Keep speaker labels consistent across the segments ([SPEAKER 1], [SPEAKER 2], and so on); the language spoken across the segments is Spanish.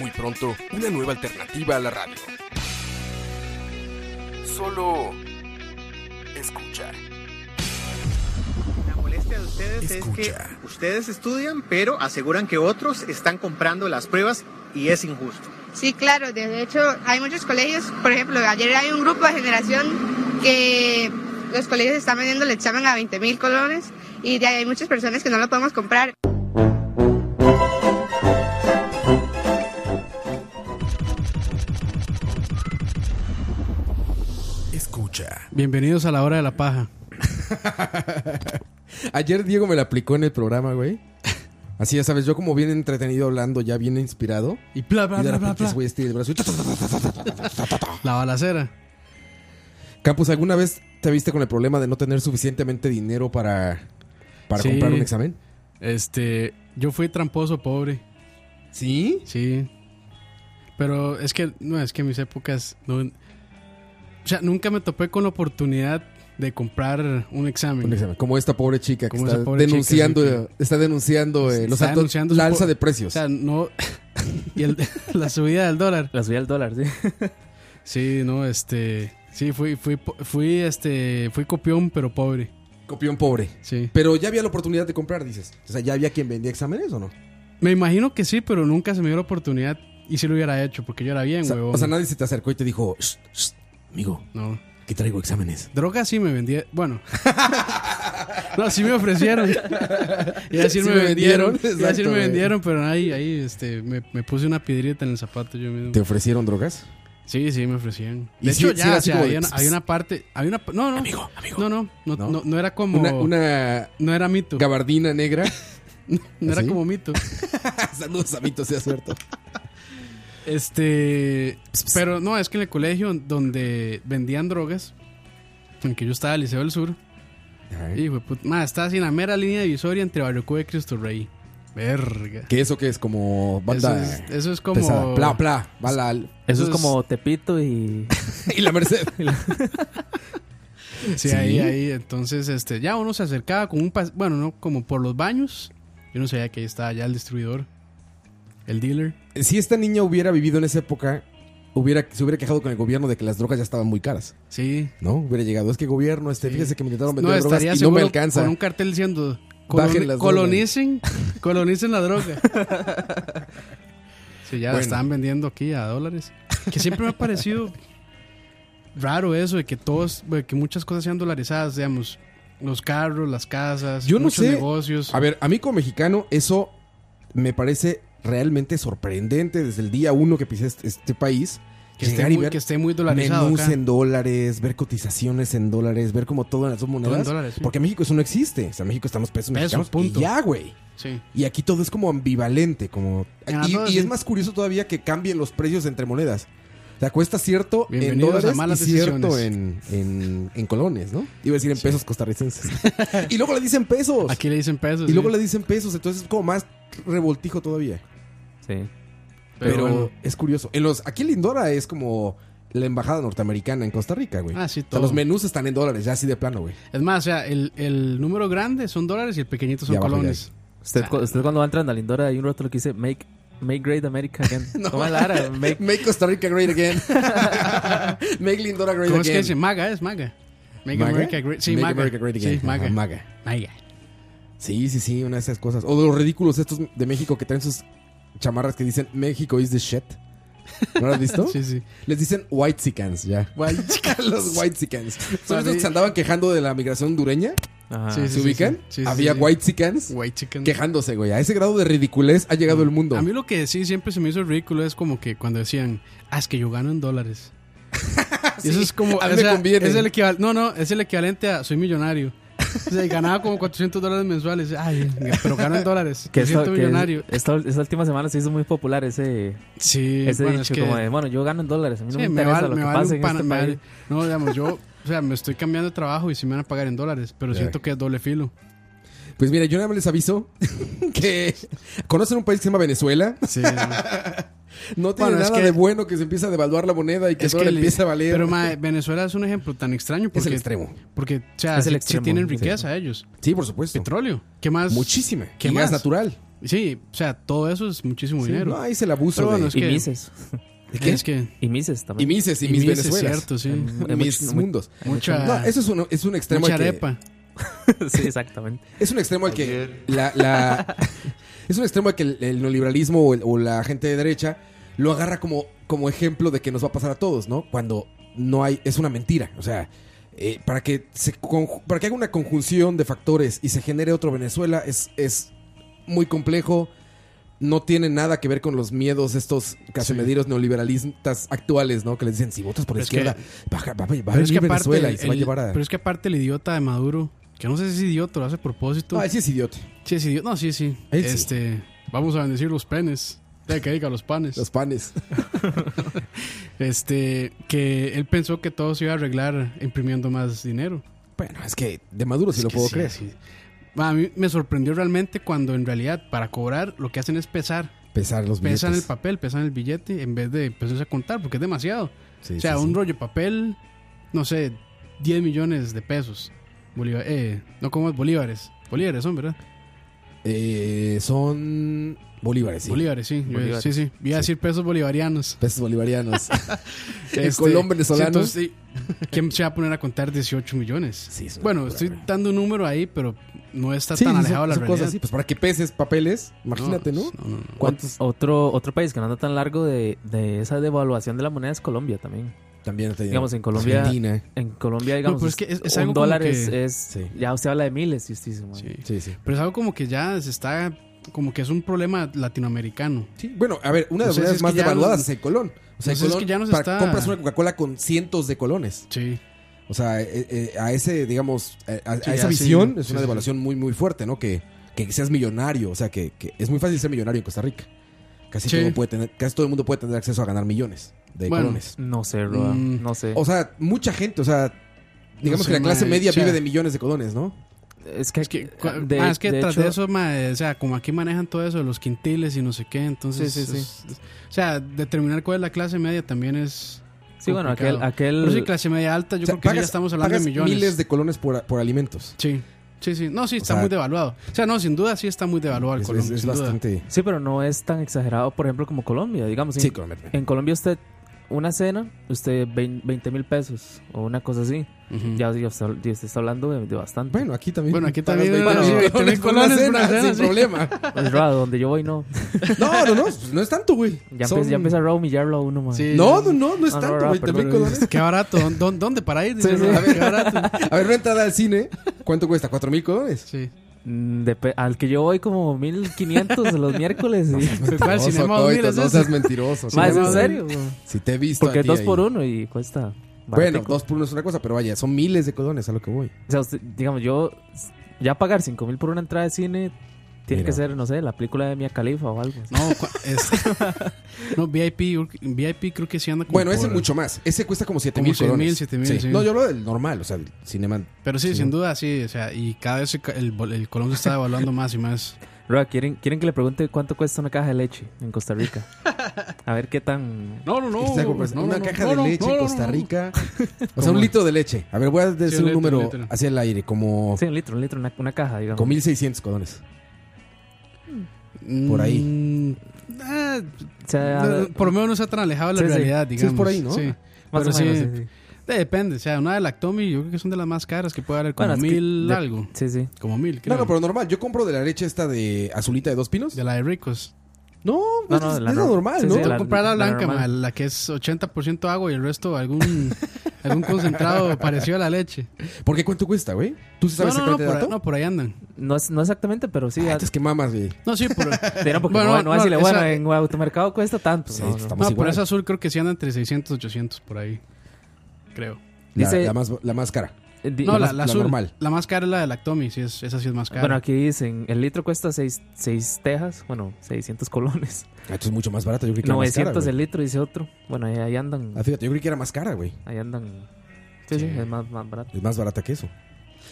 [SPEAKER 1] Muy pronto, una nueva alternativa a la radio. Solo escuchar.
[SPEAKER 2] La molestia de ustedes
[SPEAKER 1] Escucha.
[SPEAKER 2] es que ustedes estudian, pero aseguran que otros están comprando las pruebas y es injusto.
[SPEAKER 3] Sí, claro, de hecho hay muchos colegios, por ejemplo, ayer hay un grupo de generación que los colegios están vendiendo el examen a 20 mil colones y de ahí hay muchas personas que no lo podemos comprar.
[SPEAKER 1] Escucha.
[SPEAKER 4] Bienvenidos a la hora de la paja.
[SPEAKER 5] Ayer Diego me la aplicó en el programa, güey. Así ya sabes, yo como bien entretenido hablando, ya bien inspirado.
[SPEAKER 4] Y bla, bla,
[SPEAKER 5] Y de
[SPEAKER 4] bla, bla,
[SPEAKER 5] repente
[SPEAKER 4] bla.
[SPEAKER 5] ese güey estira el brazo. y ta, ta, ta, ta, ta, ta, ta, ta, ta, ta.
[SPEAKER 4] La balacera.
[SPEAKER 5] Campos, ¿alguna vez te viste con el problema de no tener suficientemente dinero para, para
[SPEAKER 4] Sí.
[SPEAKER 5] comprar un examen?
[SPEAKER 4] Este, yo fui tramposo pobre,
[SPEAKER 5] ¿Sí?
[SPEAKER 4] sí. Pero es que, no, es que en mis épocas, no- o sea, nunca me topé con la oportunidad de comprar un examen.
[SPEAKER 5] Un examen. Como esta pobre chica que
[SPEAKER 4] Como
[SPEAKER 5] está
[SPEAKER 4] esa pobre
[SPEAKER 5] denunciando,
[SPEAKER 4] chica, sí,
[SPEAKER 5] está denunciando eh, los
[SPEAKER 4] Está
[SPEAKER 5] altos-
[SPEAKER 4] denunciando
[SPEAKER 5] la
[SPEAKER 4] su
[SPEAKER 5] alza
[SPEAKER 4] po-
[SPEAKER 5] de
[SPEAKER 4] O
[SPEAKER 5] precios.
[SPEAKER 4] sea, no, y el- la subida del dólar.
[SPEAKER 6] La subí al dólar, sí.
[SPEAKER 4] Sí, no, este, sí, fui, fui, po- fui, este, fui copión, pero pobre,
[SPEAKER 5] Copión pobre.
[SPEAKER 4] sí.
[SPEAKER 5] Pero ya había la oportunidad de comprar, dices. O sea, ¿ya había quien vendía exámenes o no?
[SPEAKER 4] Me imagino que sí, pero nunca se me dio la oportunidad y si lo hubiera hecho, porque yo era bien,
[SPEAKER 5] O sea,
[SPEAKER 4] huevón.
[SPEAKER 5] o sea, nadie se te acercó y te dijo, "Shh, shh, amigo,
[SPEAKER 4] no.
[SPEAKER 5] que traigo exámenes.
[SPEAKER 4] Droga sí me vendía. Bueno. no, sí me ofrecieron. Y así
[SPEAKER 5] Sí
[SPEAKER 4] me,
[SPEAKER 5] me vendieron,
[SPEAKER 4] vendieron. Y así
[SPEAKER 5] exacto,
[SPEAKER 4] me
[SPEAKER 5] güey.
[SPEAKER 4] vendieron, pero ahí, ahí este, me, me puse una piedrita en el zapato yo mismo.
[SPEAKER 5] ¿Te ofrecieron drogas?
[SPEAKER 4] Sí, sí, me ofrecían.
[SPEAKER 5] ¿Y
[SPEAKER 4] De
[SPEAKER 5] sí-
[SPEAKER 4] hecho,
[SPEAKER 5] sí
[SPEAKER 4] ya,
[SPEAKER 5] era
[SPEAKER 4] o
[SPEAKER 5] así
[SPEAKER 4] sea,
[SPEAKER 5] como de
[SPEAKER 4] había una,
[SPEAKER 5] ps,
[SPEAKER 4] había una parte. Había una, pa- no, no.
[SPEAKER 5] Amigo, amigo.
[SPEAKER 4] No, no, no,
[SPEAKER 5] ¿No?
[SPEAKER 4] no, no era como.
[SPEAKER 5] Una, una
[SPEAKER 4] no era mito.
[SPEAKER 5] gabardina negra.
[SPEAKER 4] No era
[SPEAKER 5] ¿Así?
[SPEAKER 4] como mito.
[SPEAKER 5] ¿Ah, Saludos, amito, sea suerte.
[SPEAKER 4] Este. Pero no, es que en el colegio donde vendían drogas, en que yo estaba al Liceo del Sur, Hijo de puta. Ma, estás en la mera línea divisoria entre Barracuda y Cristo Rey. Verga.
[SPEAKER 5] ¿Qué eso que es como
[SPEAKER 4] Eso
[SPEAKER 5] banda
[SPEAKER 4] es, eso es como.
[SPEAKER 5] pesada? Pla, pla, bala al-
[SPEAKER 6] Eso
[SPEAKER 4] Entonces-
[SPEAKER 6] es como Tepito y.
[SPEAKER 5] y la merced.
[SPEAKER 4] Sí,
[SPEAKER 5] Sí.
[SPEAKER 4] ahí, ahí. Entonces, este, ya uno se acercaba con un pas- Bueno, no, como por los baños. Yo no sabía que ahí estaba ya el distribuidor. El dealer.
[SPEAKER 5] si esta niña hubiera vivido en esa época, hubiera, se hubiera quejado con el gobierno de que las drogas ya estaban muy caras.
[SPEAKER 4] Sí.
[SPEAKER 5] ¿No? Hubiera llegado. Es que gobierno, este,
[SPEAKER 4] Sí.
[SPEAKER 5] fíjese que me intentaron
[SPEAKER 4] No,
[SPEAKER 5] vender drogas
[SPEAKER 4] estaría
[SPEAKER 5] y no me
[SPEAKER 4] seguro
[SPEAKER 5] alcanza.
[SPEAKER 4] con un cartel diciendo.
[SPEAKER 5] Bajen
[SPEAKER 4] "Coloni-
[SPEAKER 5] las drogas".
[SPEAKER 4] colonicen, colonicen la droga. Sí, ya la
[SPEAKER 5] Bueno.
[SPEAKER 4] estaban vendiendo aquí a dólares. Que siempre me ha parecido raro eso de que todos, de que muchas cosas sean dolarizadas, digamos, los carros, las casas,
[SPEAKER 5] Yo no
[SPEAKER 4] muchos
[SPEAKER 5] sé.
[SPEAKER 4] negocios.
[SPEAKER 5] A ver, a mí como mexicano, eso me parece realmente sorprendente desde el día uno que pisé este, este país.
[SPEAKER 4] que, esté
[SPEAKER 5] Llegar y
[SPEAKER 4] muy,
[SPEAKER 5] ver
[SPEAKER 4] que esté muy dolarizado.
[SPEAKER 5] menús
[SPEAKER 4] acá.
[SPEAKER 5] en dólares, ver cotizaciones en dólares, ver como todo en las dos monedas.
[SPEAKER 4] dólares, sí.
[SPEAKER 5] Porque en México eso no existe. O sea, en México están los pesos,
[SPEAKER 4] Pesos,
[SPEAKER 5] mexicanos
[SPEAKER 4] punto.
[SPEAKER 5] y ya, güey.
[SPEAKER 4] Sí.
[SPEAKER 5] Y aquí todo es como ambivalente, como
[SPEAKER 4] Ah,
[SPEAKER 5] y,
[SPEAKER 4] no,
[SPEAKER 5] y
[SPEAKER 4] sí.
[SPEAKER 5] es más curioso todavía que cambien los precios entre monedas. O sea, cuesta cierto en
[SPEAKER 4] Bienvenidos a
[SPEAKER 5] dólares
[SPEAKER 4] malas
[SPEAKER 5] y cierto en, en, en colones, ¿no? Iba a decir en pesos costarricenses. y luego le dicen pesos.
[SPEAKER 4] Aquí le dicen pesos.
[SPEAKER 5] y luego
[SPEAKER 4] sí.
[SPEAKER 5] le dicen pesos, entonces es como más revoltijo todavía.
[SPEAKER 6] Sí.
[SPEAKER 5] Pero,
[SPEAKER 4] bueno.
[SPEAKER 5] es curioso. En los, aquí en Lindora es como la embajada norteamericana en Costa Rica, güey.
[SPEAKER 4] Ah, sí,
[SPEAKER 5] O sea,
[SPEAKER 4] todo.
[SPEAKER 5] los menús están en dólares, ya así de plano, güey.
[SPEAKER 4] Es más, o sea, el, el número grande son dólares y el pequeñito son
[SPEAKER 5] Ya abajo,
[SPEAKER 4] colones.
[SPEAKER 6] Usted, cu- usted cuando va entrando a Lindora hay un rato que dice Make, make Great America Again. ¿Cómo es la vara? Make,
[SPEAKER 5] Make Costa Rica great again. Make Lindora great
[SPEAKER 4] ¿Cómo es que
[SPEAKER 5] again.
[SPEAKER 4] dice? Maga, es Maga. Make
[SPEAKER 5] ¿Maga?
[SPEAKER 4] America Great. Sí,
[SPEAKER 5] Make
[SPEAKER 4] Maga.
[SPEAKER 5] America great again.
[SPEAKER 4] Sí, Maga.
[SPEAKER 5] Ajá, maga.
[SPEAKER 4] Maga.
[SPEAKER 5] Sí, sí, sí, una de esas cosas. O de los ridículos estos de México que traen sus chamarras que dicen México is the shit. ¿No lo has visto?
[SPEAKER 4] Sí, sí.
[SPEAKER 5] Les dicen white ya. los white Son
[SPEAKER 4] Para
[SPEAKER 5] esos
[SPEAKER 4] mí-
[SPEAKER 5] que se andaban quejando de la migración hondureña.
[SPEAKER 6] Ajá.
[SPEAKER 4] Sí, sí.
[SPEAKER 5] ¿Se ubican?
[SPEAKER 4] sí, sí,
[SPEAKER 5] Había
[SPEAKER 4] sí.
[SPEAKER 5] white
[SPEAKER 4] White chicken.
[SPEAKER 5] quejándose, güey. A ese grado de ridiculez ha llegado el mundo.
[SPEAKER 4] Mm. A mí lo que sí siempre se me hizo ridículo es como que cuando decían, ah, es que yo gano en dólares. Y eso es como,
[SPEAKER 5] a mí
[SPEAKER 4] o
[SPEAKER 5] me
[SPEAKER 4] sea,
[SPEAKER 5] conviene.
[SPEAKER 4] Es el equival- no, no, es el equivalente a soy millonario. O sea, y ganaba como 400 dólares mensuales. Ay, pero gano en dólares.
[SPEAKER 6] Que
[SPEAKER 4] Que
[SPEAKER 6] esta,
[SPEAKER 4] siento
[SPEAKER 6] que
[SPEAKER 4] millonario.
[SPEAKER 6] esta, esta última semana se hizo muy popular ese,
[SPEAKER 4] Sí,
[SPEAKER 6] ese
[SPEAKER 4] bueno, es
[SPEAKER 6] dicho.
[SPEAKER 4] que-
[SPEAKER 6] como de, bueno, yo gano en dólares. A mí no
[SPEAKER 4] sí,
[SPEAKER 6] me
[SPEAKER 4] me
[SPEAKER 6] interesa
[SPEAKER 4] vale,
[SPEAKER 6] lo
[SPEAKER 4] me
[SPEAKER 6] que
[SPEAKER 4] vale
[SPEAKER 6] pasa
[SPEAKER 4] un
[SPEAKER 6] en
[SPEAKER 4] pana,
[SPEAKER 6] este
[SPEAKER 4] me vale-
[SPEAKER 6] país.
[SPEAKER 4] No, digamos, yo, o sea, me estoy cambiando de trabajo y si me van a pagar en dólares, pero
[SPEAKER 5] Ya.
[SPEAKER 4] siento que es doble filo.
[SPEAKER 5] Pues mira, yo nada más les aviso que conocen un país que se llama Venezuela.
[SPEAKER 4] Sí,
[SPEAKER 5] No tiene
[SPEAKER 4] Bueno, es
[SPEAKER 5] nada
[SPEAKER 4] que-
[SPEAKER 5] de bueno que se empieza a devaluar la moneda y que todo
[SPEAKER 4] le-
[SPEAKER 5] empieza a valer.
[SPEAKER 4] Pero mae, Venezuela es un ejemplo tan extraño porque
[SPEAKER 5] es el extremo.
[SPEAKER 4] porque o sea,
[SPEAKER 6] Es
[SPEAKER 4] sí-
[SPEAKER 6] el
[SPEAKER 4] sí
[SPEAKER 6] extremo,
[SPEAKER 4] tienen
[SPEAKER 6] es el
[SPEAKER 4] riqueza ellos,
[SPEAKER 5] Sí, por supuesto.
[SPEAKER 4] petróleo, ¿qué más?
[SPEAKER 5] Muchísima.
[SPEAKER 4] ¿Qué
[SPEAKER 5] Y gas
[SPEAKER 4] más?
[SPEAKER 5] natural.
[SPEAKER 4] Sí, o sea, todo eso es muchísimo
[SPEAKER 5] Sí,
[SPEAKER 4] dinero.
[SPEAKER 5] no, ahí es el abuso.
[SPEAKER 4] Pero
[SPEAKER 5] de-
[SPEAKER 4] bueno, es
[SPEAKER 6] Y
[SPEAKER 4] que-
[SPEAKER 6] Mises.
[SPEAKER 4] Es que
[SPEAKER 6] Y Mises también.
[SPEAKER 5] Y Mises y,
[SPEAKER 4] y
[SPEAKER 5] mis
[SPEAKER 4] Mises, es
[SPEAKER 5] Venezuelas.
[SPEAKER 4] cierto, sí.
[SPEAKER 6] En- en
[SPEAKER 5] mis
[SPEAKER 6] mucho-
[SPEAKER 5] mundos.
[SPEAKER 4] Mucha
[SPEAKER 5] No, eso es un, es un extremo.
[SPEAKER 4] mucha
[SPEAKER 5] al que-
[SPEAKER 4] arepa.
[SPEAKER 6] sí, exactamente.
[SPEAKER 5] Es un extremo al que la, la- es un extremo al que el, el neoliberalismo o, el- o la gente de derecha lo agarra como, como ejemplo de que nos va a pasar a todos, ¿no? Cuando no hay, es una mentira. O sea, eh, para que se conju- para que haga una conjunción de factores y se genere otro Venezuela es, es muy complejo. No tiene nada que ver con los miedos de estos casemediros neoliberalistas actuales, ¿no? Que les dicen, si votas por la
[SPEAKER 4] Es que-
[SPEAKER 5] izquierda, baja- va, va a
[SPEAKER 4] Pero es,
[SPEAKER 5] venir
[SPEAKER 4] que aparte,
[SPEAKER 5] Venezuela y se va a
[SPEAKER 4] el-
[SPEAKER 5] llevar a...
[SPEAKER 4] pero es que aparte el idiota de Maduro, que no sé si es idiota, lo hace a propósito.
[SPEAKER 5] Ah, sí es idiota.
[SPEAKER 4] Sí, sí, no, sí, sí.
[SPEAKER 5] Él sí.
[SPEAKER 4] este, vamos a bendecir los penes. De que diga los panes.
[SPEAKER 5] Los panes.
[SPEAKER 4] Este, que él pensó que todo se iba a arreglar imprimiendo más dinero.
[SPEAKER 5] Bueno, es que de Maduro sí
[SPEAKER 4] Es
[SPEAKER 5] pues, lo
[SPEAKER 4] que
[SPEAKER 5] puedo
[SPEAKER 4] sí,
[SPEAKER 5] creer.
[SPEAKER 4] sí. Ma, A mí me sorprendió realmente cuando en realidad para cobrar lo que hacen es pesar.
[SPEAKER 5] Pesar los billetes.
[SPEAKER 4] Pesan el papel, pesan el billete en vez de empezarse a contar porque es demasiado.
[SPEAKER 5] Sí,
[SPEAKER 4] o sea,
[SPEAKER 5] sí,
[SPEAKER 4] un
[SPEAKER 5] sí.
[SPEAKER 4] rollo de papel, no sé, 10 millones de pesos. Bolívar, eh, no como es bolívares. Bolívares son, ¿verdad?
[SPEAKER 5] Eh, son bolívares, sí.
[SPEAKER 4] Bolívares, sí. Yo-
[SPEAKER 6] Bolívares.
[SPEAKER 4] Sí, sí. Iba a decir pesos bolivarianos.
[SPEAKER 5] Pesos bolivarianos. En
[SPEAKER 4] Este,
[SPEAKER 5] Colón venezolano.
[SPEAKER 4] sí, entonces, sí, ¿Quién se va a poner a contar 18 millones?
[SPEAKER 5] Sí, es una
[SPEAKER 4] bueno,
[SPEAKER 5] locura,
[SPEAKER 4] estoy
[SPEAKER 5] güey.
[SPEAKER 4] dando un número ahí, pero no está
[SPEAKER 5] Sí,
[SPEAKER 4] tan
[SPEAKER 5] sí,
[SPEAKER 4] alejado
[SPEAKER 5] son-
[SPEAKER 4] de la
[SPEAKER 5] son
[SPEAKER 4] realidad.
[SPEAKER 5] cosas así. Pues para que peses papeles, imagínate, ¿no?
[SPEAKER 4] No, no, no.
[SPEAKER 5] ¿Cuántos?
[SPEAKER 6] Otro, otro país que no anda tan largo de, de esa devaluación de la moneda es Colombia también.
[SPEAKER 5] También te digo.
[SPEAKER 6] Digamos, en Colombia-
[SPEAKER 5] Argentina.
[SPEAKER 6] En Colombia, digamos,
[SPEAKER 4] pero es que es- es
[SPEAKER 6] un
[SPEAKER 4] algo como
[SPEAKER 6] dólar
[SPEAKER 4] que-
[SPEAKER 6] es... es-
[SPEAKER 5] Sí.
[SPEAKER 6] Ya usted habla de miles, y usted dice, "Man,
[SPEAKER 4] Sí.
[SPEAKER 5] Sí, sí.
[SPEAKER 4] Pero es algo como que ya se está... Como que es un problema latinoamericano.
[SPEAKER 5] Sí, Bueno, a ver, una de las
[SPEAKER 4] No sé si
[SPEAKER 5] monedas
[SPEAKER 4] es que
[SPEAKER 5] más
[SPEAKER 4] ya
[SPEAKER 5] devaluadas
[SPEAKER 4] nos-
[SPEAKER 5] es el colón. O
[SPEAKER 4] No
[SPEAKER 5] sea, el
[SPEAKER 4] sé, es
[SPEAKER 5] colón,
[SPEAKER 4] que ya nos
[SPEAKER 5] para-
[SPEAKER 4] está-
[SPEAKER 5] compras una Coca-Cola con cientos de colones.
[SPEAKER 4] Sí.
[SPEAKER 5] O sea, eh, eh, a ese, digamos, eh, a, a
[SPEAKER 4] Sí,
[SPEAKER 5] esa
[SPEAKER 4] ya, sí,
[SPEAKER 5] visión
[SPEAKER 4] sí,
[SPEAKER 5] es
[SPEAKER 4] sí,
[SPEAKER 5] una
[SPEAKER 4] sí.
[SPEAKER 5] devaluación muy, muy fuerte, ¿no? Que, que seas millonario, o sea, que, que es muy fácil ser millonario en Costa Rica. Casi,
[SPEAKER 4] Sí.
[SPEAKER 5] todo, puede tener, casi todo el mundo puede tener acceso a ganar millones de
[SPEAKER 4] Bueno.
[SPEAKER 5] colones.
[SPEAKER 6] No sé, Roa,
[SPEAKER 4] Mm.
[SPEAKER 6] no sé.
[SPEAKER 5] O sea, mucha gente, o sea, digamos
[SPEAKER 4] sé,
[SPEAKER 5] que la clase
[SPEAKER 4] madre,
[SPEAKER 5] media
[SPEAKER 4] o sea-
[SPEAKER 5] vive de millones de colones, ¿no?
[SPEAKER 6] es que...
[SPEAKER 4] Es que,
[SPEAKER 6] ah,
[SPEAKER 4] cua-
[SPEAKER 6] de-
[SPEAKER 4] ah, es que
[SPEAKER 6] de
[SPEAKER 4] tras
[SPEAKER 6] hecho-
[SPEAKER 4] de eso, ma, eh, o sea, como aquí manejan todo eso, de los quintiles y no sé qué, entonces...
[SPEAKER 6] Sí, sí, sí.
[SPEAKER 4] es- o sea, determinar cuál es la clase media también es...
[SPEAKER 6] Sí, bueno, aquel...
[SPEAKER 4] complicado.
[SPEAKER 6] aquel
[SPEAKER 4] Pero sí, clase media alta, yo
[SPEAKER 5] O sea,
[SPEAKER 4] creo que sí, ya estamos hablando de
[SPEAKER 5] pagas
[SPEAKER 4] millones.
[SPEAKER 5] miles de colones por, por alimentos.
[SPEAKER 4] Sí, sí, sí. No, sí, está
[SPEAKER 5] sea-
[SPEAKER 4] muy devaluado. O sea, no, sin duda sí está muy devaluado el
[SPEAKER 5] Es,
[SPEAKER 4] Colón.
[SPEAKER 5] es- es
[SPEAKER 4] sin duda.
[SPEAKER 5] bastante...
[SPEAKER 6] sí, pero no es tan exagerado, por ejemplo, como Colombia, digamos. en-
[SPEAKER 5] Sí, Colombia.
[SPEAKER 6] En Colombia usted, una cena, usted 20 mil pesos o una cosa así.
[SPEAKER 4] Ujú.
[SPEAKER 6] Ya, ya usted, ya usted está hablando de, de bastante.
[SPEAKER 5] Bueno, aquí también.
[SPEAKER 4] Mm. Bueno, aquí
[SPEAKER 5] pagas
[SPEAKER 4] también,
[SPEAKER 5] 20
[SPEAKER 4] bueno, sí,
[SPEAKER 5] colones
[SPEAKER 4] 20
[SPEAKER 5] por una
[SPEAKER 4] colones por
[SPEAKER 5] cena,
[SPEAKER 4] una cena,
[SPEAKER 5] sin
[SPEAKER 4] sí.
[SPEAKER 5] problema.
[SPEAKER 6] Es raro, Pues, donde yo voy no.
[SPEAKER 5] No, no, no, pues no es tanto, güey.
[SPEAKER 6] Ya,
[SPEAKER 5] Son-
[SPEAKER 6] empieza, ya empieza a humillarlo a uno, man.
[SPEAKER 4] Sí.
[SPEAKER 5] No, no, no, no es
[SPEAKER 6] Ah, no,
[SPEAKER 5] tanto,
[SPEAKER 6] no,
[SPEAKER 5] güey.
[SPEAKER 6] perdón,
[SPEAKER 5] También
[SPEAKER 6] güey.
[SPEAKER 5] colones.
[SPEAKER 4] Qué barato. ¿dó- dó- ¿Dónde para ir? Dice,
[SPEAKER 6] Sí, sí.
[SPEAKER 4] "No, Qué barato.
[SPEAKER 5] A ver, una entrada al cine, ¿cuánto cuesta? ¿Cuatro mil colones?
[SPEAKER 4] Sí.
[SPEAKER 6] Mm, depe- al que yo voy como 1500 los miércoles. y-
[SPEAKER 4] Pero ¿cuál cinema
[SPEAKER 5] Coito,
[SPEAKER 4] 2000 es
[SPEAKER 5] no
[SPEAKER 4] ese?
[SPEAKER 5] seas mentiroso.
[SPEAKER 6] Ma, es
[SPEAKER 5] Cinema
[SPEAKER 6] en
[SPEAKER 5] dos mil.
[SPEAKER 6] serio. güey.
[SPEAKER 5] Si te he visto
[SPEAKER 6] Porque
[SPEAKER 5] a
[SPEAKER 6] es
[SPEAKER 5] ti
[SPEAKER 6] dos
[SPEAKER 5] ahí.
[SPEAKER 6] por uno y cuesta.
[SPEAKER 5] Bueno,
[SPEAKER 6] baratico.
[SPEAKER 5] dos por uno es una cosa, pero vaya, son miles de colones a lo que voy.
[SPEAKER 6] O sea, usted- digamos, yo ya pagar 5 mil por una entrada de cine tiene
[SPEAKER 5] Mira.
[SPEAKER 6] que ser, no sé, la película de Mia Khalifa o algo.
[SPEAKER 4] No, cua- es- no, VIP, yo- VIP creo que sí anda como
[SPEAKER 5] Bueno, ese
[SPEAKER 4] por-
[SPEAKER 5] mucho más. Ese cuesta como siete
[SPEAKER 4] Como
[SPEAKER 5] mil
[SPEAKER 4] seis
[SPEAKER 5] colones.
[SPEAKER 4] mil, siete mil, sí.
[SPEAKER 5] No, yo hablo del normal, o sea, del cinema.
[SPEAKER 4] Pero sí,
[SPEAKER 5] Sí.
[SPEAKER 4] sin duda, sí. O sea, y cada vez se ca- el, bol- el Colón se está devaluando más y más.
[SPEAKER 6] Roa, ¿quieren, ¿quieren que le pregunte cuánto cuesta una caja de leche en Costa Rica? A ver qué tan...
[SPEAKER 4] No, no, no.
[SPEAKER 5] Está como- pues, una caja de leche en Costa Rica. O sea,
[SPEAKER 4] ¿Cómo?
[SPEAKER 5] un litro de leche. A ver, voy a decir un
[SPEAKER 4] litro, un
[SPEAKER 5] número
[SPEAKER 4] litro.
[SPEAKER 5] hacia el aire, como
[SPEAKER 6] Sí, un litro, un litro, una, una caja, digamos.
[SPEAKER 5] con 1600 colones. Por ahí.
[SPEAKER 6] O sea,
[SPEAKER 4] por lo menos Mm, ah, no está tan alejado de la
[SPEAKER 6] Eh, Sí, sí.
[SPEAKER 4] realidad,
[SPEAKER 5] Sí, es
[SPEAKER 4] digamos.
[SPEAKER 5] por ahí, ¿no?
[SPEAKER 4] Sí.
[SPEAKER 6] más
[SPEAKER 4] pero
[SPEAKER 6] o menos,
[SPEAKER 4] sí.
[SPEAKER 6] sí, sí.
[SPEAKER 4] Eh, Depende, o sea, una de Lactomy yo creo que son de las más caras que puede haber como
[SPEAKER 6] Bueno, es que
[SPEAKER 4] mil
[SPEAKER 6] de-
[SPEAKER 4] algo.
[SPEAKER 6] Sí, sí.
[SPEAKER 4] Como mil, creo.
[SPEAKER 5] No, no, pero normal. Yo compro de la leche esta de azulita de dos pinos.
[SPEAKER 4] De la de ricos.
[SPEAKER 5] No,
[SPEAKER 6] No,
[SPEAKER 5] es,
[SPEAKER 6] no, de la
[SPEAKER 5] es la
[SPEAKER 6] normal.
[SPEAKER 5] normal,
[SPEAKER 6] Sí,
[SPEAKER 5] ¿no?
[SPEAKER 6] sí,
[SPEAKER 4] Voy
[SPEAKER 6] la-
[SPEAKER 4] a comprar la
[SPEAKER 6] la
[SPEAKER 4] blanca,
[SPEAKER 6] normal.
[SPEAKER 4] ma, la que es 80% agua y el resto algún, algún concentrado parecido a la leche.
[SPEAKER 5] ¿Por qué cuánto cuesta, güey? ¿Tú sí
[SPEAKER 4] No,
[SPEAKER 5] sabes
[SPEAKER 4] no, no,
[SPEAKER 5] exactamente el
[SPEAKER 4] por,
[SPEAKER 5] dato?
[SPEAKER 4] ahí- no, por ahí andan.
[SPEAKER 6] No, es- no exactamente, pero sí.
[SPEAKER 5] Ah,
[SPEAKER 6] a-
[SPEAKER 5] entonces que mamas, güey.
[SPEAKER 4] No, sí, por,
[SPEAKER 6] Pero porque
[SPEAKER 4] Bueno,
[SPEAKER 6] no, no,
[SPEAKER 4] no,
[SPEAKER 6] decirle,
[SPEAKER 4] esa-
[SPEAKER 6] bueno, en automercado cuesta tanto.
[SPEAKER 5] Sí,
[SPEAKER 6] no, no.
[SPEAKER 5] estamos
[SPEAKER 4] no, por
[SPEAKER 5] igual.
[SPEAKER 4] esa azul creo que sí andan entre 600 800 por ahí. Creo.
[SPEAKER 5] La,
[SPEAKER 6] Dice-
[SPEAKER 5] la más, la más cara.
[SPEAKER 6] Eh, Di-
[SPEAKER 4] No, la,
[SPEAKER 5] más-
[SPEAKER 4] la
[SPEAKER 5] la
[SPEAKER 4] azul.
[SPEAKER 5] normal.
[SPEAKER 4] La más cara es la de Lactomy, sí, es, esa sí es más cara.
[SPEAKER 6] Bueno, aquí dicen, el litro cuesta 6 seis, tejas, bueno, 600 colones.
[SPEAKER 5] Ah, esto es mucho más barato. Yo creí que era más cara.
[SPEAKER 6] 900
[SPEAKER 5] güey.
[SPEAKER 6] el litro, dice otro. Bueno, ahí, ahí andan,
[SPEAKER 5] Ah, fíjate, yo creí que era más cara, güey.
[SPEAKER 6] ahí andan. Sí, sí, es más, más barato.
[SPEAKER 5] Es más barata que eso.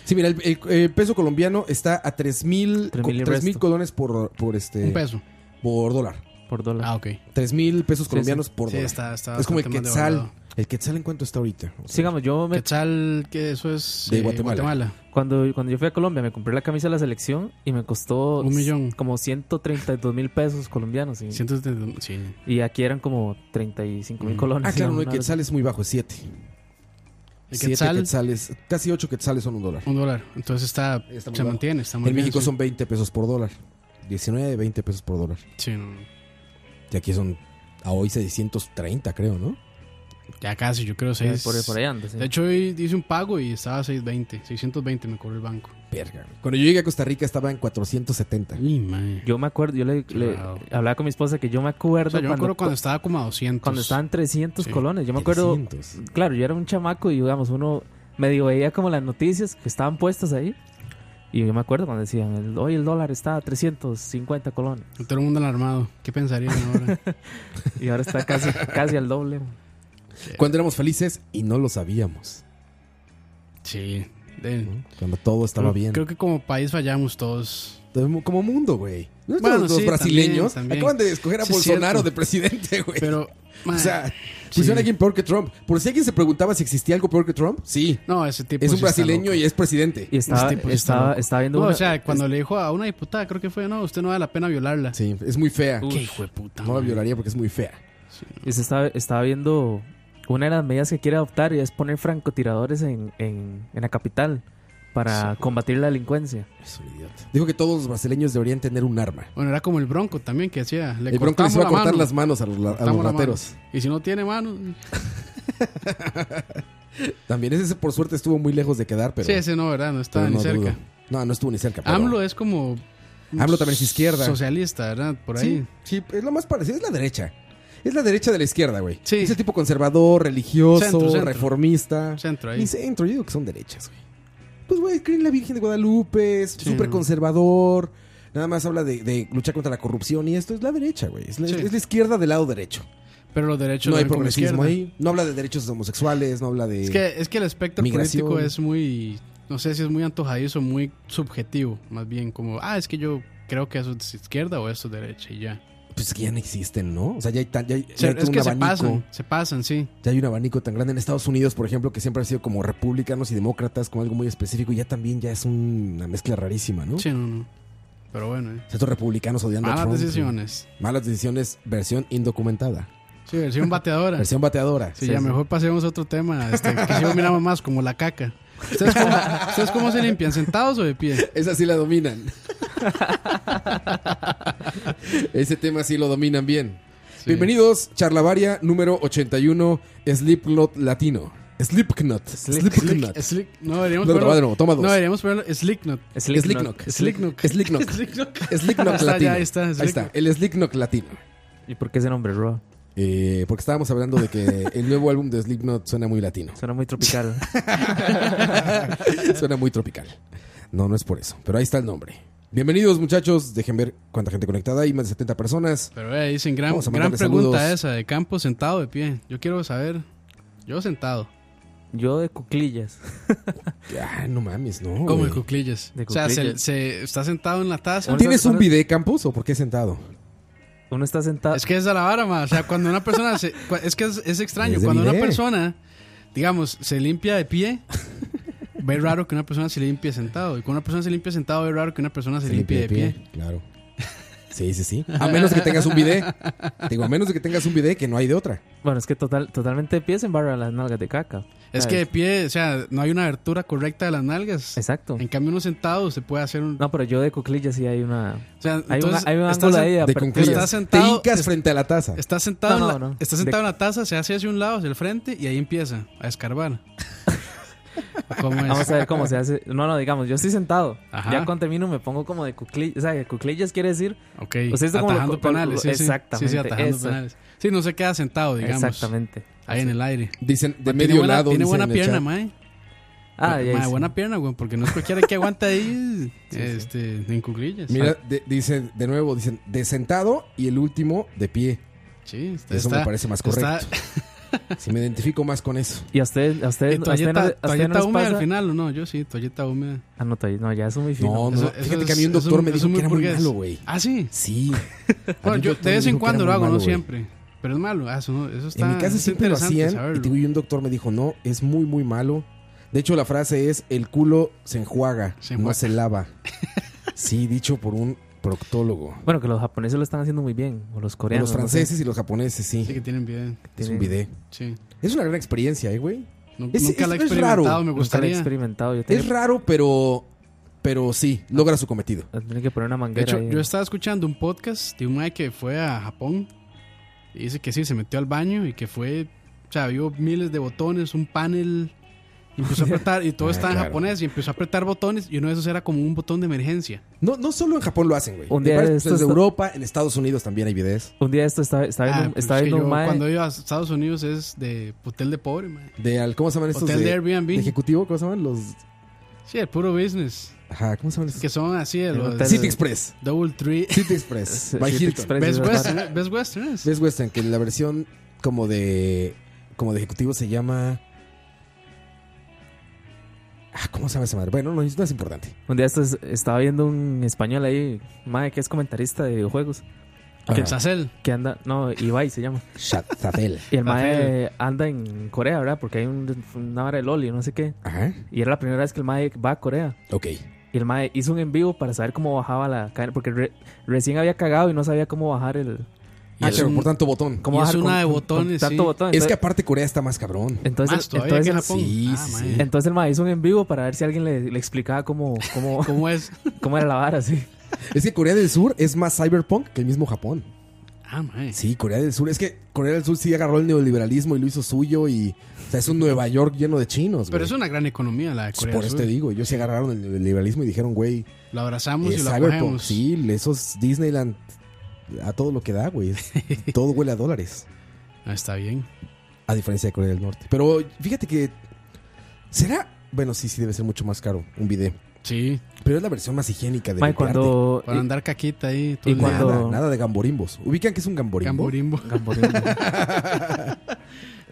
[SPEAKER 5] Sí, mira, el, el- el peso colombiano está a 3000
[SPEAKER 6] 3,000 y
[SPEAKER 5] co- 3000
[SPEAKER 6] resto.
[SPEAKER 5] colones por, por este
[SPEAKER 4] Un peso.
[SPEAKER 5] por dólar.
[SPEAKER 6] Por dólar.
[SPEAKER 4] Ah, ok.
[SPEAKER 5] 3000 pesos colombianos por
[SPEAKER 4] Sí,
[SPEAKER 5] dólar.
[SPEAKER 4] está, está
[SPEAKER 5] es como el
[SPEAKER 4] bastante más
[SPEAKER 5] quetzal.
[SPEAKER 4] devaluado.
[SPEAKER 5] El quetzal en cuánto está ahorita? O sea,
[SPEAKER 6] Sigamos, yo me
[SPEAKER 4] Quetzal, que eso es. eh,
[SPEAKER 5] De Guatemala.
[SPEAKER 6] Cuando, cuando yo fui a Colombia me compré la camisa de la selección y me costó
[SPEAKER 4] Un millón.
[SPEAKER 6] como 132 mil pesos colombianos. Y,
[SPEAKER 4] 170, sí.
[SPEAKER 6] y aquí eran como 35
[SPEAKER 4] Mm.
[SPEAKER 6] mil colones.
[SPEAKER 5] Ah, claro,
[SPEAKER 6] Una-
[SPEAKER 5] no, el
[SPEAKER 6] una-
[SPEAKER 5] quetzal es muy bajo, es 7.
[SPEAKER 4] El
[SPEAKER 5] 7
[SPEAKER 4] quetzal,
[SPEAKER 5] quetzales, casi 8 quetzales son un dólar.
[SPEAKER 4] un dólar. Entonces está,
[SPEAKER 5] Está muy
[SPEAKER 4] se
[SPEAKER 5] bajo.
[SPEAKER 4] mantiene, está muy
[SPEAKER 5] En
[SPEAKER 4] bien,
[SPEAKER 5] México
[SPEAKER 4] sí.
[SPEAKER 5] son 20 pesos por dólar. 19, 20 pesos por dólar.
[SPEAKER 4] Sí, no, no.
[SPEAKER 5] Y aquí son a hoy 630, creo, ¿no?
[SPEAKER 4] Ya casi, yo creo
[SPEAKER 6] Sí,
[SPEAKER 4] seis.
[SPEAKER 6] por, por ahí anda, sí.
[SPEAKER 4] De hecho, hoy hice un pago y estaba a 620, 620 me cobró el banco.
[SPEAKER 5] Verga. güey. Cuando yo llegué a Costa Rica estaba en 470.
[SPEAKER 4] Y, mae.
[SPEAKER 6] yo me acuerdo, yo le, le-
[SPEAKER 4] Wow.
[SPEAKER 6] hablaba con mi esposa que yo me acuerdo,
[SPEAKER 4] O sea, yo me acuerdo cuando
[SPEAKER 6] cuando,
[SPEAKER 4] estaba como a 200.
[SPEAKER 6] cuando estaban 300
[SPEAKER 4] Sí.
[SPEAKER 6] colones. Yo me acuerdo,
[SPEAKER 5] 300.
[SPEAKER 6] claro, yo era un chamaco y digamos, uno medio veía como las noticias que estaban puestas ahí. Y yo me acuerdo cuando decían, el- hoy el dólar está a 350 colones.
[SPEAKER 4] Todo el mundo alarmado. ¿Qué pensarían ahora?
[SPEAKER 6] Y ahora está casi, casi al doble.
[SPEAKER 5] Cuando éramos felices y no lo sabíamos.
[SPEAKER 4] sí. de-
[SPEAKER 5] ¿no? Cuando todo estaba
[SPEAKER 4] creo,
[SPEAKER 5] bien.
[SPEAKER 4] Creo que como país fallamos todos.
[SPEAKER 5] Como mundo, güey. ¿No
[SPEAKER 4] Bueno,
[SPEAKER 5] los los
[SPEAKER 4] sí,
[SPEAKER 5] brasileños
[SPEAKER 4] también, también.
[SPEAKER 5] acaban de escoger a
[SPEAKER 4] Sí, es
[SPEAKER 5] Bolsonaro
[SPEAKER 4] cierto.
[SPEAKER 5] de presidente, güey.
[SPEAKER 4] Pero, mae,
[SPEAKER 5] o sea,
[SPEAKER 4] sí.
[SPEAKER 5] pusieron a alguien peor que Trump. Por si alguien se preguntaba si existía algo peor que Trump, sí.
[SPEAKER 4] no, ese tipo sí pues,
[SPEAKER 5] es un
[SPEAKER 4] está
[SPEAKER 5] brasileño
[SPEAKER 4] loco.
[SPEAKER 5] y es presidente.
[SPEAKER 6] Y estaba,
[SPEAKER 4] Este tipo sí está
[SPEAKER 6] estaba,
[SPEAKER 4] loco.
[SPEAKER 6] estaba viendo
[SPEAKER 4] No,
[SPEAKER 6] una-
[SPEAKER 4] o sea, cuando le dijo a una diputada, creo que fue, no, usted no vale la pena violarla.
[SPEAKER 5] Sí, es muy fea.
[SPEAKER 4] Qué hijo de puta.
[SPEAKER 5] No la
[SPEAKER 4] mae.
[SPEAKER 5] violaría porque es muy fea.
[SPEAKER 6] Y se estaba, estaba viendo una de las medidas que quiere adoptar y es poner francotiradores en, en, en la capital para combatir la delincuencia.
[SPEAKER 5] Es un idiota. Dijo que todos los brasileños deberían tener un arma.
[SPEAKER 4] Bueno, era como el bronco también que hacía. Le
[SPEAKER 5] el bronco les
[SPEAKER 4] cortamos
[SPEAKER 5] iba a
[SPEAKER 4] la
[SPEAKER 5] cortar
[SPEAKER 4] mano,
[SPEAKER 5] las manos a los, la- a los
[SPEAKER 4] cortamos la
[SPEAKER 5] rateros.
[SPEAKER 4] mano. Y si no tiene mano.
[SPEAKER 5] También ese por suerte estuvo muy lejos de quedar, pero,
[SPEAKER 4] sí, ese no, ¿verdad? No
[SPEAKER 5] pero
[SPEAKER 4] estaba
[SPEAKER 5] no
[SPEAKER 4] ni cerca.
[SPEAKER 5] dudo. No, no estuvo ni cerca. pero-
[SPEAKER 4] AMLO es como.
[SPEAKER 5] AMLO también es izquierda.
[SPEAKER 4] Socialista, ¿verdad? Por
[SPEAKER 5] Sí,
[SPEAKER 4] ahí.
[SPEAKER 5] sí, es lo más parecido, es la derecha. Es la derecha de la izquierda, güey.
[SPEAKER 4] Sí.
[SPEAKER 5] Ese tipo conservador, religioso,
[SPEAKER 4] Centro, centro.
[SPEAKER 5] reformista.
[SPEAKER 4] Centro ahí.
[SPEAKER 5] Ni centro, yo digo que son derechas, güey. Pues, güey, creen en la Virgen de Guadalupe, es
[SPEAKER 4] Sí,
[SPEAKER 5] súper
[SPEAKER 4] no.
[SPEAKER 5] conservador. Nada más habla de, de luchar contra la corrupción y esto es la derecha, güey. Es, la-
[SPEAKER 4] Sí.
[SPEAKER 5] es la izquierda del lado derecho.
[SPEAKER 4] Pero los derechos
[SPEAKER 5] no hay
[SPEAKER 4] ven como
[SPEAKER 5] progresismo
[SPEAKER 4] izquierda.
[SPEAKER 5] ahí. No habla de derechos homosexuales, no habla de...
[SPEAKER 4] Es que, es que el espectro
[SPEAKER 5] Migración.
[SPEAKER 4] político es muy. No sé si es muy antojadizo, muy subjetivo. Más bien como, ah, es que yo creo que eso es izquierda o eso es derecha y ya.
[SPEAKER 5] Pues es que ya no existen, ¿no? O sea, ya hay, tan- ya hay- ya
[SPEAKER 4] O sea,
[SPEAKER 5] hay todo
[SPEAKER 4] es
[SPEAKER 5] un
[SPEAKER 4] que se
[SPEAKER 5] abanico.
[SPEAKER 4] pasan, se pasan, sí.
[SPEAKER 5] Ya hay un abanico tan grande en Estados Unidos, por ejemplo, que siempre ha sido como republicanos y demócratas, con algo muy específico, y ya también ya es un- una mezcla rarísima, ¿no?
[SPEAKER 4] Sí, no, no. Pero bueno, eh.
[SPEAKER 5] O sea, estos republicanos odiando a
[SPEAKER 4] malas
[SPEAKER 5] Trump. eh.
[SPEAKER 4] decisiones.
[SPEAKER 5] ¿no? Malas decisiones, versión indocumentada.
[SPEAKER 4] Sí, versión bateadora.
[SPEAKER 5] Versión bateadora.
[SPEAKER 4] Sí, ya mejor pasemos a otro tema. Este, que si miramos más como la caca. ¿Ustedes cómo, ustedes cómo se limpian? ¿Sentados o de pie?
[SPEAKER 5] Esa sí la dominan. Ese tema sí lo dominan bien.
[SPEAKER 4] Sí.
[SPEAKER 5] Bienvenidos, Charlavaria número 81, Slipknot Latino. Slipknot. Slipknot.
[SPEAKER 4] Slick, slick- no, deberíamos
[SPEAKER 5] No, toma de
[SPEAKER 4] ponerlo,
[SPEAKER 5] nuevo, toma dos.
[SPEAKER 4] no, deberíamos ponerlo Slicknot.
[SPEAKER 5] Slicknock.
[SPEAKER 4] Slicknock.
[SPEAKER 5] Slicknock.
[SPEAKER 4] Slicknock. Ahí
[SPEAKER 5] Slicknock
[SPEAKER 4] está,
[SPEAKER 5] Latino.
[SPEAKER 4] Ah, ya, ahí está,
[SPEAKER 5] Ahí está, el Slicknock Latino.
[SPEAKER 6] ¿Y por qué ese nombre, Roa?
[SPEAKER 5] Eh, porque estábamos hablando de que el nuevo álbum de Slipknot suena muy latino.
[SPEAKER 6] Suena muy tropical.
[SPEAKER 5] Suena muy tropical. No, no es por eso. Pero ahí está el nombre. Bienvenidos, muchachos. Dejen ver cuánta gente conectada. Hay más de 70 personas.
[SPEAKER 4] Pero eh, dicen, gran,
[SPEAKER 5] Vamos a
[SPEAKER 4] gran
[SPEAKER 5] mandarle
[SPEAKER 4] pregunta
[SPEAKER 5] saludos.
[SPEAKER 4] esa, de campo sentado o de pie. Yo quiero saber, yo sentado,
[SPEAKER 6] Yo de cuclillas.
[SPEAKER 5] Ah, no mames, no.
[SPEAKER 4] como
[SPEAKER 5] güey.
[SPEAKER 4] el cuclillas.
[SPEAKER 6] De
[SPEAKER 4] O sea, se,
[SPEAKER 6] cuclillas.
[SPEAKER 4] se- está sentado en la taza.
[SPEAKER 5] ¿Tienes un
[SPEAKER 6] Ahora-
[SPEAKER 5] bidet, Campos, o por qué sentado?
[SPEAKER 6] Uno está sentado.
[SPEAKER 4] Es que es a la vara, ma. O sea, cuando una persona se, cua- es que es, es extraño.
[SPEAKER 5] Es de
[SPEAKER 4] cuando una
[SPEAKER 5] bidet.
[SPEAKER 4] persona, digamos, se limpia de pie, ve raro que una persona se limpie sentado. Y cuando una persona se limpia sentado, ve raro que una persona se, limpie de pie.
[SPEAKER 5] Claro. Sí, sí, sí. A menos de que tengas un bidet. Te Digo, a menos de que tengas un bidet que no hay de otra.
[SPEAKER 6] Bueno, es que total, totalmente de pies en barra las nalgas de caca.
[SPEAKER 4] Es
[SPEAKER 6] Ah,
[SPEAKER 4] que de pie, o sea, no hay una abertura correcta de las nalgas.
[SPEAKER 6] Exacto.
[SPEAKER 4] En cambio, uno sentado se puede hacer un.
[SPEAKER 6] No, pero yo de cuclillas sí hay una.
[SPEAKER 4] o sea,
[SPEAKER 6] Hay,
[SPEAKER 4] entonces,
[SPEAKER 6] una, hay un
[SPEAKER 4] estás
[SPEAKER 6] ángulo
[SPEAKER 4] sen-
[SPEAKER 6] ahí de
[SPEAKER 5] De
[SPEAKER 6] apertura.
[SPEAKER 5] concluir.
[SPEAKER 4] Estás
[SPEAKER 5] Te
[SPEAKER 4] sentado-
[SPEAKER 5] hincas
[SPEAKER 4] es-
[SPEAKER 5] frente a la taza.
[SPEAKER 4] Está sentado,
[SPEAKER 6] No,
[SPEAKER 4] en la,
[SPEAKER 6] no, no.
[SPEAKER 4] está sentado en la taza, se hace hacia un lado, hacia el frente, y ahí empieza a escarbar. ¿O ¿Cómo es?
[SPEAKER 6] Vamos a ver cómo se hace. No, no, digamos, yo estoy sentado.
[SPEAKER 4] Ajá.
[SPEAKER 6] Ya cuando termino me pongo como de cuclillas. O sea, que cuclillas quiere decir
[SPEAKER 4] Ok,
[SPEAKER 6] Usted está como
[SPEAKER 4] atajando
[SPEAKER 6] lo- como-
[SPEAKER 4] penales. Sí, sí.
[SPEAKER 6] Exactamente,
[SPEAKER 4] Sí, sí, atajando
[SPEAKER 6] eso.
[SPEAKER 4] penales. Sí, no se queda sentado, digamos.
[SPEAKER 6] Exactamente.
[SPEAKER 4] Ahí en el aire.
[SPEAKER 5] Dicen, de
[SPEAKER 4] Tiene
[SPEAKER 5] medio
[SPEAKER 4] buena-
[SPEAKER 5] lado.
[SPEAKER 4] Tiene
[SPEAKER 5] dicen
[SPEAKER 4] buena
[SPEAKER 5] en el
[SPEAKER 4] pierna,
[SPEAKER 5] chat.
[SPEAKER 4] mae.
[SPEAKER 6] Ah,
[SPEAKER 4] Madre,
[SPEAKER 6] ya. hice.
[SPEAKER 4] buena pierna, güey, porque no es cualquiera que aguanta ahí este, en cuclillas. Ah,
[SPEAKER 5] Mira, de- dicen, de nuevo, dicen de sentado y el último de pie.
[SPEAKER 4] sí, está-
[SPEAKER 5] Eso me
[SPEAKER 4] está-
[SPEAKER 5] parece más
[SPEAKER 4] está-
[SPEAKER 5] correcto. Si me identifico más con eso.
[SPEAKER 6] Y a usted, a usted,
[SPEAKER 4] Eh,
[SPEAKER 6] a usted no- a
[SPEAKER 4] toalleta
[SPEAKER 6] usted
[SPEAKER 4] toalleta
[SPEAKER 6] no les
[SPEAKER 4] húmeda
[SPEAKER 6] pasa-
[SPEAKER 4] al final, ¿o no? Yo sí, toalleta húmeda.
[SPEAKER 6] Ah, no, toall- no, ya eso es muy fino.
[SPEAKER 5] No, no.
[SPEAKER 4] Eso-
[SPEAKER 5] fíjate
[SPEAKER 4] eso
[SPEAKER 5] que a mí un
[SPEAKER 4] es-
[SPEAKER 5] doctor
[SPEAKER 4] eso-
[SPEAKER 5] me
[SPEAKER 4] eso
[SPEAKER 5] dijo que era muy
[SPEAKER 4] burgués.
[SPEAKER 5] malo, güey.
[SPEAKER 4] Ah, sí.
[SPEAKER 5] Sí. A mí
[SPEAKER 4] Bueno,
[SPEAKER 5] un
[SPEAKER 4] yo
[SPEAKER 5] doctor
[SPEAKER 4] de
[SPEAKER 5] me
[SPEAKER 4] vez
[SPEAKER 5] dijo
[SPEAKER 4] en
[SPEAKER 5] que
[SPEAKER 4] cuando
[SPEAKER 5] era
[SPEAKER 4] lo
[SPEAKER 5] muy
[SPEAKER 4] hago, no
[SPEAKER 5] malo, güey.
[SPEAKER 4] siempre. Pero es malo, ah, eso, no- eso está,
[SPEAKER 5] en mi casa
[SPEAKER 4] está
[SPEAKER 5] siempre lo
[SPEAKER 4] interesante
[SPEAKER 5] hacían.
[SPEAKER 4] saberlo.
[SPEAKER 5] Y, te digo, y un doctor me dijo, no, es muy, muy malo. De hecho, la frase es, el culo se enjuaga,
[SPEAKER 4] Se
[SPEAKER 5] no
[SPEAKER 4] enjuaga.
[SPEAKER 5] se lava. sí, dicho por un proctólogo.
[SPEAKER 6] Bueno, que los japoneses lo están haciendo muy bien. O los ¿eh?
[SPEAKER 5] O
[SPEAKER 6] coreanos.
[SPEAKER 5] los
[SPEAKER 6] no sé,
[SPEAKER 5] franceses y los japoneses, sí.
[SPEAKER 4] Sí, que tienen bien.
[SPEAKER 5] es
[SPEAKER 6] tienen-
[SPEAKER 5] un video.
[SPEAKER 4] Sí.
[SPEAKER 5] Es una gran experiencia, ¿eh, güey.
[SPEAKER 4] Nu-
[SPEAKER 5] Es-
[SPEAKER 4] nunca
[SPEAKER 5] es-
[SPEAKER 4] la he
[SPEAKER 5] es raro.
[SPEAKER 4] experimentado, me
[SPEAKER 6] nunca lo he
[SPEAKER 4] gustaría.
[SPEAKER 6] experimentado. Yo tenía,
[SPEAKER 5] Es raro, pero, pero sí, logra su cometido.
[SPEAKER 6] tenía que poner una
[SPEAKER 4] De
[SPEAKER 6] manguera
[SPEAKER 4] hecho,
[SPEAKER 6] ahí.
[SPEAKER 4] yo estaba escuchando un podcast de un mae que fue a Japón y dice que sí, se metió al baño y que fue, o sea, vio miles de botones, un panel, y empezó a apretar, y todo
[SPEAKER 5] Ah,
[SPEAKER 4] estaba en
[SPEAKER 5] claro.
[SPEAKER 4] japonés, y empezó a apretar botones, y uno de esos era como un botón de emergencia.
[SPEAKER 5] No, no solo en Japón lo hacen, güey.
[SPEAKER 6] Un
[SPEAKER 5] De
[SPEAKER 6] día
[SPEAKER 5] varios
[SPEAKER 6] de
[SPEAKER 5] países
[SPEAKER 6] estos-
[SPEAKER 5] de Europa, en Estados Unidos también hay videos.
[SPEAKER 6] Un día esto estaba, estaba
[SPEAKER 4] Ah,
[SPEAKER 6] viendo, un-
[SPEAKER 4] pues
[SPEAKER 6] estaba
[SPEAKER 4] es que
[SPEAKER 6] viendo un
[SPEAKER 4] yo
[SPEAKER 6] mae-
[SPEAKER 4] cuando iba a Estados Unidos es de hotel de pobre, mae.
[SPEAKER 5] De, al- ¿Cómo se llaman estos?
[SPEAKER 4] Hotel de Airbnb.
[SPEAKER 5] ejecutivo, ¿cómo se llaman? Los...
[SPEAKER 4] Sí, el puro business,
[SPEAKER 5] Ajá, ¿cómo se llaman estos?
[SPEAKER 4] que son así, de
[SPEAKER 6] El
[SPEAKER 4] los
[SPEAKER 6] hotel-
[SPEAKER 5] City Express.
[SPEAKER 4] Double Tree,
[SPEAKER 5] City Express.
[SPEAKER 6] Sí,
[SPEAKER 5] By
[SPEAKER 6] City
[SPEAKER 5] Hilton.
[SPEAKER 6] Express,
[SPEAKER 4] Best
[SPEAKER 6] esas varas.
[SPEAKER 4] Western, eh, Best Western es.
[SPEAKER 5] Best Western, que la versión como de como de ejecutivo se llama Ah, ¿cómo se llama esa madre? Bueno, no, es- no es importante.
[SPEAKER 6] Un día estos- estaba viendo un español ahí, mae, que es comentarista de videojuegos.
[SPEAKER 4] Que
[SPEAKER 5] Ajá.
[SPEAKER 4] Sacel.
[SPEAKER 6] Que anda, no, Ibai se llama.
[SPEAKER 5] Sha- Zadel.
[SPEAKER 6] Y el
[SPEAKER 4] Rafael.
[SPEAKER 6] mae anda en Corea, ¿verdad? Porque hay un, una vara de Loli, no sé qué.
[SPEAKER 5] Ajá.
[SPEAKER 6] Y era la primera vez que el mae va a Corea.
[SPEAKER 5] Ok.
[SPEAKER 6] Y el mae hizo un en vivo para saber cómo bajaba la cadena. Porque re- recién había cagado y no sabía cómo bajar el.
[SPEAKER 5] Y
[SPEAKER 4] Ah,
[SPEAKER 5] el-
[SPEAKER 4] un-
[SPEAKER 5] por tanto botón.
[SPEAKER 6] Cómo
[SPEAKER 4] Y es
[SPEAKER 6] bajar
[SPEAKER 4] una de
[SPEAKER 6] con-
[SPEAKER 4] botones,
[SPEAKER 6] con tanto
[SPEAKER 4] sí.
[SPEAKER 6] botón.
[SPEAKER 5] Es que
[SPEAKER 6] Entonces,
[SPEAKER 5] aparte Corea está más cabrón.
[SPEAKER 6] entonces,
[SPEAKER 4] Más todavía
[SPEAKER 6] entonces,
[SPEAKER 4] que en Japón.
[SPEAKER 5] Sí,
[SPEAKER 4] Ah,
[SPEAKER 5] sí,
[SPEAKER 4] mae.
[SPEAKER 5] sí.
[SPEAKER 6] entonces el mae hizo un en vivo para ver si alguien le, le explicaba cómo, cómo,
[SPEAKER 4] ¿Cómo es?
[SPEAKER 6] cómo era la vara, sí.
[SPEAKER 5] Es que Corea del Sur es más cyberpunk que el mismo Japón.
[SPEAKER 4] Ah, mae.
[SPEAKER 5] Sí, Corea del Sur. Es que Corea del Sur sí agarró el neoliberalismo y lo hizo suyo y o sea, es un Nueva York lleno de chinos.
[SPEAKER 4] Pero
[SPEAKER 5] güey. Pues,
[SPEAKER 4] es una gran economía la de Corea
[SPEAKER 5] Por este
[SPEAKER 4] del
[SPEAKER 5] eso
[SPEAKER 4] Sur.
[SPEAKER 5] te digo, ellos se agarraron el neoliberalismo y dijeron, güey,
[SPEAKER 4] Lo abrazamos
[SPEAKER 5] Eh,
[SPEAKER 4] y lo
[SPEAKER 5] Cyberpunk,
[SPEAKER 4] acogemos.
[SPEAKER 5] sí, esos Disneyland a todo lo que da, güey. Es- todo huele a dólares,
[SPEAKER 4] Ah, está bien.
[SPEAKER 5] a diferencia de Corea del Norte. Pero fíjate que será, bueno, sí, sí debe ser mucho más caro un video,
[SPEAKER 4] Sí.
[SPEAKER 5] pero es la versión más higiénica de
[SPEAKER 6] Mae, cuando.
[SPEAKER 4] Para andar caquita ahí. todo
[SPEAKER 6] y
[SPEAKER 4] el día.
[SPEAKER 6] cuando-
[SPEAKER 5] nada, nada de gamborimbos. Ubican que es un gamborimbo.
[SPEAKER 4] Gamborimbo.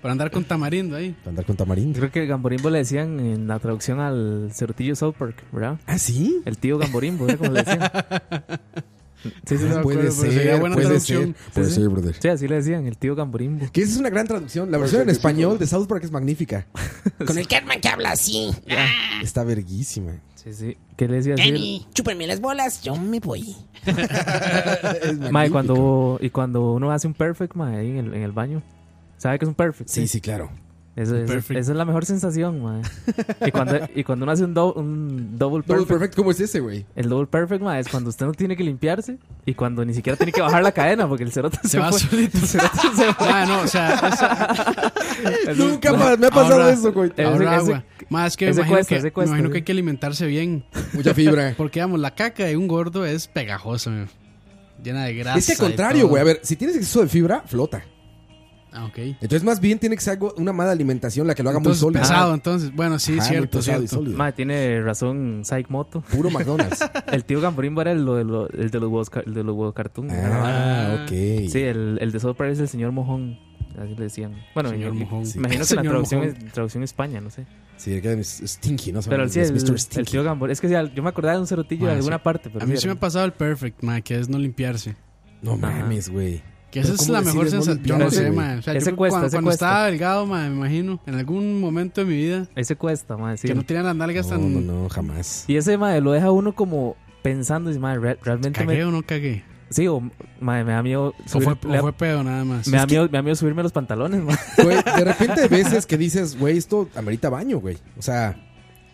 [SPEAKER 4] Para andar con tamarindo ahí.
[SPEAKER 5] Para andar con tamarindo.
[SPEAKER 6] Creo que Gamborimbo le decían en la traducción al cerotillo South Park, ¿verdad?
[SPEAKER 5] Ah, sí.
[SPEAKER 6] El tío Gamborimbo, ¿verdad? Como le decían. Sí, sí,
[SPEAKER 5] Ah,
[SPEAKER 6] sí.
[SPEAKER 5] puede
[SPEAKER 4] pero sería
[SPEAKER 5] ser,
[SPEAKER 4] buena
[SPEAKER 5] puede ser,
[SPEAKER 4] traducción.
[SPEAKER 5] puede
[SPEAKER 6] Sí,
[SPEAKER 5] ser, brother.
[SPEAKER 6] Sí, así le decían, el tío Gamborimbo.
[SPEAKER 5] Que esa es una gran traducción. La versión en español de South Park es magnífica. Con el Carmen que habla así. Está verguísima.
[SPEAKER 6] Sí, sí. ¿Qué le decía así?
[SPEAKER 7] Kenny, chúpenme las bolas, yo me voy.
[SPEAKER 5] Es
[SPEAKER 6] Mae,
[SPEAKER 5] magnífico.
[SPEAKER 6] cuando, y cuando uno hace un perfect, mae, ahí en el, en el baño. ¿Sabe que es un perfect?
[SPEAKER 5] Sí, sí, claro.
[SPEAKER 6] Eso, eso-
[SPEAKER 4] perfect.
[SPEAKER 6] esa es la mejor sensación, mae. Y cuando, y cuando uno hace un, do- un double
[SPEAKER 5] Pero
[SPEAKER 6] perfect,
[SPEAKER 5] perfecto, ¿cómo es ese, güey?
[SPEAKER 6] el double perfect, mae, es cuando usted no tiene que limpiarse y cuando ni siquiera tiene que bajar la cadena porque el cerote se,
[SPEAKER 4] Se va
[SPEAKER 6] fue.
[SPEAKER 4] solito.
[SPEAKER 6] El cerote se fue.
[SPEAKER 4] Ah, no, o sea, esa-
[SPEAKER 6] Eso-
[SPEAKER 5] Nunca pa- me ha pasado
[SPEAKER 4] ahora-
[SPEAKER 5] eso, güey.
[SPEAKER 6] Ese-
[SPEAKER 4] ahorra
[SPEAKER 6] ese-
[SPEAKER 4] agua. Más que, me
[SPEAKER 6] ese
[SPEAKER 4] imagino,
[SPEAKER 6] cuesta,
[SPEAKER 4] que
[SPEAKER 6] ese cuesta,
[SPEAKER 4] me imagino
[SPEAKER 6] sí.
[SPEAKER 4] que hay que alimentarse bien.
[SPEAKER 5] Mucha fibra.
[SPEAKER 4] Porque, vamos, la caca de un gordo es pegajosa, me- llena de grasa.
[SPEAKER 5] Es que al
[SPEAKER 4] y
[SPEAKER 5] contrario,
[SPEAKER 4] todo.
[SPEAKER 5] güey. A ver, si tienes exceso de fibra, flota.
[SPEAKER 4] Ah, ok.
[SPEAKER 5] Entonces, más bien tiene que ser algo, una mala alimentación la que lo haga
[SPEAKER 4] Entonces,
[SPEAKER 5] muy sólida.
[SPEAKER 4] pesado, entonces. Bueno, sí,
[SPEAKER 5] Ajá, muy
[SPEAKER 4] cierto,
[SPEAKER 5] pesado y
[SPEAKER 4] cierto.
[SPEAKER 5] sólido.
[SPEAKER 6] Mae, tiene razón Psych Moto.
[SPEAKER 5] Puro McDonald's.
[SPEAKER 6] El tío Gamborimbo era el, lo de lo- el de los huevos, ca- el de los huevos cartoon.
[SPEAKER 5] ah, ok.
[SPEAKER 6] Sí, el, el de South Park es el señor mojón. Así le decían. Bueno,
[SPEAKER 4] Señor
[SPEAKER 6] me-
[SPEAKER 4] Mojón.
[SPEAKER 6] me imagino que la
[SPEAKER 4] Señor
[SPEAKER 6] traducción
[SPEAKER 4] Mojón.
[SPEAKER 6] es traducción España, no sé.
[SPEAKER 5] Sí, el que es Stinky, ¿no? Se
[SPEAKER 6] Pero
[SPEAKER 5] llama,
[SPEAKER 6] sí,
[SPEAKER 5] es
[SPEAKER 6] el,
[SPEAKER 5] Mr.
[SPEAKER 6] el
[SPEAKER 5] Stinky.
[SPEAKER 6] tío Gambor. Es que sí, al- yo me acordaba de un cerotillo
[SPEAKER 4] Ah,
[SPEAKER 6] de alguna
[SPEAKER 4] sí.
[SPEAKER 6] parte. Pero
[SPEAKER 4] A mí sí
[SPEAKER 6] era-
[SPEAKER 4] me ha pasado el perfect, ma, que es no limpiarse.
[SPEAKER 5] No mames, güey.
[SPEAKER 4] Que esa
[SPEAKER 5] Pero
[SPEAKER 4] es
[SPEAKER 5] ¿cómo
[SPEAKER 4] la mejor
[SPEAKER 5] decides no
[SPEAKER 4] sensación. Yo no
[SPEAKER 5] limpiarse,
[SPEAKER 4] sé,
[SPEAKER 5] güey?
[SPEAKER 4] ma. O sea, yo
[SPEAKER 6] Ese
[SPEAKER 4] creo que
[SPEAKER 6] cuesta,
[SPEAKER 4] cuando,
[SPEAKER 6] ese
[SPEAKER 4] cuando
[SPEAKER 6] cuesta.
[SPEAKER 4] estaba delgado, ma, me imagino, en algún momento de mi vida,
[SPEAKER 6] Ese cuesta, madre. Sí.
[SPEAKER 4] que no tenía las nalgas
[SPEAKER 5] No,
[SPEAKER 4] tan.
[SPEAKER 5] no, no, jamás.
[SPEAKER 6] Y ese, madre, lo deja uno como pensando. Dice, madre, re- realmente
[SPEAKER 4] ¿Cagué
[SPEAKER 6] me.
[SPEAKER 4] o no cagué?
[SPEAKER 6] Sí, o, madre, me da miedo.
[SPEAKER 4] O
[SPEAKER 6] subir-
[SPEAKER 4] fue,
[SPEAKER 6] le
[SPEAKER 4] o
[SPEAKER 6] da-
[SPEAKER 4] fue pedo nada más.
[SPEAKER 6] me, da
[SPEAKER 4] Es que-
[SPEAKER 6] miedo, me da miedo subirme los pantalones, madre.
[SPEAKER 5] Güey, de repente hay veces que dices, güey, esto amerita baño, güey. O sea,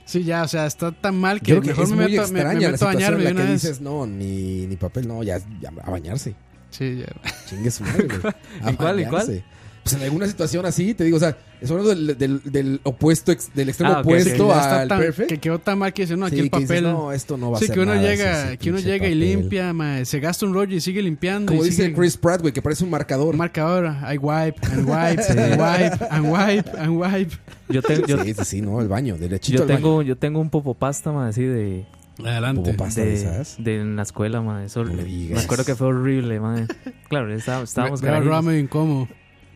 [SPEAKER 4] Sí, ya, o sea, está tan mal que
[SPEAKER 5] yo creo que
[SPEAKER 4] mejor
[SPEAKER 5] es
[SPEAKER 4] me
[SPEAKER 5] muy
[SPEAKER 4] meto, me- me
[SPEAKER 5] extraña la
[SPEAKER 4] meto a
[SPEAKER 5] situación
[SPEAKER 4] bañarme de
[SPEAKER 5] en la
[SPEAKER 4] una
[SPEAKER 5] que
[SPEAKER 4] vez.
[SPEAKER 5] dices, no, ni, ni papel, no, ya, ya, a bañarse.
[SPEAKER 4] Sí, ya.
[SPEAKER 5] "Pues Chingue su madre, güey. A
[SPEAKER 6] ¿En cuál, en cuál?
[SPEAKER 5] bañarse. pues en alguna situación así, te digo, o sea, es hablando del, del, del opuesto, ex- del extremo
[SPEAKER 6] Ah, ok,
[SPEAKER 4] Sí, que
[SPEAKER 5] opuesto
[SPEAKER 4] ya está
[SPEAKER 5] al
[SPEAKER 4] tan-
[SPEAKER 5] perfect.
[SPEAKER 4] Que quedó tan mal que dice, no, aquí
[SPEAKER 5] Sí,
[SPEAKER 4] el
[SPEAKER 5] que
[SPEAKER 4] papel.
[SPEAKER 5] dices, no, esto no va a
[SPEAKER 4] sí,
[SPEAKER 5] ser
[SPEAKER 4] que uno
[SPEAKER 5] nada,
[SPEAKER 4] llega,
[SPEAKER 5] ese- ese
[SPEAKER 4] que uno
[SPEAKER 5] pinche
[SPEAKER 4] llega y
[SPEAKER 5] papel.
[SPEAKER 4] limpia, mae, se gasta un rollo y sigue limpiando.
[SPEAKER 5] Como
[SPEAKER 4] y
[SPEAKER 5] dice
[SPEAKER 4] sigue-
[SPEAKER 5] Chris Pratt, güey, que parece un marcador.
[SPEAKER 4] Marcador, I wipe, and wipe, and wipe, and wipe, and wipe.
[SPEAKER 6] Yo, te- yo,
[SPEAKER 5] sí, sí, sí, no, el baño, derechito
[SPEAKER 6] yo
[SPEAKER 5] al
[SPEAKER 6] tengo,
[SPEAKER 5] baño.
[SPEAKER 6] yo tengo un popopasta, ma, así de,
[SPEAKER 4] Adelante.
[SPEAKER 5] Popopasta. ¿Pasta de
[SPEAKER 6] de,
[SPEAKER 5] esas?
[SPEAKER 6] de en la escuela, ma. Eso,
[SPEAKER 5] No me
[SPEAKER 6] me
[SPEAKER 5] digas.
[SPEAKER 6] acuerdo que fue horrible, ma. Claro, está- estábamos
[SPEAKER 4] Era
[SPEAKER 6] carajillos.
[SPEAKER 4] ramen incómodo.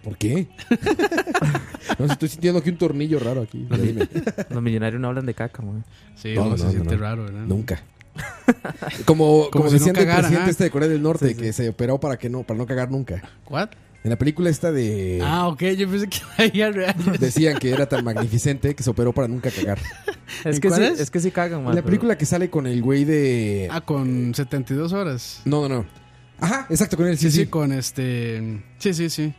[SPEAKER 5] ¿Por qué? no, sé, estoy sintiendo aquí un tornillo raro aquí. Ya dime.
[SPEAKER 6] Los millonarios no hablan de caca, ma.
[SPEAKER 4] Sí,
[SPEAKER 5] No,
[SPEAKER 4] uno
[SPEAKER 5] no,
[SPEAKER 4] se
[SPEAKER 5] no,
[SPEAKER 4] siente
[SPEAKER 5] no.
[SPEAKER 4] raro, ¿verdad?
[SPEAKER 5] Nunca. Como, como,
[SPEAKER 4] Como si no
[SPEAKER 5] decían del
[SPEAKER 4] cagaran,
[SPEAKER 5] presidente
[SPEAKER 4] ah.
[SPEAKER 5] este de Corea del Norte, que se operó para que no, para no cagar nunca.
[SPEAKER 4] ¿What?
[SPEAKER 5] En la película esta de
[SPEAKER 4] Ah, ok, yo pensé que era real.
[SPEAKER 5] decían que era tan magnificente que se operó para nunca cagar.
[SPEAKER 6] Es que,
[SPEAKER 4] cuál
[SPEAKER 6] sí,
[SPEAKER 4] es?
[SPEAKER 6] es? que sí cagan, ma.
[SPEAKER 5] la
[SPEAKER 6] pero-
[SPEAKER 5] película que sale con el güey de
[SPEAKER 4] Ah, con 72 horas.
[SPEAKER 5] No, no, no. Ajá, exacto, con el
[SPEAKER 4] Sí,
[SPEAKER 5] sí,
[SPEAKER 4] sí, con este. Sí, sí, sí.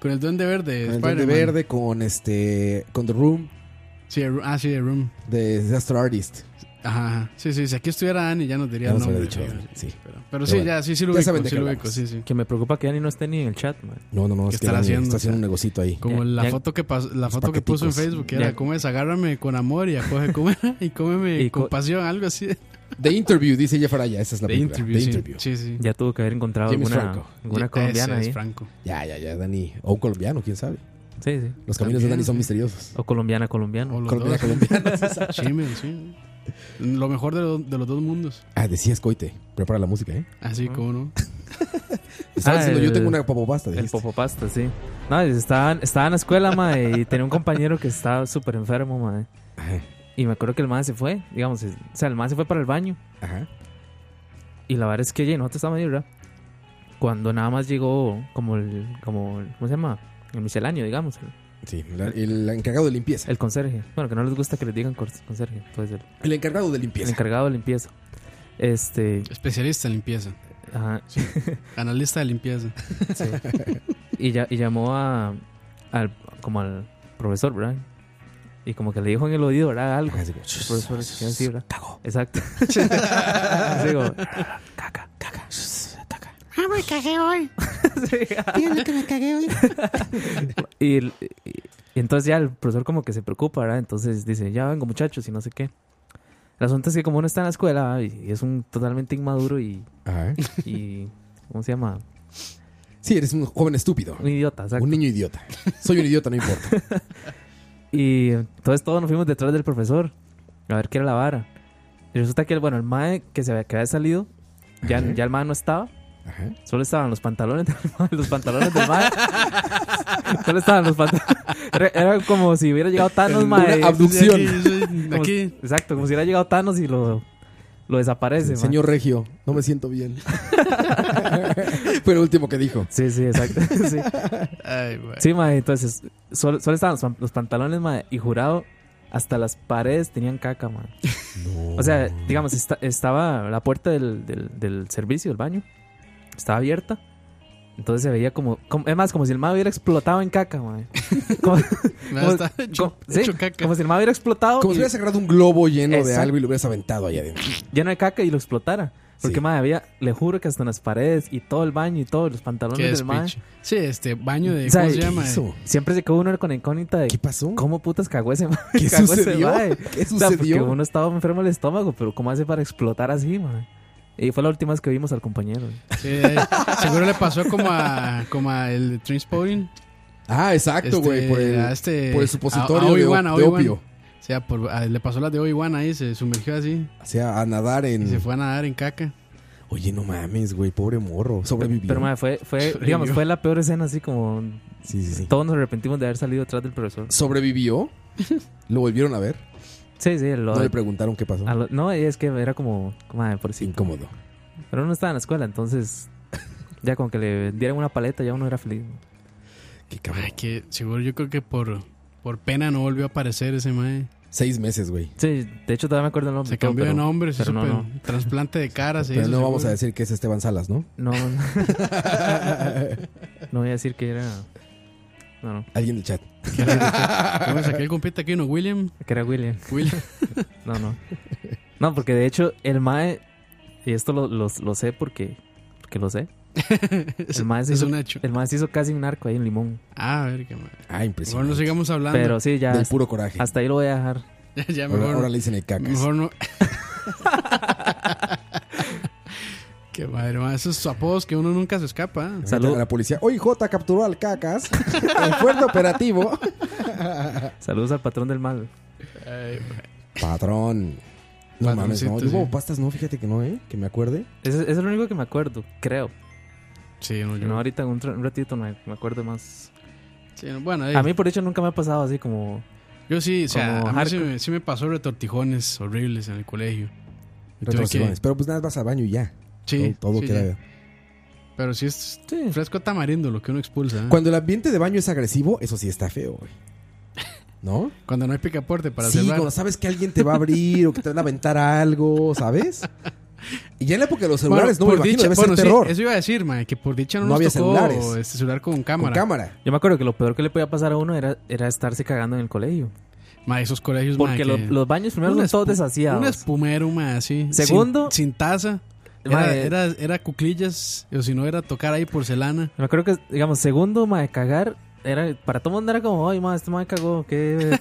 [SPEAKER 4] Con el duende verde.
[SPEAKER 5] Con el
[SPEAKER 4] Spider-Man.
[SPEAKER 5] Duende verde con este con The Room
[SPEAKER 4] Sí, el- ah, sí, The Room.
[SPEAKER 5] de Disaster Artist.
[SPEAKER 4] Ajá, ajá. Sí, sí, si aquí estuviera Annie ya nos diría
[SPEAKER 5] Ya
[SPEAKER 4] el
[SPEAKER 5] nos
[SPEAKER 4] nombre.
[SPEAKER 5] habría dicho,
[SPEAKER 4] pero-
[SPEAKER 5] sí.
[SPEAKER 4] Pero,
[SPEAKER 5] Pero
[SPEAKER 4] sí,
[SPEAKER 5] bueno,
[SPEAKER 4] ya, sí, sí lo
[SPEAKER 5] ya
[SPEAKER 4] ubico,
[SPEAKER 5] saben de
[SPEAKER 4] sí
[SPEAKER 5] qué
[SPEAKER 4] lo ubico,
[SPEAKER 5] hablamos.
[SPEAKER 4] sí, sí.
[SPEAKER 6] Que me preocupa que Dani no esté ni en el chat, ma.
[SPEAKER 5] No, no, no,
[SPEAKER 4] ¿Qué
[SPEAKER 5] es que
[SPEAKER 4] estará
[SPEAKER 5] Dani
[SPEAKER 4] haciendo?
[SPEAKER 5] está haciendo
[SPEAKER 4] O sea,
[SPEAKER 5] un negocito ahí.
[SPEAKER 4] Como
[SPEAKER 6] Ya,
[SPEAKER 4] la
[SPEAKER 6] ya.
[SPEAKER 4] foto que pas- la foto que puso en
[SPEAKER 5] paqueticos.
[SPEAKER 4] Facebook, que era,
[SPEAKER 6] Ya.
[SPEAKER 4] ¿cómo es? Agárrame con amor y acoge, ¿cómo era? Y cómeme
[SPEAKER 6] Y co-
[SPEAKER 4] con pasión, algo así. De
[SPEAKER 5] The Interview dice Jeff Araya, esa es la película.
[SPEAKER 4] interview,
[SPEAKER 5] The
[SPEAKER 4] sí.
[SPEAKER 5] Interview.
[SPEAKER 4] Sí, sí.
[SPEAKER 6] Ya tuvo que haber encontrado
[SPEAKER 5] James
[SPEAKER 6] alguna,
[SPEAKER 5] Franco.
[SPEAKER 6] alguna
[SPEAKER 4] Ese
[SPEAKER 6] colombiana
[SPEAKER 4] es
[SPEAKER 6] ahí.
[SPEAKER 4] Franco.
[SPEAKER 5] Ya, ya, ya, Dani, o un colombiano, quién sabe.
[SPEAKER 6] Sí, sí.
[SPEAKER 5] Los caminos de
[SPEAKER 4] También,
[SPEAKER 5] Dani son
[SPEAKER 4] sí.
[SPEAKER 5] misteriosos.
[SPEAKER 6] O colombiana, colombiano.
[SPEAKER 4] O los
[SPEAKER 5] Colombiana,
[SPEAKER 4] dos.
[SPEAKER 5] colombiana. sí, sabe.
[SPEAKER 4] Chimen, sí. Lo mejor de, lo- de los dos mundos.
[SPEAKER 5] ah, decías coite. Prepara la música, ¿eh?
[SPEAKER 4] Así como no.
[SPEAKER 5] Estaba
[SPEAKER 6] Ah,
[SPEAKER 5] diciendo,
[SPEAKER 6] el-
[SPEAKER 5] yo tengo una popopasta.
[SPEAKER 6] El
[SPEAKER 5] dijiste.
[SPEAKER 6] popopasta, sí. No, estaba, estaba en la escuela, ma, y tenía un compañero que estaba súper enfermo, ma.
[SPEAKER 5] Ajá,
[SPEAKER 6] Y me acuerdo que el ma se fue, digamos, o sea, el ma se fue para el baño.
[SPEAKER 5] ajá.
[SPEAKER 6] Y la verdad es que, y nosotros estábamos ahí, ¿verdad? Cuando nada más llegó como el, como, el- ¿cómo se llama? El misceláneo, digamos, el,
[SPEAKER 5] Sí, la- el encargado de limpieza.
[SPEAKER 6] el conserje. Bueno, que no les gusta que les digan cor- conserje, pues el,
[SPEAKER 5] El encargado de
[SPEAKER 6] el
[SPEAKER 5] limpieza.
[SPEAKER 6] encargado de limpieza. Este,
[SPEAKER 4] Especialista en limpieza.
[SPEAKER 6] ajá,
[SPEAKER 4] Analista de limpieza.
[SPEAKER 6] Sí. y, ya, y llamó a, al, como al profesor, ¿verdad? Y como que le dijo en el oído, ¿verdad? Algo.
[SPEAKER 5] Ajá, así como,
[SPEAKER 6] El profesor se quedó así, ¿verdad?
[SPEAKER 5] Cago.
[SPEAKER 6] Exacto. Así como,
[SPEAKER 5] Caca, caca, shh, caca.
[SPEAKER 7] Ah, me cagué hoy. Miren lo que me cagué hoy.
[SPEAKER 6] y, el- y- y entonces ya el profesor como que se preocupa, ¿verdad? Entonces dice, ya vengo muchachos y no sé qué. El asunto es que como uno está en la escuela ¿verdad? y, y es un totalmente inmaduro y,
[SPEAKER 5] Ajá.
[SPEAKER 6] y ¿cómo se llama?
[SPEAKER 5] Sí, eres un joven estúpido.
[SPEAKER 6] Un idiota, exacto.
[SPEAKER 5] Un niño idiota. Soy un idiota, no importa.
[SPEAKER 6] Y entonces todos nos fuimos detrás del profesor a ver qué era la vara. Y resulta que, el- bueno, el mae que se había, que había salido, ya,
[SPEAKER 5] Ajá.
[SPEAKER 6] ya el mae no estaba,
[SPEAKER 5] Ajá.
[SPEAKER 6] solo estaban los pantalones del mae, los pantalones del mae. solo estaban los pantalones. Era, era como si hubiera llegado Thanos, mae.
[SPEAKER 5] Una abducción.
[SPEAKER 4] Aquí, sí,
[SPEAKER 6] Como-
[SPEAKER 4] aquí.
[SPEAKER 6] Exacto, como si hubiera llegado Thanos y lo, lo desaparece, mae.
[SPEAKER 5] Señor Regio, no me siento bien. Fue lo último que dijo.
[SPEAKER 6] Sí, sí, exacto. sí.
[SPEAKER 4] Ay, güey.
[SPEAKER 6] Sí, mae, entonces, solo, solo estaban los, pan- los pantalones, mae, y jurado, hasta las paredes tenían caca, mae. O sea, digamos, esta- estaba la puerta del, del- del servicio, del baño, estaba abierta. Entonces se veía como, como- es más, como si el mae hubiera explotado en caca, mae. Como,
[SPEAKER 4] Me
[SPEAKER 6] como-
[SPEAKER 4] está hecho,
[SPEAKER 6] como- sí,
[SPEAKER 4] hecho caca.
[SPEAKER 6] como si el mae hubiera explotado
[SPEAKER 5] Como
[SPEAKER 6] y-
[SPEAKER 5] si hubieras agarrado un globo lleno de
[SPEAKER 6] Exacto.
[SPEAKER 5] algo y lo hubieras aventado ahí adentro.
[SPEAKER 6] lleno de caca y lo explotara. Porque,
[SPEAKER 5] Sí.
[SPEAKER 6] mae, había, le juro que hasta en las paredes y todo el baño y todos los pantalones
[SPEAKER 4] Qué
[SPEAKER 6] del mae.
[SPEAKER 4] despiche. Sí, este baño de.
[SPEAKER 6] O sea,
[SPEAKER 4] ¿Cómo se
[SPEAKER 6] ¿qué
[SPEAKER 4] llama?
[SPEAKER 5] hizo?
[SPEAKER 6] Siempre se quedó uno con la incógnita de
[SPEAKER 5] ¿Qué pasó?
[SPEAKER 6] cómo putas cagó ese mae.
[SPEAKER 5] ¿Qué
[SPEAKER 6] Cagó ese
[SPEAKER 5] sucedió?
[SPEAKER 6] mae.
[SPEAKER 5] ¿Qué
[SPEAKER 6] O sea, porque
[SPEAKER 5] sucedió?
[SPEAKER 6] uno estaba enfermo del estómago, pero ¿cómo hace para explotar así, mae? Y fue la última vez que vimos al compañero.
[SPEAKER 4] Sí, eh, seguro le pasó como a, como a el de Trainspotting.
[SPEAKER 5] Ah, exacto, güey. por, el,
[SPEAKER 4] a este-
[SPEAKER 5] por el supositorio
[SPEAKER 4] a- a
[SPEAKER 5] de,
[SPEAKER 4] Obi-Wan, a
[SPEAKER 5] de
[SPEAKER 4] Obi-Wan.
[SPEAKER 5] opio.
[SPEAKER 4] O sea, por- a- le pasó la de Obi-Wan ahí, se sumergió así
[SPEAKER 5] O sea, a nadar
[SPEAKER 4] y se
[SPEAKER 5] en.
[SPEAKER 4] fue a nadar en caca.
[SPEAKER 5] Oye, no mames, güey, pobre morro. Sobrevivió.
[SPEAKER 6] Pero mae, fue, fue
[SPEAKER 4] Sobrevivió.
[SPEAKER 6] digamos, fue la peor escena así como
[SPEAKER 5] sí, sí, sí.
[SPEAKER 6] todos nos arrepentimos de haber salido detrás del profesor.
[SPEAKER 5] ¿Sobrevivió? ¿Lo volvieron a ver?
[SPEAKER 6] Sí, sí, lo,
[SPEAKER 5] No le preguntaron qué pasó.
[SPEAKER 6] a lo- no, es que era como, mae, por si.
[SPEAKER 5] Incómodo.
[SPEAKER 6] Pero uno estaba en la escuela, entonces ya con que le dieran una paleta ya uno era feliz.
[SPEAKER 5] Qué cabrón.
[SPEAKER 4] Ay, que seguro yo creo que por, por pena no volvió a aparecer ese mae.
[SPEAKER 5] Seis meses, güey.
[SPEAKER 6] Sí, de hecho todavía me acuerdo el nombre. y
[SPEAKER 4] Se
[SPEAKER 6] todo,
[SPEAKER 4] cambió de
[SPEAKER 6] pero-
[SPEAKER 4] nombre, se
[SPEAKER 6] pero
[SPEAKER 4] hizo
[SPEAKER 6] no,
[SPEAKER 4] pe-
[SPEAKER 6] no.
[SPEAKER 4] trasplante de cara, se
[SPEAKER 5] Pero
[SPEAKER 4] hizo
[SPEAKER 5] no vamos
[SPEAKER 4] seguro.
[SPEAKER 5] a decir que es Esteban Salas, ¿no?
[SPEAKER 6] No, no voy a decir que era. No, no,
[SPEAKER 5] Alguien del chat. Ah,
[SPEAKER 4] Vamos a sacar el compita aquí, ¿no? William.
[SPEAKER 6] que era William.
[SPEAKER 4] William.
[SPEAKER 6] No, no. No, porque de hecho el Mae, y esto lo, lo- lo sé porque, porque lo sé, El mae se
[SPEAKER 4] es
[SPEAKER 6] hizo,
[SPEAKER 4] un hecho.
[SPEAKER 6] el mae se hizo casi un arco ahí en Limón.
[SPEAKER 4] Ah, verga, man.
[SPEAKER 5] Ah,
[SPEAKER 4] Mejor
[SPEAKER 5] impresionante.
[SPEAKER 4] no sigamos hablando.
[SPEAKER 6] Pero sí, ya.
[SPEAKER 5] Del puro coraje.
[SPEAKER 6] Hasta ahí lo voy a dejar.
[SPEAKER 4] ya, ya
[SPEAKER 5] ahora,
[SPEAKER 4] mejor.
[SPEAKER 5] ahora le dicen el cacas.
[SPEAKER 4] Mejor no. Qué madre, ma, esos apodos que uno nunca se escapa. ¿eh?
[SPEAKER 5] Ahorita
[SPEAKER 6] Salud.
[SPEAKER 5] La policía. Hoy J capturó al cacas. El fuerte operativo.
[SPEAKER 6] Saludos al patrón del mal.
[SPEAKER 4] Ay, ma.
[SPEAKER 5] Patrón. No mames, no.
[SPEAKER 4] Patroncito,
[SPEAKER 5] Yo
[SPEAKER 4] sí.
[SPEAKER 5] como pastas, no, fíjate que no, ¿eh? Que me acuerde.
[SPEAKER 6] Ese, ese es lo único que me acuerdo, creo.
[SPEAKER 4] Sí, no, yo-
[SPEAKER 6] No, ahorita en un, tra- un ratito me, me acuerdo más.
[SPEAKER 4] sí, no, bueno, eh,
[SPEAKER 6] A mí, por hecho, nunca me ha pasado así como.
[SPEAKER 4] yo sí, o sea,
[SPEAKER 6] como
[SPEAKER 4] a mí sí
[SPEAKER 6] hardcore.
[SPEAKER 4] me, sí me pasó retortijones horribles en el colegio. Y tuve que-
[SPEAKER 5] Retrocesores. Pero pues nada, vas al baño y ya.
[SPEAKER 4] Sí,
[SPEAKER 5] todo todo
[SPEAKER 4] sí,
[SPEAKER 5] queda.
[SPEAKER 4] ya. Pero sí es
[SPEAKER 6] Sí.
[SPEAKER 4] fresco tamarindo lo que uno expulsa. ¿eh?
[SPEAKER 5] Cuando el ambiente de baño es agresivo, eso sí está feo, güey. ¿No?
[SPEAKER 4] Cuando no hay picaporte para
[SPEAKER 5] sí,
[SPEAKER 4] cerrar.
[SPEAKER 5] cuando sabes que alguien te va a abrir o que te van a aventar algo, ¿sabes? Y ya en la época de los celulares, no me
[SPEAKER 4] por
[SPEAKER 5] imagino,
[SPEAKER 4] dicha-
[SPEAKER 5] debe
[SPEAKER 4] bueno,
[SPEAKER 5] ser
[SPEAKER 4] sí,
[SPEAKER 5] terror.
[SPEAKER 4] eso iba a decir, ma, que por dicha no,
[SPEAKER 5] No
[SPEAKER 4] nos
[SPEAKER 5] había
[SPEAKER 4] tocó
[SPEAKER 5] celulares.
[SPEAKER 4] este celular con
[SPEAKER 5] Con
[SPEAKER 4] cámara.
[SPEAKER 5] cámara.
[SPEAKER 6] Yo me acuerdo que lo peor que le podía pasar a uno era, era estarse cagando en el colegio.
[SPEAKER 4] Ma, esos colegios, ma,
[SPEAKER 6] Porque
[SPEAKER 4] Pues, que-
[SPEAKER 6] lo- los baños primero
[SPEAKER 4] un
[SPEAKER 6] son todos
[SPEAKER 4] espu- Un
[SPEAKER 6] desasiados.
[SPEAKER 4] espumero, ma, así.
[SPEAKER 6] Segundo-
[SPEAKER 4] Sin, sin taza.
[SPEAKER 6] Ma,
[SPEAKER 4] Era, era, era cuclillas, o si no, era tocar ahí porcelana.
[SPEAKER 6] Me acuerdo que, digamos, segundo, mae, cagar. Era, para todo el mundo era como, ay, mae, este mae cagó, qué,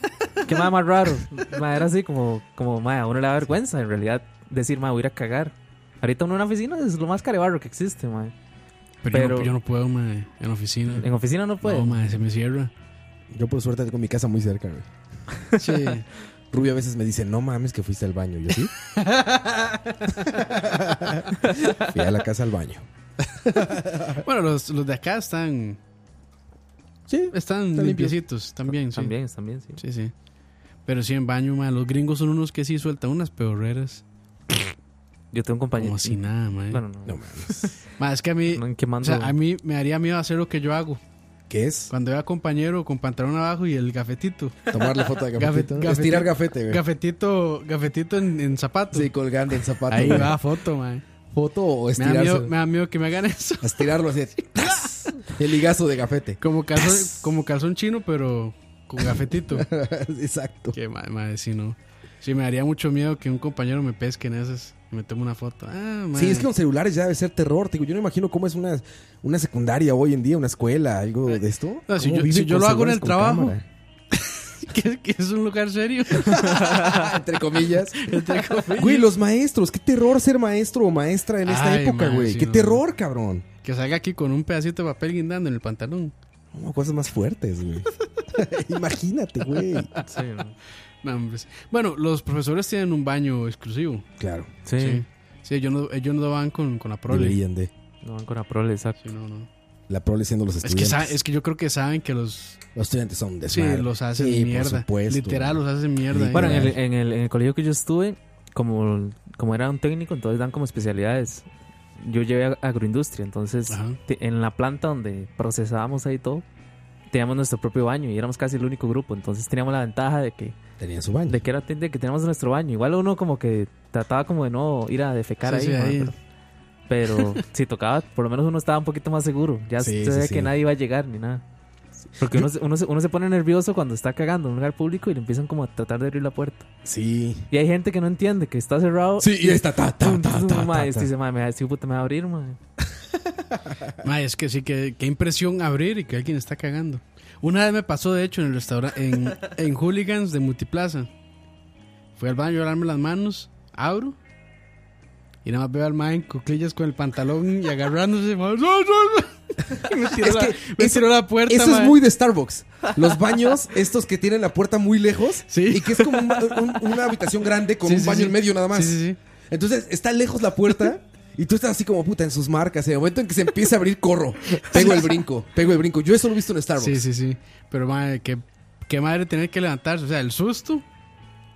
[SPEAKER 6] qué mae más raro. Mae, era así como, como, mae, a uno le da vergüenza en realidad decir, mae, voy a ir a cagar. Ahorita uno en una oficina es lo más carebarro que existe, mae.
[SPEAKER 4] Pero, yo no-
[SPEAKER 6] Pero-
[SPEAKER 4] yo, no, puedo, ma, en la oficina.
[SPEAKER 6] En oficina no
[SPEAKER 5] Pues.
[SPEAKER 6] puede.
[SPEAKER 4] no, ma, se me cierra.
[SPEAKER 5] Yo por suerte tengo mi casa muy cerca, güey.
[SPEAKER 4] Sí.
[SPEAKER 5] Rubio a veces me dice, no mames que fuiste al baño. Yo sí. Fui a la casa al baño.
[SPEAKER 4] bueno, los, los de acá están,
[SPEAKER 5] Sí.
[SPEAKER 4] están
[SPEAKER 5] Están limpios.
[SPEAKER 4] limpiecitos también, sí.
[SPEAKER 6] También, también, sí.
[SPEAKER 4] Sí, sí. Pero sí, en baño, ma, los gringos son unos que sí sueltan unas peorreras.
[SPEAKER 6] Yo tengo un compañero.
[SPEAKER 4] Como si nada, ma.
[SPEAKER 6] Bueno, no.
[SPEAKER 5] No
[SPEAKER 6] No,
[SPEAKER 5] mames.
[SPEAKER 4] Ma, es que a mí,
[SPEAKER 6] en
[SPEAKER 4] o
[SPEAKER 6] quemando.
[SPEAKER 4] sea, a mí me haría miedo hacer lo que yo hago.
[SPEAKER 5] ¿Qué es?
[SPEAKER 4] Cuando era compañero con pantalón abajo y el gafetito.
[SPEAKER 5] Tomar la foto de gafetito.
[SPEAKER 4] Gafet-
[SPEAKER 5] Estirar
[SPEAKER 4] gafetito.
[SPEAKER 5] gafete, güey.
[SPEAKER 4] Gafetito, gafetito en, en zapato.
[SPEAKER 5] Sí, colgando el zapato.
[SPEAKER 4] Ahí
[SPEAKER 5] güey.
[SPEAKER 4] va foto, man.
[SPEAKER 5] Foto o
[SPEAKER 4] Me da, miedo,
[SPEAKER 5] estirarse.
[SPEAKER 4] me da miedo que me hagan eso.
[SPEAKER 5] Estirarlo así. ¡tas! El ligazo de gafete.
[SPEAKER 4] Como calzón, como calzón chino, pero con gafetito.
[SPEAKER 5] Exacto.
[SPEAKER 4] que madre, sí, no. Sí, me daría mucho miedo que un compañero me pesque en esas y me tome una foto. Ah, mae.
[SPEAKER 5] Sí, es que con celulares ya debe ser terror. Te digo, yo no imagino cómo es una, una secundaria hoy en día, una escuela, algo de esto.
[SPEAKER 4] No, si
[SPEAKER 5] ¿Cómo
[SPEAKER 4] yo-
[SPEAKER 5] viven
[SPEAKER 4] si yo
[SPEAKER 5] con
[SPEAKER 4] lo hago en
[SPEAKER 5] celulares
[SPEAKER 4] el
[SPEAKER 5] con
[SPEAKER 4] trabajo.
[SPEAKER 5] cámara?
[SPEAKER 4] que, que es un lugar serio.
[SPEAKER 5] Entre comillas. Güey, los maestros. Qué terror ser maestro o maestra en esta
[SPEAKER 4] Ay,
[SPEAKER 5] época,
[SPEAKER 4] man,
[SPEAKER 5] güey.
[SPEAKER 4] sí,
[SPEAKER 5] qué
[SPEAKER 4] no.
[SPEAKER 5] terror, cabrón.
[SPEAKER 4] que salga aquí con un pedacito de papel guindando en el pantalón.
[SPEAKER 5] No, cosas más fuertes, güey. Imagínate, güey.
[SPEAKER 6] Sí, no.
[SPEAKER 4] No, hombre. Bueno, los profesores tienen un baño exclusivo.
[SPEAKER 5] Claro.
[SPEAKER 6] Sí,
[SPEAKER 4] Sí. Sí, ellos no, ellos no van con, con la prole.
[SPEAKER 5] Deberían de.
[SPEAKER 6] no van con la prole, exacto.
[SPEAKER 4] Sí, no, no.
[SPEAKER 5] La prole siendo los
[SPEAKER 4] Es que,
[SPEAKER 5] estudiantes.
[SPEAKER 4] sa- es que yo creo que saben que los,
[SPEAKER 5] Los estudiantes son de
[SPEAKER 4] sí, los hacen mierda. Literal, los hacen mierda.
[SPEAKER 6] Bueno, en
[SPEAKER 4] eh.
[SPEAKER 6] el, en, el, en el colegio que yo estuve, como, como era un técnico, entonces dan como especialidades. Yo llevé a- agroindustria, entonces
[SPEAKER 4] Ajá.
[SPEAKER 6] te- en la planta donde procesábamos ahí todo, teníamos nuestro propio baño y éramos casi el único grupo, entonces teníamos la ventaja de que,
[SPEAKER 5] Tenían su baño.
[SPEAKER 6] de que era de que teníamos nuestro baño. Igual uno como que trataba como de no ir a defecar
[SPEAKER 4] Sí,
[SPEAKER 6] ahí,
[SPEAKER 4] sí,
[SPEAKER 6] ma,
[SPEAKER 4] ahí.
[SPEAKER 6] pero, pero si tocaba, por lo menos uno estaba un poquito más seguro, ya
[SPEAKER 5] Sí,
[SPEAKER 6] se
[SPEAKER 5] sí,
[SPEAKER 6] veía
[SPEAKER 5] sí.
[SPEAKER 6] que nadie iba a llegar ni nada. Porque uno, se- uno, se, uno se pone nervioso cuando está cagando en un lugar público y le empiezan como a tratar de abrir la puerta.
[SPEAKER 5] Sí.
[SPEAKER 6] Y hay gente que no entiende que está cerrado.
[SPEAKER 5] Sí, y esta ta, ta,
[SPEAKER 6] Pum,
[SPEAKER 5] ta, ta,
[SPEAKER 6] pum,
[SPEAKER 5] ta,
[SPEAKER 6] mae,
[SPEAKER 5] ta.
[SPEAKER 6] este dice, mae, me va- este puta me va a abrir, mae.
[SPEAKER 4] Ma, es que sí, que, qué impresión abrir y que alguien está cagando. Una vez me pasó, de hecho, en el restaurante, en, en Hooligans de Multiplaza. Fui al baño a lavarme las manos, abro. Y nada más veo al man en cuclillas con el pantalón y agarrándose. ma, ¡No, no, no! Y me tiró,
[SPEAKER 5] Es
[SPEAKER 4] la,
[SPEAKER 5] que
[SPEAKER 4] me
[SPEAKER 5] eso-
[SPEAKER 4] tiró la puerta.
[SPEAKER 5] Eso es
[SPEAKER 4] ma.
[SPEAKER 5] muy de Starbucks. Los baños, estos que tienen la puerta muy lejos
[SPEAKER 4] Sí.
[SPEAKER 5] y que es como un- un- una habitación grande con
[SPEAKER 4] Sí,
[SPEAKER 5] un
[SPEAKER 4] sí,
[SPEAKER 5] baño
[SPEAKER 4] sí.
[SPEAKER 5] en medio nada más.
[SPEAKER 4] Sí, sí, sí.
[SPEAKER 5] Entonces está lejos la puerta y tú estás así como puta en sus marcas. En el momento en que se empieza a abrir, corro. Pego el brinco, pego el brinco. Yo eso lo he visto en Starbucks.
[SPEAKER 4] Sí, sí, sí. Pero madre, qué, qué madre tener que levantarse. O sea, el susto.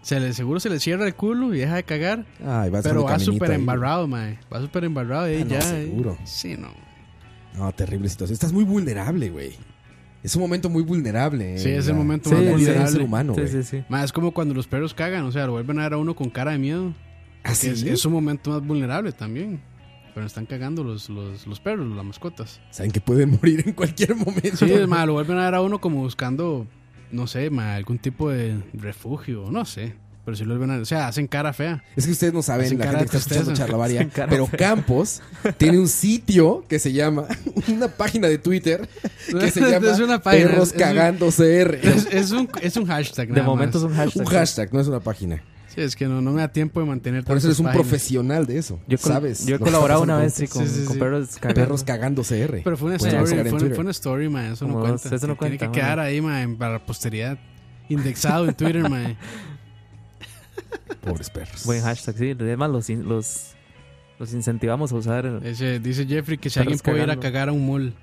[SPEAKER 4] Se le, seguro se le cierra el culo y deja de cagar.
[SPEAKER 5] Ay, vas
[SPEAKER 4] pero
[SPEAKER 5] por el
[SPEAKER 4] va
[SPEAKER 5] caminito
[SPEAKER 4] súper
[SPEAKER 5] ahí.
[SPEAKER 4] embarrado, mae. Va súper embarrado y
[SPEAKER 5] Ah, no,
[SPEAKER 4] ya. eh.
[SPEAKER 5] seguro.
[SPEAKER 4] Sí, no.
[SPEAKER 5] No, terrible situación. Estás muy vulnerable, güey. Es un momento muy vulnerable. eh,
[SPEAKER 4] Sí, es el
[SPEAKER 5] la-
[SPEAKER 4] momento
[SPEAKER 5] la
[SPEAKER 4] más
[SPEAKER 5] vida del
[SPEAKER 4] vulnerable.
[SPEAKER 5] ser humano,
[SPEAKER 6] Sí,
[SPEAKER 5] güey.
[SPEAKER 6] sí, sí.
[SPEAKER 4] Mae, es como cuando los perros cagan. O sea, lo vuelven a ver a uno con cara de miedo.
[SPEAKER 5] Así
[SPEAKER 4] Que es, es un momento más vulnerable también. Pero están cagando los, los, los perros, las mascotas.
[SPEAKER 5] Saben que pueden morir en cualquier momento.
[SPEAKER 4] Sí, mae, lo vuelven a ver a uno como buscando, no sé, mae, algún tipo de refugio. No sé. Pero si lo vuelven a... O sea, hacen cara fea.
[SPEAKER 5] Es que ustedes no saben,
[SPEAKER 4] Hacen
[SPEAKER 5] la
[SPEAKER 4] cara
[SPEAKER 5] gente que
[SPEAKER 4] de
[SPEAKER 5] está escuchando
[SPEAKER 4] tristeza.
[SPEAKER 5] charlavaria,
[SPEAKER 6] Hacen cara
[SPEAKER 5] pero
[SPEAKER 6] fea.
[SPEAKER 5] Campos tiene un sitio que se llama, una página de Twitter que se llama
[SPEAKER 4] Es una página,
[SPEAKER 5] Perros
[SPEAKER 4] es- es un-
[SPEAKER 5] Cagando CR.
[SPEAKER 4] Es, es un, es un hashtag.
[SPEAKER 6] De
[SPEAKER 4] nada
[SPEAKER 6] momento es
[SPEAKER 4] más.
[SPEAKER 6] un hashtag.
[SPEAKER 5] Un hashtag, no es una página.
[SPEAKER 4] Sí, es que no, no me da tiempo de mantener
[SPEAKER 5] Por eso eres
[SPEAKER 4] tantas
[SPEAKER 5] un
[SPEAKER 4] páginas.
[SPEAKER 5] profesional de eso.
[SPEAKER 6] Yo, col-
[SPEAKER 5] sabes.
[SPEAKER 6] yo he
[SPEAKER 5] lo que está
[SPEAKER 6] colaborado
[SPEAKER 5] pasando
[SPEAKER 6] una
[SPEAKER 5] con
[SPEAKER 6] vez sí, con,
[SPEAKER 4] Sí, sí,
[SPEAKER 6] con
[SPEAKER 4] sí.
[SPEAKER 6] perros cagando.
[SPEAKER 5] Perros Cagando CR.
[SPEAKER 4] Pero fue una
[SPEAKER 5] Pueden buscar
[SPEAKER 4] story,
[SPEAKER 5] en
[SPEAKER 4] fue,
[SPEAKER 5] Twitter.
[SPEAKER 4] fue una story, ma, eso no
[SPEAKER 6] Como
[SPEAKER 4] cuenta.
[SPEAKER 6] eso no
[SPEAKER 4] Tiene
[SPEAKER 6] cuenta,
[SPEAKER 4] que
[SPEAKER 6] ma.
[SPEAKER 4] quedar ahí, ma, en- para la posteridad. Indexado en Twitter, ma.
[SPEAKER 5] Pobres perros.
[SPEAKER 6] Buen hashtag, sí. Además, los, in- los, los incentivamos a usar. el-
[SPEAKER 4] Ese- dice Jeffrey que si alguien
[SPEAKER 6] Perros
[SPEAKER 4] puede ir a
[SPEAKER 6] cagando.
[SPEAKER 4] cagar a un mall.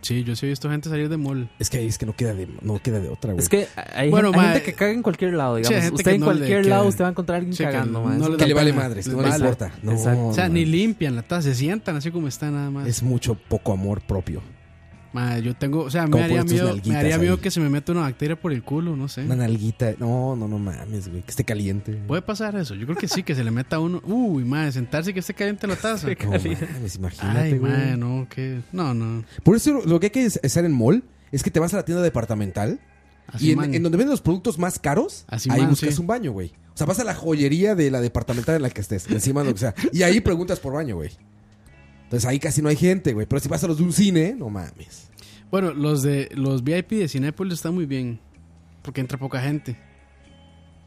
[SPEAKER 4] Sí, yo sí he visto gente salir de mall.
[SPEAKER 5] Es que ahí es que no queda de, no queda de otra, güey.
[SPEAKER 6] Es que hay,
[SPEAKER 4] Bueno,
[SPEAKER 6] gen- hay
[SPEAKER 4] ma,
[SPEAKER 6] gente que caga en cualquier lado,
[SPEAKER 4] hay
[SPEAKER 6] digamos.
[SPEAKER 4] gente
[SPEAKER 6] usted
[SPEAKER 4] que
[SPEAKER 6] en
[SPEAKER 4] no le
[SPEAKER 6] cualquier
[SPEAKER 4] queda-
[SPEAKER 6] lado usted va a encontrar a alguien
[SPEAKER 4] Sí, que
[SPEAKER 6] cagando,
[SPEAKER 4] no-
[SPEAKER 6] ma.
[SPEAKER 4] no
[SPEAKER 6] Es-
[SPEAKER 4] le
[SPEAKER 5] que le vale
[SPEAKER 4] pena,
[SPEAKER 5] madres,
[SPEAKER 4] les
[SPEAKER 5] no le
[SPEAKER 4] vale.
[SPEAKER 5] importa. No,
[SPEAKER 6] Exacto.
[SPEAKER 4] O sea, ni
[SPEAKER 5] man.
[SPEAKER 4] limpian la taza, se sientan así como están nada más.
[SPEAKER 5] Oh, Es mucho poco amor propio.
[SPEAKER 4] Ma, yo tengo, o sea, me
[SPEAKER 5] Como
[SPEAKER 4] haría
[SPEAKER 5] poner tus
[SPEAKER 4] miedo, me
[SPEAKER 5] nalguitas
[SPEAKER 4] haría
[SPEAKER 5] ahí.
[SPEAKER 4] miedo que se me meta una bacteria por el culo, no sé.
[SPEAKER 5] Una nalguita. No, no, no mames, güey. Que esté caliente.
[SPEAKER 4] Puede pasar eso, yo creo que sí, que se le meta uno. Uy, madre, sentarse y que esté caliente la taza.
[SPEAKER 5] No mames, imagínate,
[SPEAKER 4] Ay,
[SPEAKER 5] güey.
[SPEAKER 4] madre, no, que. No, no.
[SPEAKER 5] Por eso lo que hay que hacer en mall es que te vas a la tienda departamental
[SPEAKER 4] Así,
[SPEAKER 5] y en,
[SPEAKER 4] man.
[SPEAKER 5] en donde venden los productos más caros,
[SPEAKER 4] Así,
[SPEAKER 5] ahí
[SPEAKER 4] man,
[SPEAKER 5] buscas
[SPEAKER 4] sí.
[SPEAKER 5] un baño, güey. O sea, vas a la joyería de la departamental en la que estés, encima de lo que sea. Y ahí preguntas por baño, güey. Entonces ahí casi no hay gente, güey. Pero si vas a los de un cine, no mames.
[SPEAKER 4] Bueno, los de los VIP de Cinépolis están muy bien. Porque entra poca gente.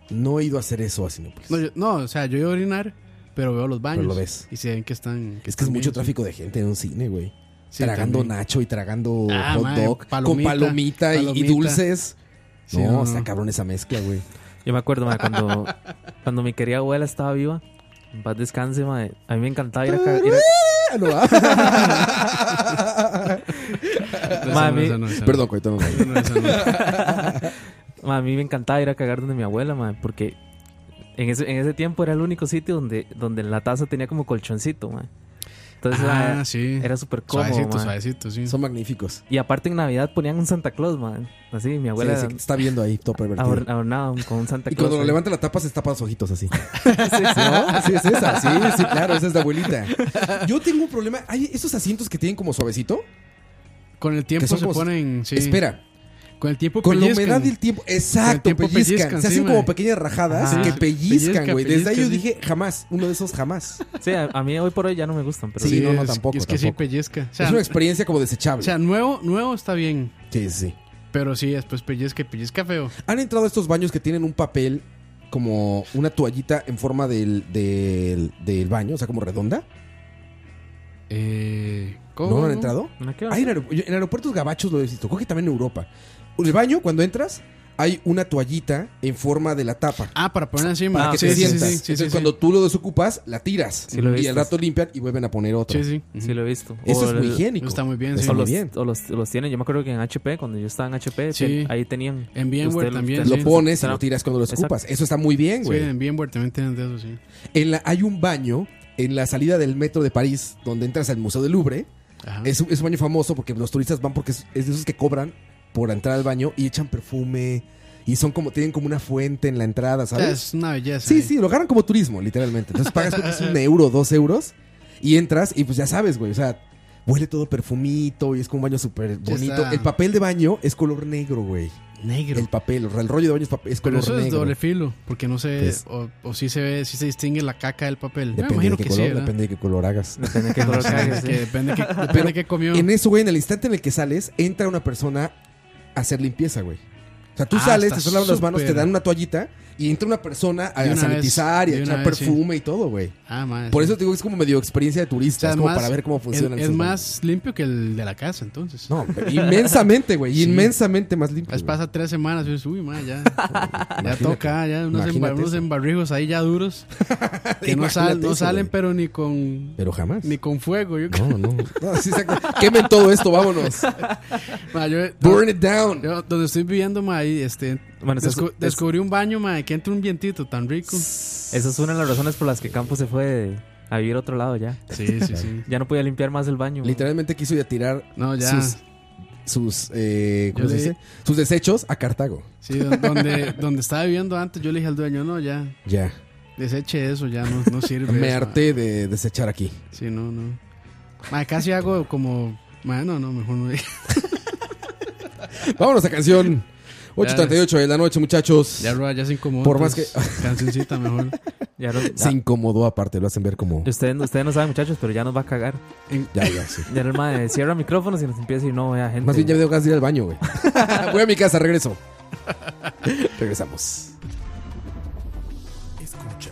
[SPEAKER 5] No pues. he ido a hacer eso a Cinépolis.
[SPEAKER 4] No, yo- no, o sea, yo iba a orinar, pero veo los baños.
[SPEAKER 5] Pero lo ves.
[SPEAKER 4] Y se ven que están.
[SPEAKER 5] es que es
[SPEAKER 4] están
[SPEAKER 5] mucho
[SPEAKER 4] bien,
[SPEAKER 5] tráfico de gente en un cine, güey.
[SPEAKER 4] Sí,
[SPEAKER 5] tragando
[SPEAKER 4] también.
[SPEAKER 5] nacho y tragando
[SPEAKER 4] Ah,
[SPEAKER 5] hot
[SPEAKER 4] madre,
[SPEAKER 5] dog con
[SPEAKER 4] palomita,
[SPEAKER 5] palomita, y- Y,
[SPEAKER 4] palomita.
[SPEAKER 5] dulces.
[SPEAKER 4] Sí,
[SPEAKER 5] no,
[SPEAKER 4] no, no.
[SPEAKER 5] está cabrón esa mezcla, güey.
[SPEAKER 6] Yo me acuerdo, ma, cuando, cuando mi querida abuela estaba viva. En paz descanse, ma. A mí me encantaba ir a cagar. ir a-
[SPEAKER 5] Ah, no, ah.
[SPEAKER 4] Esa no,
[SPEAKER 6] Mami.
[SPEAKER 4] esa no, esa no.
[SPEAKER 5] Perdón, coito, no,
[SPEAKER 4] Esa no, esa no.
[SPEAKER 6] ma, a mí me encantaba ir a cagar donde mi abuela, ma, porque en ese, en ese tiempo era el único sitio donde, donde la taza tenía como colchoncito, ma. Entonces,
[SPEAKER 4] Ah,
[SPEAKER 6] ma,
[SPEAKER 4] sí.
[SPEAKER 6] era súper cómodo,
[SPEAKER 4] Suavecito,
[SPEAKER 6] ma.
[SPEAKER 4] suavecito, sí.
[SPEAKER 5] Son magníficos.
[SPEAKER 6] Y aparte en Navidad ponían un Santa Claus, man. Así, mi abuela
[SPEAKER 5] Sí, sí, está viendo ahí, todo pervertido.
[SPEAKER 6] ador- adornaba un- con un Santa
[SPEAKER 5] y
[SPEAKER 6] Claus.
[SPEAKER 5] cuando lo
[SPEAKER 6] ahí.
[SPEAKER 5] levanta la tapa se tapa los ojitos así. ¿No? Sí, es esa. Sí, sí, claro, esa es la abuelita. Yo tengo un problema. Hay esos asientos que tienen como suavecito.
[SPEAKER 4] Con el tiempo
[SPEAKER 5] Que son
[SPEAKER 4] se
[SPEAKER 5] como-
[SPEAKER 4] ponen. Sí.
[SPEAKER 5] Espera,
[SPEAKER 4] Con el tiempo
[SPEAKER 5] con la
[SPEAKER 4] pellizcan.
[SPEAKER 5] humedad del tiempo. Exacto,
[SPEAKER 4] tiempo
[SPEAKER 5] pellizcan.
[SPEAKER 4] pellizcan,
[SPEAKER 5] Se
[SPEAKER 4] sí,
[SPEAKER 5] hacen
[SPEAKER 4] man.
[SPEAKER 5] como pequeñas rajadas
[SPEAKER 6] Ajá.
[SPEAKER 5] que
[SPEAKER 6] Sí,
[SPEAKER 5] pellizcan,
[SPEAKER 4] pellizca,
[SPEAKER 5] güey. Desde ahí yo
[SPEAKER 4] pellizca,
[SPEAKER 5] dije, jamás. Uno de esos jamás.
[SPEAKER 6] Sí, a, a mí hoy por hoy ya no me gustan, pero sí.
[SPEAKER 5] Sí, no, no,
[SPEAKER 4] es-
[SPEAKER 5] tampoco,
[SPEAKER 4] Es que sí
[SPEAKER 5] tampoco.
[SPEAKER 4] pellizca. O sea,
[SPEAKER 5] es una experiencia como
[SPEAKER 4] o
[SPEAKER 5] desechable.
[SPEAKER 4] sea, nuevo, nuevo está bien.
[SPEAKER 5] sí, sí.
[SPEAKER 4] Pero sí, después pellizca y pellizca feo.
[SPEAKER 5] ¿Han entrado a estos baños que tienen un papel como una toallita en forma del, del, del baño? O sea, como redonda.
[SPEAKER 4] Eh, ¿Cómo?
[SPEAKER 5] ¿No, han entrado?
[SPEAKER 6] ¿No qué?
[SPEAKER 5] Hay en, aeropu- yo- en aeropuertos gabachos lo he visto. Creo que también en Europa. En el baño, cuando entras, hay una toallita en forma de la tapa.
[SPEAKER 4] Ah, para poner encima.
[SPEAKER 5] Para
[SPEAKER 6] Ah,
[SPEAKER 5] que
[SPEAKER 4] sí,
[SPEAKER 5] te
[SPEAKER 4] sí, sí,
[SPEAKER 5] sientas.
[SPEAKER 4] sí, sí,
[SPEAKER 5] Entonces,
[SPEAKER 4] sí.
[SPEAKER 5] cuando tú lo desocupas, la tiras.
[SPEAKER 6] Sí, lo he
[SPEAKER 5] y
[SPEAKER 6] visto.
[SPEAKER 5] al rato limpian y vuelven a poner otra.
[SPEAKER 4] Sí, sí.
[SPEAKER 6] Sí, lo he visto.
[SPEAKER 5] Eso
[SPEAKER 6] O
[SPEAKER 5] es muy
[SPEAKER 6] el-
[SPEAKER 5] higiénico.
[SPEAKER 4] Está muy bien,
[SPEAKER 5] Está
[SPEAKER 4] sí.
[SPEAKER 6] O
[SPEAKER 5] muy
[SPEAKER 6] los,
[SPEAKER 5] bien.
[SPEAKER 6] o los, los tienen. Yo me acuerdo que en HP, cuando yo estaba en HP,
[SPEAKER 4] Sí.
[SPEAKER 6] ten- ahí tenían.
[SPEAKER 4] En VMware
[SPEAKER 6] Usted-
[SPEAKER 4] también,
[SPEAKER 6] usted-
[SPEAKER 5] Lo
[SPEAKER 4] sí.
[SPEAKER 5] pones y
[SPEAKER 6] Está-
[SPEAKER 5] lo tiras cuando lo
[SPEAKER 6] Exacto.
[SPEAKER 5] ocupas. Eso está muy bien,
[SPEAKER 4] Sí,
[SPEAKER 5] güey.
[SPEAKER 4] en VMware también tienen de eso, sí.
[SPEAKER 5] En la, hay un baño en la salida del metro de París, donde entras al Museo del Louvre.
[SPEAKER 4] Ajá.
[SPEAKER 5] Ah. Es, un- es un baño famoso porque los turistas van porque es, es de esos que cobran por entrar al baño y echan perfume. Y son como, tienen como una fuente en la entrada,
[SPEAKER 4] O sea,
[SPEAKER 5] ¿sabes?
[SPEAKER 4] es una belleza.
[SPEAKER 5] Sí,
[SPEAKER 4] ¿eh?
[SPEAKER 5] sí, lo agarran como turismo, literalmente. Entonces pagas creo que es un euro, dos euros, y entras, y pues ya sabes, güey. O sea, huele todo perfumito y es como un baño súper
[SPEAKER 4] Ya
[SPEAKER 5] bonito.
[SPEAKER 4] está.
[SPEAKER 5] El papel de baño es color negro, güey.
[SPEAKER 4] Negro.
[SPEAKER 5] El papel, o sea, el rollo de baño es, papel- es
[SPEAKER 4] Pero
[SPEAKER 5] color
[SPEAKER 4] eso es
[SPEAKER 5] negro.
[SPEAKER 4] doble filo, porque no sé,
[SPEAKER 5] Pues-
[SPEAKER 4] o, o sí se ve, sí se distingue la caca del papel. Me
[SPEAKER 5] Depende
[SPEAKER 4] imagino
[SPEAKER 5] de qué
[SPEAKER 4] que
[SPEAKER 5] color,
[SPEAKER 4] sí, ¿verdad?
[SPEAKER 5] depende de qué color hagas.
[SPEAKER 6] Depende de qué color
[SPEAKER 4] Es
[SPEAKER 6] cagues,
[SPEAKER 4] que
[SPEAKER 6] sí.
[SPEAKER 4] depende que, depende
[SPEAKER 5] Pero
[SPEAKER 4] qué comió.
[SPEAKER 5] En eso, güey, en el instante en el que sales, entra una persona a hacer limpieza, güey. O sea, tú
[SPEAKER 4] Ah,
[SPEAKER 5] sales,
[SPEAKER 4] está
[SPEAKER 5] te lavas las manos, te
[SPEAKER 4] súper.
[SPEAKER 5] dan una toallita y entra una persona a
[SPEAKER 4] De una
[SPEAKER 5] sanitizar
[SPEAKER 4] vez,
[SPEAKER 5] y a
[SPEAKER 4] de
[SPEAKER 5] echar
[SPEAKER 4] una vez, sí.
[SPEAKER 5] perfume y todo, güey.
[SPEAKER 4] Ah, madre,
[SPEAKER 5] Por
[SPEAKER 4] sí.
[SPEAKER 5] eso te digo que es como medio experiencia de
[SPEAKER 4] O
[SPEAKER 5] turista,
[SPEAKER 4] sea,
[SPEAKER 5] es como
[SPEAKER 4] más-
[SPEAKER 5] para ver cómo funciona
[SPEAKER 4] Es, es más limpio que el de la casa, entonces.
[SPEAKER 5] No, inmensamente, güey.
[SPEAKER 4] Sí.
[SPEAKER 5] Inmensamente más limpio.
[SPEAKER 4] Pues
[SPEAKER 5] güey.
[SPEAKER 4] pasa tres semanas y dices, uy, madre, ya, ya
[SPEAKER 5] Imagínate.
[SPEAKER 4] toca, ya unos,
[SPEAKER 5] Imagínate
[SPEAKER 4] embar- unos
[SPEAKER 5] eso.
[SPEAKER 4] embarrijos ahí ya duros, que no, sal-
[SPEAKER 5] Imagínate
[SPEAKER 4] no
[SPEAKER 5] eso,
[SPEAKER 4] salen
[SPEAKER 5] güey.
[SPEAKER 4] pero ni con,
[SPEAKER 5] Pero jamás.
[SPEAKER 4] ni con fuego. Yo,
[SPEAKER 5] No, no. No, sí, exacto. Quemen todo esto, vámonos.
[SPEAKER 4] Ma, yo-
[SPEAKER 5] Burn it down.
[SPEAKER 4] Yo, donde estoy viviendo, ma, ahí, este,
[SPEAKER 6] Bueno, eso es-
[SPEAKER 4] descu-
[SPEAKER 6] es-
[SPEAKER 4] descubrí un baño, ma, que entra un vientito tan rico. Sí,
[SPEAKER 6] Esa es una de las razones por las que Campos se fue de- a vivir a otro lado ya.
[SPEAKER 4] sí, sí.
[SPEAKER 6] Ya no podía limpiar más el baño. man.
[SPEAKER 5] Literalmente quiso ya tirar
[SPEAKER 4] No, ya.
[SPEAKER 5] sus, sus, eh, ¿cómo
[SPEAKER 4] Yo
[SPEAKER 5] se
[SPEAKER 4] le-
[SPEAKER 5] dice? Sus desechos a Cartago.
[SPEAKER 4] Sí, don- donde, donde estaba viviendo antes, yo le dije al dueño, no, ya,
[SPEAKER 5] Ya.
[SPEAKER 4] deseche eso, ya no, no sirve.
[SPEAKER 5] Me
[SPEAKER 4] eso, ma.
[SPEAKER 5] harté de desechar aquí.
[SPEAKER 4] Sí, no, no. Ma, casi hago como. ma, no, no, mejor no.
[SPEAKER 5] Vámonos a canción. 8.38 de la noche, muchachos.
[SPEAKER 4] Ya, Roa, ya se incomodó.
[SPEAKER 5] Por más
[SPEAKER 4] entonces, Cancioncita mejor.
[SPEAKER 6] Ya no-
[SPEAKER 5] Se
[SPEAKER 6] ya-
[SPEAKER 5] incomodó aparte, lo hacen ver como...
[SPEAKER 6] Ustedes, ustedes no saben, muchachos, pero ya nos va a cagar.
[SPEAKER 5] Ya, ya, sí.
[SPEAKER 6] Ya el mae cierra micrófonos y nos empieza a decir, no, vea, gente.
[SPEAKER 5] Más bien ya me dio ganas de ir al baño, güey. Voy a mi casa, regreso. Regresamos.
[SPEAKER 1] Escucha.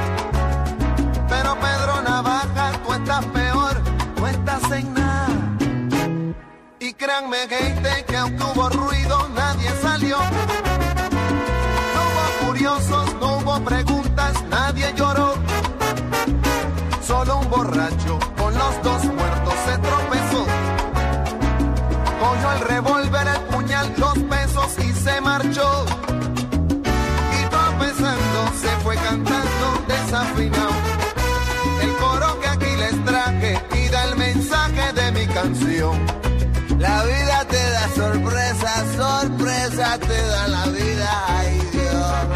[SPEAKER 8] Pero Pedro Navaja, tú estás peor, tú estás en nada. Y créanme, gente, que aunque hubo ruido, nadie salió. No hubo curiosos, no hubo preguntas, nadie lloró. Solo un borracho con los dos muertos se tropezó. Cogió el revólver, el puñal, los pesos y se marchó. Y tropezando se fue cantando desafinado. El coro que aquí les traje y da el mensaje de mi canción. La vida te da sorpresa, sorpresa te da la vida, ay Dios.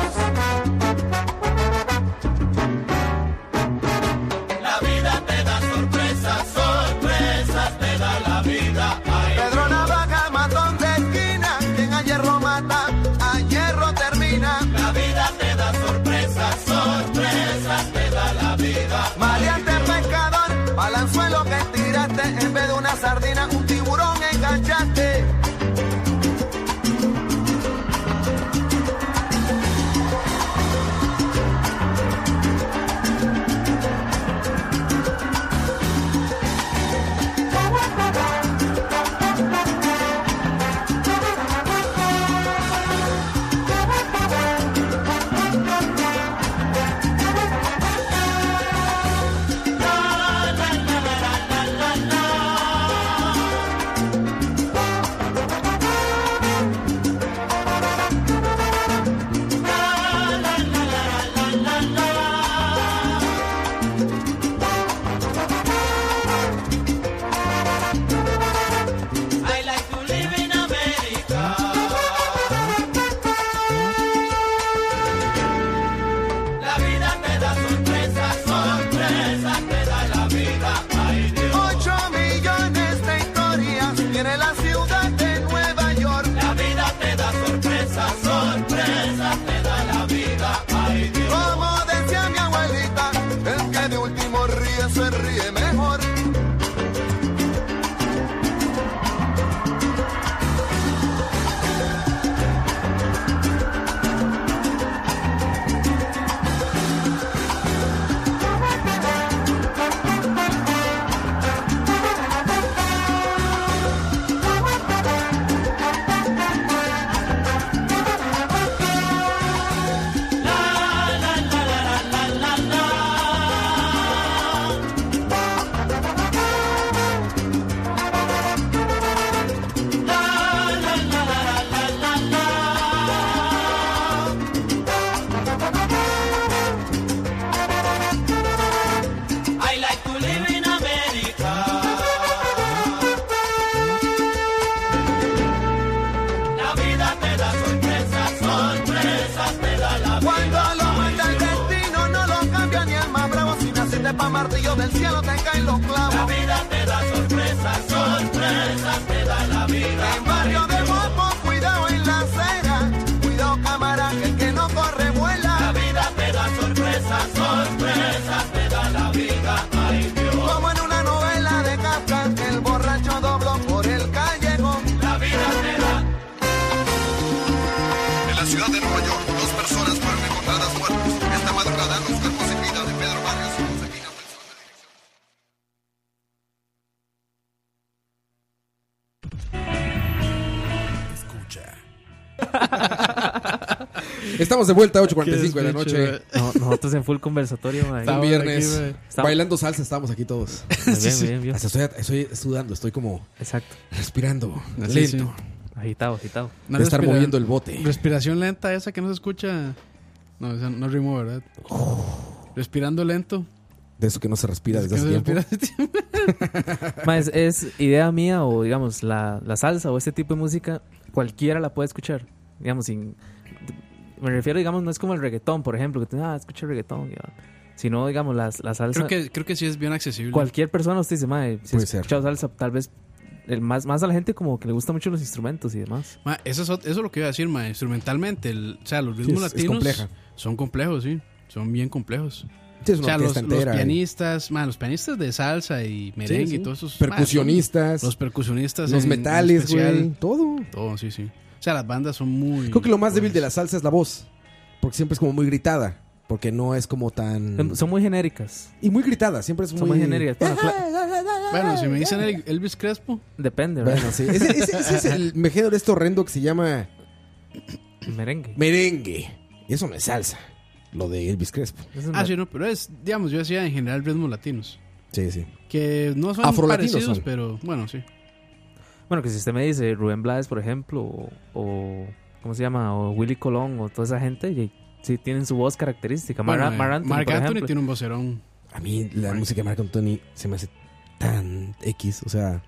[SPEAKER 8] Pedro Navaja, matón de esquina, quien a hierro mata, a hierro termina. La vida te da sorpresas, sorpresas te da la vida. Maleante pescador, balanzuelo que tiraste, en vez de una sardina, un tiburón enganchaste. Pedro ríe, se ríe mejor.
[SPEAKER 9] I like to live in America. La vida te da sorpresas, sorpresas te da la vida.
[SPEAKER 8] Cuando lo manda el destino, no lo cambia ni el más bravo. Si naciste pa' martillo del cielo, te caen los
[SPEAKER 9] La
[SPEAKER 8] clavos.
[SPEAKER 9] vida te da sorpresas, sorpresas te da la vida.
[SPEAKER 8] En barrio de Mopo, cuidado en la acera. Cuidado, cámara, que el que no corre
[SPEAKER 9] La
[SPEAKER 8] vuela.
[SPEAKER 9] vida te da sorpresas, sorpresas te da la vida. Ay Dios.
[SPEAKER 8] Como en una novela de Kafka, el borracho dobló por el callejón.
[SPEAKER 9] La vida te da
[SPEAKER 8] En la ciudad de Nueva York, dos personas fueron encontradas muertas. Esta madrugada, los cuerpos sin vida de Pedro Barrios y Josefina Wilson.
[SPEAKER 5] Estamos de vuelta a 8.45 de la noche.
[SPEAKER 6] No, nosotros en full conversatorio, mae.
[SPEAKER 5] Un
[SPEAKER 4] Estamos
[SPEAKER 5] viernes.
[SPEAKER 4] aquí, güey.
[SPEAKER 6] Estamos-
[SPEAKER 5] Bailando salsa, estamos aquí todos.
[SPEAKER 6] Bien, bien, bien.
[SPEAKER 5] Hasta estoy, estoy sudando, estoy como
[SPEAKER 6] Exacto.
[SPEAKER 5] respirando
[SPEAKER 4] Así, sí.
[SPEAKER 5] lento.
[SPEAKER 6] Agitado, agitado.
[SPEAKER 4] Una
[SPEAKER 5] De estar
[SPEAKER 4] respira-
[SPEAKER 5] moviendo el bote.
[SPEAKER 4] Respiración lenta, esa que no se escucha. No, esa no rimó, ¿verdad? Respirando lento.
[SPEAKER 5] De eso que no se respira
[SPEAKER 4] Es
[SPEAKER 5] desde
[SPEAKER 4] que
[SPEAKER 5] hace
[SPEAKER 4] no se
[SPEAKER 5] tiempo.
[SPEAKER 4] respira hace tiempo.
[SPEAKER 6] Mae, es, es idea mía o, digamos, la, la salsa o este tipo de música, cualquiera la puede escuchar. Digamos, sin. Me refiero, digamos, no es como el reggaetón, por ejemplo, que tú, ah, escucha reggaetón. ya. Sino, digamos, la, la salsa.
[SPEAKER 4] Creo que, creo que sí es bien accesible.
[SPEAKER 6] Cualquier persona, usted dice, mae, si
[SPEAKER 5] Puede
[SPEAKER 6] has
[SPEAKER 5] ser.
[SPEAKER 6] escuchado salsa, tal vez. El más, más a la gente como que le gustan mucho los instrumentos y demás.
[SPEAKER 4] Ma, eso, es, ot- eso es lo que iba a decir, ma, instrumentalmente. el- o sea, los ritmos
[SPEAKER 5] es- es
[SPEAKER 4] latinos
[SPEAKER 5] compleja.
[SPEAKER 4] son complejos, sí. Son bien complejos.
[SPEAKER 5] Sí, es
[SPEAKER 4] O
[SPEAKER 5] una
[SPEAKER 4] sea, los,
[SPEAKER 5] orquesta
[SPEAKER 4] los
[SPEAKER 5] entera.
[SPEAKER 4] pianistas, ma, los pianistas de salsa y merengue y todos esos. ma,
[SPEAKER 5] percusionistas,
[SPEAKER 4] son- los percusionistas.
[SPEAKER 5] los,
[SPEAKER 4] en- en
[SPEAKER 5] metales,
[SPEAKER 4] especial.
[SPEAKER 5] güey. Todo.
[SPEAKER 4] Todo, sí, sí. O sea, las bandas son muy.
[SPEAKER 5] Creo que lo más débil de
[SPEAKER 4] buenas.
[SPEAKER 5] la salsa es la voz. Porque siempre es como muy gritada. Porque no es como tan.
[SPEAKER 6] Son muy genéricas.
[SPEAKER 5] Y muy gritada, siempre es
[SPEAKER 6] Son
[SPEAKER 5] muy.
[SPEAKER 6] muy genéricas. Bueno, cla-
[SPEAKER 4] Bueno, si me dicen el- Elvis Crespo,
[SPEAKER 6] depende, ¿verdad?
[SPEAKER 5] Bueno, sí. Ese, ese- ese es el me género este horrendo que se llama
[SPEAKER 6] El merengue.
[SPEAKER 5] merengue. Y eso no es salsa. Lo de Elvis Crespo.
[SPEAKER 6] Eso es
[SPEAKER 4] Ah,
[SPEAKER 6] mer-
[SPEAKER 4] sí, no, pero es, digamos, yo decía en general ritmos latinos.
[SPEAKER 5] Sí, sí.
[SPEAKER 4] Que no son
[SPEAKER 5] Afrolatinos
[SPEAKER 4] parecidos,
[SPEAKER 5] son.
[SPEAKER 4] pero bueno, sí.
[SPEAKER 6] Bueno, que si usted me dice Rubén Blades, por ejemplo, o, o- ¿cómo se llama? O Willy Colón, o toda esa gente, y- sí tienen su voz característica. Mar,
[SPEAKER 4] Bueno, eh,
[SPEAKER 6] Mar Anthony,
[SPEAKER 4] Marc
[SPEAKER 6] por
[SPEAKER 4] Anthony
[SPEAKER 6] ejemplo.
[SPEAKER 4] tiene un vocerón.
[SPEAKER 5] A mí la música de Marc Anthony se me hace tan X. O sea,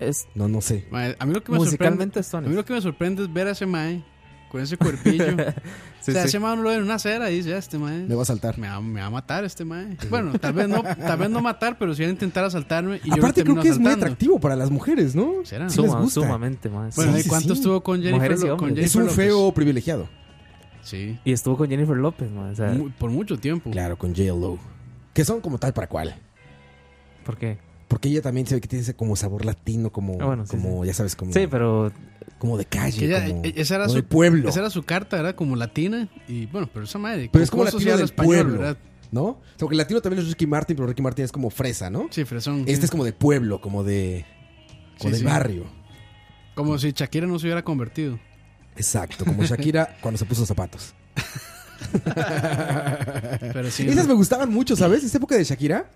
[SPEAKER 6] Es,
[SPEAKER 5] no, no sé.
[SPEAKER 4] Ma, A mí lo que me sorprende,
[SPEAKER 6] musicalmente es
[SPEAKER 4] a mí lo que me sorprende es ver a ese mae con ese cuerpillo. o sea, ese mae uno lo ve en una cera y dice, "Ah, este mae
[SPEAKER 5] Me va a saltar.
[SPEAKER 4] me va, me va a matar este mae. Bueno, tal vez no, tal vez no matar, pero si él intentara asaltarme y
[SPEAKER 5] Aparte,
[SPEAKER 4] yo
[SPEAKER 5] creo
[SPEAKER 4] lo termino
[SPEAKER 5] que es muy
[SPEAKER 4] asaltando.
[SPEAKER 5] atractivo para las mujeres, ¿no?
[SPEAKER 4] ¿Será?
[SPEAKER 5] Sí les gusta.
[SPEAKER 6] Sumamente, más.
[SPEAKER 4] Bueno,
[SPEAKER 5] Sí,
[SPEAKER 4] ¿de
[SPEAKER 5] sí,
[SPEAKER 4] ¿cuánto
[SPEAKER 5] sí.
[SPEAKER 4] estuvo con Jennifer,
[SPEAKER 6] Mujeres y
[SPEAKER 4] Lo- con
[SPEAKER 6] hombres.
[SPEAKER 5] Es
[SPEAKER 4] Jennifer
[SPEAKER 5] un
[SPEAKER 4] López?
[SPEAKER 5] feo privilegiado.
[SPEAKER 4] Sí,
[SPEAKER 6] Y estuvo con Jennifer López, ma, O sea,
[SPEAKER 4] mu- por mucho tiempo.
[SPEAKER 5] Claro, con J.Lo. Que son como tal para cual.
[SPEAKER 6] ¿por qué?
[SPEAKER 5] Porque ella también se ve que tiene ese como sabor latino, como,
[SPEAKER 6] Ah, bueno, sí,
[SPEAKER 5] como ya sabes, como,
[SPEAKER 6] Sí, pero
[SPEAKER 5] como de calle,
[SPEAKER 4] Que ella-
[SPEAKER 5] como,
[SPEAKER 4] e- esa era
[SPEAKER 5] como
[SPEAKER 4] su-
[SPEAKER 5] de pueblo.
[SPEAKER 4] Esa era su carta, era como latina. Y bueno, pero esa madre.
[SPEAKER 5] pero es como
[SPEAKER 4] la
[SPEAKER 5] latino del pueblo, ¿no? O sea, porque latino también es Ricky Martin, pero Ricky Martin es como fresa, ¿no?
[SPEAKER 4] Sí, fresón.
[SPEAKER 5] Este
[SPEAKER 4] sí.
[SPEAKER 5] es como de pueblo, como de, como
[SPEAKER 4] Sí,
[SPEAKER 5] de
[SPEAKER 4] sí.
[SPEAKER 5] barrio.
[SPEAKER 4] Como si Shakira no se hubiera convertido.
[SPEAKER 5] Exacto, como Shakira cuando se puso zapatos.
[SPEAKER 4] Pero sí.
[SPEAKER 5] Esas me gustaban mucho, ¿sabes? Esa época de Shakira.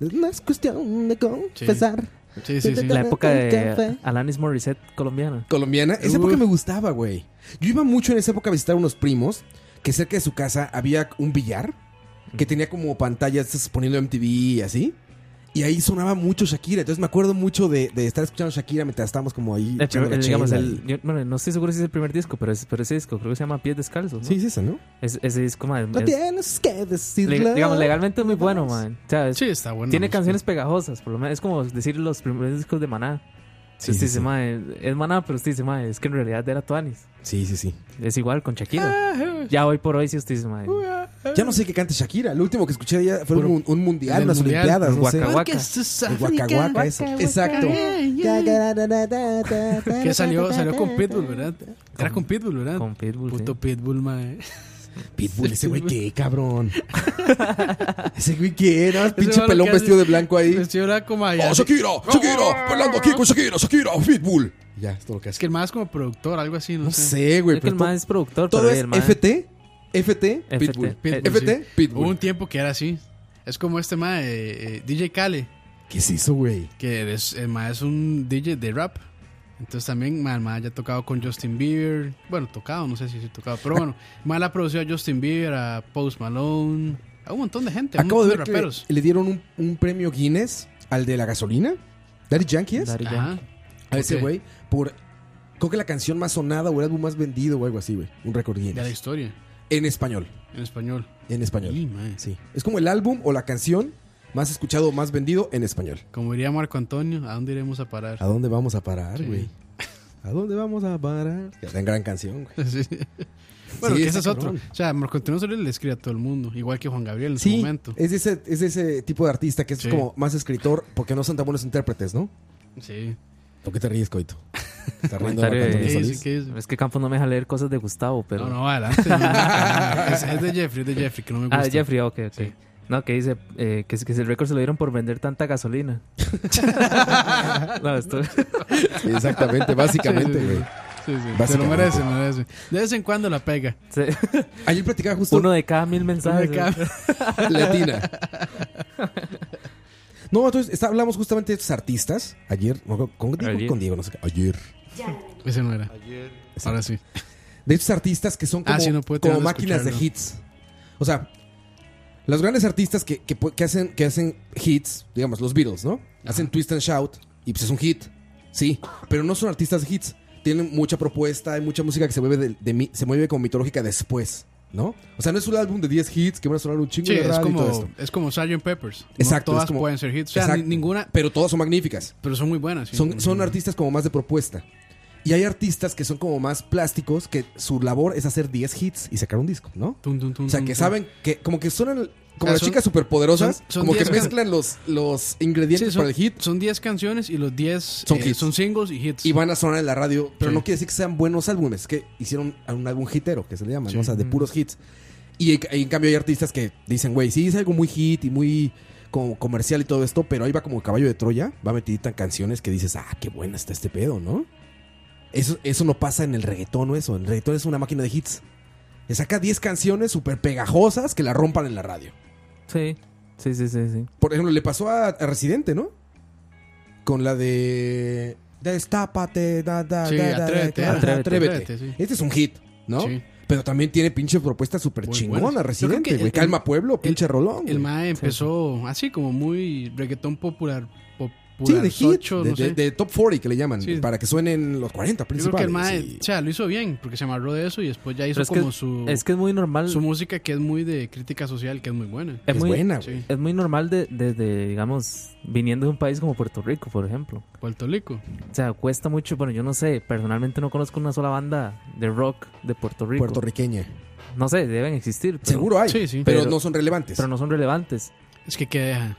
[SPEAKER 5] No es cuestión de confesar.
[SPEAKER 4] Sí, sí, sí.
[SPEAKER 6] la época de
[SPEAKER 7] Café.
[SPEAKER 6] Alanis Morissette colombiana.
[SPEAKER 5] colombiana. Esa época me gustaba, güey. Yo iba mucho en esa época a visitar unos primos que cerca de su casa había un billar que tenía como pantallas poniendo MTV y así. Y ahí sonaba mucho Shakira. Entonces me acuerdo mucho de, de estar escuchando Shakira mientras estábamos como ahí.
[SPEAKER 6] De hecho,
[SPEAKER 5] echando la
[SPEAKER 6] el- digamos,
[SPEAKER 5] chela
[SPEAKER 6] el-
[SPEAKER 5] y-
[SPEAKER 6] yo- bueno, no estoy seguro si es el primer disco, pero, es, pero ese disco creo que se llama Pies Descalzos. ¿no?
[SPEAKER 5] Sí, es esa, ¿no?
[SPEAKER 6] Es- ese disco, ma, es-
[SPEAKER 5] No tienes que
[SPEAKER 6] le-
[SPEAKER 5] decirlo.
[SPEAKER 6] digamos, legalmente es muy bueno, man. O sea, es-
[SPEAKER 4] Sí, está bueno.
[SPEAKER 6] Tiene
[SPEAKER 4] Sí.
[SPEAKER 6] canciones pegajosas, por lo menos. Es como decir los primeros discos de Maná.
[SPEAKER 5] Sí,
[SPEAKER 6] usted
[SPEAKER 5] sí,
[SPEAKER 6] dice,
[SPEAKER 5] sí.
[SPEAKER 6] mae, es maná, pero usted dice, mae, es que en realidad era Tuanis.
[SPEAKER 5] Sí, sí, sí.
[SPEAKER 6] Es igual con Shakira. ya hoy por hoy sí usted dice, mae.
[SPEAKER 5] Ya no sé qué cante Shakira. Lo último que escuché de ella fue un,
[SPEAKER 4] Puro-
[SPEAKER 5] mun- un mundial,
[SPEAKER 4] del
[SPEAKER 5] unas
[SPEAKER 4] mundial,
[SPEAKER 5] olimpiadas, no sé.
[SPEAKER 6] guacaguaca.
[SPEAKER 4] Porque esto es
[SPEAKER 5] El
[SPEAKER 4] África.
[SPEAKER 5] guacaguaca, eso. Exacto.
[SPEAKER 4] Que salió, salió con Pitbull, ¿verdad? Era con Pitbull, ¿verdad?
[SPEAKER 6] Con Pitbull. sí.
[SPEAKER 4] Puto Pitbull, mae.
[SPEAKER 5] Pitbull, ese güey qué, cabrón. ese güey qué, nada más pinche
[SPEAKER 4] Ese
[SPEAKER 5] pelón
[SPEAKER 4] que hace-
[SPEAKER 5] vestido de blanco ahí.
[SPEAKER 4] Vestido de blanco, mae.
[SPEAKER 5] ¡Oh,
[SPEAKER 4] Así-
[SPEAKER 5] Shakira! ¡Shakira! ¡Bailando aquí con Shakira! ¡Shakira! ¡Pitbull! Ya, es todo lo que
[SPEAKER 4] Es
[SPEAKER 5] hace.
[SPEAKER 4] que el mae es como productor, algo así, no,
[SPEAKER 5] No
[SPEAKER 4] sé.
[SPEAKER 5] sé, güey.
[SPEAKER 6] Creo que
[SPEAKER 5] pero
[SPEAKER 6] el mae es productor,
[SPEAKER 5] Todo
[SPEAKER 6] pero
[SPEAKER 5] es
[SPEAKER 6] el mae-
[SPEAKER 5] FT, FT,
[SPEAKER 6] FT.
[SPEAKER 5] Pitbull.
[SPEAKER 4] Pitbull,
[SPEAKER 5] FT,
[SPEAKER 4] sí. Hubo
[SPEAKER 5] Eh, Pitbull.
[SPEAKER 4] un tiempo que era así. Es como este mae, eh, eh, DJ Kale,
[SPEAKER 5] ¿Qué es eso, güey?
[SPEAKER 4] que es, el mae es un DJ de rap. Entonces también, mae, el mae ya ha tocado con Justin Bieber. Bueno, tocado, no sé si sí tocado, pero bueno. El mae la produció a Justin Bieber, a Post Malone, a un montón de gente, a un
[SPEAKER 5] Acabo
[SPEAKER 4] montón
[SPEAKER 5] de
[SPEAKER 4] de
[SPEAKER 5] ver
[SPEAKER 4] raperos.
[SPEAKER 5] que le dieron un, un premio Guinness al de la gasolina. Daddy Yankee es.
[SPEAKER 6] Daddy
[SPEAKER 4] Ajá.
[SPEAKER 6] Yankee.
[SPEAKER 5] A ese
[SPEAKER 4] ok.
[SPEAKER 5] güey. Por. Creo que la canción más sonada o el álbum más vendido o algo así, güey. Un récord
[SPEAKER 4] De la
[SPEAKER 5] Guinness.
[SPEAKER 4] historia,
[SPEAKER 5] En español.
[SPEAKER 4] en español.
[SPEAKER 5] En español.
[SPEAKER 4] Y, mae.
[SPEAKER 5] Sí. Es como el álbum o la canción más escuchado o más vendido en español.
[SPEAKER 4] Como diría Marco Antonio, ¿a dónde iremos a parar?
[SPEAKER 5] ¿A dónde vamos a parar,
[SPEAKER 4] Sí.
[SPEAKER 5] güey? ¿A dónde vamos a parar? Que Gran, gran canción, güey.
[SPEAKER 4] Sí. Bueno,
[SPEAKER 5] Sí,
[SPEAKER 4] que ese
[SPEAKER 5] está
[SPEAKER 4] es otro.
[SPEAKER 5] cabrón.
[SPEAKER 4] O sea, Marco Antonio Solís le escribe a todo el mundo, igual que Juan Gabriel en su
[SPEAKER 5] Sí, Eh,
[SPEAKER 4] momento.
[SPEAKER 5] es de, ese, es de ese tipo de artista que es
[SPEAKER 4] Sí.
[SPEAKER 5] como más escritor porque no son tan buenos intérpretes, ¿no? eh,
[SPEAKER 4] Sí.
[SPEAKER 5] ¿Por qué te ríes, Coito? ¿Te ¿Estás riendo de
[SPEAKER 6] Comentario de-
[SPEAKER 5] Marco Antonio
[SPEAKER 4] ¿Qué dice?
[SPEAKER 5] Solís?
[SPEAKER 4] ¿Qué dice?
[SPEAKER 6] Es que Campos no me deja leer cosas de Gustavo, pero.
[SPEAKER 4] No, no, adelante. no, no, no, no. es, es de Jeffrey, es de Jeffrey, que no me gusta.
[SPEAKER 6] Ah, Jeffrey, ok, ok.
[SPEAKER 4] Sí.
[SPEAKER 6] No, que dice eh, que, que el récord se lo dieron por vender tanta gasolina. no, esto.
[SPEAKER 5] Sí, exactamente,
[SPEAKER 4] Sí,
[SPEAKER 5] básicamente,
[SPEAKER 4] sí, sí.
[SPEAKER 5] güey.
[SPEAKER 4] Sí, sí. Se lo
[SPEAKER 5] Básicamente.
[SPEAKER 4] merece, merece. De vez en cuando la pega.
[SPEAKER 6] se-
[SPEAKER 5] Ayer platicaba justo
[SPEAKER 6] uno de cada mil mensajes.
[SPEAKER 4] Uno de cada-
[SPEAKER 6] ¿eh?
[SPEAKER 5] latina. No, entonces está- hablamos justamente de estos artistas. Ayer, no, ¿con, Diego,
[SPEAKER 6] Ayer.
[SPEAKER 5] con Diego, no sé qué. Ayer.
[SPEAKER 4] Ese no era. Ahora sí.
[SPEAKER 5] de estos artistas que son
[SPEAKER 4] Ah,
[SPEAKER 5] como,
[SPEAKER 4] sí, no puede
[SPEAKER 5] como
[SPEAKER 4] tener de
[SPEAKER 5] máquinas de
[SPEAKER 4] escucharlo.
[SPEAKER 5] hits. O sea, los grandes artistas que, que pu- que hacen, que hacen hits, digamos, los Beatles, ¿no? Hacen Twist and Shout y pues es un hit. Sí, pero no son artistas de hits. Tienen mucha propuesta, hay mucha música que se mueve, de, de mi- se mueve como mitológica después, ¿no? O sea, no es un álbum de 10 hits que van a sonar un chingo
[SPEAKER 4] Sí,
[SPEAKER 5] de
[SPEAKER 4] es
[SPEAKER 5] radio y todo
[SPEAKER 4] como,
[SPEAKER 5] esto.
[SPEAKER 4] es como Sgt. Peppers. No
[SPEAKER 5] Exacto, es
[SPEAKER 4] todas
[SPEAKER 5] como-
[SPEAKER 4] pueden ser hits. O sea,
[SPEAKER 5] Exacto.
[SPEAKER 4] ni- ninguna,
[SPEAKER 5] Pero todas son magníficas.
[SPEAKER 4] pero son muy buenas. sí.
[SPEAKER 5] Son, son artistas como más de propuesta. Y hay artistas que son como más plásticos, que su labor es hacer 10 hits y sacar un disco, ¿no?
[SPEAKER 4] Tum, tum, tum,
[SPEAKER 5] O sea,
[SPEAKER 4] tum,
[SPEAKER 5] que
[SPEAKER 4] tum.
[SPEAKER 5] saben que como que suenan
[SPEAKER 4] O
[SPEAKER 5] como
[SPEAKER 4] sea,
[SPEAKER 5] las
[SPEAKER 4] Ah, son-
[SPEAKER 5] chicas superpoderosas,
[SPEAKER 4] son- son
[SPEAKER 5] como que
[SPEAKER 4] diez can-
[SPEAKER 5] mezclan los, los
[SPEAKER 4] Sí,
[SPEAKER 5] ingredientes
[SPEAKER 4] son-
[SPEAKER 5] para el hit
[SPEAKER 4] Son 10 canciones y los 10
[SPEAKER 5] Son
[SPEAKER 4] son,
[SPEAKER 5] hits.
[SPEAKER 4] son singles y hits.
[SPEAKER 5] y van a sonar en la radio, pero
[SPEAKER 4] Sí.
[SPEAKER 5] no quiere decir que sean buenos álbumes, es que hicieron a un álbum hitero, que se le llama,
[SPEAKER 4] Sí.
[SPEAKER 5] ¿no? o sea, de puros hits. Y en, en cambio hay artistas que dicen, güey, sí es algo muy hit y muy como comercial y todo esto, pero ahí va como caballo de Troya, va metidita en canciones que dices, ah, qué buena está este pedo, ¿no? Eso, eso no pasa en el reggaetón o eso, el reggaetón es una máquina de hits. Le saca 10 canciones súper pegajosas que la rompan en la radio.
[SPEAKER 6] Sí, sí, sí, sí. sí.
[SPEAKER 5] Por ejemplo, le pasó a, a Residente, ¿no? Con la de. Destápate, da, da,
[SPEAKER 4] Sí,
[SPEAKER 5] da, da, da,
[SPEAKER 4] atrévete,
[SPEAKER 5] da,
[SPEAKER 6] atrévete,
[SPEAKER 4] atrévete, sí.
[SPEAKER 5] Este es un hit, ¿no?
[SPEAKER 4] Sí.
[SPEAKER 5] Pero también tiene pinche propuesta súper
[SPEAKER 4] Muy
[SPEAKER 5] chingona,
[SPEAKER 4] buenas. Yo
[SPEAKER 5] Residente,
[SPEAKER 4] creo que
[SPEAKER 5] güey.
[SPEAKER 4] el-
[SPEAKER 5] Calma Pueblo, pinche rolón.
[SPEAKER 4] El
[SPEAKER 5] güey.
[SPEAKER 4] MAE empezó así como muy reggaetón popular. popular
[SPEAKER 5] Sí, de hit.
[SPEAKER 4] socho,
[SPEAKER 5] de,
[SPEAKER 4] no
[SPEAKER 5] de-
[SPEAKER 4] sé.
[SPEAKER 5] de top 40 que le llaman.
[SPEAKER 4] Sí.
[SPEAKER 5] Para que suenen los 40
[SPEAKER 4] Yo creo que
[SPEAKER 5] principales.
[SPEAKER 4] el MAE,
[SPEAKER 5] y-
[SPEAKER 4] o sea, lo hizo bien porque se amarró de eso y después ya hizo
[SPEAKER 6] Pero es,
[SPEAKER 4] como
[SPEAKER 6] que,
[SPEAKER 4] su,
[SPEAKER 6] es que es muy normal.
[SPEAKER 4] su música que es muy de crítica social, que es muy buena.
[SPEAKER 5] Es,
[SPEAKER 6] es muy,
[SPEAKER 5] buena,
[SPEAKER 4] sí.
[SPEAKER 5] güey.
[SPEAKER 6] Es muy normal de- desde, digamos, viniendo de un país como Puerto Rico, por ejemplo.
[SPEAKER 4] Puerto Rico.
[SPEAKER 6] O sea, cuesta mucho. Bueno, yo no sé, personalmente no conozco una sola banda de rock de Puerto Rico.
[SPEAKER 5] Puertorriqueña.
[SPEAKER 6] No sé, deben existir. pero-
[SPEAKER 5] Seguro hay.
[SPEAKER 4] Sí, sí.
[SPEAKER 5] Pero,
[SPEAKER 6] Pero-
[SPEAKER 5] no son relevantes.
[SPEAKER 6] Pero no son relevantes.
[SPEAKER 4] Es que, ¿qué deja?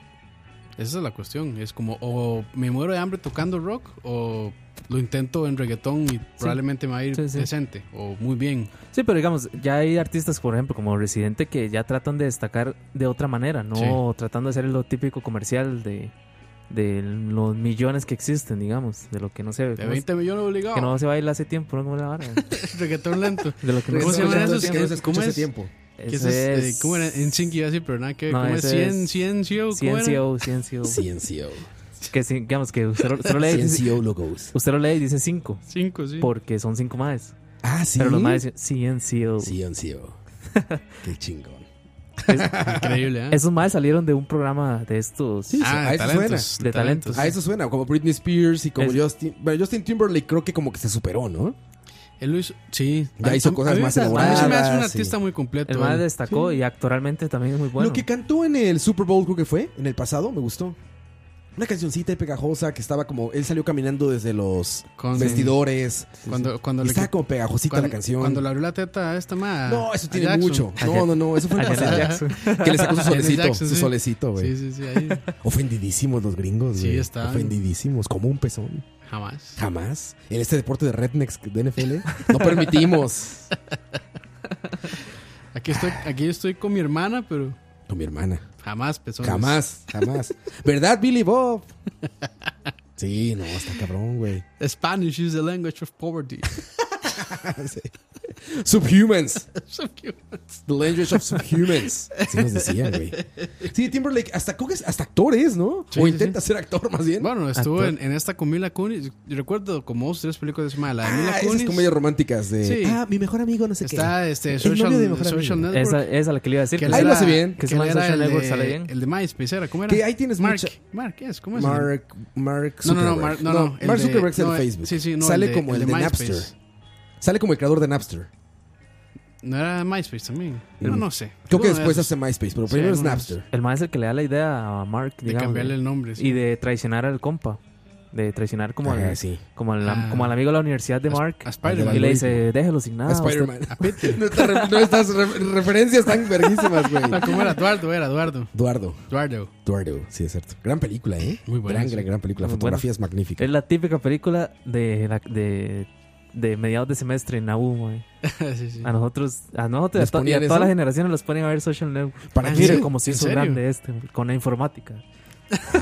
[SPEAKER 4] Esa es la cuestión. Es como, o me muero de hambre tocando rock, o lo intento en reggaetón y probablemente me va a ir
[SPEAKER 6] Sí, sí.
[SPEAKER 4] decente, o muy bien.
[SPEAKER 6] Sí, pero digamos, ya hay artistas, por ejemplo, como Residente, que ya tratan de destacar de otra manera, no
[SPEAKER 4] Sí.
[SPEAKER 6] tratando de hacer lo típico comercial de, de los millones que existen, digamos, de lo que no se
[SPEAKER 4] De
[SPEAKER 6] ¿cómo es?
[SPEAKER 4] 20 millones obligado.
[SPEAKER 6] que no se baila hace tiempo, ¿no? ¿Cómo es la vara?
[SPEAKER 4] reggaetón lento.
[SPEAKER 6] De lo que no
[SPEAKER 4] ¿Cómo se llaman
[SPEAKER 6] baila hace
[SPEAKER 4] esos?
[SPEAKER 5] Que no
[SPEAKER 6] tiempo.
[SPEAKER 5] se
[SPEAKER 4] ¿Cómo
[SPEAKER 5] escucha hace
[SPEAKER 4] es?
[SPEAKER 5] tiempo.
[SPEAKER 4] Que eso
[SPEAKER 6] Eso
[SPEAKER 4] es, eh,
[SPEAKER 6] es-
[SPEAKER 4] ¿Cómo era? En Sync iba así, pero nada que ver.
[SPEAKER 6] No,
[SPEAKER 4] ¿Cómo es?
[SPEAKER 6] ese
[SPEAKER 4] 100,
[SPEAKER 6] es
[SPEAKER 4] 100,
[SPEAKER 6] CNCO, CNCO.
[SPEAKER 5] Ciencio.
[SPEAKER 6] Que sí, digamos que usted lo, usted lo lee, y dice-
[SPEAKER 5] Ciencio logos.
[SPEAKER 6] usted lo lee y dice cinco,
[SPEAKER 4] 5, sí.
[SPEAKER 6] porque son cinco más.
[SPEAKER 5] Ah, sí.
[SPEAKER 6] Pero los más dicen CNCO.
[SPEAKER 5] Ciencio. Qué chingón.
[SPEAKER 4] Increíble, ¿eh?
[SPEAKER 6] Esos más salieron de un programa de estos.
[SPEAKER 5] Sí,
[SPEAKER 4] ah,
[SPEAKER 5] a
[SPEAKER 4] de
[SPEAKER 5] eso
[SPEAKER 4] talentos.
[SPEAKER 6] suena. De talentos.
[SPEAKER 5] A eso suena, como Britney Spears y como
[SPEAKER 6] Es-
[SPEAKER 5] Justin. Bueno, Justin Timberlake creo que como que se superó, ¿no?
[SPEAKER 4] Él lo hizo, sí.
[SPEAKER 5] Ya hizo
[SPEAKER 4] A mí-
[SPEAKER 5] cosas
[SPEAKER 4] a mí
[SPEAKER 5] más
[SPEAKER 4] se- A mí se me hace un
[SPEAKER 5] elaboradas,
[SPEAKER 4] artista
[SPEAKER 5] sí.
[SPEAKER 4] muy completo. ¿eh?
[SPEAKER 6] El más
[SPEAKER 4] él.
[SPEAKER 6] destacó y actoralmente también es muy bueno.
[SPEAKER 5] Lo que cantó en el Super Bowl creo que fue, en el pasado, me gustó. Una cancioncita ahí pegajosa que estaba como. Él salió caminando desde los
[SPEAKER 4] Con-
[SPEAKER 5] vestidores.
[SPEAKER 4] Cuando, cuando
[SPEAKER 5] Y estaba
[SPEAKER 4] quit-
[SPEAKER 5] como pegajosita
[SPEAKER 4] cuando-
[SPEAKER 5] la canción.
[SPEAKER 4] Cuando le abrió la teta a esta madre.
[SPEAKER 5] No, eso tiene mucho. No, no, no. Eso fue
[SPEAKER 6] A
[SPEAKER 5] el
[SPEAKER 6] Janet
[SPEAKER 5] pasado.
[SPEAKER 6] Jackson.
[SPEAKER 5] Que le sacó su solecito.
[SPEAKER 4] Jackson,
[SPEAKER 5] su
[SPEAKER 4] sí.
[SPEAKER 5] solecito, güey.
[SPEAKER 4] Sí, sí, sí, ahí
[SPEAKER 5] Ofendidísimos los gringos,
[SPEAKER 4] Sí,
[SPEAKER 5] güey.
[SPEAKER 4] están.
[SPEAKER 5] Ofendidísimos. Como un pezón.
[SPEAKER 4] jamás.
[SPEAKER 5] Jamás. En este deporte de rednecks de NFL no permitimos.
[SPEAKER 4] Aquí estoy, aquí estoy con mi hermana, pero
[SPEAKER 5] Con mi hermana.
[SPEAKER 4] jamás pezones.
[SPEAKER 5] Jamás, jamás. ¿Verdad, Billy Bob? Sí, no, está cabrón, güey.
[SPEAKER 4] Spanish is the language of poverty.
[SPEAKER 5] Sí. Subhumans.
[SPEAKER 4] So cute.
[SPEAKER 5] The language of subhumans. Sí nos decían, güey. Sí, Timberlake, hasta, creo que es- hasta actor es, ¿no?
[SPEAKER 4] Sí,
[SPEAKER 5] o
[SPEAKER 4] sí,
[SPEAKER 5] intenta ser actor, más bien.
[SPEAKER 4] Bueno, estuvo
[SPEAKER 6] Actor.
[SPEAKER 4] en, en esta con Mila Kunis. Yo recuerdo como dos tres películas de esa madre. La de Mila
[SPEAKER 5] ah, esas
[SPEAKER 4] Kunis.
[SPEAKER 5] comedias románticas de...
[SPEAKER 4] Sí.
[SPEAKER 5] Ah, mi mejor amigo, no sé qué.
[SPEAKER 4] Está este,
[SPEAKER 5] El
[SPEAKER 4] Social,
[SPEAKER 5] novio de mejor
[SPEAKER 4] Social
[SPEAKER 5] amigo.
[SPEAKER 4] Network.
[SPEAKER 6] Esa, esa es la que le iba a decir.
[SPEAKER 4] que
[SPEAKER 6] pues,
[SPEAKER 5] Ahí
[SPEAKER 4] él
[SPEAKER 5] lo
[SPEAKER 6] era-
[SPEAKER 5] hace bien.
[SPEAKER 6] Que
[SPEAKER 4] Que
[SPEAKER 6] se
[SPEAKER 4] él
[SPEAKER 6] llama
[SPEAKER 4] era
[SPEAKER 6] Social
[SPEAKER 4] el
[SPEAKER 6] Network,
[SPEAKER 4] de,
[SPEAKER 6] sale bien.
[SPEAKER 4] el de MySpace, era, ¿cómo era?
[SPEAKER 5] Que ahí tienes
[SPEAKER 4] Mark.
[SPEAKER 5] mucha-
[SPEAKER 4] Mark, ¿qué es? ¿Cómo es?
[SPEAKER 5] Mark, Mark
[SPEAKER 4] No, no, no,
[SPEAKER 5] Zuckerberg.
[SPEAKER 4] Mark, no, no, el
[SPEAKER 5] Mark
[SPEAKER 4] de-
[SPEAKER 5] Zuckerberg es el
[SPEAKER 4] no, eh,
[SPEAKER 5] de Facebook.
[SPEAKER 4] sí, sí, no,
[SPEAKER 5] Sale
[SPEAKER 4] el de-
[SPEAKER 5] como el,
[SPEAKER 4] el
[SPEAKER 5] de,
[SPEAKER 4] de
[SPEAKER 5] Napster.
[SPEAKER 4] MySpace.
[SPEAKER 5] Sale como el creador de Napster.
[SPEAKER 4] No era MySpace también. No, no sé.
[SPEAKER 5] Creo que
[SPEAKER 4] Uno de
[SPEAKER 5] después
[SPEAKER 4] esos.
[SPEAKER 5] hace MySpace, pero primero es
[SPEAKER 4] uno de
[SPEAKER 5] Napster.
[SPEAKER 6] El más es el que le da la idea a Mark,
[SPEAKER 4] De
[SPEAKER 6] digamos,
[SPEAKER 4] cambiarle el nombre. sí.
[SPEAKER 6] Y de traicionar al compa. De traicionar como,
[SPEAKER 5] Ah,
[SPEAKER 6] al,
[SPEAKER 5] sí.
[SPEAKER 6] como, al,
[SPEAKER 4] Ah.
[SPEAKER 6] como al amigo de la universidad de
[SPEAKER 4] A-
[SPEAKER 6] Mark.
[SPEAKER 4] a Spider-Man.
[SPEAKER 6] y le dice, déjelo sin
[SPEAKER 4] Ah,
[SPEAKER 5] A
[SPEAKER 6] nada. usted-
[SPEAKER 5] Spider-Man.
[SPEAKER 4] A Peter.
[SPEAKER 5] No, te re- no estas re- referencias tan verguísimas, güey.
[SPEAKER 4] Ah, ¿Cómo era? Eduardo, era Eduardo.
[SPEAKER 5] Eduardo.
[SPEAKER 4] Eduardo.
[SPEAKER 5] Eduardo, sí, es cierto. Gran película, ¿eh?
[SPEAKER 4] Muy buena,
[SPEAKER 5] Gran,
[SPEAKER 4] sí.
[SPEAKER 5] gran, gran película. La
[SPEAKER 6] Muy
[SPEAKER 5] fotografía es magnífica.
[SPEAKER 6] Es la típica película de, la- de, de mediados de semestre en la U, mae.
[SPEAKER 4] sí, sí.
[SPEAKER 5] Ah,
[SPEAKER 6] A nosotros, a nosotros y
[SPEAKER 5] ¿Les
[SPEAKER 6] a, to- y a
[SPEAKER 5] ponían eso?
[SPEAKER 6] todas las generaciones los ponen a ver Social Network.
[SPEAKER 5] ¿Para
[SPEAKER 4] Ah,
[SPEAKER 5] qué?
[SPEAKER 6] Mire cómo se
[SPEAKER 4] ¿En
[SPEAKER 6] hizo
[SPEAKER 4] serio?
[SPEAKER 6] grande este, con la informática.
[SPEAKER 5] Ah,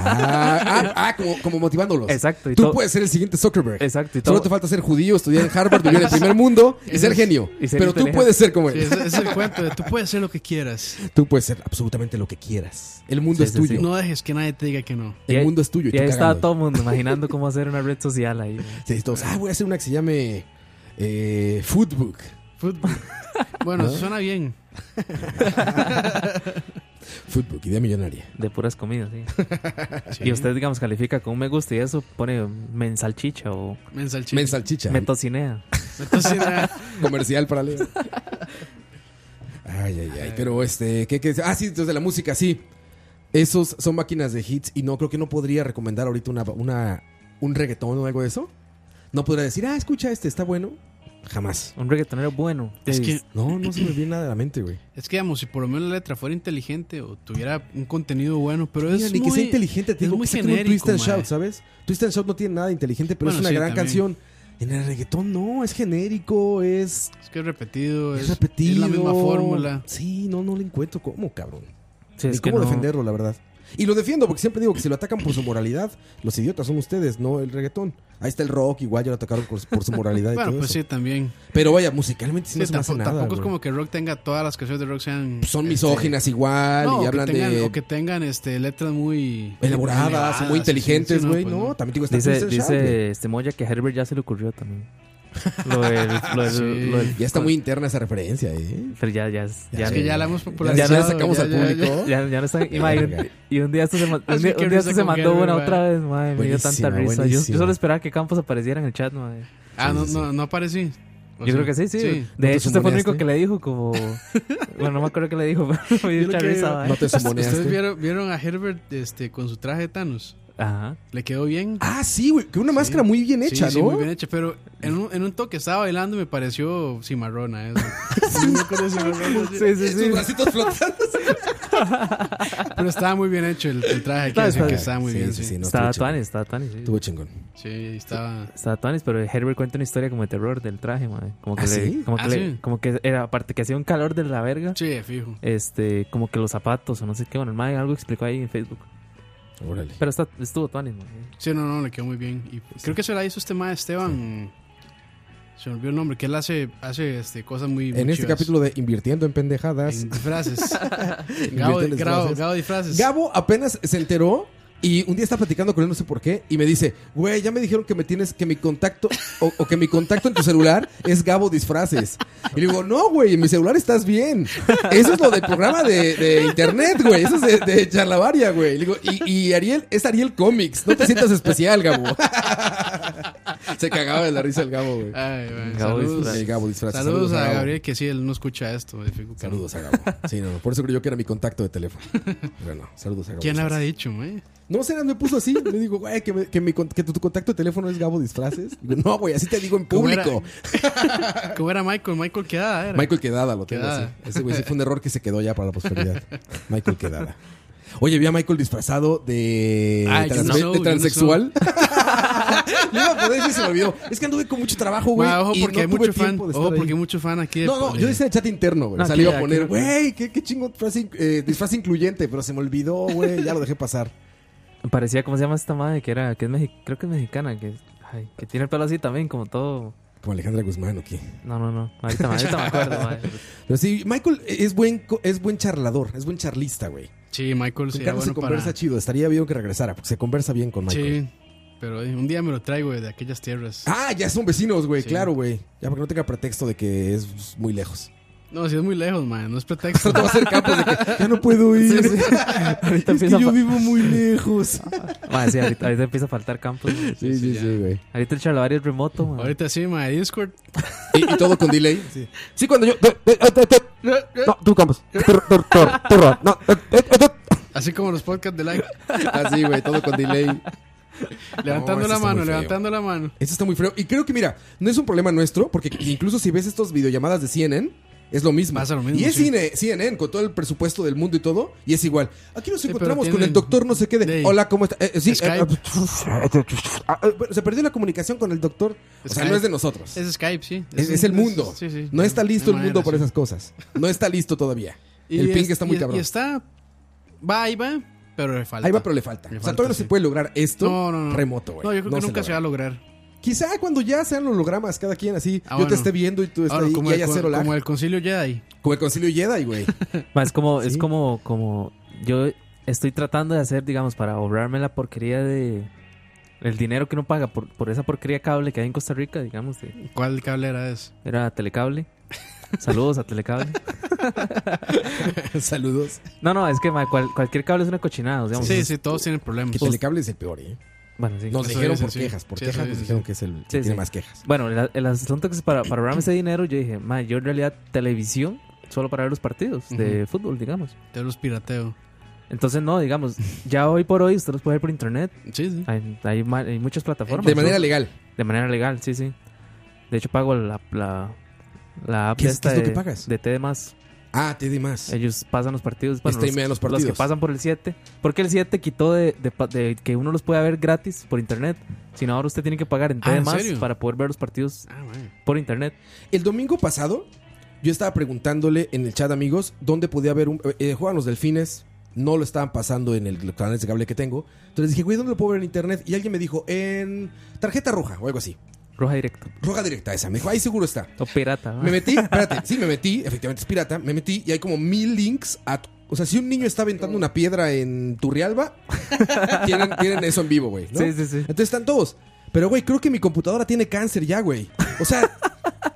[SPEAKER 5] ah, ah, como, como motivándolos.
[SPEAKER 6] Exacto. Y
[SPEAKER 5] Tú
[SPEAKER 6] todo-
[SPEAKER 5] puedes ser el siguiente Zuckerberg.
[SPEAKER 6] Exacto. Y
[SPEAKER 5] Solo
[SPEAKER 6] todo,
[SPEAKER 5] te falta ser judío, estudiar en Harvard, vivir en el primer mundo y ser
[SPEAKER 4] es-
[SPEAKER 5] genio.
[SPEAKER 6] y ser
[SPEAKER 5] Pero tú
[SPEAKER 6] inteligente.
[SPEAKER 5] puedes ser como
[SPEAKER 4] Sí,
[SPEAKER 5] él.
[SPEAKER 4] ese- ese es el cuento de tú puedes hacer lo que quieras.
[SPEAKER 5] Tú puedes ser absolutamente lo que quieras. El mundo
[SPEAKER 6] Sí,
[SPEAKER 5] es
[SPEAKER 6] sí, sí.
[SPEAKER 5] tuyo.
[SPEAKER 4] No dejes que nadie te diga que no.
[SPEAKER 5] El
[SPEAKER 6] Y ahí-
[SPEAKER 5] mundo es tuyo.
[SPEAKER 6] y
[SPEAKER 5] tú
[SPEAKER 6] ahí estaba
[SPEAKER 5] cagando.
[SPEAKER 6] todo el mundo imaginando cómo hacer una red social ahí. mae.
[SPEAKER 5] Sí, todos, ah, voy a hacer una que se llame eh, Foodbook.
[SPEAKER 4] Fútbol. Bueno, suena bien.
[SPEAKER 5] Foodbook, idea millonaria.
[SPEAKER 6] De puras comidas, sí.
[SPEAKER 4] Sí.
[SPEAKER 6] Y usted, digamos, califica con un me gusta y eso pone mensalchicha o
[SPEAKER 4] Men salchicha.
[SPEAKER 5] Men salchicha.
[SPEAKER 6] me tocinea.
[SPEAKER 4] Entonces era-
[SPEAKER 5] Comercial para Leo. Ay, ay, ay. Pero este, ¿qué, qué? Ah, sí, entonces de la música, sí. Esos son máquinas de hits y no creo que no podría recomendar ahorita una, una, un reggaetón o algo de eso. No podría decir, ah, escucha este, está bueno. Jamás.
[SPEAKER 6] Un reggaetonero bueno.
[SPEAKER 4] es, que,
[SPEAKER 5] No, no se me viene nada de la mente, güey.
[SPEAKER 4] es que, digamos, si por lo menos la letra fuera inteligente o tuviera un contenido bueno, pero
[SPEAKER 5] Mira,
[SPEAKER 4] es
[SPEAKER 5] ni
[SPEAKER 4] muy,
[SPEAKER 5] que sea inteligente, te
[SPEAKER 4] es
[SPEAKER 5] digo,
[SPEAKER 4] muy
[SPEAKER 5] que sea como un
[SPEAKER 4] genérico,
[SPEAKER 5] Twist and
[SPEAKER 4] mae.
[SPEAKER 5] Shout, ¿sabes? Twist and Shout no tiene nada de inteligente, pero
[SPEAKER 4] Bueno,
[SPEAKER 5] es una
[SPEAKER 4] sí,
[SPEAKER 5] gran
[SPEAKER 4] también.
[SPEAKER 5] canción. En el reggaetón no, es genérico, es,
[SPEAKER 4] Es que es repetido,
[SPEAKER 5] es
[SPEAKER 4] Pues, es,
[SPEAKER 5] repetido.
[SPEAKER 4] es la misma fórmula.
[SPEAKER 5] Sí, no, no le encuentro cómo, cabrón.
[SPEAKER 6] Sí,
[SPEAKER 5] Ni
[SPEAKER 6] es que
[SPEAKER 5] cómo
[SPEAKER 6] no-
[SPEAKER 5] defenderlo, la verdad. Y lo defiendo porque siempre digo que si lo atacan por su moralidad, los idiotas son ustedes, no el reggaetón. Ahí está el rock, igual ya lo atacaron por, por su moralidad y
[SPEAKER 4] Bueno,
[SPEAKER 5] todo
[SPEAKER 4] pues
[SPEAKER 5] eso.
[SPEAKER 4] sí, también.
[SPEAKER 5] Pero vaya, musicalmente sí,
[SPEAKER 4] Sí,
[SPEAKER 5] no se me hace
[SPEAKER 4] tampoco,
[SPEAKER 5] nada.
[SPEAKER 4] tampoco es
[SPEAKER 5] güey. Pues
[SPEAKER 4] como que rock tenga todas las canciones de rock sean
[SPEAKER 5] Son
[SPEAKER 4] este,
[SPEAKER 5] misóginas igual
[SPEAKER 4] no,
[SPEAKER 5] y
[SPEAKER 4] o
[SPEAKER 5] hablan
[SPEAKER 4] que tengan,
[SPEAKER 5] de
[SPEAKER 4] o que tengan este, letras muy
[SPEAKER 5] elaboradas,
[SPEAKER 4] elevadas,
[SPEAKER 5] muy
[SPEAKER 4] sí, sí,
[SPEAKER 5] inteligentes,
[SPEAKER 4] sí,
[SPEAKER 5] güey.
[SPEAKER 4] pues
[SPEAKER 5] no, también digo, está
[SPEAKER 6] Dice,
[SPEAKER 5] Twist and Shout, güey.
[SPEAKER 6] dice este Moya que a Herbert ya se le ocurrió también. Lo del, lo del-
[SPEAKER 4] Sí.
[SPEAKER 6] lo del-
[SPEAKER 5] Ya está muy interna esa referencia, ¿eh?
[SPEAKER 6] Pero ya, ya, es- ya,
[SPEAKER 4] Es que ya la hemos
[SPEAKER 5] Ya,
[SPEAKER 4] popularizado.
[SPEAKER 5] ya la sacamos al
[SPEAKER 4] ya- ya-
[SPEAKER 5] público.
[SPEAKER 6] ya- ya no está. y, mae, un- y un día esto se, ma- un
[SPEAKER 4] Así
[SPEAKER 6] día-
[SPEAKER 4] que
[SPEAKER 6] un día
[SPEAKER 4] risa
[SPEAKER 6] esto
[SPEAKER 4] con
[SPEAKER 6] se mandó
[SPEAKER 4] Herbert,
[SPEAKER 6] una
[SPEAKER 4] mae.
[SPEAKER 6] otra vez, mae, me dio tanta
[SPEAKER 5] Buenísima,
[SPEAKER 6] risa. Yo,
[SPEAKER 5] buenísima.
[SPEAKER 6] yo solo esperaba que Campos apareciera en el chat, mae.
[SPEAKER 4] Ah, no,
[SPEAKER 5] Sí, sí,
[SPEAKER 4] no, no aparecí. ¿Ah,
[SPEAKER 6] Yo creo que sí, sí.
[SPEAKER 5] ¿No te
[SPEAKER 6] De hecho, este fue el único
[SPEAKER 5] sumoneaste?
[SPEAKER 6] que le dijo como... bueno, no me acuerdo qué le dijo, pero me dio
[SPEAKER 4] Yo lo
[SPEAKER 6] mucha
[SPEAKER 4] que-
[SPEAKER 6] risa, mae.
[SPEAKER 5] No te
[SPEAKER 4] ¿Ustedes
[SPEAKER 5] sumoneaste.
[SPEAKER 4] vieron, vieron a Herbert este, con su traje de Thanos?
[SPEAKER 6] Ajá.
[SPEAKER 4] ¿Le quedó bien?
[SPEAKER 5] Ah, sí, güey. Que una máscara muy bien hecha,
[SPEAKER 4] sí,
[SPEAKER 5] ¿no?
[SPEAKER 4] Sí, muy bien hecha, pero en un, en un toque estaba bailando y me pareció cimarrona eso. Sí, me acuerdo de cimarrona, sí.
[SPEAKER 6] Sí, sí,
[SPEAKER 5] Sus
[SPEAKER 6] sí.
[SPEAKER 5] bracitos flotando.
[SPEAKER 4] Pero estaba muy bien hecho el, el traje,
[SPEAKER 6] No,
[SPEAKER 4] que, decir
[SPEAKER 6] está-
[SPEAKER 4] que estaba muy bien, sí. Sí,
[SPEAKER 5] no,
[SPEAKER 6] Estaba
[SPEAKER 5] estuvo chingón.
[SPEAKER 6] Tuanis, estaba Tuanis, sí.
[SPEAKER 5] Estuvo chingón.
[SPEAKER 4] estaba...
[SPEAKER 6] Estaba Tuanis, pero Herbert cuenta una historia como de terror del traje, mae. Como que
[SPEAKER 5] ¿Ah,
[SPEAKER 6] le...
[SPEAKER 5] sí?
[SPEAKER 6] Como que
[SPEAKER 4] Ah,
[SPEAKER 6] le-
[SPEAKER 4] sí.
[SPEAKER 6] Como que era, aparte que hacía un calor de la verga.
[SPEAKER 4] Sí, fijo.
[SPEAKER 6] Este, como que los zapatos o no sé qué, bueno, el mae algo explicó ahí en Facebook.
[SPEAKER 5] Órale.
[SPEAKER 6] Pero está, estuvo Tuanis, mae.
[SPEAKER 4] Sí, no, no, le quedó muy bien. Y creo que se la hizo este ma Esteban... Se me olvidó el nombre, que él hace, hace este, cosas muy... muy
[SPEAKER 5] En este
[SPEAKER 4] chivas.
[SPEAKER 5] capítulo de Invirtiendo en Pendejadas,
[SPEAKER 4] En disfraces. Gabo,
[SPEAKER 5] Invierte en
[SPEAKER 4] Gabo,
[SPEAKER 5] disfraces.
[SPEAKER 4] Gabo disfraces.
[SPEAKER 5] Gabo apenas se enteró y un día está platicando con él, no sé por qué, y me dice, güey, ya me dijeron que me tienes, que mi contacto, o, o que mi contacto en tu celular es Gabo Disfraces. Y le digo, no, güey, en mi celular estás bien. Eso es lo del programa de, de internet, güey. Eso es de, de charlavaria, güey. Le digo, y, y Ariel, es Ariel Comics, no te sientas especial, Gabo. Se cagaba de la risa el Gabo, güey.
[SPEAKER 4] Ay, man,
[SPEAKER 6] Gabo
[SPEAKER 4] saludos.
[SPEAKER 5] El Gabo disfraz.
[SPEAKER 4] Saludos a Gabriel, que sí, él no escucha esto. de Fico Caro.
[SPEAKER 5] Saludos a Gabo. Sí, no, por eso creyó que era mi contacto de teléfono. Pero no, saludos a Gabo.
[SPEAKER 4] ¿Quién le
[SPEAKER 5] Disfraces.
[SPEAKER 4] habrá dicho, güey?
[SPEAKER 5] No sé, me puso así. Me digo, güey, que, me- que mi con- que tu, tu contacto de teléfono es Gabo Disfraces. Digo, no, güey, así te digo en
[SPEAKER 4] ¿Cómo era?
[SPEAKER 5] público.
[SPEAKER 4] ¿Cómo era Michael? Michael quedada, era.
[SPEAKER 5] Michael Quedada lo tengo
[SPEAKER 4] Quedada.
[SPEAKER 5] así. Ese güey sí fue un error que se quedó ya para la posteridad. Michael Quedada. Oye, vi a Michael disfrazado de,
[SPEAKER 4] Ah, yo
[SPEAKER 5] transve-
[SPEAKER 4] no sé,
[SPEAKER 5] de
[SPEAKER 4] yo no
[SPEAKER 5] transexual. Le iba a poner eso y se me olvidó. Es que anduve con mucho trabajo, güey.
[SPEAKER 4] Ma, Ah, ojo
[SPEAKER 5] y
[SPEAKER 4] porque
[SPEAKER 5] no
[SPEAKER 4] hay
[SPEAKER 5] tuve
[SPEAKER 4] mucho fan.
[SPEAKER 5] tiempo de estar
[SPEAKER 4] Ojo
[SPEAKER 5] ahí.
[SPEAKER 4] porque hay mucho fan aquí. de- Ah,
[SPEAKER 5] No, no, yo decía en el chat interno, güey.
[SPEAKER 6] No,
[SPEAKER 5] o sea, le iba a
[SPEAKER 6] aquí,
[SPEAKER 5] poner,
[SPEAKER 6] aquí.
[SPEAKER 5] güey, qué, qué chingo disfraz, in- eh, disfraz incluyente, pero se me olvidó, güey. Ya lo dejé pasar.
[SPEAKER 6] Parecía, ¿cómo se llama esta madre? Que era, que es mexi- creo que es mexicana, que, ay, que tiene el pelo así también, como todo.
[SPEAKER 5] Como Alejandra Guzmán, ¿o qué?
[SPEAKER 6] No, no, no. Ahorita, me- ahorita me acuerdo, madre.
[SPEAKER 5] Pero sí, Michael es buen, co- es buen charlador, es buen charlista, güey.
[SPEAKER 4] Sí, Michael
[SPEAKER 5] Con
[SPEAKER 4] sí era
[SPEAKER 5] Carlos
[SPEAKER 4] bueno
[SPEAKER 5] se conversa
[SPEAKER 4] para...
[SPEAKER 5] chido. Estaría bien que regresara, porque se conversa bien con Michael.
[SPEAKER 4] Sí, pero eh, un día me lo traigo de aquellas tierras.
[SPEAKER 5] Ah, ya son vecinos, güey,
[SPEAKER 4] Sí.
[SPEAKER 5] claro, güey. Ya para que no tenga pretexto de que es muy lejos.
[SPEAKER 4] No, si es muy lejos, man. No es pretexto.
[SPEAKER 5] No te va a hacer campos de que ya no puedo ir.
[SPEAKER 6] Ahorita
[SPEAKER 5] Es que
[SPEAKER 6] empieza a
[SPEAKER 5] yo
[SPEAKER 6] fa-
[SPEAKER 5] vivo muy lejos.
[SPEAKER 4] Ah,
[SPEAKER 6] Madre, sí, ahorita, ahorita empieza a faltar campos. madre.
[SPEAKER 5] Sí, sí, sí, güey.
[SPEAKER 6] Ahorita el charlavario es remoto, madre.
[SPEAKER 4] Ahorita sí, ma, Discord.
[SPEAKER 5] Y, y todo con delay. Sí, cuando yo. eh, No, tú campos. No. eh,
[SPEAKER 4] Así como los podcasts de like.
[SPEAKER 5] Así, güey, todo con delay.
[SPEAKER 4] Levantando
[SPEAKER 5] eso
[SPEAKER 4] la
[SPEAKER 5] está muy
[SPEAKER 4] mano,
[SPEAKER 5] feo.
[SPEAKER 4] levantando la mano.
[SPEAKER 5] Eso está muy feo. Y creo que, mira, no es un problema nuestro, porque incluso si ves estos videollamadas de CNN, es lo mismo.
[SPEAKER 4] Pasa lo mismo,
[SPEAKER 5] y es
[SPEAKER 4] sí.
[SPEAKER 5] cine- CNN, con todo el presupuesto del mundo y todo, y es igual. Aquí nos
[SPEAKER 4] Sí, pero
[SPEAKER 5] encontramos con
[SPEAKER 4] tienen-
[SPEAKER 5] el doctor no sé qué de...
[SPEAKER 4] Ley.
[SPEAKER 5] Hola, ¿cómo está? Eh, eh, sí, eh,
[SPEAKER 4] Skype.
[SPEAKER 5] eh, ah, eh, bueno, se perdió la comunicación con el doctor. O sea,
[SPEAKER 4] Skype.
[SPEAKER 5] no es de nosotros. Es,
[SPEAKER 4] Es Skype, sí.
[SPEAKER 5] es el mundo.
[SPEAKER 4] Sí, sí.
[SPEAKER 5] No está listo el
[SPEAKER 4] De
[SPEAKER 5] mundo
[SPEAKER 4] manera,
[SPEAKER 5] para
[SPEAKER 4] sí.
[SPEAKER 5] esas cosas. No está listo todavía.
[SPEAKER 4] Y
[SPEAKER 5] el ping
[SPEAKER 4] es-
[SPEAKER 5] está muy
[SPEAKER 4] y-
[SPEAKER 5] cabrón.
[SPEAKER 4] Y está. Va, ahí va, pero le falta.
[SPEAKER 5] Ahí va, pero le falta.
[SPEAKER 4] Le
[SPEAKER 5] o sea,
[SPEAKER 4] falta,
[SPEAKER 5] todavía no
[SPEAKER 4] sí.
[SPEAKER 5] se puede lograr esto
[SPEAKER 4] No, no, no.
[SPEAKER 5] remoto, güey.
[SPEAKER 4] No, yo creo
[SPEAKER 5] No
[SPEAKER 4] que nunca se va
[SPEAKER 5] logra.
[SPEAKER 4] a lograr.
[SPEAKER 5] Quizá cuando ya sean los hologramas, cada quien así,
[SPEAKER 4] Ah,
[SPEAKER 5] yo te
[SPEAKER 4] bueno.
[SPEAKER 5] esté viendo y tú estás
[SPEAKER 4] Ahora,
[SPEAKER 5] ahí,
[SPEAKER 4] como,
[SPEAKER 5] y
[SPEAKER 4] el,
[SPEAKER 5] haya
[SPEAKER 4] co-
[SPEAKER 5] cero lag.
[SPEAKER 4] como el Concilio Jedi.
[SPEAKER 5] Como el concilio Jedi, güey.
[SPEAKER 6] Ma, es como, es
[SPEAKER 5] Sí.
[SPEAKER 6] como, como yo estoy tratando de hacer, digamos, para ahorrarme la porquería de el dinero que uno paga por, por esa porquería de cable que hay en Costa Rica, digamos, de-
[SPEAKER 4] ¿Cuál cable era ese?
[SPEAKER 6] era telecable. Saludos a telecable.
[SPEAKER 5] Saludos.
[SPEAKER 6] No, no, es que ma, cual- cualquier cable es una cochinada, digamos.
[SPEAKER 4] Sí, sí, todos tienen problemas.
[SPEAKER 5] Que Telecable es el peor, ¿eh?
[SPEAKER 6] Bueno, sí.
[SPEAKER 5] Nos
[SPEAKER 4] Eso
[SPEAKER 5] dijeron
[SPEAKER 4] dicen,
[SPEAKER 5] por
[SPEAKER 4] sí.
[SPEAKER 5] quejas. Por
[SPEAKER 4] Sí, eso
[SPEAKER 5] quejas nos
[SPEAKER 4] dicen,
[SPEAKER 5] dijeron
[SPEAKER 4] sí.
[SPEAKER 5] que es el que
[SPEAKER 6] Sí,
[SPEAKER 5] tiene
[SPEAKER 6] sí.
[SPEAKER 5] más quejas.
[SPEAKER 6] Bueno, el, el asunto que es para, para ahorrarme ese dinero, yo dije, ma, yo en realidad televisión solo para ver los partidos de fútbol, digamos.
[SPEAKER 4] Te los pirateo.
[SPEAKER 6] Entonces, no, digamos, ya hoy por hoy ustedes pueden ver por internet.
[SPEAKER 4] Sí, sí.
[SPEAKER 6] Hay, hay ma- hay muchas plataformas.
[SPEAKER 5] De
[SPEAKER 6] ¿no?
[SPEAKER 5] manera legal.
[SPEAKER 6] De manera legal, sí, sí. De hecho, pago la, la, la app
[SPEAKER 5] ¿Qué es-
[SPEAKER 6] esta
[SPEAKER 5] qué es lo
[SPEAKER 6] de,
[SPEAKER 5] que pagas?
[SPEAKER 6] de TD más.
[SPEAKER 5] Ah, te di más.
[SPEAKER 6] Ellos pasan los partidos. bueno,
[SPEAKER 5] Streamean los partidos.
[SPEAKER 6] que pasan por el 7. Porque el 7 quitó de, de pa- de que uno los pueda ver gratis por internet. Sino ahora usted tiene que pagar en
[SPEAKER 4] Ah,
[SPEAKER 6] TD
[SPEAKER 4] ¿en
[SPEAKER 6] más
[SPEAKER 4] serio?
[SPEAKER 6] para poder ver los partidos
[SPEAKER 4] Ah, man.
[SPEAKER 6] por internet.
[SPEAKER 5] El domingo pasado, yo estaba preguntándole en el chat, amigos, dónde podía haber un. eh, eh, juegan los delfines. No lo estaban pasando en el canal de cable que tengo. Entonces dije, güey, ¿dónde lo puedo ver en internet? Y alguien me dijo, en tarjeta roja o algo así.
[SPEAKER 6] Roja directo.
[SPEAKER 5] Roja directa esa. Me dijo, ahí seguro está.
[SPEAKER 6] O pirata. ¿no?
[SPEAKER 5] Me metí, espérate, sí, me metí, efectivamente es pirata, me metí y hay como mil links a... O sea, si un niño está aventando una piedra en Turrialba, tienen, tienen eso en vivo, güey. ¿no?
[SPEAKER 6] Sí, sí, sí.
[SPEAKER 5] Entonces están todos. Pero, güey, creo que mi computadora tiene cáncer ya, güey. O sea,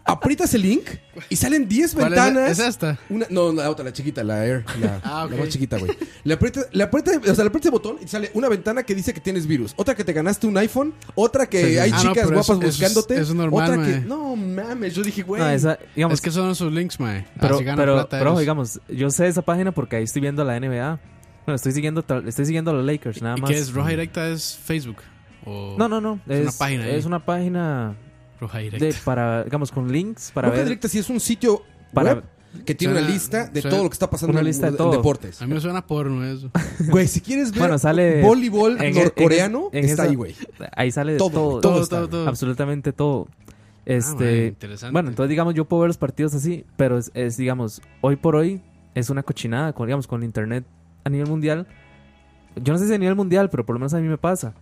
[SPEAKER 5] aprietas el link y salen 10
[SPEAKER 4] ¿Cuál es-
[SPEAKER 5] ventanas.
[SPEAKER 4] es esta?
[SPEAKER 5] Una, no, la otra, la chiquita, la Air. La,
[SPEAKER 4] Ah, ok.
[SPEAKER 5] la más chiquita, güey. Le aprieta, le aprieta, o sea, le aprieta el botón y sale una ventana que dice que tienes virus. Otra que te ganaste un iPhone. Otra que
[SPEAKER 6] Sí, sí.
[SPEAKER 5] hay
[SPEAKER 4] Ah, no,
[SPEAKER 5] chicas
[SPEAKER 4] pero
[SPEAKER 5] guapas
[SPEAKER 4] eso- eso es-
[SPEAKER 5] buscándote.
[SPEAKER 4] eso es normal,
[SPEAKER 5] otra que.
[SPEAKER 4] mae.
[SPEAKER 5] No mames, yo dije, güey.
[SPEAKER 6] No, esa, digamos,
[SPEAKER 4] Es que son sus links, mae.
[SPEAKER 6] pero,
[SPEAKER 4] Así ganan
[SPEAKER 6] pero,
[SPEAKER 4] plata
[SPEAKER 6] pero,
[SPEAKER 4] ellos.
[SPEAKER 6] digamos, yo sé esa página porque ahí estoy viendo la NBA. Bueno, estoy siguiendo, tal- estoy siguendo a los Lakers, nada
[SPEAKER 4] ¿Y
[SPEAKER 6] más.
[SPEAKER 4] qué es? ¿Roja directa es Facebook? ¿O
[SPEAKER 6] No, no, no.
[SPEAKER 4] Es una página ahí.
[SPEAKER 6] Es una página
[SPEAKER 4] Roja directa.
[SPEAKER 6] de, para, digamos, con links para
[SPEAKER 5] Boca
[SPEAKER 6] ver.
[SPEAKER 5] Directa sí es un sitio
[SPEAKER 6] Para-
[SPEAKER 5] web que tiene
[SPEAKER 4] Suena-
[SPEAKER 5] una lista de
[SPEAKER 4] suena- Ah.
[SPEAKER 5] todo lo que está pasando
[SPEAKER 6] una
[SPEAKER 5] en,
[SPEAKER 6] lista de
[SPEAKER 5] en
[SPEAKER 6] todo.
[SPEAKER 5] deportes.
[SPEAKER 4] A mí me suena porno eso.
[SPEAKER 5] Güey, si quieres ver
[SPEAKER 6] Bueno, sale-
[SPEAKER 5] voleibol
[SPEAKER 6] en-
[SPEAKER 5] norcoreano,
[SPEAKER 6] en- en
[SPEAKER 5] está
[SPEAKER 6] esa-
[SPEAKER 5] ahí, güey.
[SPEAKER 6] Ahí sale de
[SPEAKER 5] Todo,
[SPEAKER 6] todo,
[SPEAKER 5] güey, todo,
[SPEAKER 4] Todo,
[SPEAKER 5] está,
[SPEAKER 4] todo,
[SPEAKER 5] güey.
[SPEAKER 4] todo.
[SPEAKER 6] absolutamente todo.
[SPEAKER 4] Ah,
[SPEAKER 6] Este,
[SPEAKER 4] mae, interesante.
[SPEAKER 6] bueno, entonces digamos yo puedo ver los partidos así, pero es, es, digamos hoy por hoy es una cochinada, con, digamos con internet a nivel mundial. Yo no sé si a nivel mundial, pero por lo menos a mí me pasa.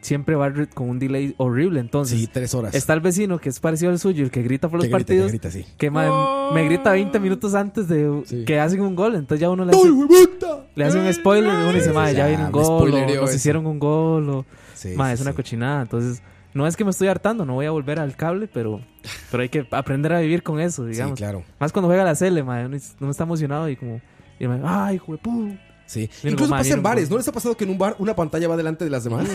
[SPEAKER 6] Siempre va re- con un delay horrible, entonces
[SPEAKER 5] Sí, tres horas.
[SPEAKER 6] está el vecino que es parecido al suyo, el que grita por los
[SPEAKER 5] Te grita, te
[SPEAKER 6] partidos,
[SPEAKER 5] grita, sí.
[SPEAKER 6] que mae, me grita 20 minutos antes de
[SPEAKER 5] Sí.
[SPEAKER 6] que hacen un gol, entonces ya uno le hace,
[SPEAKER 5] ¡Ay, Eh. güey, puta!
[SPEAKER 6] le hace un spoiler y uno dice, madre, ya
[SPEAKER 5] Ya,
[SPEAKER 6] viene un
[SPEAKER 5] me
[SPEAKER 6] gol, o
[SPEAKER 5] spoilereó
[SPEAKER 6] nos
[SPEAKER 5] eso.
[SPEAKER 6] hicieron un gol, o...
[SPEAKER 5] Sí,
[SPEAKER 6] Ma,
[SPEAKER 5] sí,
[SPEAKER 6] es una
[SPEAKER 5] sí.
[SPEAKER 6] cochinada. Entonces, no es que me estoy hartando, no voy a volver al cable, pero, pero hay que aprender a vivir con eso,
[SPEAKER 5] Sí,
[SPEAKER 6] digamos.
[SPEAKER 5] claro.
[SPEAKER 6] "Ah, Más cuando juega la Cele, ma, uno es- uno está emocionado y como, y me, ay, juepú.
[SPEAKER 5] Sí.
[SPEAKER 6] Mira,
[SPEAKER 5] Incluso
[SPEAKER 6] Goma,
[SPEAKER 5] pasa en
[SPEAKER 6] mira,
[SPEAKER 5] bares.
[SPEAKER 6] Goma.
[SPEAKER 5] ¿No les ha pasado que en un bar una pantalla va delante de las demás?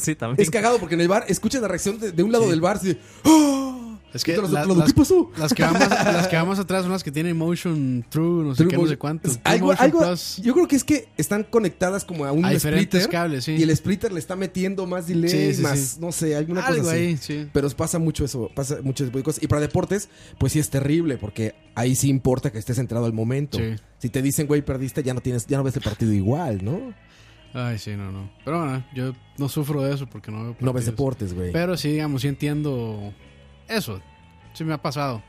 [SPEAKER 6] sí, también.
[SPEAKER 5] es cagado porque en el bar escuchas la reacción de, de un lado del bar. Así, de, ¡Ah!
[SPEAKER 4] Es
[SPEAKER 5] Y
[SPEAKER 4] que
[SPEAKER 5] todos los
[SPEAKER 4] la-
[SPEAKER 5] otros,
[SPEAKER 4] las,
[SPEAKER 5] ¿Qué pasó?
[SPEAKER 4] las que vamos, las que vamos atrás son las que tienen Motion True, no sé
[SPEAKER 5] True
[SPEAKER 4] qué, no
[SPEAKER 5] motion.
[SPEAKER 4] sé cuánto.
[SPEAKER 5] Es
[SPEAKER 4] True
[SPEAKER 5] algo-
[SPEAKER 4] motion
[SPEAKER 5] algo-
[SPEAKER 4] Plus.
[SPEAKER 5] yo creo que es que están conectadas como a un
[SPEAKER 4] A diferentes
[SPEAKER 5] splitter.
[SPEAKER 4] cables, sí.
[SPEAKER 5] Y el splitter le está metiendo más delay,
[SPEAKER 4] Sí, sí,
[SPEAKER 5] más,
[SPEAKER 4] sí.
[SPEAKER 5] no sé, alguna
[SPEAKER 4] algo
[SPEAKER 5] cosa así.
[SPEAKER 4] ahí, sí.
[SPEAKER 5] Pero pasa mucho eso, pasa mucho ese tipo de cosas. Y para deportes, pues sí es terrible, porque ahí sí importa que estés centrado al momento.
[SPEAKER 4] Sí.
[SPEAKER 5] Si te dicen, güey, perdiste, ya no tienes, ya no ves el partido igual, ¿no?
[SPEAKER 4] Ay, sí, no, no. Pero bueno, yo no sufro de eso porque no veo
[SPEAKER 5] No ves
[SPEAKER 4] partidos.
[SPEAKER 5] deportes, güey.
[SPEAKER 4] Pero sí, digamos, sí entiendo eso. Sí me ha pasado.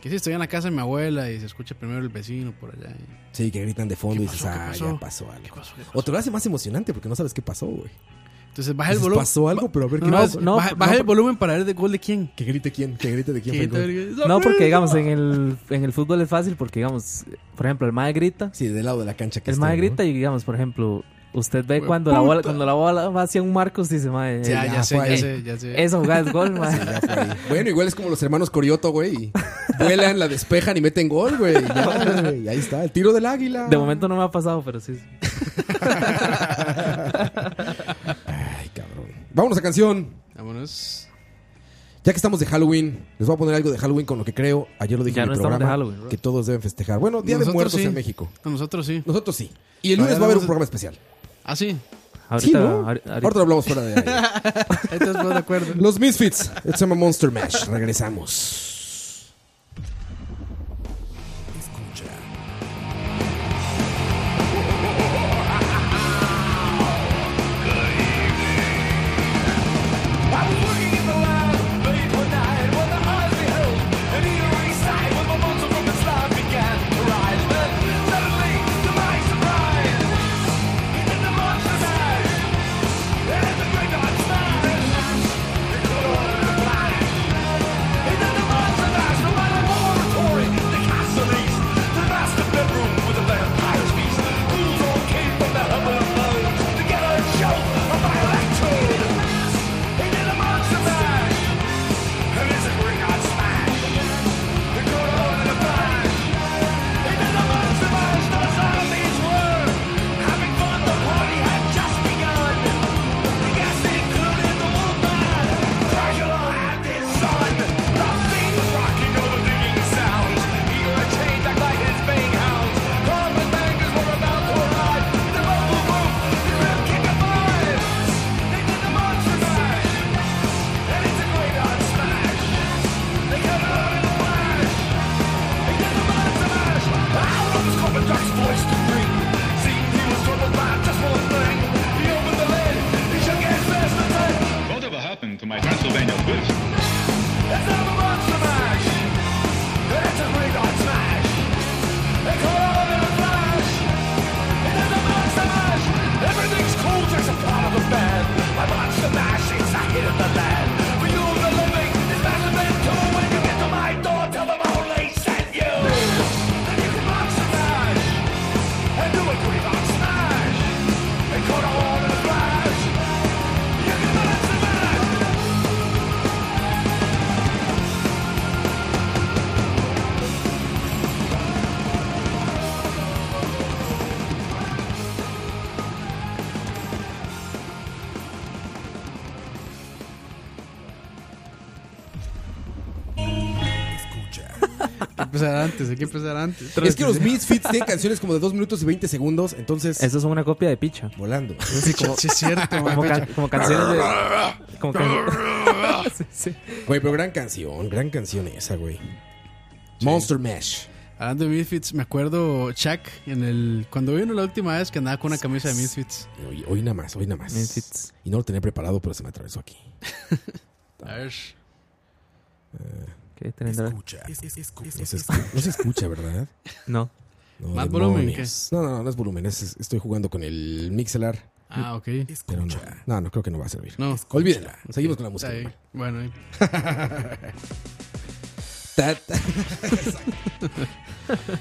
[SPEAKER 4] Que sí, estoy en la casa de mi abuela y se escucha primero el vecino por allá. y-
[SPEAKER 5] Sí, que gritan de fondo
[SPEAKER 4] ¿Qué
[SPEAKER 5] y dices,
[SPEAKER 4] pasó? ¿Qué
[SPEAKER 5] ah,
[SPEAKER 4] pasó?
[SPEAKER 5] ya pasó algo.
[SPEAKER 4] ¿Qué pasó? ¿Qué pasó?
[SPEAKER 5] O te lo hace más emocionante porque no sabes qué pasó, güey.
[SPEAKER 4] Entonces baja el
[SPEAKER 5] Dices,
[SPEAKER 4] volumen.
[SPEAKER 5] Pasó algo, pero a ver
[SPEAKER 4] No,
[SPEAKER 5] qué
[SPEAKER 4] no,
[SPEAKER 5] pasó.
[SPEAKER 4] baja, baja
[SPEAKER 5] no,
[SPEAKER 4] el volumen para ver de gol de quién.
[SPEAKER 5] Que grite quién, que grite de quién.
[SPEAKER 4] ¿Quién?
[SPEAKER 5] fue el gol.
[SPEAKER 6] No, porque digamos, en el, en el fútbol es fácil porque, digamos, por ejemplo, el mae grita.
[SPEAKER 5] Sí, del lado de la cancha que
[SPEAKER 6] El
[SPEAKER 5] esté,
[SPEAKER 6] mae
[SPEAKER 5] Este, ¿no?
[SPEAKER 6] grita y, digamos, por ejemplo, usted ve
[SPEAKER 4] Hue
[SPEAKER 6] cuando la, bola,
[SPEAKER 4] puta.
[SPEAKER 6] cuando la bola va hacia un Marcos, dice, mae,
[SPEAKER 4] Ya, ya,
[SPEAKER 5] ya
[SPEAKER 4] sé,
[SPEAKER 5] fue
[SPEAKER 4] ya
[SPEAKER 5] ahí.
[SPEAKER 4] sé, ya sé.
[SPEAKER 6] esa jugada es gol, mae.
[SPEAKER 5] Ya fue ahí. Bueno, igual es como los hermanos Corioto, güey. Vuelan, la despejan y meten gol, güey. Ya, güey. Ahí está, el tiro del águila.
[SPEAKER 6] De momento no me ha pasado, pero sí.
[SPEAKER 5] Ay, cabrón. Vámonos a canción.
[SPEAKER 4] Vámonos.
[SPEAKER 5] Ya que estamos de Halloween, les voy a poner algo de Halloween con lo que creo. Ayer lo dije
[SPEAKER 6] Ya
[SPEAKER 5] en el
[SPEAKER 6] no estamos
[SPEAKER 5] programa.
[SPEAKER 6] de Halloween, bro.
[SPEAKER 5] que todos deben festejar. Bueno, Día de
[SPEAKER 4] Nosotros
[SPEAKER 5] Muertos
[SPEAKER 4] sí.
[SPEAKER 5] en México.
[SPEAKER 4] A nosotros sí. Ah,
[SPEAKER 5] Nosotros sí. Y el
[SPEAKER 4] Ahora
[SPEAKER 5] lunes va a haber
[SPEAKER 4] vamos
[SPEAKER 5] un
[SPEAKER 4] a-
[SPEAKER 5] programa especial.
[SPEAKER 4] Así.
[SPEAKER 6] Ahorita,
[SPEAKER 5] sí, ¿no?
[SPEAKER 6] ahori- ahorita-
[SPEAKER 5] Ahorita lo hablamos fuera de aire.
[SPEAKER 4] Estamos de acuerdo.
[SPEAKER 5] Los Misfits. It's a Monster Mash. Regresamos.
[SPEAKER 10] Whatever happened to my Transylvania whiz?
[SPEAKER 4] Hay que empezar antes, hay que empezar antes.
[SPEAKER 5] Es que los Misfits tienen canciones como de 2 minutos y 20 segundos. Entonces,
[SPEAKER 6] Eso es una copia de picha.
[SPEAKER 5] volando.
[SPEAKER 6] Sí, como,
[SPEAKER 4] Sí, es cierto,
[SPEAKER 6] como,
[SPEAKER 4] man.
[SPEAKER 6] can- como canciones de. Como can- Sí, sí.
[SPEAKER 5] Güey, pero gran canción. Gran canción esa, güey. Monster Mash.
[SPEAKER 4] Hablando de Misfits, me acuerdo Chuck en el. Cuando vino la última vez que andaba con una camisa de Misfits.
[SPEAKER 5] Hoy, hoy nada más, hoy nada más.
[SPEAKER 6] Misfits.
[SPEAKER 5] Y no lo tenía preparado, pero se me atravesó aquí.
[SPEAKER 4] A ver.
[SPEAKER 6] ¿Qué tendrá?
[SPEAKER 5] No se, escu- no se escucha, ¿verdad?
[SPEAKER 6] No.
[SPEAKER 5] No,
[SPEAKER 4] ¿Más volumen,
[SPEAKER 5] demonios. No, no, no, no es volumen. es- es- estoy jugando con el mixelar.
[SPEAKER 4] Ah, ok.
[SPEAKER 5] Pero no, no, no creo que no va a servir.
[SPEAKER 4] No.
[SPEAKER 5] Olvídala. Seguimos con la música.
[SPEAKER 4] Está bien. Bueno, ahí.
[SPEAKER 5] Ta- ta-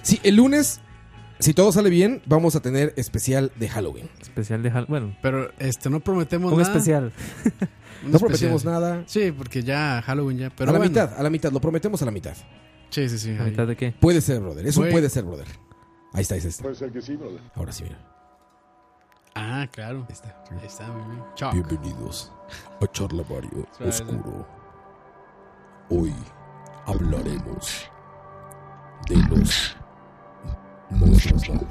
[SPEAKER 5] sí, el lunes, si todo sale bien, vamos a tener especial de Halloween.
[SPEAKER 6] Especial de Halloween. Bueno,
[SPEAKER 4] pero este, no prometemos
[SPEAKER 6] un
[SPEAKER 4] nada.
[SPEAKER 6] especial.
[SPEAKER 4] Un
[SPEAKER 5] No
[SPEAKER 4] especial.
[SPEAKER 5] prometemos nada.
[SPEAKER 4] Sí, porque ya Halloween ya. Pero
[SPEAKER 5] a la
[SPEAKER 4] bueno.
[SPEAKER 5] mitad, a la mitad, lo prometemos a la mitad.
[SPEAKER 4] Sí, sí, sí.
[SPEAKER 6] ¿A
[SPEAKER 4] ahí.
[SPEAKER 6] mitad de qué?
[SPEAKER 5] Puede ser, brother. Eso
[SPEAKER 4] Güey.
[SPEAKER 5] puede ser, brother. Ahí está, ahí está.
[SPEAKER 10] Puede ser que sí, brother.
[SPEAKER 5] Ahora sí, mira.
[SPEAKER 4] Ah, claro. Ahí está. Ahí está, muy bien. Chuck.
[SPEAKER 11] Bienvenidos a Charlavario
[SPEAKER 4] Suave.
[SPEAKER 11] Oscuro. Hoy hablaremos de los monstruos, ¿no?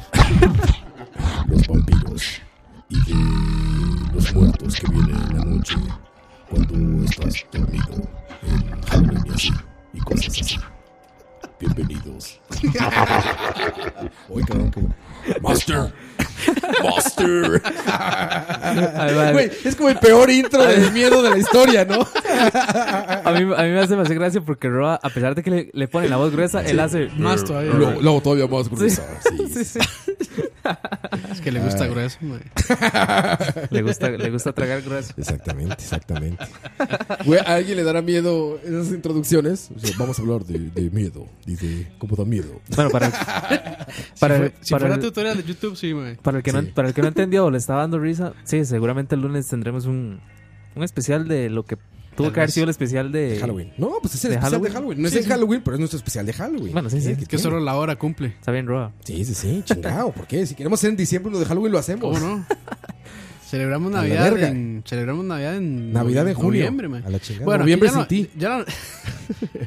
[SPEAKER 11] los vampiros y de los muertos que vienen en la noche cuando estás dormido en Halloween y así, y cosas así. Bienvenidos. Hoy, cabrón, que... Master. Master.
[SPEAKER 5] Güey, es como el peor intro del miedo de la historia, ¿no?
[SPEAKER 6] A mí, a mí me hace más gracia porque Roa, a pesar de que le, le pone la voz gruesa, él hace.
[SPEAKER 4] Más todavía.
[SPEAKER 11] Lo, lo hago todavía más gruesa. sí.
[SPEAKER 6] Sí, sí.
[SPEAKER 4] Es que le gusta grueso, mae.
[SPEAKER 6] Le gusta, le gusta tragar grueso.
[SPEAKER 11] Exactamente, exactamente.
[SPEAKER 5] Güey, a alguien le dará miedo esas introducciones.
[SPEAKER 11] O sea, vamos a hablar de, de miedo y de cómo da miedo.
[SPEAKER 6] Bueno, para, para,
[SPEAKER 4] si fue- si
[SPEAKER 6] para
[SPEAKER 4] fuera
[SPEAKER 6] el-
[SPEAKER 4] tutorial de YouTube, sí, mae.
[SPEAKER 6] para el que no, para el que no entendió o le estaba dando risa, sí, seguramente el lunes tendremos un, un especial de lo que tuvo
[SPEAKER 4] Tal
[SPEAKER 6] que haber
[SPEAKER 4] vez.
[SPEAKER 6] sido el especial de.
[SPEAKER 5] Halloween. No, pues es el
[SPEAKER 6] ¿De
[SPEAKER 5] especial de
[SPEAKER 6] Halloween?
[SPEAKER 5] Halloween. No
[SPEAKER 4] Sí,
[SPEAKER 5] es
[SPEAKER 4] sí.
[SPEAKER 5] el Halloween, pero es nuestro especial de Halloween.
[SPEAKER 6] Bueno, sí, sí.
[SPEAKER 5] ¿Qué
[SPEAKER 4] Es que
[SPEAKER 5] tiene?
[SPEAKER 4] solo la hora cumple.
[SPEAKER 6] Está bien, Roa.
[SPEAKER 5] Sí, sí, sí, chingado. ¿Por qué? Si queremos hacer en diciembre uno de Halloween, lo
[SPEAKER 4] ¿Cómo
[SPEAKER 5] hacemos.
[SPEAKER 4] no? Celebramos
[SPEAKER 5] A la
[SPEAKER 4] Navidad
[SPEAKER 5] verga.
[SPEAKER 4] en... Celebramos Navidad en...
[SPEAKER 5] Navidad en junio.
[SPEAKER 4] Noviembre, mae.
[SPEAKER 5] A la chingada.
[SPEAKER 4] Bueno,
[SPEAKER 5] noviembre sin
[SPEAKER 4] aquí
[SPEAKER 5] ti.
[SPEAKER 4] ya no- ya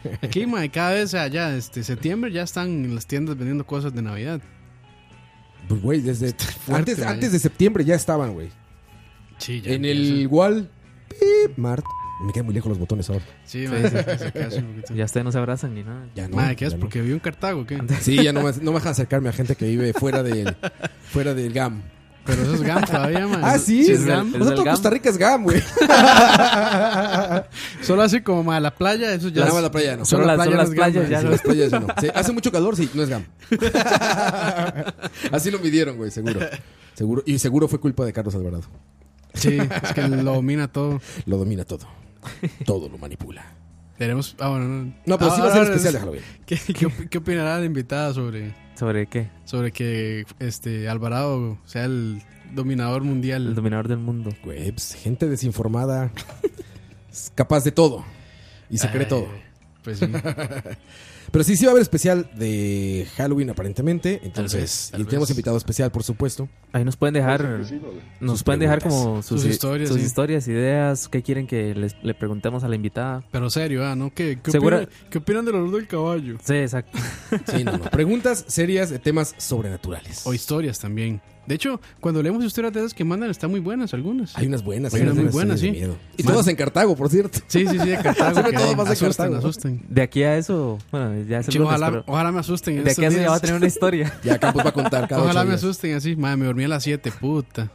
[SPEAKER 4] no- aquí, mae, cada vez allá, este, septiembre ya están en las tiendas vendiendo cosas de Navidad.
[SPEAKER 5] Pues, güey, desde
[SPEAKER 4] fuerte,
[SPEAKER 5] antes,
[SPEAKER 4] vaya.
[SPEAKER 5] antes de septiembre ya estaban, güey.
[SPEAKER 4] Sí, ya
[SPEAKER 5] En
[SPEAKER 4] empieza.
[SPEAKER 5] el Wal. Pip, Mart. Me quedan muy lejos los botones ahora.
[SPEAKER 4] Sí, mae, se- se casi un poquito.
[SPEAKER 6] Ya ustedes no se abrazan ni nada.
[SPEAKER 5] Ya no.
[SPEAKER 4] Mae, ¿qué
[SPEAKER 5] ya
[SPEAKER 4] es?
[SPEAKER 5] no.
[SPEAKER 4] Porque vi un Cartago, ¿qué?
[SPEAKER 5] Sí, ya no me, no me dejan acercarme a gente que vive fuera del, fuera del GAM.
[SPEAKER 4] Pero eso es GAM todavía, mae.
[SPEAKER 5] Ah, sí.
[SPEAKER 4] Eso
[SPEAKER 5] sí
[SPEAKER 4] es
[SPEAKER 5] es
[SPEAKER 4] GAM.
[SPEAKER 6] del-
[SPEAKER 5] o sea, todo
[SPEAKER 6] GAM.
[SPEAKER 5] Costa Rica es GAM, güey.
[SPEAKER 4] Solo así como mae, la playa, eso ya...
[SPEAKER 5] Nada más la playa, no.
[SPEAKER 6] Solo
[SPEAKER 4] la
[SPEAKER 6] las, solo
[SPEAKER 4] playa
[SPEAKER 6] las
[SPEAKER 4] no es
[SPEAKER 6] playas
[SPEAKER 4] gama,
[SPEAKER 6] ya
[SPEAKER 5] Sí,
[SPEAKER 6] no.
[SPEAKER 5] las playas, no. Sí, hace mucho calor, sí, no es GAM. Así lo midieron, güey, seguro. Seguro, y seguro fue culpa de Carlos Alvarado.
[SPEAKER 4] Sí, es que lo domina todo.
[SPEAKER 5] Lo domina todo. Todo lo manipula.
[SPEAKER 4] Tenemos... Ah, bueno, no.
[SPEAKER 5] No, pero sí va
[SPEAKER 4] Ahora-
[SPEAKER 5] a ser
[SPEAKER 4] ahora
[SPEAKER 5] especial de
[SPEAKER 4] es-
[SPEAKER 5] Halloween.
[SPEAKER 4] ¿Qué, qué, op- qué opinará la invitada sobre,
[SPEAKER 6] ¿Sobre qué?
[SPEAKER 4] sobre que este Alvarado sea el dominador
[SPEAKER 6] El
[SPEAKER 4] mundial?
[SPEAKER 6] dominador del mundo.
[SPEAKER 5] Güey, pues, gente desinformada. es capaz de todo. Y se cree
[SPEAKER 4] Ay,
[SPEAKER 5] todo.
[SPEAKER 4] Pues sí.
[SPEAKER 5] Pero sí, sí va a haber especial de Halloween, aparentemente. Entonces,
[SPEAKER 4] vez, tal
[SPEAKER 5] y tenemos
[SPEAKER 4] vez.
[SPEAKER 5] invitado especial, por supuesto.
[SPEAKER 6] Ahí nos pueden dejar. Nos pueden dejar como sus,
[SPEAKER 4] Sus historias,
[SPEAKER 6] sus
[SPEAKER 4] sí.
[SPEAKER 6] historias, ideas, qué quieren que les- le preguntemos a la invitada.
[SPEAKER 4] Pero serio, ah, ¿no? ¿Qué, qué,
[SPEAKER 6] Segura-
[SPEAKER 4] opinan, ¿Qué opinan del olor del caballo?
[SPEAKER 6] Sí, exacto.
[SPEAKER 5] Sí, no, no. Preguntas serias de temas sobrenaturales.
[SPEAKER 4] O historias también. De hecho, cuando leemos historias de esas que mandan, están muy buenas algunas.
[SPEAKER 5] Hay unas buenas,
[SPEAKER 4] Hay
[SPEAKER 5] hay
[SPEAKER 4] unas muy buenas,
[SPEAKER 5] buenas,
[SPEAKER 4] sí.
[SPEAKER 5] historias de miedo. Y
[SPEAKER 4] Man.
[SPEAKER 5] todas en Cartago, por cierto.
[SPEAKER 4] Sí, sí, sí, de Cartago.
[SPEAKER 5] Sobre
[SPEAKER 4] que
[SPEAKER 5] todo más de
[SPEAKER 4] asustan,
[SPEAKER 5] Cartago.
[SPEAKER 4] asustan.
[SPEAKER 6] De aquí a eso, bueno, ya es el
[SPEAKER 4] Che,
[SPEAKER 6] lunes,
[SPEAKER 4] ojalá,
[SPEAKER 6] pero
[SPEAKER 4] ojalá me asusten. en
[SPEAKER 6] de
[SPEAKER 4] estos
[SPEAKER 6] aquí a eso
[SPEAKER 4] días.
[SPEAKER 6] ya va a tener una historia.
[SPEAKER 5] Ya Campos va a contar cada
[SPEAKER 4] Ojalá
[SPEAKER 5] ocho
[SPEAKER 4] me
[SPEAKER 5] días.
[SPEAKER 4] asusten así. Madre, me dormí a las 7, puta.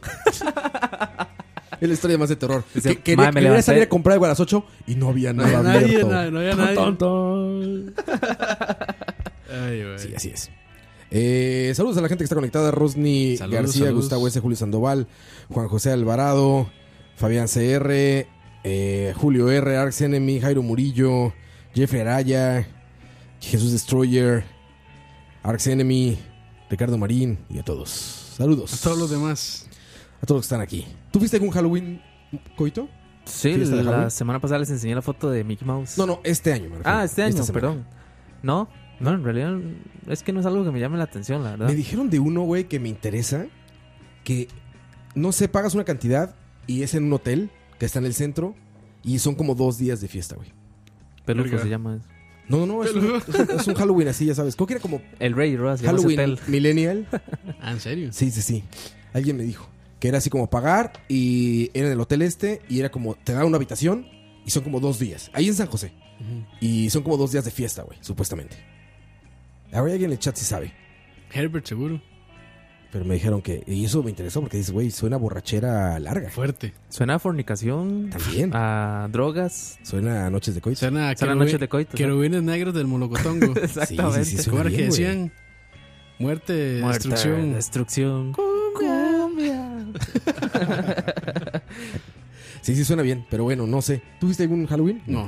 [SPEAKER 5] Es la historia más de terror.
[SPEAKER 6] Dice,
[SPEAKER 5] que, quería
[SPEAKER 6] "Mae, me
[SPEAKER 5] quería
[SPEAKER 6] levanté".
[SPEAKER 5] salir a comprar algo a las 8 y no había nada abierto.
[SPEAKER 4] no había nadie.
[SPEAKER 5] Ton, ton, ton.
[SPEAKER 4] Ay, güey.
[SPEAKER 5] Sí, así es. Eh, saludos a la gente que está conectada. Rosny
[SPEAKER 4] Saludos,
[SPEAKER 5] García,
[SPEAKER 4] saludos.
[SPEAKER 5] Gustavo S. Julio Sandoval, Juan José Alvarado, Fabián CR, eh, Julio R., Arx Enemy, Jairo Murillo, Jeffrey Araya, Jesús Destroyer, Arx Enemy, Ricardo Marín y a todos. Saludos.
[SPEAKER 4] A todos los demás.
[SPEAKER 5] A todos los que están aquí. ¿Tú viste algún Halloween coito?
[SPEAKER 6] Sí,
[SPEAKER 5] ¿Fiesta de
[SPEAKER 6] la
[SPEAKER 5] Halloween?
[SPEAKER 6] semana pasada les enseñé la foto de Mickey Mouse.
[SPEAKER 5] No, no, este año. me refiero.
[SPEAKER 6] Ah, este año,
[SPEAKER 5] Esta semana.
[SPEAKER 6] perdón. No, no, en realidad es que no es algo que me llame la atención, la verdad.
[SPEAKER 5] Me dijeron de uno, güey, que me interesa. Que no sé, pagas una cantidad y es en un hotel que está en el centro y son como dos días de fiesta, güey.
[SPEAKER 6] Peluco
[SPEAKER 4] Verga.
[SPEAKER 6] pues, se llama eso.
[SPEAKER 5] No, no, no, es un, es un- es un Halloween así, ya sabes. Creo que era como
[SPEAKER 6] El Rey Roa se llama ese
[SPEAKER 5] Halloween
[SPEAKER 6] hotel.
[SPEAKER 5] Millennial.
[SPEAKER 4] Ah, ¿en serio?
[SPEAKER 5] Sí, sí, sí. Alguien me dijo que era así como pagar y era en el hotel este y era como te dan una habitación y son como dos días. Ahí en San José. Y son como dos días de fiesta, güey, supuestamente. Ahora alguien en el chat sí sabe.
[SPEAKER 4] Herbert, seguro.
[SPEAKER 5] Pero me dijeron que. Y eso me interesó porque dices, güey, suena borrachera larga.
[SPEAKER 4] Fuerte.
[SPEAKER 6] Suena a fornicación,
[SPEAKER 5] También.
[SPEAKER 6] a drogas.
[SPEAKER 5] Suena a noches de coito.
[SPEAKER 4] Ah. Suena a
[SPEAKER 6] Son las
[SPEAKER 4] querubín-
[SPEAKER 6] noches de coito.
[SPEAKER 4] querubines negros del Molocotongo.
[SPEAKER 6] Exactamente.
[SPEAKER 5] Sí, sí, sí,
[SPEAKER 4] ¿Cómo era que
[SPEAKER 5] Suena bien, güey.
[SPEAKER 4] decían? Muerte,
[SPEAKER 6] Muerte,
[SPEAKER 4] destrucción.
[SPEAKER 6] Destrucción.
[SPEAKER 5] Sí, sí, suena bien. Pero bueno, no sé. ¿Tuviste algún Halloween?
[SPEAKER 4] no.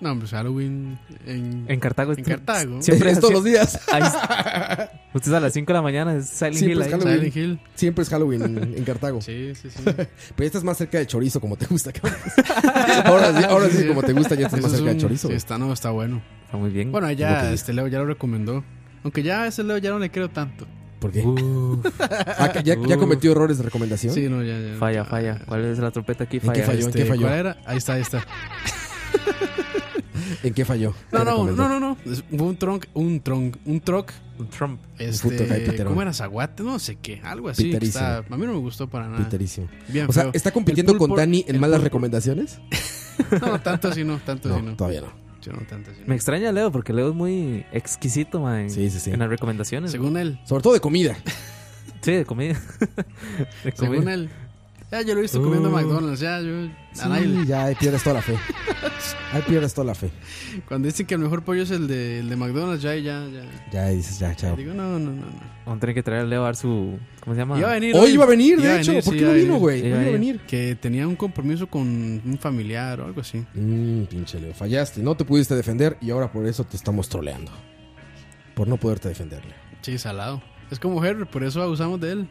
[SPEAKER 4] No, hombre, Halloween en,
[SPEAKER 6] En Cartago.
[SPEAKER 4] En Cartago.
[SPEAKER 6] Siempre
[SPEAKER 5] es todos los días.
[SPEAKER 6] Ahí es- Usted a las 5 de la mañana es Silent
[SPEAKER 5] Siempre
[SPEAKER 6] Hill
[SPEAKER 5] es
[SPEAKER 6] ahí.
[SPEAKER 5] pues, Halloween.
[SPEAKER 4] Silent Hill.
[SPEAKER 5] Siempre es Halloween en, en Cartago.
[SPEAKER 4] Sí, sí, sí.
[SPEAKER 5] Pero estás más cerca del chorizo como te gusta, cabrón. ahora sí, ahora sí, como te gusta, ya estás
[SPEAKER 4] Eso
[SPEAKER 5] más
[SPEAKER 4] es
[SPEAKER 5] cerca del
[SPEAKER 4] un- este,
[SPEAKER 5] chorizo.
[SPEAKER 4] sí,
[SPEAKER 5] güey.
[SPEAKER 4] está, no, está bueno.
[SPEAKER 6] Está muy bien.
[SPEAKER 4] Bueno, ahí
[SPEAKER 5] Es lo que
[SPEAKER 4] ya
[SPEAKER 5] dice.
[SPEAKER 4] este Leo ya lo recomendó. Aunque ya a ese Leo ya no le creo tanto.
[SPEAKER 5] ¿Por qué? Ah, que ya, ya cometió errores de recomendación?
[SPEAKER 4] uh. Sí, no, ya, ya.
[SPEAKER 6] Falla, falla. ¿Cuál es la trompeta aquí?
[SPEAKER 5] ¿En qué falló? ¿En
[SPEAKER 4] Este,
[SPEAKER 5] qué falló?
[SPEAKER 4] ¿Cuál era? Ahí está, ahí está.
[SPEAKER 5] ¿En qué falló?
[SPEAKER 4] No, no,
[SPEAKER 5] ¿Qué recomendó?
[SPEAKER 4] no, no, no. Es- Fue un tronc, un tronc, un troc.
[SPEAKER 6] Un este Trump.
[SPEAKER 5] puto cae
[SPEAKER 4] Este,
[SPEAKER 5] piterón.
[SPEAKER 4] ¿Cómo era? Zaguate, no sé qué. Algo así. que
[SPEAKER 5] Piterísimo.
[SPEAKER 4] está- a mí no me gustó para nada.
[SPEAKER 5] Piterísimo.
[SPEAKER 4] Bien
[SPEAKER 5] o sea,
[SPEAKER 4] feo.
[SPEAKER 5] ¿está compitiendo
[SPEAKER 4] El
[SPEAKER 5] con
[SPEAKER 4] pulpo-
[SPEAKER 5] Dani en
[SPEAKER 4] el
[SPEAKER 5] malas
[SPEAKER 4] pulpo-
[SPEAKER 5] recomendaciones?
[SPEAKER 4] No, tanto así no, tanto
[SPEAKER 5] No,
[SPEAKER 4] así no.
[SPEAKER 5] todavía no.
[SPEAKER 4] Sí, no, tanto así no.
[SPEAKER 6] Me extraña Leo porque Leo es muy exquisito ma, en,
[SPEAKER 5] Sí, sí, sí.
[SPEAKER 6] en las recomendaciones.
[SPEAKER 4] Según él,
[SPEAKER 5] Sobre todo de comida.
[SPEAKER 6] sí, de comida. De
[SPEAKER 4] según
[SPEAKER 6] comida.
[SPEAKER 4] él. Ya, yo lo he visto comiendo
[SPEAKER 5] Uh.
[SPEAKER 4] McDonald's, ya, yo... a nadie le-
[SPEAKER 5] Sí, ya ahí pierdes toda la fe. Ahí pierdes toda la fe.
[SPEAKER 4] Cuando dicen que el mejor pollo es el de, el de McDonald's, ya, ya, ya.
[SPEAKER 5] Ya ahí dices, ya, chao.
[SPEAKER 4] Digo, no, no, no. no.
[SPEAKER 6] Vamos a tener que traer a Leo a dar su. ¿Cómo se llama?
[SPEAKER 4] Iba a venir
[SPEAKER 5] Ah. Hoy iba a venir, de
[SPEAKER 4] Iba a
[SPEAKER 5] hecho.
[SPEAKER 4] venir,
[SPEAKER 5] ¿Por
[SPEAKER 4] sí,
[SPEAKER 5] qué
[SPEAKER 4] iba
[SPEAKER 5] no
[SPEAKER 4] a
[SPEAKER 5] vino,
[SPEAKER 4] venir.
[SPEAKER 5] güey?
[SPEAKER 6] Iba
[SPEAKER 5] No iba
[SPEAKER 6] a
[SPEAKER 5] a
[SPEAKER 6] venir.
[SPEAKER 5] venir.
[SPEAKER 4] Que tenía un compromiso con un familiar o algo así.
[SPEAKER 5] Mmm, pinche Leo. Fallaste, no te pudiste defender y ahora por eso te estamos troleando. Por no poderte defender, Leo.
[SPEAKER 4] Sí, salado. Es como Herbert, por eso abusamos de él.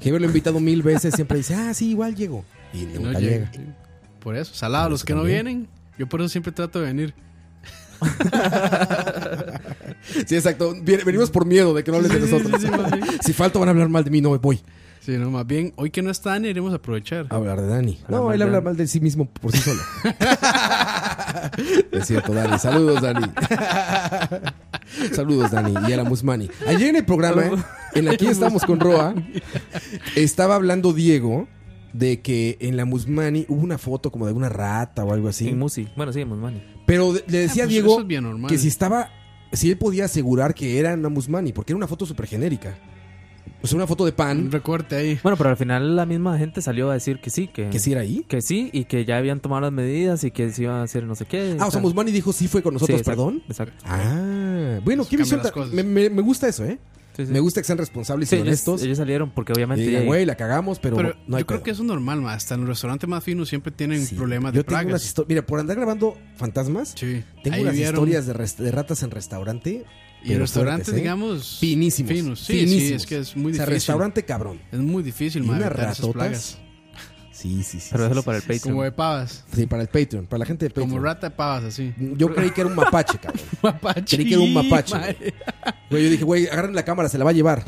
[SPEAKER 5] Heber lo he invitado mil veces, siempre dice, ah, sí, igual llego. Y
[SPEAKER 4] Que
[SPEAKER 5] nunca
[SPEAKER 4] no
[SPEAKER 5] llega.
[SPEAKER 4] llega. Sí. Por eso, salado.
[SPEAKER 5] Por
[SPEAKER 4] los
[SPEAKER 5] eso
[SPEAKER 4] que no
[SPEAKER 5] también.
[SPEAKER 4] vienen, yo por eso siempre trato de venir.
[SPEAKER 5] Sí, exacto. Viene- Venimos por miedo de que no hables de
[SPEAKER 4] Sí, sí,
[SPEAKER 5] nosotros.
[SPEAKER 4] sí, sí, más bien.
[SPEAKER 5] Si falto van a hablar mal de mí, no voy.
[SPEAKER 4] Sí, no, más bien, hoy que no está Dani, iremos a aprovechar.
[SPEAKER 5] A hablar de Dani.
[SPEAKER 6] Hablar
[SPEAKER 5] No,
[SPEAKER 6] mal
[SPEAKER 5] él
[SPEAKER 6] de
[SPEAKER 5] habla
[SPEAKER 6] Dani.
[SPEAKER 5] mal de sí mismo por sí solo. es cierto, Dani. Saludos, Dani. Saludos, Dani. Y a la Musmani. Ayer en el programa, en Aquí estamos con Roa, estaba hablando Diego de que en la Musmani hubo una foto como de una rata o algo así.
[SPEAKER 6] En Musi. Bueno, sí, en Musmani.
[SPEAKER 5] Pero de- le decía
[SPEAKER 4] Ah, pues
[SPEAKER 5] Diego
[SPEAKER 4] eso es bien normal.
[SPEAKER 5] que si estaba, si él podía asegurar que era una Musmani, porque era una foto súper genérica. O sea, una foto de
[SPEAKER 4] Un
[SPEAKER 5] pan,
[SPEAKER 4] recorte ahí.
[SPEAKER 6] Bueno, pero al final la misma gente salió a decir que sí, que,
[SPEAKER 5] que sí era ahí.
[SPEAKER 6] que sí, y que ya habían tomado las medidas y que se iba a hacer no sé qué.
[SPEAKER 5] Ah, o sea, Musmani dijo sí fue con nosotros, perdón.
[SPEAKER 6] Exacto.
[SPEAKER 5] Ah, bueno,
[SPEAKER 4] Eso cambia
[SPEAKER 5] qué visión.
[SPEAKER 4] Pues las
[SPEAKER 5] tan-
[SPEAKER 4] cosas.
[SPEAKER 5] Me, me- me gusta eso, ¿eh?
[SPEAKER 6] Sí, sí.
[SPEAKER 5] Me gusta que sean responsables
[SPEAKER 6] Sí,
[SPEAKER 5] y
[SPEAKER 6] ellos,
[SPEAKER 5] honestos.
[SPEAKER 6] ellos salieron porque
[SPEAKER 5] Y
[SPEAKER 6] obviamente.
[SPEAKER 5] digan,
[SPEAKER 6] eh,
[SPEAKER 5] güey, la cagamos, pero,
[SPEAKER 4] Pero
[SPEAKER 5] no hay
[SPEAKER 4] yo creo que eso es normal, ma. Hasta en los restaurantes más finos siempre tienen
[SPEAKER 5] Sí.
[SPEAKER 4] problemas
[SPEAKER 5] Yo
[SPEAKER 4] de
[SPEAKER 5] tengo unas
[SPEAKER 4] plagas.
[SPEAKER 5] historias. Mira, por andar grabando fantasmas,
[SPEAKER 4] Sí.
[SPEAKER 5] tengo
[SPEAKER 4] Ahí
[SPEAKER 5] unas
[SPEAKER 4] vieron-
[SPEAKER 5] historias de, res- de ratas en restaurante.
[SPEAKER 4] Y
[SPEAKER 5] pero
[SPEAKER 4] restaurantes,
[SPEAKER 5] fuertes, ¿eh?
[SPEAKER 4] digamos.
[SPEAKER 5] Finísimos.
[SPEAKER 4] Finos. Sí, sí,
[SPEAKER 5] finísimos.
[SPEAKER 4] es que es muy
[SPEAKER 5] O sea,
[SPEAKER 4] difícil.
[SPEAKER 5] restaurante cabrón.
[SPEAKER 4] Es muy difícil,
[SPEAKER 5] Y
[SPEAKER 4] ma.
[SPEAKER 5] unas
[SPEAKER 4] evitar esas
[SPEAKER 5] ratotas.
[SPEAKER 4] plagas.
[SPEAKER 5] Sí, sí, sí.
[SPEAKER 6] Pero
[SPEAKER 5] sí,
[SPEAKER 6] déjalo
[SPEAKER 5] sí,
[SPEAKER 6] para el
[SPEAKER 5] sí.
[SPEAKER 6] Patreon.
[SPEAKER 4] Como de pavas.
[SPEAKER 5] Sí, para el Patreon, para la gente de Patreon.
[SPEAKER 4] Como rata de pavas, así.
[SPEAKER 5] Yo creí que era un mapache, cabrón.
[SPEAKER 4] Mapache.
[SPEAKER 5] Creí que era un mapache,
[SPEAKER 4] ma.
[SPEAKER 5] güey. Güey, yo dije, güey, agarren la cámara, se la va a llevar.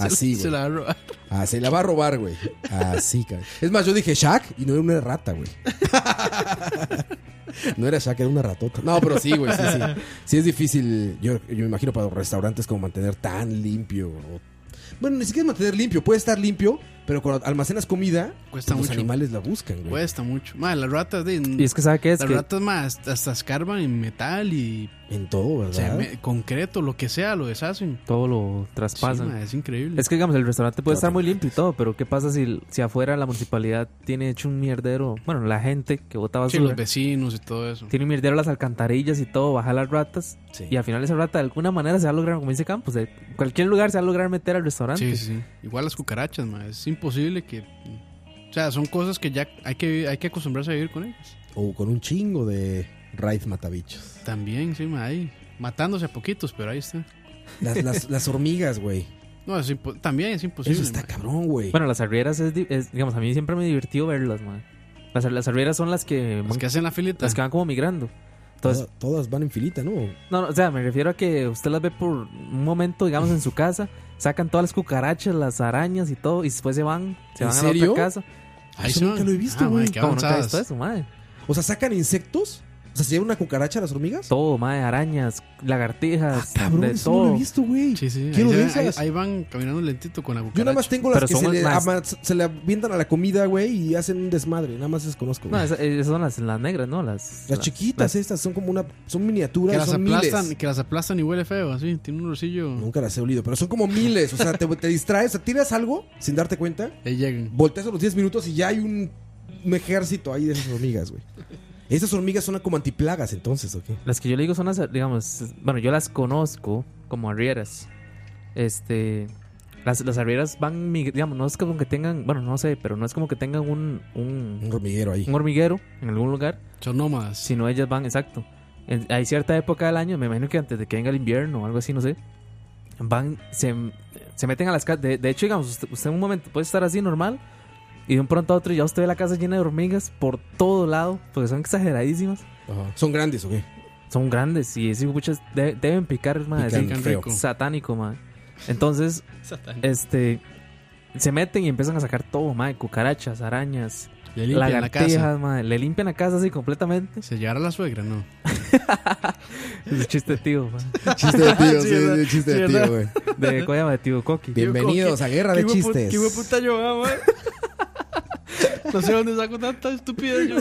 [SPEAKER 5] Así, güey.
[SPEAKER 4] Se la roba.
[SPEAKER 5] Ah, se la va a robar, güey. Así, cabrón. Es más, yo dije Shaq y no era una rata, güey. No era Shaq, era una ratota. No, pero sí, güey, sí, sí. Sí es difícil, yo, yo me imagino para los restaurantes como mantener tan limpio. o- Bueno, ni siquiera es mantener limpio, puede estar limpio, pero cuando almacenas comida,
[SPEAKER 4] Cuesta
[SPEAKER 5] los
[SPEAKER 4] mucho.
[SPEAKER 5] animales la buscan, güey.
[SPEAKER 4] Cuesta mucho. Ma, las ratas. De...
[SPEAKER 6] Y es que, ¿sabe qué es?
[SPEAKER 4] las
[SPEAKER 6] Que
[SPEAKER 4] ratas más hasta escarban en metal y
[SPEAKER 5] En todo,
[SPEAKER 4] o sea,
[SPEAKER 5] ¿verdad?
[SPEAKER 4] me- concreto, lo que sea, lo deshacen.
[SPEAKER 6] todo lo
[SPEAKER 4] Sí,
[SPEAKER 6] traspasan.
[SPEAKER 4] ma, es increíble.
[SPEAKER 6] Es que, digamos, el restaurante puede
[SPEAKER 5] Claro.
[SPEAKER 6] estar muy limpio y todo, pero ¿qué pasa si, si afuera la municipalidad tiene hecho un mierdero? Bueno, la gente que bota
[SPEAKER 4] Sí,
[SPEAKER 6] basura
[SPEAKER 4] los vecinos y todo eso.
[SPEAKER 6] tiene un mierdero las alcantarillas y todo, baja las ratas.
[SPEAKER 5] Sí.
[SPEAKER 6] Y al final esa rata de alguna manera se va a lograr, como dice Campos, de cualquier lugar se va a lograr meter al restaurante.
[SPEAKER 4] Sí, sí, sí. Igual las cucarachas, ma, es imposible que... O sea, son cosas que ya hay que, hay que acostumbrarse a vivir con ellas.
[SPEAKER 5] O con un chingo de raíz matabichos.
[SPEAKER 4] También, sí, ma, ahí. Matándose a poquitos, pero ahí está.
[SPEAKER 5] Las, las, las hormigas, güey.
[SPEAKER 4] No, es impo- también es imposible.
[SPEAKER 5] Eso está
[SPEAKER 4] ma.
[SPEAKER 5] cabrón, güey.
[SPEAKER 6] Bueno, las arrieras es, di- es- digamos, a mí siempre me divertido verlas, man. Las, las arrieras son las que, van-
[SPEAKER 4] Las que hacen la filita.
[SPEAKER 6] las que van como migrando. Entonces,
[SPEAKER 5] Todas- todas van en filita, ¿no?
[SPEAKER 6] No, no, o sea, me refiero a que usted las ve por un momento, digamos, en su casa, sacan todas las cucarachas, las arañas y todo, y después se van, se
[SPEAKER 5] ¿En
[SPEAKER 6] van a la
[SPEAKER 5] serio?
[SPEAKER 6] otra casa.
[SPEAKER 4] Ahí
[SPEAKER 5] Eso
[SPEAKER 4] son.
[SPEAKER 5] nunca lo he visto,
[SPEAKER 4] Ah, ma,
[SPEAKER 5] güey.
[SPEAKER 4] qué
[SPEAKER 6] ¿Cómo no te has
[SPEAKER 4] avanzadas.
[SPEAKER 6] visto eso, madre?
[SPEAKER 5] O sea, sacan insectos. O sea, se llevan una cucaracha a las hormigas.
[SPEAKER 6] Todo, madre, arañas,
[SPEAKER 5] Ah,
[SPEAKER 6] lagartijas,
[SPEAKER 5] cabrón,
[SPEAKER 6] de
[SPEAKER 5] eso no lo
[SPEAKER 6] todo.
[SPEAKER 5] he visto, güey.
[SPEAKER 4] Sí, sí. ahí
[SPEAKER 5] Quiero
[SPEAKER 4] se
[SPEAKER 5] de
[SPEAKER 4] ven- ahí,
[SPEAKER 5] esas.
[SPEAKER 4] ahí van caminando lentito con la cucaracha.
[SPEAKER 5] Yo nada más tengo las
[SPEAKER 6] Pero
[SPEAKER 5] que
[SPEAKER 6] son
[SPEAKER 5] se le,
[SPEAKER 6] las-
[SPEAKER 5] ama- se le avientan a la comida, güey, y hacen un desmadre. Nada más desconozco.
[SPEAKER 6] no,
[SPEAKER 5] güey.
[SPEAKER 6] esas, esas son las, las negras, ¿no? Las,
[SPEAKER 5] las chiquitas
[SPEAKER 6] las-
[SPEAKER 5] estas son como una... Son
[SPEAKER 4] Que
[SPEAKER 5] miniaturas,
[SPEAKER 4] las,
[SPEAKER 5] son
[SPEAKER 4] aplastan,
[SPEAKER 5] miles.
[SPEAKER 4] que las aplastan y huele feo, así. Tiene un rosillo.
[SPEAKER 5] Nunca las he olido, pero son como miles. O sea, te, te distraes, o sea, tiras algo sin darte cuenta.
[SPEAKER 4] Ahí llegan.
[SPEAKER 5] Volteas a los 10 minutos y ya hay un, un ejército ahí de esas hormigas, güey. Esas hormigas son como antiplagas, entonces, ¿o qué?
[SPEAKER 6] Las que yo le digo son las, digamos, bueno, yo las conozco como arrieras. Este, las, las arrieras van, mig- digamos, no es como que tengan, bueno, no sé, pero no es como que tengan un, un,
[SPEAKER 5] Un hormiguero ahí.
[SPEAKER 6] un hormiguero en algún lugar,
[SPEAKER 4] Son nómadas.
[SPEAKER 6] sino ellas van, exacto. En- hay cierta época del año, me imagino que antes de que venga el invierno o algo así, no sé. Van, se, se meten a las casas. De, de hecho, digamos, usted, usted en un momento puede estar así normal y de un pronto a otro ya usted ve la casa llena de hormigas por todo lado, porque son exageradísimas.
[SPEAKER 5] Ajá. Son grandes, ¿o qué?
[SPEAKER 6] Son grandes y esas muchas deben picar, madre.
[SPEAKER 5] Pican
[SPEAKER 6] así,
[SPEAKER 4] Pican
[SPEAKER 5] feo.
[SPEAKER 4] rico.
[SPEAKER 6] satánico, madre. Entonces,
[SPEAKER 4] Satánico.
[SPEAKER 6] este, se meten y empiezan a sacar todo, madre, cucarachas, arañas,
[SPEAKER 4] Le limpian la
[SPEAKER 6] lagartijas,
[SPEAKER 4] casa.
[SPEAKER 6] madre, le limpian la casa así completamente.
[SPEAKER 4] Se llevará la suegra, ¿no?
[SPEAKER 6] Es chiste de tío, madre.
[SPEAKER 5] Chiste de tío, Sí, sí, ¿verdad? es chiste de Sí, tío, ¿verdad? güey.
[SPEAKER 6] De ¿cómo se llama? de tío Coqui.
[SPEAKER 5] Bienvenidos a Guerra de Chistes.
[SPEAKER 4] puta yo, ah, mae. No sé dónde saco tanta estupidez yo.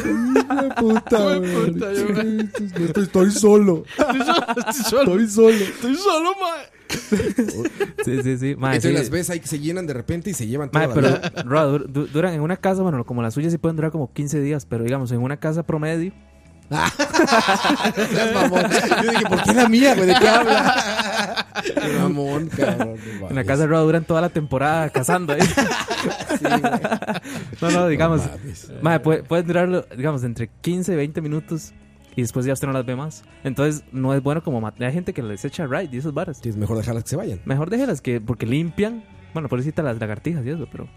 [SPEAKER 11] puta,
[SPEAKER 4] Hijo de puta, yo, mae.
[SPEAKER 11] Estoy, estoy solo.
[SPEAKER 4] Estoy solo, estoy solo.
[SPEAKER 11] Estoy solo.
[SPEAKER 5] Ah,
[SPEAKER 4] Estoy solo, mae.
[SPEAKER 6] Sí, sí, sí. Madre,
[SPEAKER 5] Entonces
[SPEAKER 6] Ah, sí.
[SPEAKER 5] las ves ahí que se llenan de repente y se llevan
[SPEAKER 6] Mae,
[SPEAKER 5] todas
[SPEAKER 6] pero Roa, dur- du- duran en una casa, bueno, como la suya sí pueden durar como 15 días, pero digamos, en una casa promedio.
[SPEAKER 5] Yo dije, ¿por qué la mía, güey? ¿De qué habla? Qué mamón, cabrón.
[SPEAKER 6] En la casa de Roa duran toda la temporada cazando. ¿eh? no, no, digamos.
[SPEAKER 5] Ah, pues,
[SPEAKER 6] mae, puede, pueden durarlo, digamos, entre 15 y 20 minutos y después ya usted no las ve más. Entonces, no es bueno como matar. Hay gente que les echa raid y esas varas.
[SPEAKER 5] Es mejor dejarlas que se vayan.
[SPEAKER 6] Mejor déjelas que, porque limpian. Bueno, pobrecita las lagartijas y eso, pero.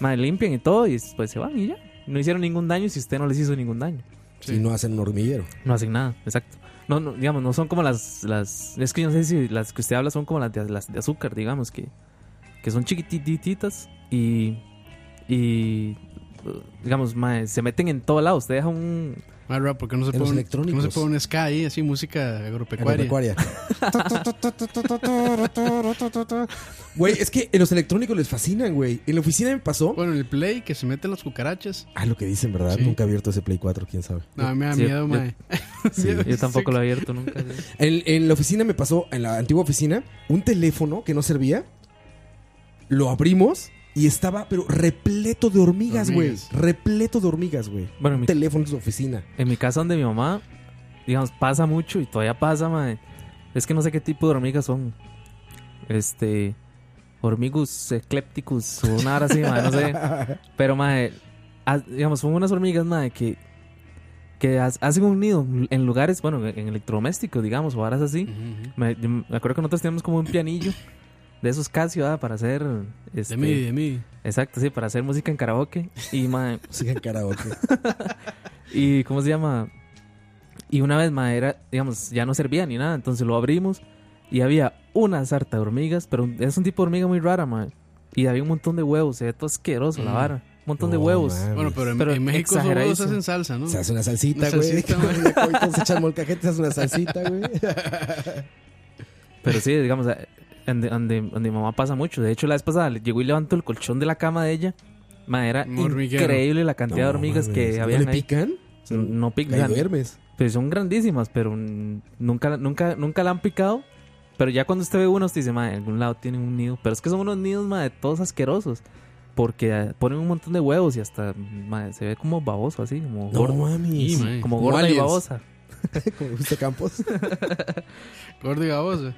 [SPEAKER 6] mae, limpian y todo y después se van y ya. No hicieron ningún daño si usted no les hizo ningún daño.
[SPEAKER 5] Si no hacen un hormiguero.
[SPEAKER 6] No hacen nada, exacto. No, no, digamos, no son como las, las... Es que yo no sé si las que usted habla son como las de, las de azúcar, digamos, que, que son chiquitititas y... Y... eh, Digamos, mae, se meten en todo lado. Usted deja un...
[SPEAKER 4] Mae, Roa, ¿por qué no se pone
[SPEAKER 6] En
[SPEAKER 4] un, ¿por
[SPEAKER 6] los
[SPEAKER 4] qué
[SPEAKER 6] electrónicos.
[SPEAKER 4] no se pone un ska ahí, así, música agropecuaria?
[SPEAKER 5] Agropecuaria. Güey, es que en los electrónicos les fascinan, güey. En la oficina me pasó.
[SPEAKER 4] Bueno, el Play, que se meten las cucarachas.
[SPEAKER 5] Ah, lo que dicen, ¿verdad?
[SPEAKER 4] Sí.
[SPEAKER 5] Nunca he abierto ese Play 4, quién sabe.
[SPEAKER 4] No, me da
[SPEAKER 6] Sí,
[SPEAKER 4] miedo,
[SPEAKER 6] yo-
[SPEAKER 4] mae.
[SPEAKER 5] Sí,
[SPEAKER 4] Miedo,
[SPEAKER 6] Yo tampoco lo he abierto nunca. sí.
[SPEAKER 5] En, en la oficina me pasó, en la antigua oficina, un teléfono que no servía. Lo abrimos y estaba, pero repleto de hormigas, güey.
[SPEAKER 6] Hormigas.
[SPEAKER 5] Repleto de hormigas, güey.
[SPEAKER 6] Bueno,
[SPEAKER 5] un
[SPEAKER 6] mi-
[SPEAKER 5] teléfono en su oficina.
[SPEAKER 6] En mi casa donde mi mamá, digamos, pasa mucho y todavía pasa, mae. Es que no sé qué tipo de hormigas son. Este. Hormigus eclépticus o una hora así, mae, no sé. Pero, mae, ha- digamos, son unas hormigas, mae, que, que ha- hacen un nido en lugares, bueno, en electrodomésticos, digamos, o horas así. me, yo me acuerdo que nosotros teníamos como un pianillo de esos Casio, ah, para hacer. este,
[SPEAKER 4] MIDI, de MIDI.
[SPEAKER 6] Exacto, sí, para hacer música en karaoke. Y, mae.
[SPEAKER 5] Música en karaoke.
[SPEAKER 6] Y ¿cómo se llama? Y una vez madera, digamos, ya no servía ni nada, entonces lo abrimos y había una sarta de hormigas, pero un- es un tipo de hormiga muy rara, madre. Y había un montón de huevos, se ve todo asqueroso la
[SPEAKER 4] Mm.
[SPEAKER 6] vara. Un montón de
[SPEAKER 5] No
[SPEAKER 6] huevos.
[SPEAKER 5] mames.
[SPEAKER 4] Bueno, pero en, en México esos
[SPEAKER 6] exageradísimo.
[SPEAKER 4] huevos hacen salsa, ¿no?
[SPEAKER 5] Se hace una salsita,
[SPEAKER 4] Una
[SPEAKER 5] güey.
[SPEAKER 4] salsita,
[SPEAKER 5] Entonces echas molcajete, se hace una salsita, güey.
[SPEAKER 6] Pero sí, digamos, eh, donde, donde, donde mi mamá pasa mucho. De hecho, la vez pasada le- llegó y levantó el colchón de la cama de ella. Madera,
[SPEAKER 4] Un hormiguero.
[SPEAKER 6] increíble la cantidad de
[SPEAKER 5] No
[SPEAKER 6] hormigas
[SPEAKER 5] mames.
[SPEAKER 6] que
[SPEAKER 5] ¿No
[SPEAKER 6] había.
[SPEAKER 5] le pican? Mm,
[SPEAKER 6] No
[SPEAKER 5] Ahí
[SPEAKER 6] pican.
[SPEAKER 5] duermes.
[SPEAKER 6] Pues son grandísimas, pero mm, nunca, nunca, nunca la han picado. Pero ya cuando usted ve uno, usted dice, madre, en algún lado tienen un nido. Pero es que son unos nidos, madre, todos asquerosos. Porque eh, ponen un montón de huevos y hasta, madre, se ve como baboso, así, como
[SPEAKER 5] No
[SPEAKER 6] gordo.
[SPEAKER 5] mames.
[SPEAKER 4] Sí, mae.
[SPEAKER 6] Como gorda y
[SPEAKER 5] aliens.
[SPEAKER 6] babosa.
[SPEAKER 5] Como Justo Campos.
[SPEAKER 4] Gordo y baboso.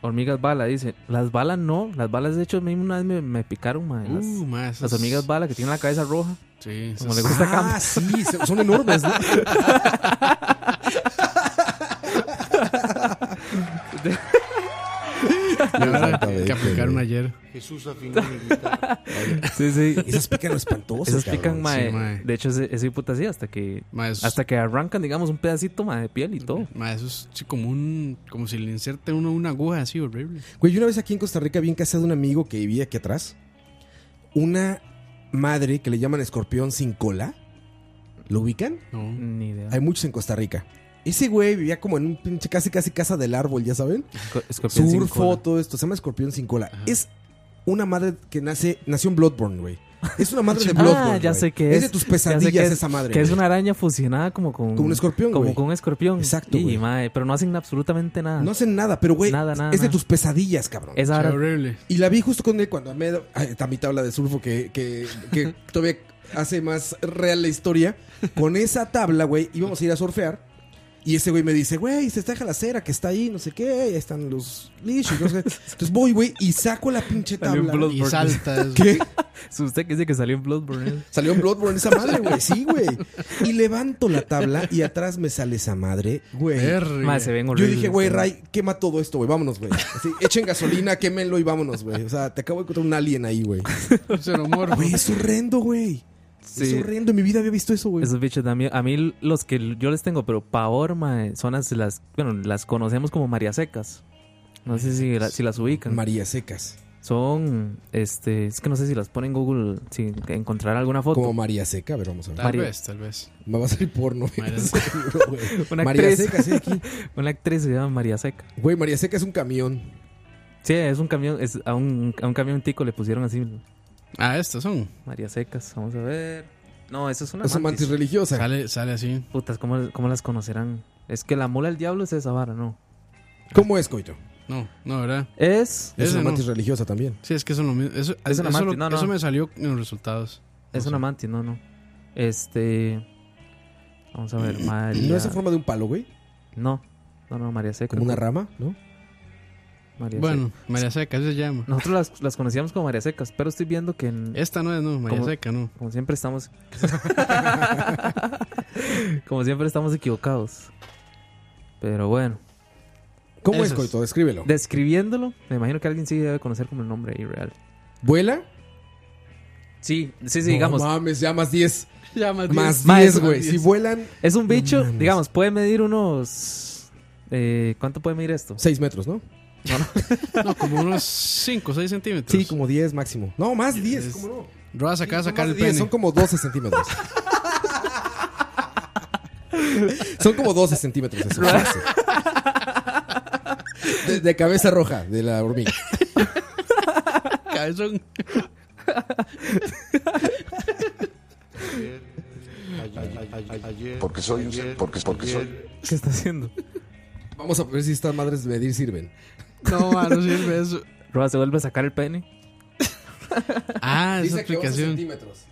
[SPEAKER 6] Hormigas bala, dice. Las balas no, las balas de hecho a mí una vez me, me picaron, madre. Las,
[SPEAKER 4] Uh, mae, esas-
[SPEAKER 6] las hormigas bala que tienen la cabeza roja.
[SPEAKER 4] Sí,
[SPEAKER 6] Como
[SPEAKER 4] esas-
[SPEAKER 6] le gusta a
[SPEAKER 5] Ah,
[SPEAKER 6] Campos.
[SPEAKER 5] sí, se- son enormes, ¿no?
[SPEAKER 4] Ahora
[SPEAKER 11] Exactamente,
[SPEAKER 4] que aplicaron
[SPEAKER 11] güey.
[SPEAKER 4] ayer.
[SPEAKER 12] Jesús afinó mi guitarra.
[SPEAKER 6] Sí, sí.
[SPEAKER 5] Esas pican espantosas.
[SPEAKER 6] Esas
[SPEAKER 5] cabrón.
[SPEAKER 6] pican, madre.
[SPEAKER 4] Sí, mae.
[SPEAKER 6] De hecho, es, es puta así hasta que,
[SPEAKER 4] Mae, eso,
[SPEAKER 6] hasta que arrancan, digamos, un pedacito, madre, de piel y todo.
[SPEAKER 4] mae, eso es sí, como un. Como si le inserten uno una aguja así horrible.
[SPEAKER 5] Güey, yo una vez aquí en Costa Rica vi en casa de un amigo que vivía aquí atrás una madre que le llaman escorpión sin cola. ¿Lo ubican?
[SPEAKER 4] No.
[SPEAKER 6] Ni idea.
[SPEAKER 5] Hay muchos en Costa Rica. Ese güey vivía como en un pinche casi casi casa del árbol, ya saben.
[SPEAKER 6] Esco- escorpión sin
[SPEAKER 5] Surfo,
[SPEAKER 6] cola.
[SPEAKER 5] todo esto. Se llama escorpión sin cola. Es una madre que nace, nació en Bloodborne, güey. Es una madre de Bloodborne.
[SPEAKER 6] Ah, ya
[SPEAKER 5] güey.
[SPEAKER 6] sé que es.
[SPEAKER 5] de tus
[SPEAKER 6] ya sé que
[SPEAKER 5] pesadillas
[SPEAKER 6] es-
[SPEAKER 5] esa madre.
[SPEAKER 6] Que es
[SPEAKER 5] güey.
[SPEAKER 6] una araña fusionada como con.
[SPEAKER 5] Con un escorpión,
[SPEAKER 6] Como
[SPEAKER 5] güey.
[SPEAKER 6] con un escorpión.
[SPEAKER 5] Exacto,
[SPEAKER 6] Y,
[SPEAKER 5] güey.
[SPEAKER 6] mae, pero no hacen absolutamente nada.
[SPEAKER 5] No hacen nada, pero güey,
[SPEAKER 6] Nada, nada,
[SPEAKER 5] es de
[SPEAKER 6] nada.
[SPEAKER 5] tus pesadillas, cabrón.
[SPEAKER 6] Esa
[SPEAKER 4] Qué
[SPEAKER 6] ara-
[SPEAKER 4] horrible.
[SPEAKER 5] Y la vi justo con él cuando Ahmed, ay, también te habla de surfo que, que, que todavía hace más real la historia. Con esa tabla, güey, íbamos a ir a surfear. Y ese güey me dice, güey, se está la cera que está ahí, no sé qué, ahí están los lishos, no sé. Entonces voy, güey, y saco la pinche
[SPEAKER 6] Salió un
[SPEAKER 5] tabla.
[SPEAKER 6] blog.
[SPEAKER 4] Y salta. eso.
[SPEAKER 5] ¿Qué?
[SPEAKER 6] Es usted que dice que salió en Bloodborne.
[SPEAKER 5] Salió en Bloodborne esa madre, güey, sí, güey. Y levanto la tabla y atrás me sale esa madre, güey.
[SPEAKER 4] Verga.
[SPEAKER 6] mae, se ven
[SPEAKER 5] Yo
[SPEAKER 6] horribles.
[SPEAKER 5] dije, güey,
[SPEAKER 6] sí.
[SPEAKER 5] Ray, quema todo esto, güey, vámonos, güey. Así, echen gasolina, quémenlo y vámonos, güey. O sea, te acabo de encontrar un alien ahí, güey.
[SPEAKER 4] Xenomorfo.
[SPEAKER 5] Güey, es horrendo, güey. Es
[SPEAKER 6] Sí.
[SPEAKER 5] horrendo. En mi vida había visto eso, güey.
[SPEAKER 6] Esos bichos también. A mí, los que yo les tengo, pero pavor, mae, son las, las. Bueno, las conocemos como María Secas. No sé si, la- si las ubican.
[SPEAKER 5] María Secas.
[SPEAKER 6] Son, este, es que no sé si las pone en Google, si encontrar alguna foto. Como
[SPEAKER 5] María Seca, a ver, vamos a ver.
[SPEAKER 4] Tal
[SPEAKER 6] María-
[SPEAKER 4] vez, tal vez.
[SPEAKER 5] Me va a salir porno.
[SPEAKER 4] María-
[SPEAKER 5] seguro, güey.
[SPEAKER 6] Una
[SPEAKER 5] María
[SPEAKER 6] actriz.
[SPEAKER 5] Seca, sí, aquí.
[SPEAKER 6] Una actriz que se llama María Seca.
[SPEAKER 5] Güey, María Seca es un camión.
[SPEAKER 6] Sí, es un camión, es a un, a un camión tico le pusieron así.
[SPEAKER 4] Ah, estas son.
[SPEAKER 6] María Secas, vamos a ver. No, eso es una
[SPEAKER 5] Es una mantis religiosa.
[SPEAKER 4] Sale, sale así.
[SPEAKER 6] Putas, ¿cómo, cómo las conocerán? Es que la mula del diablo es esa vara, ¿no?
[SPEAKER 5] ¿Cómo es, Coito?
[SPEAKER 4] No, no, ¿verdad?
[SPEAKER 6] Es...
[SPEAKER 5] Es
[SPEAKER 4] Ese
[SPEAKER 5] una
[SPEAKER 4] no.
[SPEAKER 5] mantis religiosa también.
[SPEAKER 4] Sí, es que eso no me- Eso,
[SPEAKER 6] Es
[SPEAKER 4] eso,
[SPEAKER 6] una mantis,
[SPEAKER 4] lo-
[SPEAKER 6] no, no.
[SPEAKER 4] eso me salió en los resultados.
[SPEAKER 6] Es una mantis, no, no. Este. Vamos a ver, María.
[SPEAKER 5] ¿No es en forma de un palo, güey?
[SPEAKER 6] No, no, no, María Seca.
[SPEAKER 5] Como una rama, ¿no?
[SPEAKER 6] María
[SPEAKER 4] Bueno,
[SPEAKER 6] Seca.
[SPEAKER 4] María Seca, así se llama.
[SPEAKER 6] Nosotros las, las conocíamos como María Secas, pero estoy viendo que. en-
[SPEAKER 4] Esta no es, no, María
[SPEAKER 6] como-
[SPEAKER 4] Seca, no.
[SPEAKER 6] Como siempre estamos. como siempre estamos equivocados. Pero bueno.
[SPEAKER 5] ¿Cómo
[SPEAKER 6] Eso
[SPEAKER 5] es,
[SPEAKER 6] es.
[SPEAKER 5] Coito? Descríbelo.
[SPEAKER 6] Describiéndolo, me imagino que alguien sí debe conocer como el nombre ahí real.
[SPEAKER 5] ¿Vuela?
[SPEAKER 6] Sí, sí, sí,
[SPEAKER 5] No
[SPEAKER 6] digamos.
[SPEAKER 5] mames, ya más 10.
[SPEAKER 4] Ya
[SPEAKER 5] Más
[SPEAKER 6] Más
[SPEAKER 5] 10,
[SPEAKER 6] diez,
[SPEAKER 5] güey.
[SPEAKER 6] más
[SPEAKER 5] Si
[SPEAKER 6] diez.
[SPEAKER 5] vuelan
[SPEAKER 6] Es un bicho,
[SPEAKER 5] mames.
[SPEAKER 6] digamos, puede medir unos. eh, ¿Cuánto puede medir esto?
[SPEAKER 5] 6 metros, ¿no?
[SPEAKER 4] No, como unos 5 o 6 centímetros.
[SPEAKER 5] Sí, como 10 máximo. No, más 10, ¿cómo no?
[SPEAKER 4] Rodas acá a
[SPEAKER 5] Sí, son
[SPEAKER 4] sacar
[SPEAKER 5] más
[SPEAKER 4] el
[SPEAKER 5] de 10,
[SPEAKER 4] pene.
[SPEAKER 5] Son como 12 centímetros. son como 12 centímetros. eso, sí, sí. De, de cabeza roja, de la hormiga.
[SPEAKER 4] Cabezón.
[SPEAKER 13] Porque soy un ser- porque- porque soy-
[SPEAKER 6] ¿Qué está haciendo?
[SPEAKER 5] Vamos a ver si estas madres medir sirven.
[SPEAKER 4] No, ma, no sirve eso.
[SPEAKER 6] Roa se vuelve a sacar el pene.
[SPEAKER 4] Ah, esa
[SPEAKER 5] Dice que 11
[SPEAKER 4] aplicación.
[SPEAKER 5] centímetros.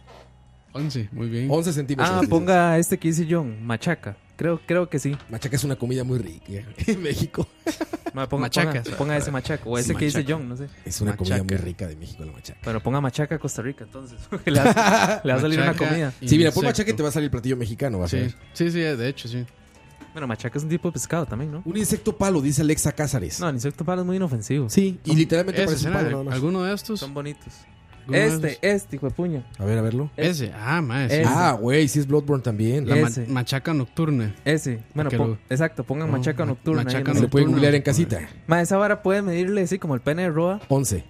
[SPEAKER 4] 11, muy bien.
[SPEAKER 5] 11 centímetros.
[SPEAKER 6] Ah,
[SPEAKER 5] dices.
[SPEAKER 6] ponga este que dice John, machaca. Creo, creo que sí.
[SPEAKER 5] Machaca es una comida muy rica en México.
[SPEAKER 6] Ma, ponga,
[SPEAKER 4] Machaca.
[SPEAKER 6] Ponga, ponga ese machaca o ese
[SPEAKER 5] Sí,
[SPEAKER 6] que dice
[SPEAKER 5] machaca.
[SPEAKER 6] John, no sé.
[SPEAKER 5] Es una
[SPEAKER 4] Machaca.
[SPEAKER 5] comida muy rica de México la machaca.
[SPEAKER 6] Pero ponga machaca Costa Rica entonces. le, va, le va a salir una
[SPEAKER 4] Machaca.
[SPEAKER 6] comida.
[SPEAKER 5] Sí, mira,
[SPEAKER 4] Insecto.
[SPEAKER 5] por machaca te va a salir el platillo mexicano, va a
[SPEAKER 4] Sí,
[SPEAKER 5] ser.
[SPEAKER 4] sí, sí, de hecho, sí.
[SPEAKER 6] Bueno, machaca es un tipo de pescado también, ¿no?
[SPEAKER 5] Un insecto palo, dice Alexa Cázares.
[SPEAKER 6] No, el insecto palo es muy inofensivo.
[SPEAKER 5] Sí, y literalmente
[SPEAKER 4] Ese
[SPEAKER 5] parece un
[SPEAKER 4] será,
[SPEAKER 5] palo nada más.
[SPEAKER 4] alguno de estos.
[SPEAKER 6] Son bonitos.
[SPEAKER 4] ¿Alguno de
[SPEAKER 6] Este,
[SPEAKER 4] esos?
[SPEAKER 6] este, hijo de puña.
[SPEAKER 5] A ver, a verlo.
[SPEAKER 4] Ese, ah, ma, sí.
[SPEAKER 6] Ese.
[SPEAKER 5] Ah, güey, sí es Bloodborne también.
[SPEAKER 4] La ma-
[SPEAKER 6] ese.
[SPEAKER 4] machaca nocturna.
[SPEAKER 6] Ese. Bueno,
[SPEAKER 4] Que
[SPEAKER 6] pon-
[SPEAKER 4] lo-
[SPEAKER 6] exacto, pongan
[SPEAKER 4] No,
[SPEAKER 6] machaca
[SPEAKER 4] ma-
[SPEAKER 6] nocturna. ahí
[SPEAKER 4] machaca
[SPEAKER 6] en
[SPEAKER 5] Se
[SPEAKER 6] el-
[SPEAKER 5] lo pueden
[SPEAKER 4] Nocturno.
[SPEAKER 5] googlear en casita.
[SPEAKER 6] Ma, esa vara puede medirle así como el pene de Roa.
[SPEAKER 5] 11.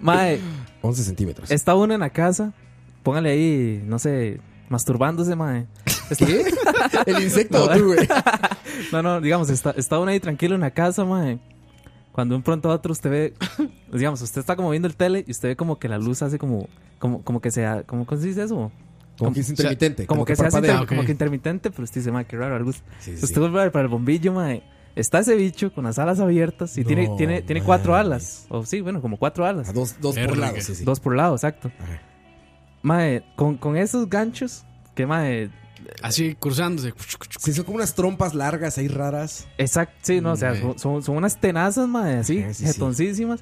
[SPEAKER 6] Mae,
[SPEAKER 5] 11 centímetros.
[SPEAKER 6] eh, está uno en la casa. Póngale ahí, no sé, masturbándose, eh. mae. Está-
[SPEAKER 5] ¿Qué? ¿El insecto o
[SPEAKER 6] No,
[SPEAKER 5] tú, güey?
[SPEAKER 6] No, no, digamos, está, está uno ahí tranquilo en la casa, mae. Cuando de un pronto a otro usted ve, digamos, usted está como viendo el tele y usted ve como que la luz hace como, como, como que sea, como, ¿cómo se dice eso?
[SPEAKER 5] Como que es intermitente.
[SPEAKER 6] Como, que, se hace
[SPEAKER 4] Ah,
[SPEAKER 5] parpadea.
[SPEAKER 6] inter- como que intermitente, pero usted dice, mae, qué raro la luz.
[SPEAKER 5] Sí, sí,
[SPEAKER 6] Usted vuelve a ver para el bombillo, mae. Está ese bicho con las alas abiertas y tiene,
[SPEAKER 5] No,
[SPEAKER 6] tiene, tiene cuatro
[SPEAKER 5] mames.
[SPEAKER 6] alas. O sí, bueno, como cuatro alas.
[SPEAKER 5] A dos, dos por
[SPEAKER 4] Verga.
[SPEAKER 5] lado, sí, sí.
[SPEAKER 6] Dos por lado, exacto.
[SPEAKER 5] Ajá.
[SPEAKER 6] Mae, con, con esos ganchos, que mae,
[SPEAKER 4] Así cruzándose.
[SPEAKER 5] Sí, son como unas trompas largas ahí raras.
[SPEAKER 6] Exacto, sí, no, o sea,
[SPEAKER 4] Ok.
[SPEAKER 6] son- son, son unas tenazas, madre, así,
[SPEAKER 5] Ajá, sí, sí.
[SPEAKER 6] jetoncísimas.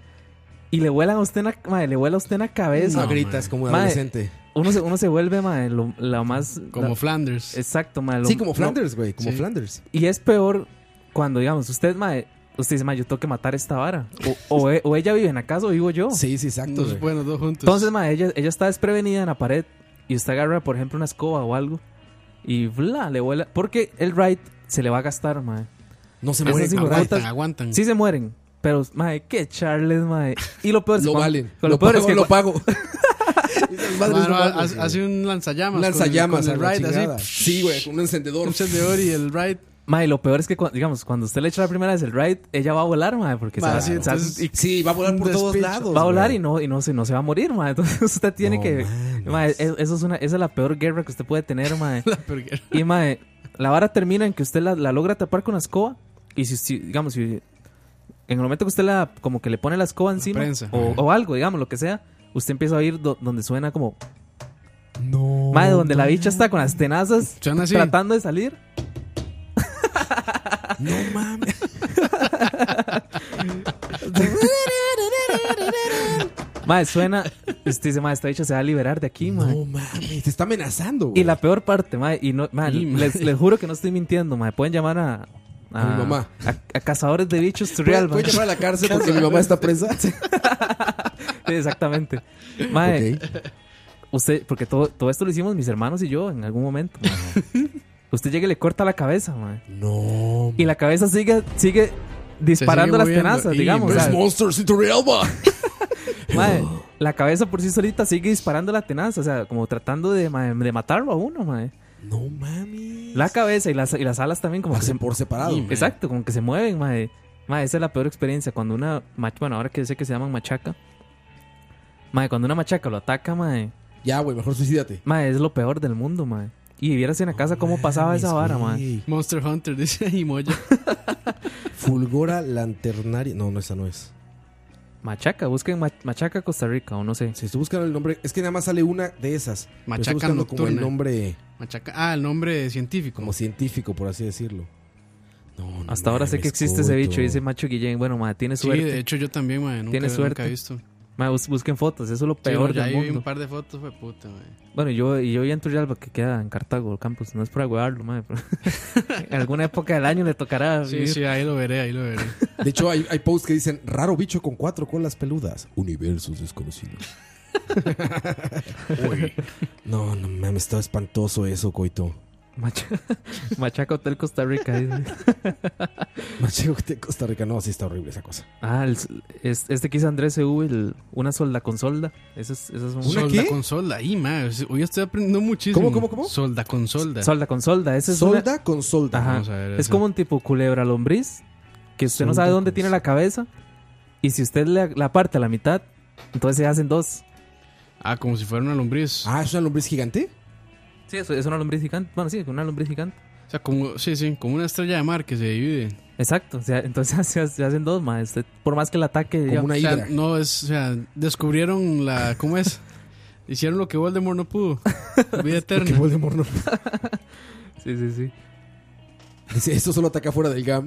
[SPEAKER 6] Y le vuelan a usted en la, madre, le vuela a usted en la cabeza.
[SPEAKER 5] No,
[SPEAKER 4] No,
[SPEAKER 5] gritas
[SPEAKER 4] man.
[SPEAKER 5] como un
[SPEAKER 6] Madre.
[SPEAKER 5] adolescente.
[SPEAKER 6] Uno, se, uno se vuelve, madre, lo, la más...
[SPEAKER 4] Como
[SPEAKER 6] la-
[SPEAKER 4] Flanders.
[SPEAKER 6] Exacto, madre. lo-
[SPEAKER 5] Sí, como
[SPEAKER 6] lo-
[SPEAKER 5] Flanders, güey. Como
[SPEAKER 4] sí.
[SPEAKER 5] Flanders.
[SPEAKER 6] y es peor cuando, digamos, usted, madre, usted dice, madre, yo tengo que matar esta vara. O, o e- o ella vive en la casa o vivo yo.
[SPEAKER 5] Sí, sí, exacto.
[SPEAKER 4] Entonces,
[SPEAKER 5] güey.
[SPEAKER 4] bueno, dos juntos.
[SPEAKER 6] Entonces, madre, ella, ella está desprevenida en la pared y usted agarra, por ejemplo, una escoba o algo y, bla, le vuela... Porque el ride se le va a gastar, madre.
[SPEAKER 5] No se
[SPEAKER 6] Esas
[SPEAKER 5] muere,
[SPEAKER 6] sí,
[SPEAKER 5] cabrón.
[SPEAKER 4] aguantan,
[SPEAKER 6] putas-
[SPEAKER 4] aguantan.
[SPEAKER 6] Sí se mueren. Pero, madre, qué charles, madre. Y lo peor es
[SPEAKER 5] Lo
[SPEAKER 6] cuando-
[SPEAKER 5] valen.
[SPEAKER 6] pues, Lo,
[SPEAKER 5] Lo
[SPEAKER 6] peor
[SPEAKER 5] pago,
[SPEAKER 6] es que
[SPEAKER 5] lo
[SPEAKER 6] cua-
[SPEAKER 5] pago. Esas madres
[SPEAKER 4] Mano,
[SPEAKER 5] no
[SPEAKER 4] ha-
[SPEAKER 5] valen,
[SPEAKER 4] hace- hace un lanzallamas.
[SPEAKER 5] Un lanzallamas,
[SPEAKER 4] Con el, con el
[SPEAKER 5] a la
[SPEAKER 4] ride,
[SPEAKER 5] chingada.
[SPEAKER 4] así.
[SPEAKER 5] Sí, güey, con un encendedor.
[SPEAKER 4] Un encendedor y el ride.
[SPEAKER 6] mae, lo peor es que, cua- digamos, cuando usted le echa la primera vez el ride, ella va a volar, madre, porque se
[SPEAKER 4] Mae,
[SPEAKER 6] va-
[SPEAKER 4] sí,
[SPEAKER 6] se va-
[SPEAKER 4] entonces-
[SPEAKER 6] y-
[SPEAKER 5] Ah, Sí, va a volar
[SPEAKER 4] Un
[SPEAKER 5] por todos
[SPEAKER 4] despecho.
[SPEAKER 5] lados.
[SPEAKER 6] va a volar
[SPEAKER 5] güey.
[SPEAKER 6] y no, y no se, no se va a morir, madre. Entonces usted tiene
[SPEAKER 5] No
[SPEAKER 6] que...
[SPEAKER 5] mames.
[SPEAKER 6] mae, e- eso es una, esa es la peor guerra que usted puede tener, madre.
[SPEAKER 4] La perguera.
[SPEAKER 6] Y, madre, la vara termina en que usted la, la logra tapar con la escoba. Y si, si- digamos, si... En el momento que usted la... Como que le pone la escoba encima.
[SPEAKER 4] prensa.
[SPEAKER 6] o, o algo, digamos, lo que sea. Usted empieza a oír do- donde suena como...
[SPEAKER 5] No.
[SPEAKER 6] Madre, donde la bicha está con las tenazas
[SPEAKER 4] Suena así.
[SPEAKER 6] tratando de salir.
[SPEAKER 5] No mames.
[SPEAKER 6] Madre, suena. Usted dice, madre, esta bicha se va a liberar de aquí, madre.
[SPEAKER 5] No mames. Te está amenazando, güey.
[SPEAKER 6] y la peor parte, madre, y no, madre,
[SPEAKER 4] Y,
[SPEAKER 6] les, les juro que no estoy mintiendo, madre. Pueden llamar a.
[SPEAKER 5] A mi mamá.
[SPEAKER 6] A, a cazadores de bichos
[SPEAKER 5] ¿Puedo,
[SPEAKER 6] surreal,
[SPEAKER 5] puedo
[SPEAKER 6] madre.
[SPEAKER 5] llamar a la cárcel porque mi mamá está presa?
[SPEAKER 6] Sí, exactamente. Madre,
[SPEAKER 5] Ok.
[SPEAKER 6] usted, porque todo, todo esto lo hicimos mis hermanos y yo en algún momento. madre. Usted llega y le corta la cabeza, mae.
[SPEAKER 5] Mm. No.
[SPEAKER 6] Y la cabeza sigue, sigue disparando las tenazas, digamos.
[SPEAKER 5] Es
[SPEAKER 6] ¿sabes?
[SPEAKER 5] Monsters into Realba.
[SPEAKER 6] Mae, la cabeza por sí solita sigue disparando la tenaza, o sea, como tratando de, mae, de matarlo a uno, mae.
[SPEAKER 5] No mami.
[SPEAKER 6] La cabeza y las, y las alas también como que se,
[SPEAKER 5] por separado.
[SPEAKER 6] Exacto, como que se mueven, mae. Mae, esa es la peor experiencia. Cuando una... mach- Bueno, ahora que sé que se llaman machaca. Mae, cuando una machaca lo ataca, mae.
[SPEAKER 5] Ya, güey, mejor suicídate.
[SPEAKER 6] Mae, es lo peor del mundo, mae. Y vieras en la casa cómo pasaba esa vara, mae.
[SPEAKER 4] Monster Hunter, dice y Moya.
[SPEAKER 5] Fulgora Lanternaria. No, no, esa no es.
[SPEAKER 6] Machaca, busquen Ma- Machaca Costa Rica o no sé.
[SPEAKER 5] Si estoy buscando el nombre, es que nada más sale una de esas. Pero
[SPEAKER 4] Machaca
[SPEAKER 5] estoy buscando como el
[SPEAKER 4] nocturna.
[SPEAKER 5] nombre
[SPEAKER 4] Machaca. Ah, el nombre científico.
[SPEAKER 5] como científico, por así decirlo. No, no
[SPEAKER 6] Hasta ahora sé
[SPEAKER 5] mames,
[SPEAKER 6] que existe ese
[SPEAKER 5] coito.
[SPEAKER 6] bicho, dice Macho Guillén. Bueno, mae, tiene
[SPEAKER 4] Sí,
[SPEAKER 6] suerte.
[SPEAKER 4] de hecho yo también, mae. Nunca,
[SPEAKER 6] Tiene suerte.
[SPEAKER 4] nunca he visto.
[SPEAKER 6] Mae, bus- busquen fotos, eso es lo
[SPEAKER 4] Pero
[SPEAKER 6] peor
[SPEAKER 4] ya
[SPEAKER 6] del
[SPEAKER 4] vi un
[SPEAKER 6] mundo.
[SPEAKER 4] par de fotos, fue puta, mae.
[SPEAKER 6] Bueno, y yo, y yo vi en Turrialba que queda en Cartago, el campus. No es para huevarlo, madre. pero en alguna época del año le tocará.
[SPEAKER 4] Sí,
[SPEAKER 6] vivir.
[SPEAKER 4] sí, ahí lo veré, ahí lo veré.
[SPEAKER 5] De hecho, hay, hay posts que dicen: raro bicho con cuatro colas peludas. Universos desconocidos. Uy. No, no mames, estaba espantoso eso, coito.
[SPEAKER 6] Macha- Machaca Hotel Costa Rica. dice.
[SPEAKER 5] Machaca Hotel Costa Rica, no, sí está horrible esa cosa.
[SPEAKER 6] ah, el- es- este que hizo Andrés CV, el- una solda con solda. Eso es, eso es un-
[SPEAKER 4] solda con solda. Ahí, mae. Hoy estoy aprendiendo muchísimo.
[SPEAKER 6] ¿Cómo, cómo, cómo?
[SPEAKER 4] Solda con solda.
[SPEAKER 6] Solda con solda. Ese es una-
[SPEAKER 5] Solda con solda.
[SPEAKER 6] Ajá.
[SPEAKER 4] Vamos a ver
[SPEAKER 6] es
[SPEAKER 4] eso.
[SPEAKER 6] como un tipo culebra lombriz que usted no
[SPEAKER 4] Solda
[SPEAKER 6] sabe dónde
[SPEAKER 4] con
[SPEAKER 6] tiene la cabeza y si usted le- la parte a la mitad, entonces se hacen dos.
[SPEAKER 4] Ah, como si fuera una lombriz.
[SPEAKER 5] Ah, es una lombriz gigante.
[SPEAKER 6] Sí, eso es una lombriz gigante. Bueno, sí, una lombriz gigante.
[SPEAKER 4] O sea, como, sí, sí, como una estrella de mar que se divide.
[SPEAKER 6] Exacto, o sea, entonces se, se hacen dos más. Usted, por más que el ataque. digamos-
[SPEAKER 4] O sea, no es, o sea, descubrieron la, ¿cómo es? Hicieron lo que Voldemort no pudo. Vida eterna.
[SPEAKER 5] Que Voldemort no.
[SPEAKER 6] Sí, sí, sí.
[SPEAKER 5] Dice: esto solo ataca fuera del GAM.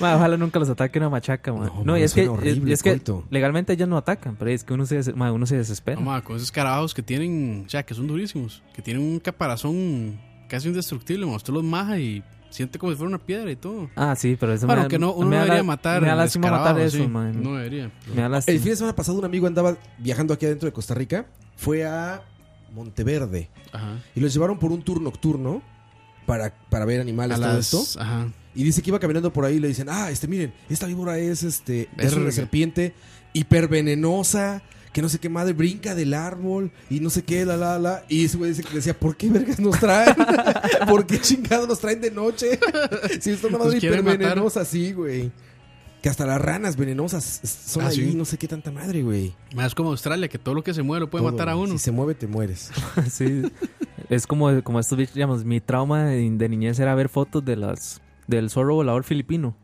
[SPEAKER 6] Ma, ojalá nunca los ataque una machaca, ma. No,
[SPEAKER 5] ma,
[SPEAKER 6] y es que,
[SPEAKER 5] suena horrible,
[SPEAKER 6] y es que
[SPEAKER 5] coito.
[SPEAKER 6] legalmente ellos no atacan, pero es que uno se, des- ma, uno se desespera.
[SPEAKER 4] No, ma, con esos carabajos que tienen, o sea, que son durísimos, que tienen un caparazón casi indestructible, ma. usted los maja y siente como si fuera una piedra y todo.
[SPEAKER 6] ah, sí, pero eso
[SPEAKER 4] Bueno,
[SPEAKER 6] me da-
[SPEAKER 4] que no, uno
[SPEAKER 6] me
[SPEAKER 4] no
[SPEAKER 6] da
[SPEAKER 4] debería
[SPEAKER 6] la-
[SPEAKER 4] matar.
[SPEAKER 6] Me da
[SPEAKER 4] al
[SPEAKER 6] lástima matar
[SPEAKER 4] escarabajo,
[SPEAKER 6] eso,
[SPEAKER 4] sí.
[SPEAKER 6] ma.
[SPEAKER 4] No debería.
[SPEAKER 6] Me da
[SPEAKER 5] El
[SPEAKER 6] lástima.
[SPEAKER 5] fin de semana pasado un amigo andaba viajando aquí adentro de Costa Rica. Fue a Monteverde.
[SPEAKER 4] Ajá.
[SPEAKER 5] Y los llevaron por un tour nocturno para, para ver animales
[SPEAKER 4] A
[SPEAKER 5] todo
[SPEAKER 4] las-
[SPEAKER 5] esto.
[SPEAKER 4] ajá.
[SPEAKER 5] Y dice que iba caminando por ahí y le dicen, ah, este, miren, esta víbora es este es
[SPEAKER 4] Verga.
[SPEAKER 5] una serpiente hipervenenosa, que no sé qué madre, brinca del árbol y no sé qué, la, la, la. Y ese güey dice que decía, ¿por qué vergas nos traen? ¿Por qué chingados nos traen de noche? si esta madre
[SPEAKER 4] Nos quieren matar.
[SPEAKER 5] hipervenenosa, sí, güey. Que hasta las ranas venenosas son
[SPEAKER 4] Ah,
[SPEAKER 5] ahí,
[SPEAKER 4] sí.
[SPEAKER 5] no sé qué tanta madre, güey.
[SPEAKER 4] Ma, es como Australia, que todo lo que se mueve lo puede
[SPEAKER 5] Todo,
[SPEAKER 4] matar a
[SPEAKER 5] güey.
[SPEAKER 4] uno.
[SPEAKER 5] Si se mueve, te mueres.
[SPEAKER 6] Sí. Es como, como estos bichos, digamos, mi trauma de, de niñez era ver fotos de las del zorro volador filipino.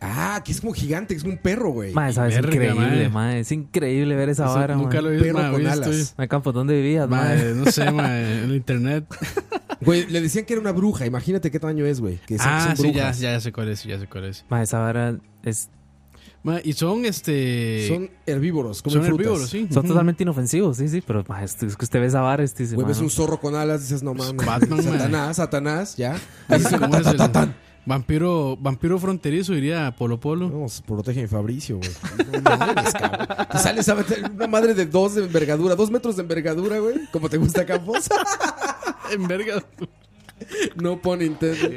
[SPEAKER 5] Ah, que es como gigante, que es como un perro, güey.
[SPEAKER 6] Ma, esa es
[SPEAKER 4] verga,
[SPEAKER 6] increíble,
[SPEAKER 4] ma.
[SPEAKER 6] ma. Es increíble ver esa
[SPEAKER 4] Eso
[SPEAKER 6] vara,
[SPEAKER 4] nunca
[SPEAKER 6] ma.
[SPEAKER 4] lo he visto,
[SPEAKER 5] perro
[SPEAKER 4] ma,
[SPEAKER 5] con
[SPEAKER 4] hoy
[SPEAKER 5] alas.
[SPEAKER 4] estoy-
[SPEAKER 6] Ma, Campos, ¿dónde vivías, ma?
[SPEAKER 4] ma, no sé, ma, en el internet.
[SPEAKER 5] Güey, le decían que era una bruja, imagínate qué tamaño es, güey. Que son-
[SPEAKER 4] Ah,
[SPEAKER 5] son
[SPEAKER 4] sí, ya,
[SPEAKER 5] brujas.
[SPEAKER 4] ya sé cuál es, ya sé cuál es.
[SPEAKER 6] Ma, esa vara es...
[SPEAKER 4] Ma, y son este.
[SPEAKER 5] Son herbívoros, comen
[SPEAKER 4] son
[SPEAKER 5] frutas.
[SPEAKER 4] herbívoros, sí.
[SPEAKER 6] Son
[SPEAKER 4] Ujú.
[SPEAKER 6] totalmente inofensivos, sí, sí, pero ma, es, es que usted ve esa vara y usted dice,
[SPEAKER 5] Güey,
[SPEAKER 6] ma,
[SPEAKER 5] ves
[SPEAKER 6] no.
[SPEAKER 5] un zorro con alas, dices, no mames.
[SPEAKER 4] Batman,
[SPEAKER 5] Satanás, Satanás, ya. Ahí
[SPEAKER 4] Así
[SPEAKER 5] dice,
[SPEAKER 4] como es el
[SPEAKER 5] "Tatatán".
[SPEAKER 4] vampiro, vampiro fronterizo, diría Polo Polo.
[SPEAKER 5] Vamos, protege mi Fabricio, güey. No mames, cabrón. Te sales a meter una madre de dos de envergadura, dos metros de envergadura, güey. Como te gusta, Campos.
[SPEAKER 4] En verga.
[SPEAKER 5] No pone intento.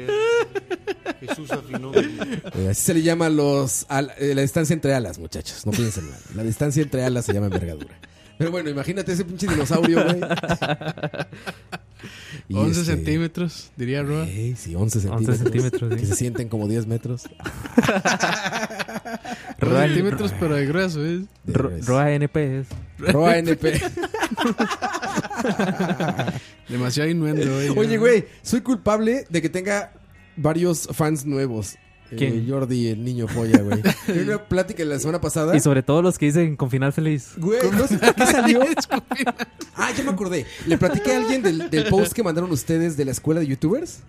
[SPEAKER 12] Jesús afinó mi-
[SPEAKER 5] Eh, Así se le llama a los, a la, eh, la distancia entre alas, muchachos. No piensen mal. La distancia entre alas se llama envergadura. Pero bueno, imagínate ese pinche dinosaurio, güey. Y
[SPEAKER 4] 11
[SPEAKER 5] este, Eh,
[SPEAKER 4] centímetros, diría Roa.
[SPEAKER 5] Ey, sí,
[SPEAKER 6] 11
[SPEAKER 5] 11 centímetros.
[SPEAKER 6] centímetros, sí.
[SPEAKER 5] Que se sienten como 10 metros.
[SPEAKER 4] 11 centímetros, Pues. ¿Eh? pero de grueso, ¿ves?
[SPEAKER 5] De
[SPEAKER 6] Ro-
[SPEAKER 5] res.
[SPEAKER 6] Roa NP es.
[SPEAKER 5] Roa NP.
[SPEAKER 4] Demasiado innuendo, güey.
[SPEAKER 5] Oye, güey, soy culpable de que tenga varios fans nuevos. Eh,
[SPEAKER 6] ¿Quién?
[SPEAKER 5] Jordi, el niño polla, güey. En una plática la semana pasada.
[SPEAKER 6] Y sobre todo los que dicen con final feliz.
[SPEAKER 5] Güey, no sé por qué salió. Ah, ya me acordé. Le platiqué a alguien del, del post que mandaron ustedes de la escuela de youtubers.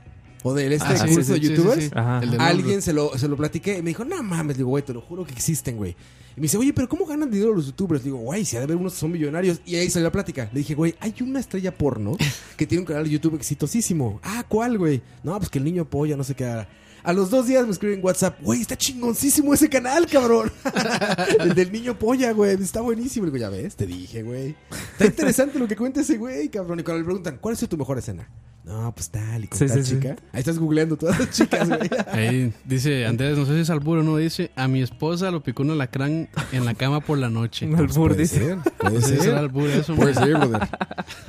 [SPEAKER 5] O del este
[SPEAKER 4] Ah, sí, sí,
[SPEAKER 5] curso de
[SPEAKER 4] sí, sí,
[SPEAKER 5] youtubers.
[SPEAKER 4] sí.
[SPEAKER 6] Ajá.
[SPEAKER 4] El de
[SPEAKER 5] Alguien se lo, se lo platiqué y me dijo, no mames, le digo, güey, te lo juro que existen, güey. Y me dice, oye, pero ¿cómo ganan dinero los youtubers? Le digo, güey, si ha de haber unos que son millonarios. Y ahí salió la plática. Le dije, güey, hay una estrella porno que tiene un canal de YouTube exitosísimo. Ah, ¿cuál, güey? No, pues que el niño polla, no sé qué. A los dos días me escriben en WhatsApp, güey, está chingoncísimo ese canal, cabrón. El del niño polla, güey, está buenísimo. Le digo, ya ves, te dije, güey. Está interesante lo que cuenta ese güey, cabrón. Y cuando le preguntan, ¿cuál es tu mejor escena? No, pues tal y con
[SPEAKER 4] Sí,
[SPEAKER 5] tal
[SPEAKER 4] sí, sí.
[SPEAKER 5] chica. Ahí estás googleando todas las chicas, güey.
[SPEAKER 4] Ahí dice Andrés, no sé si es albur o no, dice, a mi esposa lo picó un alacrán en la cama por la noche.
[SPEAKER 5] Un albur, Pues puede dice. ser, puede
[SPEAKER 4] Puede ser.
[SPEAKER 5] ser.
[SPEAKER 4] albur eso,
[SPEAKER 6] Pues,
[SPEAKER 5] Puede
[SPEAKER 4] man.
[SPEAKER 5] ser, brother.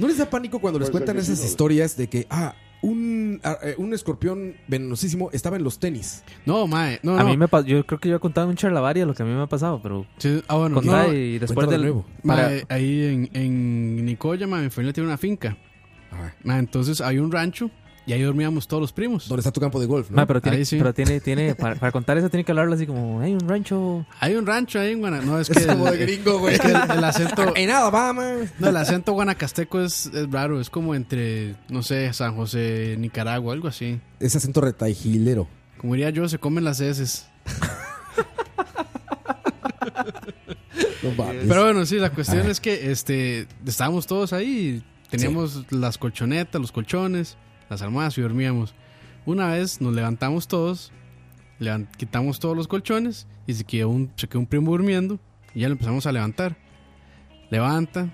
[SPEAKER 5] ¿No les da pánico cuando les
[SPEAKER 4] Puede ser
[SPEAKER 5] cuentan
[SPEAKER 4] que sí,
[SPEAKER 5] esas
[SPEAKER 4] brother.
[SPEAKER 5] historias de que, ah, un, ah, eh, un escorpión venenosísimo estaba en los tenis?
[SPEAKER 4] No, mae, no,
[SPEAKER 6] a
[SPEAKER 4] no.
[SPEAKER 6] mí me pa- yo creo que yo he contado en un charlavaria lo que a mí me ha pasado, pero
[SPEAKER 4] ah, bueno,
[SPEAKER 6] contá
[SPEAKER 4] no,
[SPEAKER 6] y después del para-
[SPEAKER 4] Mae, eh, ahí en, en Nicoya, mae, mi familia tiene una finca. Mae, entonces hay un rancho y ahí dormíamos todos los primos.
[SPEAKER 5] ¿Dónde está tu campo de golf?
[SPEAKER 6] Ma, pero tiene,
[SPEAKER 4] Ahí sí.
[SPEAKER 6] pero tiene, tiene para, para contar eso tiene que hablarlo así como, hay un rancho.
[SPEAKER 4] Hay un rancho ahí en Guanajuato. No, es,
[SPEAKER 6] Es
[SPEAKER 4] que
[SPEAKER 6] como
[SPEAKER 4] el,
[SPEAKER 6] de gringo, güey.
[SPEAKER 4] es que el, el acento.
[SPEAKER 5] En Alabama.
[SPEAKER 4] No, el acento guanacasteco es, es raro. Es como entre, no sé, San José, Nicaragua, algo así.
[SPEAKER 5] Ese acento retajilero.
[SPEAKER 4] Como diría yo, se comen las heces.
[SPEAKER 5] No mames.
[SPEAKER 4] Pero bueno, sí, la cuestión
[SPEAKER 5] Ajá.
[SPEAKER 4] es que este estábamos todos ahí, teníamos las colchonetas, los colchones, las almohadas y dormíamos. Una vez nos levantamos todos, levan- quitamos todos los colchones y se quedó un, se quedó un primo durmiendo y ya lo empezamos a levantar. Levanta,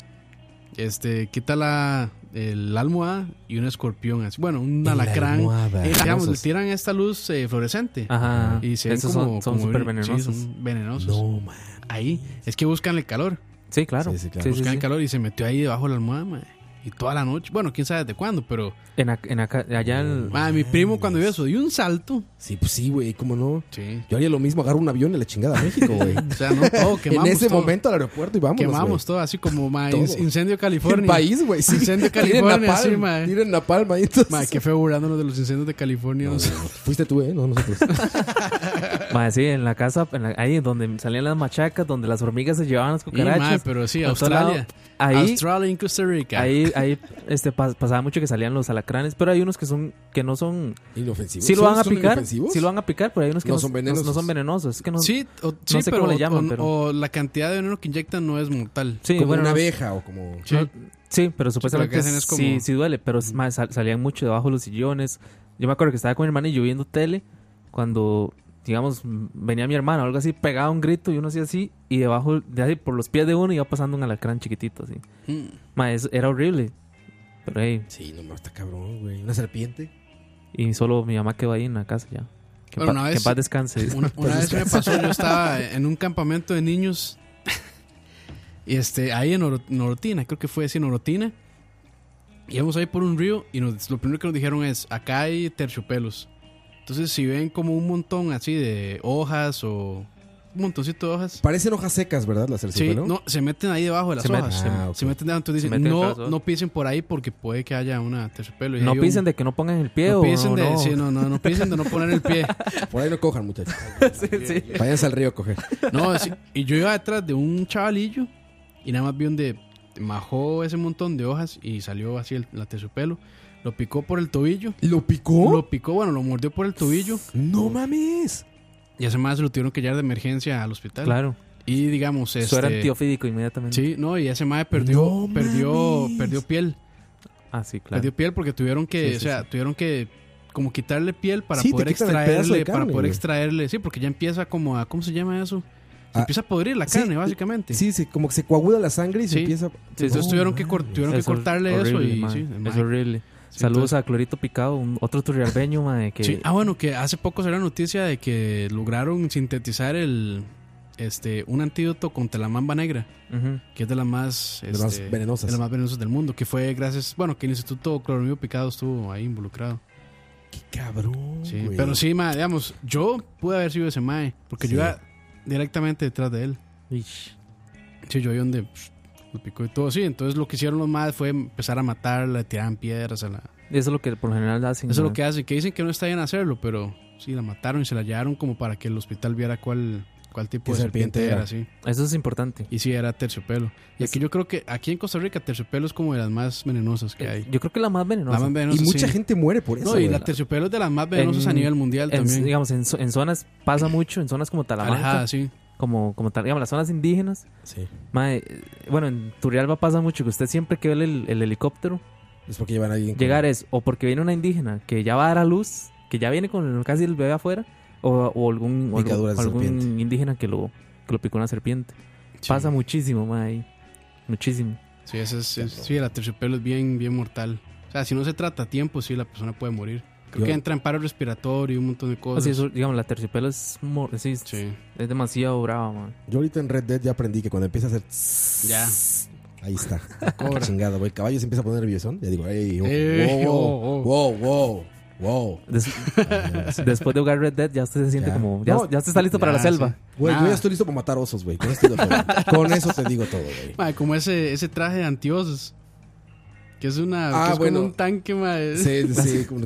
[SPEAKER 4] este, quita la, el- la almohada y un escorpión así. Bueno, un
[SPEAKER 6] la
[SPEAKER 4] alacrán.
[SPEAKER 6] almohada.
[SPEAKER 4] Eh, digamos, le
[SPEAKER 6] Hermosos.
[SPEAKER 4] tiran esta luz eh, fluorescente.
[SPEAKER 6] Ajá.
[SPEAKER 4] Y se ven
[SPEAKER 6] Esos
[SPEAKER 4] como,
[SPEAKER 6] son- son
[SPEAKER 4] como-
[SPEAKER 6] supervenenosos.
[SPEAKER 4] sí, son venenosos.
[SPEAKER 5] No,
[SPEAKER 4] Ahí. Es que buscan el calor.
[SPEAKER 6] Sí, claro. Sí, sí, claro. Sí, sí,
[SPEAKER 4] buscan
[SPEAKER 6] sí.
[SPEAKER 4] el calor y se metió ahí debajo de la almohada, mae. Y toda la noche. Bueno, quién sabe desde cuándo, pero.
[SPEAKER 6] En ac- en acá- allá en-
[SPEAKER 4] Eh, Mae, mi primo cuando vio eso dio un salto.
[SPEAKER 5] Sí, pues sí, güey, ¿cómo no?
[SPEAKER 4] Sí.
[SPEAKER 5] Yo haría lo mismo, agarro un avión y la chingada a México, güey.
[SPEAKER 4] O sea, no, todo quemamos
[SPEAKER 5] En ese
[SPEAKER 4] todo.
[SPEAKER 5] momento al aeropuerto y vámonos,
[SPEAKER 4] Quemamos todo, así como, mae,
[SPEAKER 5] Todo.
[SPEAKER 4] in- incendio California.
[SPEAKER 5] El país, güey, sí.
[SPEAKER 4] Incendio
[SPEAKER 5] Tiren
[SPEAKER 4] California,
[SPEAKER 5] napalm,
[SPEAKER 4] sí, mae.
[SPEAKER 5] Tiren la palma. Entonces...
[SPEAKER 4] Mae, qué feo burlándonos de los incendios de California. no sé.
[SPEAKER 5] Fuiste tú, ¿eh? No, nosotros.
[SPEAKER 6] Ma, sí, en la casa, en la- ahí donde salían las machacas, donde las hormigas se llevaban las
[SPEAKER 4] Y, mae,
[SPEAKER 6] cucarachas.
[SPEAKER 4] pero sí,
[SPEAKER 6] por todo lado.
[SPEAKER 4] Australia.
[SPEAKER 6] Ahí,
[SPEAKER 4] Australia en Costa Rica.
[SPEAKER 6] ahí, ahí este, pas- pasaba mucho que salían los alacranes, pero hay unos que son que no son
[SPEAKER 5] inofensivos.
[SPEAKER 6] Sí lo
[SPEAKER 5] ¿Son-
[SPEAKER 6] van a
[SPEAKER 5] son
[SPEAKER 6] picar,
[SPEAKER 5] inofensivos?
[SPEAKER 6] sí lo van a picar, pero hay unos que
[SPEAKER 5] No
[SPEAKER 6] no,
[SPEAKER 5] son
[SPEAKER 6] no-
[SPEAKER 5] venenosos.
[SPEAKER 6] no son venenosos, es que no,
[SPEAKER 4] Sí, o,
[SPEAKER 6] no
[SPEAKER 4] sí,
[SPEAKER 6] sé
[SPEAKER 4] pero,
[SPEAKER 6] cómo le llaman,
[SPEAKER 4] o-
[SPEAKER 6] pero
[SPEAKER 4] o la cantidad de veneno que inyectan no es mortal.
[SPEAKER 6] Sí, Como bueno, una no-
[SPEAKER 5] abeja o como-
[SPEAKER 4] Sí.
[SPEAKER 6] No,
[SPEAKER 4] Sí, pero
[SPEAKER 6] sí, pero
[SPEAKER 4] lo que
[SPEAKER 6] supuestamente
[SPEAKER 4] hacen es como-
[SPEAKER 6] sí, sí duele, pero es más, sal- salían mucho debajo de los sillones. Yo me acuerdo que estaba con mi hermana y yo viendo tele cuando, digamos, m- venía mi hermana o algo así, pegaba un grito y uno hacía así y debajo, de ahí, por los pies de uno iba pasando un alacrán chiquitito así.
[SPEAKER 4] Hmm.
[SPEAKER 5] Mm.
[SPEAKER 6] Ma, eso era horrible. Pero hey,
[SPEAKER 5] Sí, no, no, está cabrón, güey. Una serpiente.
[SPEAKER 6] y solo mi mamá quedó ahí en la casa ya. Que,
[SPEAKER 4] Bueno,
[SPEAKER 6] pa-
[SPEAKER 4] una
[SPEAKER 6] que
[SPEAKER 4] vez-
[SPEAKER 6] paz descanse.
[SPEAKER 4] Una, una vez me pasó, yo estaba en un campamento de niños. Y este, ahí en Oro- Norotina, creo que fue así, en Norotina. Íbamos ahí por un río y nos- lo primero que nos dijeron es: acá hay terciopelos. Entonces, si ven como un montón así de hojas o un montoncito de hojas.
[SPEAKER 5] Parecen hojas secas, ¿verdad? Las
[SPEAKER 4] Sí,
[SPEAKER 5] terciopelo.
[SPEAKER 4] no, se meten ahí debajo de las
[SPEAKER 5] Se met-
[SPEAKER 4] hojas.
[SPEAKER 5] ah,
[SPEAKER 4] se,
[SPEAKER 5] ok.
[SPEAKER 4] se meten debajo, entonces
[SPEAKER 5] Se
[SPEAKER 4] dicen,
[SPEAKER 5] meten debajo de las
[SPEAKER 4] no,
[SPEAKER 5] hojas.
[SPEAKER 4] no pisen por ahí porque puede que haya una terciopelo. Y
[SPEAKER 6] No
[SPEAKER 4] hay un-
[SPEAKER 6] pisen de que no pongan el pie
[SPEAKER 4] no
[SPEAKER 6] o
[SPEAKER 4] pisen de,
[SPEAKER 6] no.
[SPEAKER 4] sí, no, no, no pisen de no poner el pie.
[SPEAKER 5] Por ahí no cojan, muchachos.
[SPEAKER 4] Eh,
[SPEAKER 5] Váyanse al río a coger.
[SPEAKER 4] No, sí, y yo iba detrás de un chavalillo y nada más vi donde majó ese montón de hojas y salió así el, la terciopelo. Lo picó por el tobillo.
[SPEAKER 5] ¿Lo picó?
[SPEAKER 4] Lo picó, bueno, lo mordió por el tobillo.
[SPEAKER 5] No mames.
[SPEAKER 4] Y hace más lo tuvieron que llevar de emergencia al hospital.
[SPEAKER 6] Claro.
[SPEAKER 4] Y digamos, este.
[SPEAKER 6] Eso era antiofídico inmediatamente.
[SPEAKER 4] Sí, no, y ese mae perdió, perdió, perdió piel.
[SPEAKER 6] Ah, sí, claro.
[SPEAKER 4] Perdió piel porque tuvieron que,
[SPEAKER 6] Sí, sí,
[SPEAKER 4] o sea,
[SPEAKER 6] sí.
[SPEAKER 4] tuvieron que como quitarle piel para
[SPEAKER 6] Sí, te
[SPEAKER 4] poder
[SPEAKER 6] quitan el pedazo de
[SPEAKER 4] extraerle,
[SPEAKER 6] carne,
[SPEAKER 4] para poder
[SPEAKER 6] güey.
[SPEAKER 4] extraerle, sí, porque ya empieza como a, ¿cómo se llama eso? Se
[SPEAKER 5] Ah,
[SPEAKER 4] empieza a podrir la
[SPEAKER 5] sí,
[SPEAKER 4] carne, básicamente.
[SPEAKER 5] Sí, sí, como que se coagula la sangre y se
[SPEAKER 4] Sí.
[SPEAKER 5] empieza.
[SPEAKER 4] Sí, entonces
[SPEAKER 5] No,
[SPEAKER 4] tuvieron, que, cor-
[SPEAKER 5] mames.
[SPEAKER 4] tuvieron que
[SPEAKER 6] Es hor-
[SPEAKER 4] cortarle
[SPEAKER 6] horrible,
[SPEAKER 4] eso y
[SPEAKER 6] mae.
[SPEAKER 4] sí, mae.
[SPEAKER 6] es horrible.
[SPEAKER 4] Sí,
[SPEAKER 6] Saludos
[SPEAKER 4] entonces-
[SPEAKER 6] a Clorito Picado, un- otro turrialbeño, mae, que
[SPEAKER 4] Sí. Ah, bueno, que hace poco salió la noticia de que lograron sintetizar el este un antídoto contra la mamba negra,
[SPEAKER 6] Ujú.
[SPEAKER 4] que es de las más,
[SPEAKER 5] De las
[SPEAKER 4] este,
[SPEAKER 5] venenosas.
[SPEAKER 4] de las más venenosas del mundo, que fue gracias, bueno, que el Instituto Cloromio Picado estuvo ahí involucrado.
[SPEAKER 5] Cabrón.
[SPEAKER 4] Sí,
[SPEAKER 5] güey.
[SPEAKER 4] pero sí, mae, digamos, yo pude haber sido ese mae, porque
[SPEAKER 5] Sí.
[SPEAKER 4] yo iba directamente detrás de él. Sí, yo vi donde psh, lo picó y todo, sí. Entonces lo que hicieron los maes fue empezar a matarla, tiraban piedras a la...
[SPEAKER 6] eso es lo que por lo general hacen.
[SPEAKER 4] Eso es lo
[SPEAKER 6] mae.
[SPEAKER 4] que hacen, que dicen que no está bien hacerlo, pero sí, la mataron y se la llevaron como para que el hospital viera cuál, cuál tipo
[SPEAKER 6] ¿Qué
[SPEAKER 4] de serpiente,
[SPEAKER 6] serpiente
[SPEAKER 4] era,
[SPEAKER 6] era?
[SPEAKER 4] sí.
[SPEAKER 6] Eso es importante.
[SPEAKER 4] Y sí, era terciopelo. Y aquí yo creo que aquí en Costa Rica terciopelo es como de las más venenosas que hay.
[SPEAKER 6] Yo creo que la más venenosa.
[SPEAKER 4] La más venenosa,
[SPEAKER 5] Y mucha
[SPEAKER 4] sí.
[SPEAKER 5] gente muere por eso.
[SPEAKER 4] No, y
[SPEAKER 5] güey.
[SPEAKER 4] la terciopelo es de las más venenosas
[SPEAKER 6] En-
[SPEAKER 4] a nivel mundial
[SPEAKER 6] en-
[SPEAKER 4] también.
[SPEAKER 6] Digamos, en, zo- en zonas pasa mucho, en zonas como Talamanca.
[SPEAKER 4] Alejada, sí.
[SPEAKER 6] Como, como tal, digamos, las zonas indígenas.
[SPEAKER 5] Sí.
[SPEAKER 6] Mae, eh, bueno, en Turrialba pasa mucho que usted siempre que ve el, el helicóptero.
[SPEAKER 5] Es porque llevan a alguien.
[SPEAKER 6] Llegar es o porque viene una indígena que ya va a dar a luz, que que ya viene con casi el bebé afuera, o, o algún, o
[SPEAKER 5] Picaduras de
[SPEAKER 6] algún
[SPEAKER 5] serpiente.
[SPEAKER 6] indígena que lo, que lo picó una serpiente. Pasa muchísimo, ma, ahí. Muchísimo.
[SPEAKER 4] Sí, ese es, es- sí, el aterciopelo es bien, bien mortal. O sea, si no se trata a tiempo, sí, la persona puede morir. Creo
[SPEAKER 6] Yo-
[SPEAKER 4] que entra en paro respiratorio y un montón de cosas.
[SPEAKER 6] Así es, digamos, la terciopelo es, mo- sí, es- es demasiado brava, man.
[SPEAKER 5] Yo ahorita en Red Dead ya aprendí que cuando empieza a hacer. tss,
[SPEAKER 6] Ya.
[SPEAKER 5] Ahí está.
[SPEAKER 4] Cobra.
[SPEAKER 5] Chingada, güey. El caballo se empieza a poner nerviosón. Ya digo, ey, ojo,
[SPEAKER 6] Ey,
[SPEAKER 5] wow,
[SPEAKER 6] oh,
[SPEAKER 5] wow, wow, wow, wow.
[SPEAKER 6] Des- después de jugar Red Dead ya usted se siente como... Ya,
[SPEAKER 5] No,
[SPEAKER 6] ya usted está listo para la
[SPEAKER 5] ya,
[SPEAKER 6] selva.
[SPEAKER 5] sí. Güey, yo ya estoy listo para matar osos, güey. Con, esto te lo juro. Con eso te digo todo, güey.
[SPEAKER 4] Ma, como ese, ese traje de antiosos. Que es una.
[SPEAKER 5] Ah,
[SPEAKER 4] que es
[SPEAKER 5] bueno.
[SPEAKER 4] como un tanque, ma.
[SPEAKER 5] Sí, sí. como-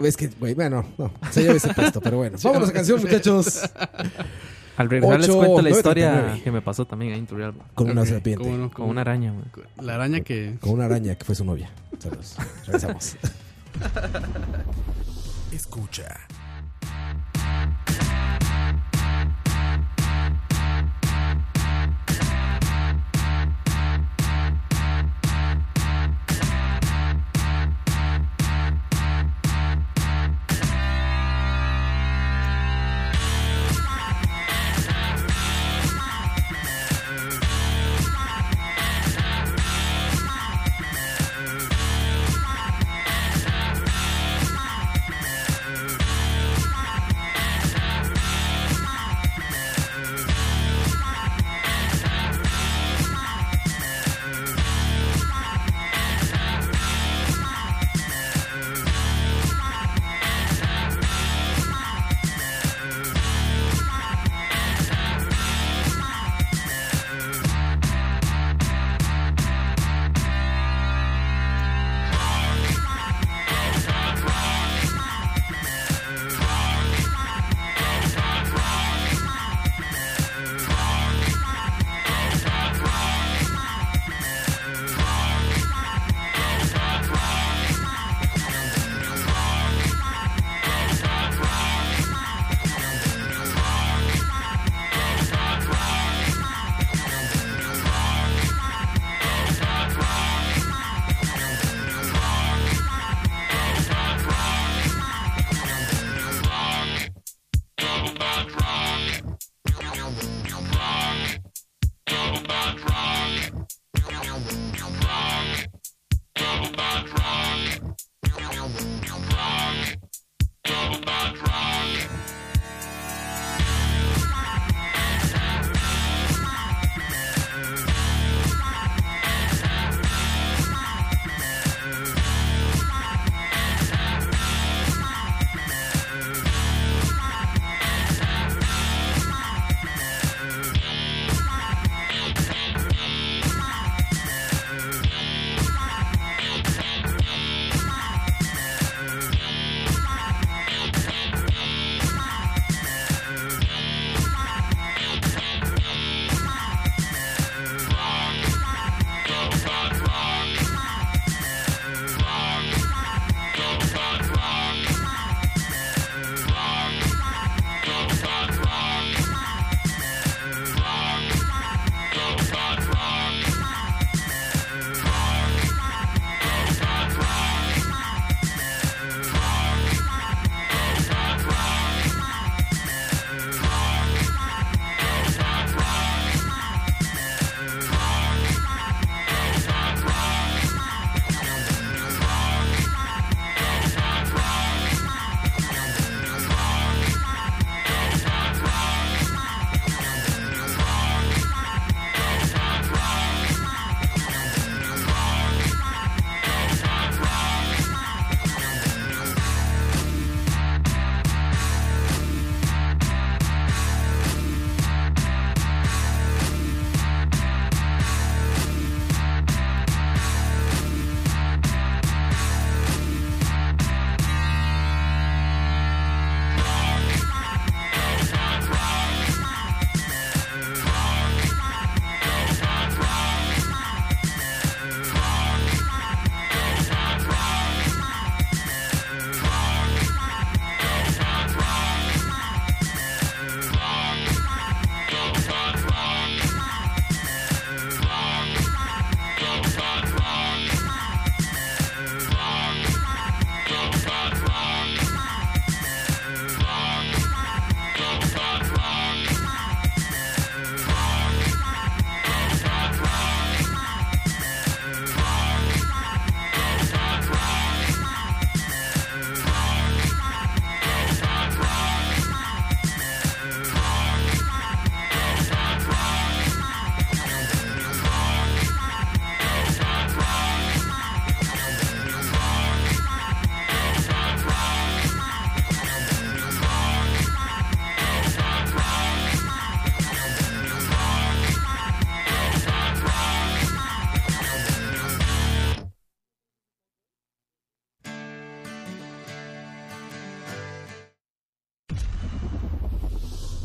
[SPEAKER 5] Es que, güey, bueno, no. Se lleva ese puesto, pero bueno. Vámonos a canción, muchachos.
[SPEAKER 6] Al regresar les
[SPEAKER 5] Ocho,
[SPEAKER 6] cuento la
[SPEAKER 5] nueve,
[SPEAKER 6] historia
[SPEAKER 5] 39.
[SPEAKER 6] que me pasó también ahí en Turrialba.
[SPEAKER 5] Con una serpiente.
[SPEAKER 4] cómo no,
[SPEAKER 6] Con
[SPEAKER 4] cómo
[SPEAKER 6] una
[SPEAKER 4] no.
[SPEAKER 6] araña, güey.
[SPEAKER 4] La araña que.
[SPEAKER 5] Con una araña que fue su novia. Saludos. Regresamos.
[SPEAKER 1] Escucha.
[SPEAKER 9] Thank you.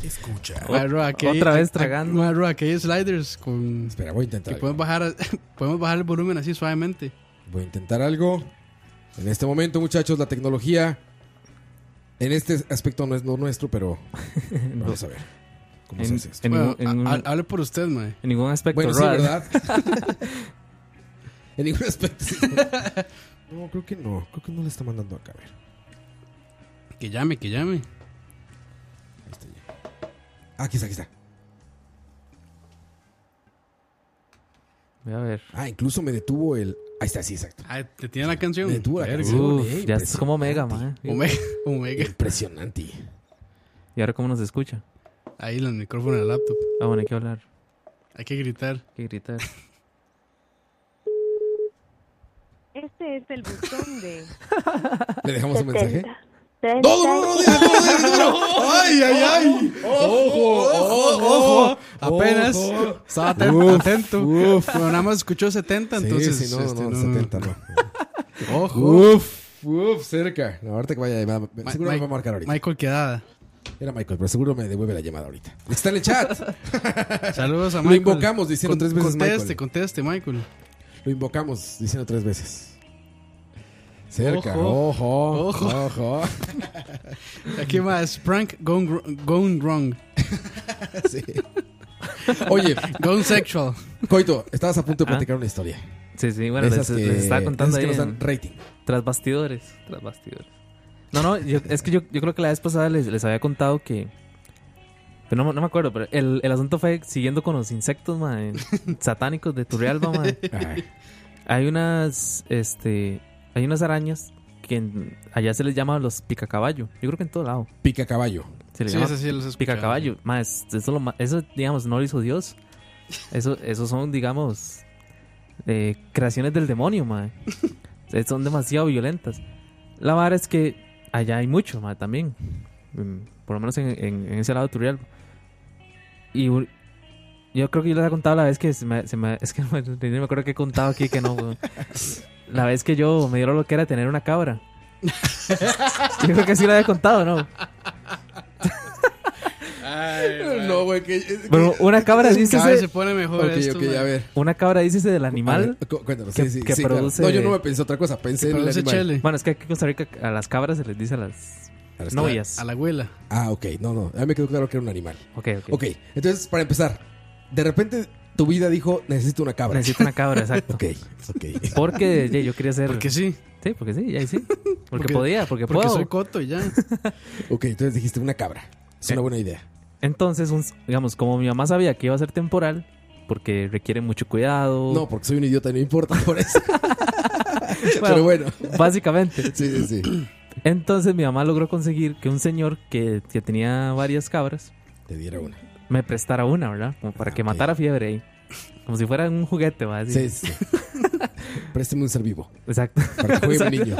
[SPEAKER 1] escucha.
[SPEAKER 4] Marro, aquí hay-
[SPEAKER 6] Otra vez
[SPEAKER 4] aquí-
[SPEAKER 6] tragando.
[SPEAKER 4] Marro, aquí hay sliders con.
[SPEAKER 5] Espera, voy a intentar
[SPEAKER 4] Que podemos bajar, podemos bajar el volumen así suavemente.
[SPEAKER 5] Voy a intentar algo. En este momento, muchachos, la tecnología en este aspecto no es lo nuestro, pero vamos a ver cómo
[SPEAKER 6] En-
[SPEAKER 5] se hace esto.
[SPEAKER 6] en
[SPEAKER 4] Bueno,
[SPEAKER 6] ningún- en
[SPEAKER 4] ha-
[SPEAKER 6] ningún-
[SPEAKER 4] ha- hable por usted, mae.
[SPEAKER 6] En ningún aspecto,
[SPEAKER 5] Bueno, sí,
[SPEAKER 6] Roa.
[SPEAKER 5] ¿verdad? en ningún aspecto. sí. No, creo que no. Creo que no le está mandando acá. A ver.
[SPEAKER 4] Que llame, que llame.
[SPEAKER 5] Ah, Aquí está, aquí está.
[SPEAKER 6] Voy a ver.
[SPEAKER 5] Ah, incluso me detuvo el. Ahí está, sí, exacto.
[SPEAKER 4] Ah, te tiene la canción.
[SPEAKER 5] Me detuvo la
[SPEAKER 4] Verga.
[SPEAKER 5] canción,
[SPEAKER 4] Uf,
[SPEAKER 5] eh,
[SPEAKER 6] Ya es como Omega, man.
[SPEAKER 4] Omega, Omega.
[SPEAKER 5] Impresionante.
[SPEAKER 6] ¿Y ahora cómo nos escucha?
[SPEAKER 4] Ahí en el micrófono del laptop.
[SPEAKER 6] Ah, bueno, hay que hablar.
[SPEAKER 4] Hay que gritar.
[SPEAKER 6] Hay que gritar.
[SPEAKER 14] Este es el buzón de.
[SPEAKER 5] ¿Le dejamos un mensaje?
[SPEAKER 14] ¡No, no, no!
[SPEAKER 4] ¡Ay, ay, ay! ¡Ojo, ojo, ojo! Apenas
[SPEAKER 5] Ojo.
[SPEAKER 4] estaba aten-
[SPEAKER 5] Uf,
[SPEAKER 4] atento.
[SPEAKER 5] uf.
[SPEAKER 4] Bueno, nada más escuchó 70,
[SPEAKER 5] Sí,
[SPEAKER 4] entonces.
[SPEAKER 5] sí, no,
[SPEAKER 4] este,
[SPEAKER 5] no,
[SPEAKER 4] no,
[SPEAKER 5] 70 no.
[SPEAKER 4] Ojo.
[SPEAKER 5] Uf, uf, cerca. No, ahorita que vaya, va- va-
[SPEAKER 4] Ma-
[SPEAKER 5] seguro
[SPEAKER 4] Ma-
[SPEAKER 5] me va a marcar ahorita.
[SPEAKER 4] Michael Quedada.
[SPEAKER 5] Era Michael, pero seguro me devuelve la llamada ahorita. Está en el chat.
[SPEAKER 4] Saludos a
[SPEAKER 5] Lo
[SPEAKER 4] Michael.
[SPEAKER 5] invocamos diciendo tres veces
[SPEAKER 4] Conteste,
[SPEAKER 5] Michael.
[SPEAKER 4] conteste, Michael.
[SPEAKER 5] Lo invocamos diciendo tres veces. Cerca. Ojo.
[SPEAKER 4] Ojo.
[SPEAKER 5] Ojo.
[SPEAKER 4] Ojo. Aquí más prank gone, gr- gone wrong.
[SPEAKER 5] Sí. Oye.
[SPEAKER 4] Gone sexual.
[SPEAKER 5] Coito, estabas a punto de platicar una historia.
[SPEAKER 6] Sí, sí, bueno,
[SPEAKER 5] De
[SPEAKER 6] les,
[SPEAKER 5] esas que-
[SPEAKER 6] les estaba contando
[SPEAKER 5] de esas
[SPEAKER 6] ahí.
[SPEAKER 5] que nos
[SPEAKER 6] en-
[SPEAKER 5] dan rating.
[SPEAKER 6] Tras bastidores, tras bastidores. No, no, yo- es que yo, yo creo que la vez pasada les, les había contado que... Pero no, me- no me acuerdo, pero el, el asunto fue siguiendo con los insectos, mae, satánicos de Turrialba, mae.
[SPEAKER 5] Ay.
[SPEAKER 6] Hay unas, este... Hay unas arañas que en- allá se les llama los picacaballo. Yo creo que en todo lado.
[SPEAKER 5] Picacaballo.
[SPEAKER 6] Se les
[SPEAKER 4] Sí,
[SPEAKER 6] llama
[SPEAKER 4] esas sí las he escuchado.
[SPEAKER 6] picacaballo. Mae, es- eso, lo ma- eso, digamos, no lo hizo Dios. Eso, eso son, digamos, eh, creaciones del demonio, mae. Eh, Son demasiado violentas. La verdad es que allá hay mucho, mae, también. Mm, Por lo menos en, en- en ese lado de Turrialba. Y u- yo creo que yo les he contado la vez que se me, se me- es que no me, no me acuerdo que he contado aquí que no. weón. La vez que yo me dieron lo que era tener una cabra. Yo creo que sí la había contado, ¿no?
[SPEAKER 5] no, güey. Que, eh, que-
[SPEAKER 6] Bueno, una cabra
[SPEAKER 5] Cada
[SPEAKER 6] dice
[SPEAKER 5] vez
[SPEAKER 6] ese-
[SPEAKER 5] se pone mejor Ok, esto, ok, güey. a ver.
[SPEAKER 6] Una cabra dice ese del
[SPEAKER 5] A
[SPEAKER 6] animal
[SPEAKER 5] ver, cu- cuéntalo,
[SPEAKER 6] que,
[SPEAKER 5] sí, sí,
[SPEAKER 6] que
[SPEAKER 5] sí, claro.
[SPEAKER 6] produce.
[SPEAKER 5] No, yo no me pensé otra cosa, pensé en el
[SPEAKER 6] produce
[SPEAKER 5] animal.
[SPEAKER 6] chele. Bueno, es que aquí en Costa Rica a las cabras se les dice a las,
[SPEAKER 5] A las
[SPEAKER 6] novias.
[SPEAKER 4] A la abuela.
[SPEAKER 5] Ah, ok. No, no. A mí me quedó claro que era un animal.
[SPEAKER 6] Ok, ok.
[SPEAKER 5] Ok. Entonces, para empezar, de repente tu vida dijo, necesito una cabra.
[SPEAKER 6] Necesito una cabra, exacto.
[SPEAKER 5] ok, ok.
[SPEAKER 6] Porque ya, yo quería ser.
[SPEAKER 4] Porque sí.
[SPEAKER 6] Sí, porque sí, ya sí. Porque, podía, porque,
[SPEAKER 4] porque
[SPEAKER 6] puedo.
[SPEAKER 4] soy coto y ya.
[SPEAKER 5] Ok, entonces dijiste una cabra. Es una buena idea.
[SPEAKER 6] Entonces, un- digamos, como mi mamá sabía que iba a ser temporal, porque requiere mucho cuidado.
[SPEAKER 5] No, porque soy un idiota, no importa por eso. Pero bueno.
[SPEAKER 6] Básicamente.
[SPEAKER 5] Sí, sí, sí.
[SPEAKER 6] Entonces mi mamá logró conseguir que un señor que, que tenía varias cabras
[SPEAKER 5] Te diera una.
[SPEAKER 6] me prestara una, ¿verdad? Como para que matara fiebre ahí. Como si fuera un juguete, ¿va? Así.
[SPEAKER 5] Sí, sí. Préstame un ser vivo.
[SPEAKER 6] Exacto.
[SPEAKER 5] Para que juegue mi niño.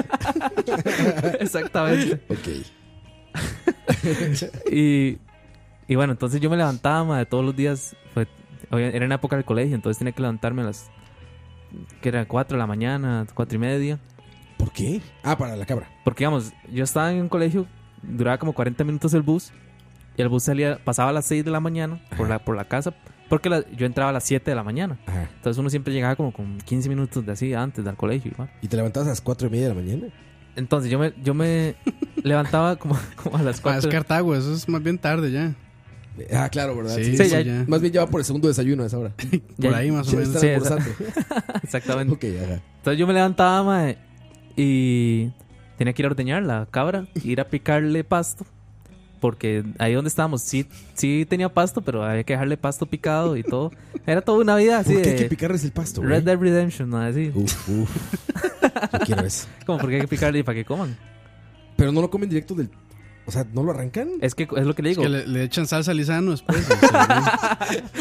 [SPEAKER 6] Exactamente.
[SPEAKER 5] Ok.
[SPEAKER 6] y, y bueno, entonces yo me levantaba, madre, todos los días. Fue, obvia- era en la época del colegio, entonces tenía que levantarme a las. que era 4 de la mañana, cuatro y media.
[SPEAKER 5] ¿Por qué? Ah, para la cabra.
[SPEAKER 6] Porque, digamos, yo estaba en un colegio, duraba como 40 minutos el bus. Y el bus salía, pasaba a las 6 de la mañana por la, por la casa. Porque la- yo entraba a las 7 de la mañana. Entonces uno siempre llegaba como con 15 minutos de así antes del colegio. igual.
[SPEAKER 5] ¿Y te levantabas a las cuatro y media de la mañana?
[SPEAKER 6] Entonces yo me, yo me levantaba como, como a las
[SPEAKER 4] Ah, es
[SPEAKER 6] 4.
[SPEAKER 4] Cartago, eso es más bien tarde ya.
[SPEAKER 5] Ah, claro, ¿verdad?
[SPEAKER 4] Sí,
[SPEAKER 5] Sí,
[SPEAKER 4] sí,
[SPEAKER 5] sí,
[SPEAKER 4] ya.
[SPEAKER 5] Más bien ya va por el segundo desayuno a esa hora.
[SPEAKER 4] Por ahí más o
[SPEAKER 5] Ya
[SPEAKER 4] menos.
[SPEAKER 5] están
[SPEAKER 6] Sí,
[SPEAKER 5] almorzando.
[SPEAKER 6] Exactamente.
[SPEAKER 5] Ok, ajá.
[SPEAKER 6] Entonces yo me levantaba, mae, y tenía que ir a ordeñar la cabra, ir a picarle pasto. Porque ahí donde estábamos, sí, sí tenía pasto, pero había que dejarle pasto picado y todo. Era toda una vida así.
[SPEAKER 5] ¿Por qué hay
[SPEAKER 6] de
[SPEAKER 5] que picarles el pasto, güey?
[SPEAKER 6] Red Dead Redemption, ¿no? Así.
[SPEAKER 5] Uf, uf. Yo quiero eso.
[SPEAKER 6] Como porque hay que picarle y para que coman.
[SPEAKER 5] Pero no lo comen directo del. O sea, ¿no lo arrancan?
[SPEAKER 6] Es que es lo que le digo.
[SPEAKER 4] Que le, le echan salsa lisano después.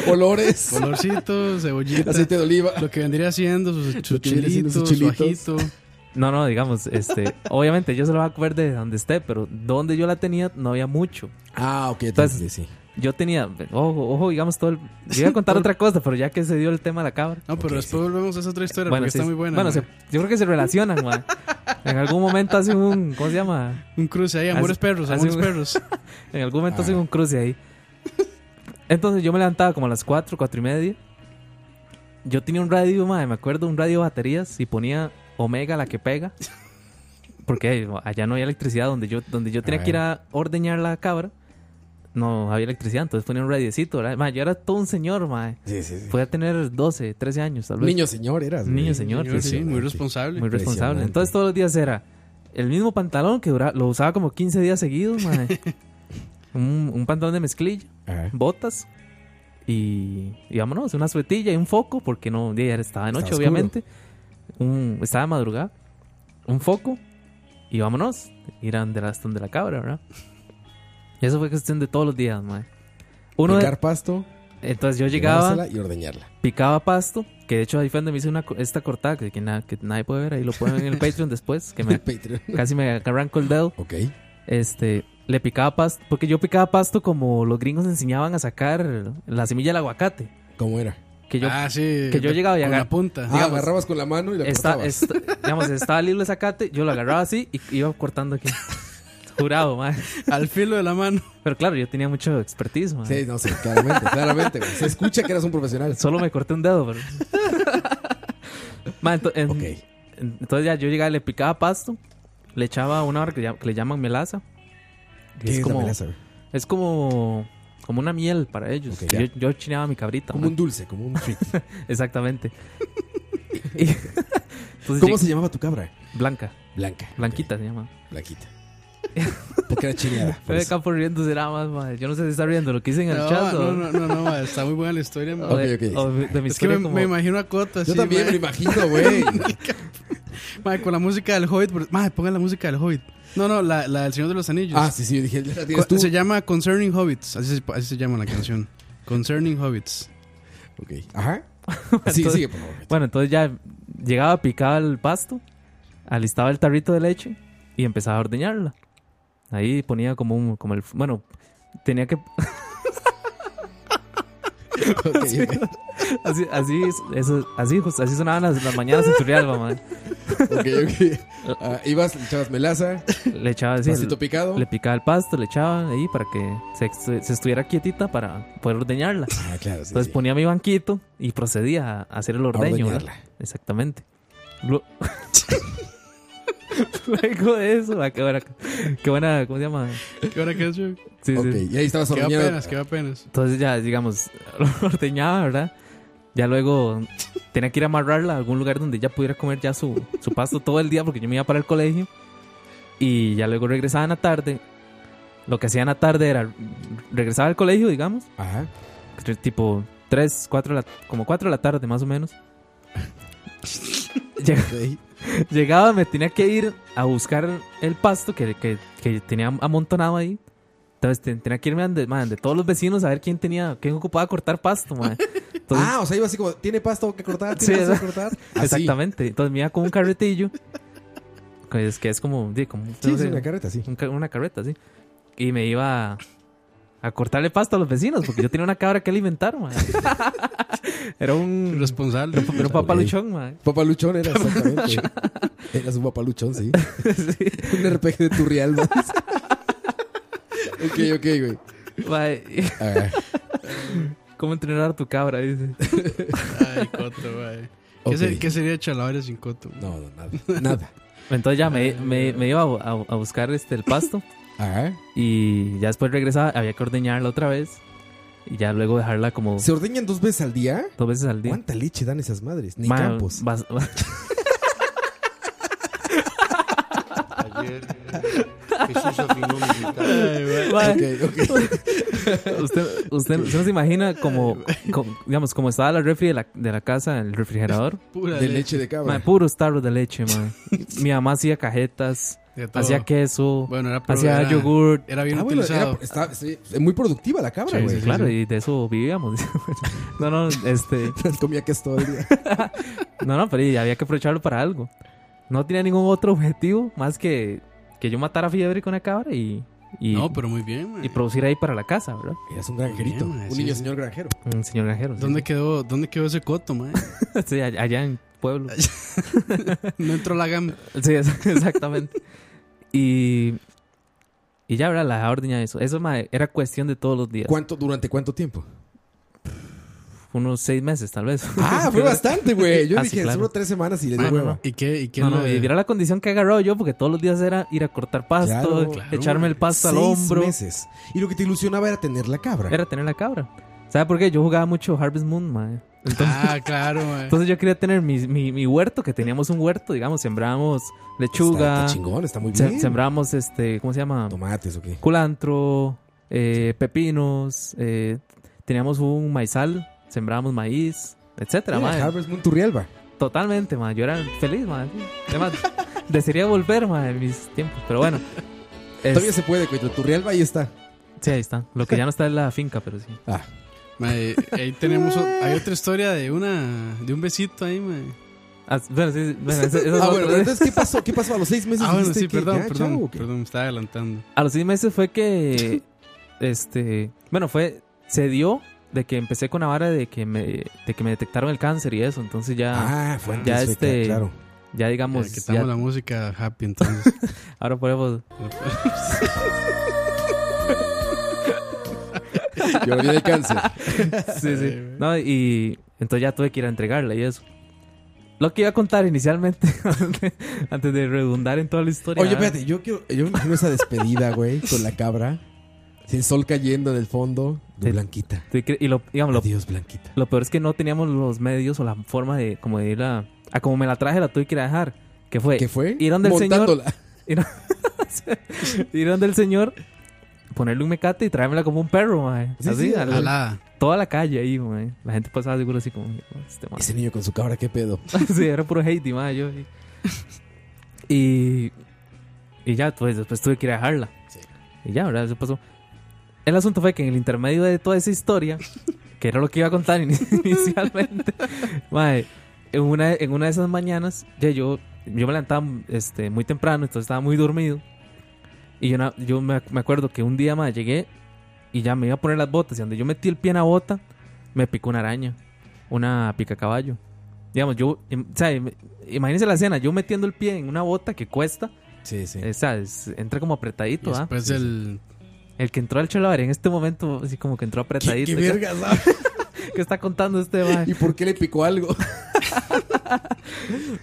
[SPEAKER 5] Olores.
[SPEAKER 4] Olorcito, cebollita.
[SPEAKER 5] Aceite de oliva.
[SPEAKER 4] Lo que vendría haciendo, sus su
[SPEAKER 5] que vendría
[SPEAKER 4] chilito,
[SPEAKER 5] siendo sus
[SPEAKER 4] su
[SPEAKER 5] chilitos.
[SPEAKER 4] ajito.
[SPEAKER 6] No, no, digamos, este, obviamente yo se lo va a comer de donde esté, pero donde yo la tenía no había mucho.
[SPEAKER 5] Ah, ok,
[SPEAKER 6] Entonces,
[SPEAKER 5] entonces sí.
[SPEAKER 6] Yo tenía, ojo, ojo, digamos todo el... Yo iba a contar otra cosa, pero ya que se dio el tema de la cabra.
[SPEAKER 4] No, pero después volvemos a esa otra historia porque
[SPEAKER 6] sí,
[SPEAKER 4] está muy buena.
[SPEAKER 6] Bueno,
[SPEAKER 4] mae.
[SPEAKER 6] se- yo creo que se relacionan, mae. En algún momento hacen un... ¿Cómo se llama?
[SPEAKER 4] Un cruce ahí, amores
[SPEAKER 6] Hace-
[SPEAKER 4] perros,
[SPEAKER 6] hace
[SPEAKER 4] amores
[SPEAKER 6] un-
[SPEAKER 4] perros.
[SPEAKER 6] en algún momento hacen un cruce ahí. Entonces yo me levantaba como a las 4, 4 y media. Yo tenía un radio, madre, me acuerdo, un radio de baterías y ponía Omega la que pega. Porque hey, allá no había electricidad donde yo, donde yo tenía que ir a ordeñar la cabra. No había electricidad, entonces ponía un radiecito. ¿verdad? Madre, yo era todo un señor, madre.
[SPEAKER 5] Sí, sí, sí.
[SPEAKER 6] Podía tener 12, 13 años, pues, tal vez.
[SPEAKER 5] Niño señor eras. güey.
[SPEAKER 6] Niño señor,
[SPEAKER 4] Señor, sí, muy responsable.
[SPEAKER 6] Muy responsable. Entonces todos los días era el mismo pantalón que dura- lo usaba como 15 días seguidos, mae. un, un pantalón de mezclilla, botas y, y vámonos, una suetilla y un foco, porque no, ya era- estaba de noche,
[SPEAKER 5] Estaba oscuro.
[SPEAKER 6] obviamente. Un, estaba de madrugada. Un foco y vámonos. Ir a donde la, hasta donde la cabra, ¿verdad? Y eso fue cuestión de todos los días, mae.
[SPEAKER 5] Picar pasto.
[SPEAKER 6] Entonces yo llegaba
[SPEAKER 5] llevársela y ordeñarla.
[SPEAKER 6] picaba pasto, que de hecho ahí fue donde me hice una, co- esta cortada que, que na- que nadie puede ver, ahí lo pueden ver en el Patreon después, que me, casi me arranco el dedo.
[SPEAKER 5] Ok.
[SPEAKER 6] Este, le picaba pasto, porque yo picaba pasto como los gringos enseñaban a sacar la semilla del aguacate.
[SPEAKER 5] ¿Cómo era?
[SPEAKER 6] Que yo,
[SPEAKER 4] Ah, sí,
[SPEAKER 6] que yo
[SPEAKER 4] de-
[SPEAKER 6] llegaba y
[SPEAKER 4] con
[SPEAKER 6] agar-
[SPEAKER 4] la punta.
[SPEAKER 5] Ah,
[SPEAKER 6] digamos,
[SPEAKER 5] agarrabas con la mano y la
[SPEAKER 6] esta-
[SPEAKER 5] cortabas.
[SPEAKER 6] esta- digamos, estaba libre de zacate, yo lo agarraba así y iba cortando aquí. Jurado, man.
[SPEAKER 4] Ah, Al filo de la mano.
[SPEAKER 6] Pero claro, yo tenía mucho expertise, man.
[SPEAKER 5] Sí, no sé, claramente, claramente, güey. Se escucha que eras un profesional.
[SPEAKER 6] Solo me corté un dedo, pero. Ma, ento- en- en- Entonces ya yo llegaba, le picaba pasto, le echaba una hora que, ya- que le llaman melaza. que
[SPEAKER 5] ¿Qué es la melaza, güey?
[SPEAKER 6] Es como, como una miel para ellos.
[SPEAKER 5] Ok,
[SPEAKER 6] yo,
[SPEAKER 5] ya.
[SPEAKER 6] yo chineaba mi cabrita.
[SPEAKER 5] Como
[SPEAKER 6] ma.
[SPEAKER 5] un dulce, como un treat.
[SPEAKER 6] Exactamente. Y- entonces
[SPEAKER 5] ¿Cómo
[SPEAKER 6] lleg-
[SPEAKER 5] se llamaba tu cabra?
[SPEAKER 6] Blanca.
[SPEAKER 5] Blanca.
[SPEAKER 6] Blanquita se llama.
[SPEAKER 5] Blanquita. Porque era chineada. por
[SPEAKER 6] Fue de
[SPEAKER 5] eso.
[SPEAKER 6] campo riendo, será más, madre. Yo no sé si está riendo lo que dicen en el
[SPEAKER 4] Pues No,
[SPEAKER 6] chat.
[SPEAKER 4] no,
[SPEAKER 6] o-
[SPEAKER 4] no, no, no, ma, está muy buena la historia. ma.
[SPEAKER 6] o de- o de- de mi
[SPEAKER 4] es que me,
[SPEAKER 6] historia como-
[SPEAKER 4] me imagino a Cota.
[SPEAKER 5] Yo también me lo imagino, güey.
[SPEAKER 4] Madre, con la música del Hobbit. pero- Madre, pongan la música del Hobbit. No, no, la, la del Señor de los Anillos.
[SPEAKER 5] Ah, sí, sí, yo dije, ¿la tienes
[SPEAKER 4] Co-
[SPEAKER 5] tú?
[SPEAKER 4] Se llama Concerning Hobbits. Así se, así se llama la canción. Concerning Hobbits.
[SPEAKER 5] Ok. Ajá. Sí,
[SPEAKER 6] Entonces-
[SPEAKER 5] sigue, por favor.
[SPEAKER 6] Bueno, entonces ya llegaba, picaba el pasto, alistaba el tarrito de leche y empezaba a ordeñarla. Ahí ponía como un, como el, bueno, tenía que... así, así, así, es- eso- así, pues, así sonaban las, las mañanas en Turrialba, man.
[SPEAKER 5] Ok, ok. Ah, ibas, le echabas melaza.
[SPEAKER 6] Le echaba así,
[SPEAKER 5] Pastito picado.
[SPEAKER 6] Le picaba el pasto, le echaba ahí para que se, se estuviera quietita para poder ordeñarla.
[SPEAKER 5] Ah, claro, sí,
[SPEAKER 6] Entonces
[SPEAKER 5] sí.
[SPEAKER 6] ponía mi banquito y procedía a hacer el ordeño. ¿verdad?
[SPEAKER 5] ordeñarla.
[SPEAKER 6] Exactamente. Lu- Luego de eso, ah, qué buena, qué buena, ¿cómo se llama?
[SPEAKER 4] ¿Qué hora que es, yo?
[SPEAKER 6] Sí,
[SPEAKER 5] Ok,
[SPEAKER 6] sí.
[SPEAKER 5] y ahí estabas
[SPEAKER 4] Qué
[SPEAKER 5] ordeñando.
[SPEAKER 4] apenas, qué apenas.
[SPEAKER 6] Entonces ya, digamos, lo ordeñaba, ¿verdad? Ya luego tenía que ir a amarrarla a algún lugar donde ya pudiera comer ya su, su pasto todo el día porque yo me iba para el colegio. Y ya luego regresaba en la tarde. Lo que hacía en la tarde era regresaba al colegio, digamos.
[SPEAKER 5] Ajá.
[SPEAKER 6] Tipo 3, 4, la, como 4 de la tarde más o menos. Llega- Llegaba, me tenía que ir a buscar el pasto que, que, que tenía amontonado ahí. Entonces te- tenía que irme ande, man, de todos los vecinos a ver quién tenía, quién ocupaba cortar pasto, man. Entonces,
[SPEAKER 5] Ah, o sea, iba así como, ¿tiene pasto que cortar?
[SPEAKER 6] Sí,
[SPEAKER 5] ¿Tiene pasto que
[SPEAKER 6] ¿verdad?
[SPEAKER 5] cortar?
[SPEAKER 6] Exactamente. Entonces me iba con un carretillo. que es que es como, di, como-
[SPEAKER 5] Sí, sí, una carreta, sí.
[SPEAKER 6] un ca- una carreta, sí. Y me iba a, a cortarle pasto a los vecinos, porque yo tenía una cabra que alimentar, man. Era un
[SPEAKER 4] responsable.
[SPEAKER 6] Era un, era un papaluchón, man.
[SPEAKER 5] Papaluchón era, exactamente. Eras un papaluchón, sí. un RPG de Turrialba. ok, ok, güey.
[SPEAKER 6] Mae.
[SPEAKER 5] Ah.
[SPEAKER 6] ¿Cómo entrenar a tu cabra? Dice.
[SPEAKER 4] Ay, Coto, mae. ¿Qué,
[SPEAKER 6] Ok.
[SPEAKER 4] se- qué sería Chalabaria sin Coto?
[SPEAKER 5] No, no, nada. Nada.
[SPEAKER 6] Entonces ya me, me- me iba a, a- a buscar este, el pasto.
[SPEAKER 5] Ah,
[SPEAKER 6] Y ya después regresaba, había que ordeñarla otra vez. Y ya luego dejarla como
[SPEAKER 5] ¿Se ordeñan dos veces al día?
[SPEAKER 6] dos veces al día.
[SPEAKER 5] ¿Cuánta leche dan esas madres? Ni
[SPEAKER 6] Ma,
[SPEAKER 5] campos.
[SPEAKER 6] vas-
[SPEAKER 12] Ayer eh, Jesús afinó mi guitarra.
[SPEAKER 6] Ma,
[SPEAKER 5] Ok,
[SPEAKER 6] usted, usted- usted no se imagina como, como- digamos, como estaba la refri de la, de la casa, el refrigerador.
[SPEAKER 4] Pura
[SPEAKER 5] De leche de cabra.
[SPEAKER 6] Ma, puros tarros de leche, man. Mi mamá hacía cajetas,
[SPEAKER 4] De todo.
[SPEAKER 6] hacía queso,
[SPEAKER 4] Bueno, era pro-
[SPEAKER 6] hacía
[SPEAKER 4] era-
[SPEAKER 6] yogur.
[SPEAKER 4] Era bien
[SPEAKER 5] Ah, bueno,
[SPEAKER 4] utilizado.
[SPEAKER 5] era- está- sí, es muy productiva la cabra,
[SPEAKER 6] Sí,
[SPEAKER 5] güey.
[SPEAKER 6] sí, claro, y de eso vivíamos. no, no, este.
[SPEAKER 5] Comía queso todo el día.
[SPEAKER 6] No, no, pero y había que aprovecharlo para algo. No tenía ningún otro objetivo más que que yo matara fiebre con la cabra y. y
[SPEAKER 4] No, pero muy bien, mae.
[SPEAKER 6] y producir ahí para la casa, ¿verdad?
[SPEAKER 5] Eras un granjerito.
[SPEAKER 4] Bien, mae,
[SPEAKER 5] un
[SPEAKER 4] sí,
[SPEAKER 5] niño
[SPEAKER 4] sí.
[SPEAKER 5] señor granjero.
[SPEAKER 6] Un señor granjero. sí.
[SPEAKER 4] ¿Dónde quedó, ¿Dónde quedó ese Coto, mae?
[SPEAKER 6] Sí, allá allá en pueblo.
[SPEAKER 4] No entró la gama.
[SPEAKER 6] Sí, es- exactamente. Y. Y ya, ¿verdad? La orden ya eso. Eso mae, era cuestión de todos los días.
[SPEAKER 5] ¿Cuánto, ¿Durante cuánto tiempo?
[SPEAKER 6] unos seis meses, tal vez.
[SPEAKER 5] Ah, fue bastante, güey. Yo
[SPEAKER 6] Ah, sí,
[SPEAKER 5] dije,
[SPEAKER 6] claro.
[SPEAKER 5] seguro tres semanas y le
[SPEAKER 6] Ah,
[SPEAKER 5] di
[SPEAKER 6] no,
[SPEAKER 5] hueva.
[SPEAKER 6] no.
[SPEAKER 4] ¿Y qué? ¿Y qué?
[SPEAKER 6] No,
[SPEAKER 4] lo
[SPEAKER 6] no,
[SPEAKER 4] de-
[SPEAKER 6] y mira la condición que he agarrado yo, porque todos los días era ir a cortar pasto,
[SPEAKER 5] Claro, claro,
[SPEAKER 6] echarme el pasto al
[SPEAKER 5] seis
[SPEAKER 6] hombro.
[SPEAKER 5] meses. Y lo que te ilusionaba era tener la cabra.
[SPEAKER 6] Era tener la cabra. ¿Sabes por qué? Yo jugaba mucho Harvest Moon, mae. Entonces,
[SPEAKER 4] Ah, claro, mae.
[SPEAKER 6] entonces yo quería tener mi, mi- mi huerto, que teníamos un huerto, digamos, sembrábamos lechuga.
[SPEAKER 5] Está- está chingón, está muy
[SPEAKER 6] se-
[SPEAKER 5] bien.
[SPEAKER 6] Sembramos, este, ¿cómo se llama?
[SPEAKER 5] Tomates, ok.
[SPEAKER 6] Culantro, eh, pepinos, eh, teníamos un maizal, sembrábamos maíz, etcétera,
[SPEAKER 5] Mira,
[SPEAKER 6] mae.
[SPEAKER 5] Harvest Moon Turrialba.
[SPEAKER 6] Totalmente, mae. Yo era feliz, mae. Además, desearía volver, mae, en mis tiempos, pero bueno.
[SPEAKER 5] Todavía se puede, Coito. Turrialba ahí está.
[SPEAKER 6] Sí, ahí está. Lo que ya no está en la finca, pero sí.
[SPEAKER 5] Ah.
[SPEAKER 4] Mae, eh, ahí tenemos. o- Hay otra historia de una. De un besito ahí, mae.
[SPEAKER 6] Ah, bueno, sí, sí, bueno, eso- eso es
[SPEAKER 5] ah,
[SPEAKER 6] otro-
[SPEAKER 5] bueno, pero entonces, ¿qué pasó? ¿Qué pasó? A los seis meses
[SPEAKER 4] Ah, bueno,
[SPEAKER 5] dijiste
[SPEAKER 4] sí,
[SPEAKER 5] que
[SPEAKER 4] perdón,
[SPEAKER 5] ya,
[SPEAKER 4] perdón.
[SPEAKER 5] chao, ¿o qué?
[SPEAKER 4] perdón, me estaba adelantando.
[SPEAKER 6] A los seis meses fue que. este. Bueno, fue. Se dio de que empecé con la vara de que me, de que me detectaron el cáncer y eso. Entonces ya.
[SPEAKER 4] Ah, fue antes
[SPEAKER 6] Ya
[SPEAKER 4] de que-
[SPEAKER 6] este.
[SPEAKER 4] claro.
[SPEAKER 6] Ya digamos.
[SPEAKER 4] Eh, quitamos
[SPEAKER 6] ya-
[SPEAKER 4] la música happy entonces.
[SPEAKER 6] Ahora podemos.
[SPEAKER 5] Yo olvidé el cáncer.
[SPEAKER 6] sí, sí. No, y entonces ya tuve que ir a entregarla y eso. Lo que iba a contar inicialmente, antes de redundar en toda la historia.
[SPEAKER 5] Oye, espérate, yo quiero, yo me imagino esa despedida, güey, con la cabra. Sin sol cayendo en el fondo, de
[SPEAKER 6] Sí.
[SPEAKER 5] blanquita.
[SPEAKER 6] Sí, que- Y lo, digamos, lo,
[SPEAKER 5] Blanquita.
[SPEAKER 6] Lo peor es que no teníamos los medios o la forma de como de ir a, a como me la traje la tuve que ir a dejar. ¿Qué fue?
[SPEAKER 5] ¿Qué fue?
[SPEAKER 6] Ir donde el señor.
[SPEAKER 5] Montándola.
[SPEAKER 6] Ir, ir donde el señor, ponerle un mecate y traérmela como un perro, mae.
[SPEAKER 5] Sí,
[SPEAKER 6] así,
[SPEAKER 5] sí,
[SPEAKER 6] a la-
[SPEAKER 5] jalada.
[SPEAKER 6] toda la calle ahí, mae. La gente pasaba seguro así como este mae.
[SPEAKER 5] Ese niño con su cabra, qué pedo.
[SPEAKER 6] sí, era puro hate, mae, yo. y- Y, y ya, pues después tuve que ir a dejarla. Y ya, ¿verdad? Eso pasó. El asunto fue que en el intermedio de toda esa historia, que era lo que iba a contar ini- inicialmente, mae, en, una, en una de esas mañanas, ya yo, yo me levantaba este, muy temprano, entonces estaba muy dormido. Y yo, na- yo me, ac- me acuerdo que un día, mae, llegué y ya me iba a poner las botas. Y donde yo metí el pie en la bota, me picó una araña, una pica caballo. Digamos, yo, im- o sea, im- imagínense la escena, yo metiendo el pie en una bota que cuesta.
[SPEAKER 5] Sí, sí.
[SPEAKER 6] O sea, es- entra como apretadito,
[SPEAKER 4] Y
[SPEAKER 6] ¿ah?
[SPEAKER 4] después el-
[SPEAKER 6] El que entró al Cholavari en este momento, así como que entró apretadito.
[SPEAKER 5] ¿Qué vergas, ah?
[SPEAKER 6] ¿Qué está contando este, mae?
[SPEAKER 5] ¿Y por qué le picó algo?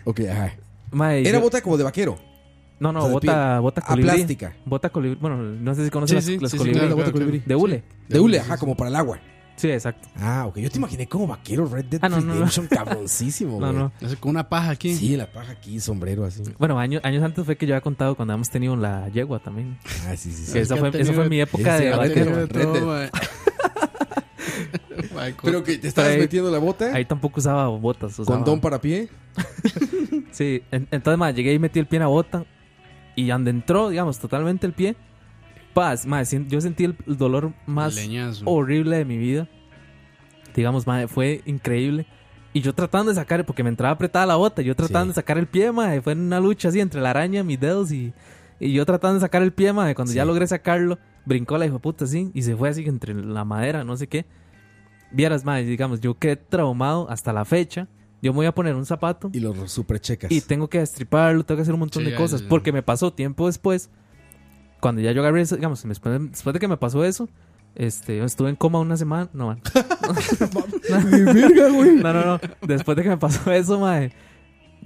[SPEAKER 5] ok, ajá.
[SPEAKER 6] Mae,
[SPEAKER 5] Era
[SPEAKER 6] yo-
[SPEAKER 5] bota como de vaquero.
[SPEAKER 6] No, no,
[SPEAKER 5] O sea, de
[SPEAKER 6] bota,
[SPEAKER 5] piel.
[SPEAKER 6] bota
[SPEAKER 5] Ah,
[SPEAKER 6] colibrí.
[SPEAKER 5] plástica.
[SPEAKER 6] Bota colibrí. Bueno, no sé si conocen
[SPEAKER 5] Sí, sí,
[SPEAKER 6] las, las
[SPEAKER 5] sí, sí,
[SPEAKER 6] colibrí.
[SPEAKER 5] claro, bota colibrí.
[SPEAKER 6] De hule.
[SPEAKER 5] De hule, ajá, como para el agua.
[SPEAKER 6] Sí, exacto.
[SPEAKER 5] Ah, ok. Yo te imaginé como vaquero Red Dead
[SPEAKER 6] Ah, no, no, no.
[SPEAKER 5] Redemption cabroncísimo,
[SPEAKER 6] No,
[SPEAKER 5] güey.
[SPEAKER 6] no.
[SPEAKER 4] Con una paja aquí.
[SPEAKER 5] Sí, la paja aquí, sombrero así.
[SPEAKER 6] Bueno, años, años antes fue que yo había contado cuando habíamos tenido la yegua también.
[SPEAKER 5] Ah, sí, sí, sí.
[SPEAKER 6] Que esa,
[SPEAKER 5] Es que
[SPEAKER 6] fue,
[SPEAKER 5] ha
[SPEAKER 6] esa fue
[SPEAKER 5] tenido-
[SPEAKER 6] mi época
[SPEAKER 5] ese
[SPEAKER 6] de
[SPEAKER 5] ha
[SPEAKER 6] vaquero.
[SPEAKER 5] tenido de todo, Red Dead. mae. Pero que te estabas
[SPEAKER 6] Pero ahí-
[SPEAKER 5] metiendo la bota.
[SPEAKER 6] Ahí tampoco usaba botas. Usaba...
[SPEAKER 5] Condón para pie.
[SPEAKER 6] Sí, en- entonces, mae, llegué y metí el pie en la bota. Y donde entró, digamos, totalmente el pie. Paz, mae, sien- yo sentí el, el dolor más
[SPEAKER 4] Leñazo.
[SPEAKER 6] horrible de mi vida. Digamos, mae, fue increíble. Y yo tratando de sacar, porque me entraba apretada la bota, yo tratando de sacar el pie, mae. Fue una lucha así entre la araña, mis dedos y, y yo tratando de sacar el pie, mae. Cuando ya logré sacarlo, brincó la hijo puta así y se fue así entre la madera, no sé qué. Vieras, mae, digamos, yo quedé traumado hasta la fecha. Yo me voy a poner un zapato.
[SPEAKER 5] Y lo superchecas.
[SPEAKER 6] Y tengo que destriparlo, tengo que hacer un montón
[SPEAKER 5] Sí,
[SPEAKER 6] de cosas.
[SPEAKER 5] el-
[SPEAKER 6] Porque me pasó tiempo después, cuando ya yo agarré, eso, digamos, después, después de que me pasó eso, este, yo estuve en coma una semana. No, man. No, no, no. Después de que me pasó eso, madre,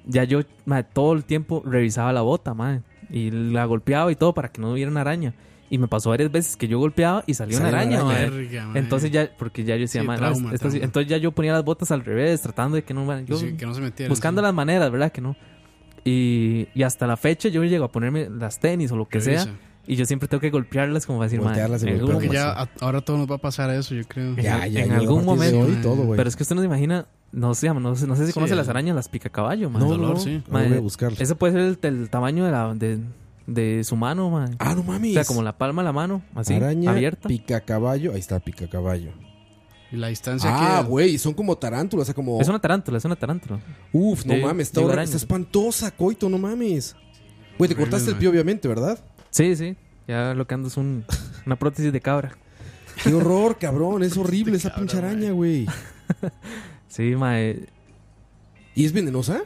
[SPEAKER 6] ya yo, madre, todo el tiempo revisaba la bota, madre. Y la golpeaba y todo para que no hubiera una araña. Y me pasó varias veces que yo golpeaba y salía una
[SPEAKER 4] Salió una
[SPEAKER 6] araña,
[SPEAKER 4] araña.
[SPEAKER 6] madre.
[SPEAKER 4] Verga, madre.
[SPEAKER 6] Entonces ya, porque ya yo decía,
[SPEAKER 4] Sí,
[SPEAKER 6] madre, no,
[SPEAKER 4] trauma,
[SPEAKER 6] esto sí-
[SPEAKER 4] trauma.
[SPEAKER 6] entonces ya yo ponía las botas al revés, tratando de que no, madre, yo-
[SPEAKER 4] Sí, que no se metieran,
[SPEAKER 6] Buscando las maneras, ¿verdad? Que no. Y, y hasta la fecha yo llego a ponerme las tenis o lo que
[SPEAKER 4] Revisa.
[SPEAKER 6] sea. Y yo siempre tengo que golpearlas como para decir, madre.
[SPEAKER 5] Voltearlas y
[SPEAKER 6] en algún
[SPEAKER 5] golpearlas.
[SPEAKER 4] Creo que
[SPEAKER 6] momento-
[SPEAKER 4] Pues ya a- ahora todo nos va a pasar a eso, yo creo.
[SPEAKER 5] Ya, ya,
[SPEAKER 6] en
[SPEAKER 5] ya, a
[SPEAKER 6] algún
[SPEAKER 5] partir de
[SPEAKER 6] momento.
[SPEAKER 5] hoy, todo, güey.
[SPEAKER 6] pero es que usted no se imagina, no sé, no sé, no sé si
[SPEAKER 4] Sí,
[SPEAKER 6] conoce
[SPEAKER 4] el-
[SPEAKER 6] las arañas, las picacaballo, man.
[SPEAKER 5] No, El dolor, no. sí.
[SPEAKER 6] Man,
[SPEAKER 5] Ahora voy a buscarlas.
[SPEAKER 6] Ese puede ser el, el tamaño de, la, de, de su mano, man.
[SPEAKER 5] Ah, no mames.
[SPEAKER 6] O sea, como la palma de la mano, así,
[SPEAKER 5] Araña,
[SPEAKER 6] abierta.
[SPEAKER 5] pica caballo. Ahí está, pica caballo.
[SPEAKER 4] Y la distancia
[SPEAKER 5] Ah,
[SPEAKER 4] que.
[SPEAKER 5] güey, son como tarántulas, o sea, como...
[SPEAKER 6] Es una tarántula, es una tarántula.
[SPEAKER 5] Uf, no
[SPEAKER 6] Sí,
[SPEAKER 5] mames, está,
[SPEAKER 6] digo,
[SPEAKER 5] horrible,
[SPEAKER 6] araña.
[SPEAKER 5] está espantosa, coito, no mames. Güey, te
[SPEAKER 6] Horrible,
[SPEAKER 5] cortaste el
[SPEAKER 6] güey.
[SPEAKER 5] pie, obviamente, ¿verdad?
[SPEAKER 6] Sí, sí. Ya lo que ando es un- una prótesis de cabra.
[SPEAKER 5] Qué horror, cabrón, es horrible esa pinche araña, güey.
[SPEAKER 6] Sí, mae.
[SPEAKER 5] ¿Y es venenosa?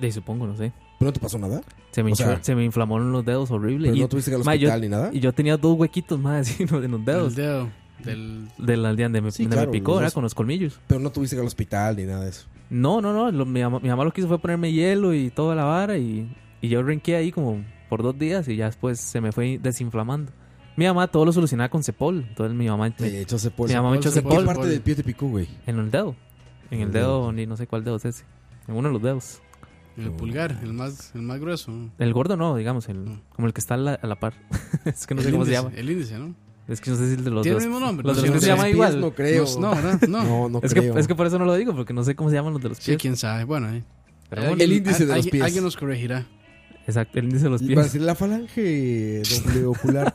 [SPEAKER 6] De supongo, no sé.
[SPEAKER 5] ¿Pero no te pasó nada?
[SPEAKER 6] Se me,
[SPEAKER 5] O sea-
[SPEAKER 6] hinchó- se me inflamaron los dedos horrible.
[SPEAKER 5] ¿Pero no tuviste que ir al
[SPEAKER 6] mae, yo-
[SPEAKER 5] hospital ni nada?
[SPEAKER 6] Y yo tenía dos huequitos más así, en los dedos.
[SPEAKER 4] El dedo. Del...
[SPEAKER 6] Del aldeán de me,
[SPEAKER 5] Sí,
[SPEAKER 6] de me
[SPEAKER 5] claro,
[SPEAKER 6] picó,
[SPEAKER 5] los-
[SPEAKER 6] ¿verdad? Con los colmillos.
[SPEAKER 5] Pero no tuviste que ir al hospital ni nada de eso.
[SPEAKER 6] No, no, no. lo- mi, mamá, mi mamá lo que hizo fue ponerme hielo y toda la vara y, y yo renqué ahí como por dos días y ya después se me fue desinflamando. Mi mamá todo lo solucionaba con cepol. Entonces mi mamá...
[SPEAKER 5] Te Eh, echó cepol.
[SPEAKER 6] Mi mamá me echó Pues
[SPEAKER 5] ¿En qué
[SPEAKER 6] cepol.
[SPEAKER 5] parte del pie te picó, güey?
[SPEAKER 6] En el dedo. En
[SPEAKER 5] En
[SPEAKER 6] el
[SPEAKER 5] el
[SPEAKER 6] dedo, ni no sé cuál dedo es ese. En uno de los dedos.
[SPEAKER 4] El pulgar, el más, el más grueso. ¿no?
[SPEAKER 6] El gordo no, digamos, el, como el que está a la, a la par. es que no
[SPEAKER 4] El
[SPEAKER 6] sé cómo
[SPEAKER 4] índice,
[SPEAKER 6] se llama.
[SPEAKER 4] El índice, ¿no?
[SPEAKER 6] Es que no sé si el de los
[SPEAKER 4] Tiene
[SPEAKER 6] dos.
[SPEAKER 4] el mismo nombre,
[SPEAKER 6] Los
[SPEAKER 4] no
[SPEAKER 6] de
[SPEAKER 4] sé.
[SPEAKER 6] los pies se llama
[SPEAKER 4] Los
[SPEAKER 6] igual.
[SPEAKER 4] pies no creo. No, no, ¿verdad? No. No, no
[SPEAKER 6] es
[SPEAKER 4] creo.
[SPEAKER 6] Que, es que por eso no lo digo, porque no sé cómo se llaman los de los
[SPEAKER 4] Sí,
[SPEAKER 6] pies.
[SPEAKER 4] quién sabe. Bueno, eh.
[SPEAKER 6] Pero
[SPEAKER 4] Alguien-
[SPEAKER 6] bueno.
[SPEAKER 4] al- alguien- Alguien nos corregirá.
[SPEAKER 6] Exacto, el índice de los
[SPEAKER 5] Y va a
[SPEAKER 6] pies.
[SPEAKER 5] decir la falange doble ocular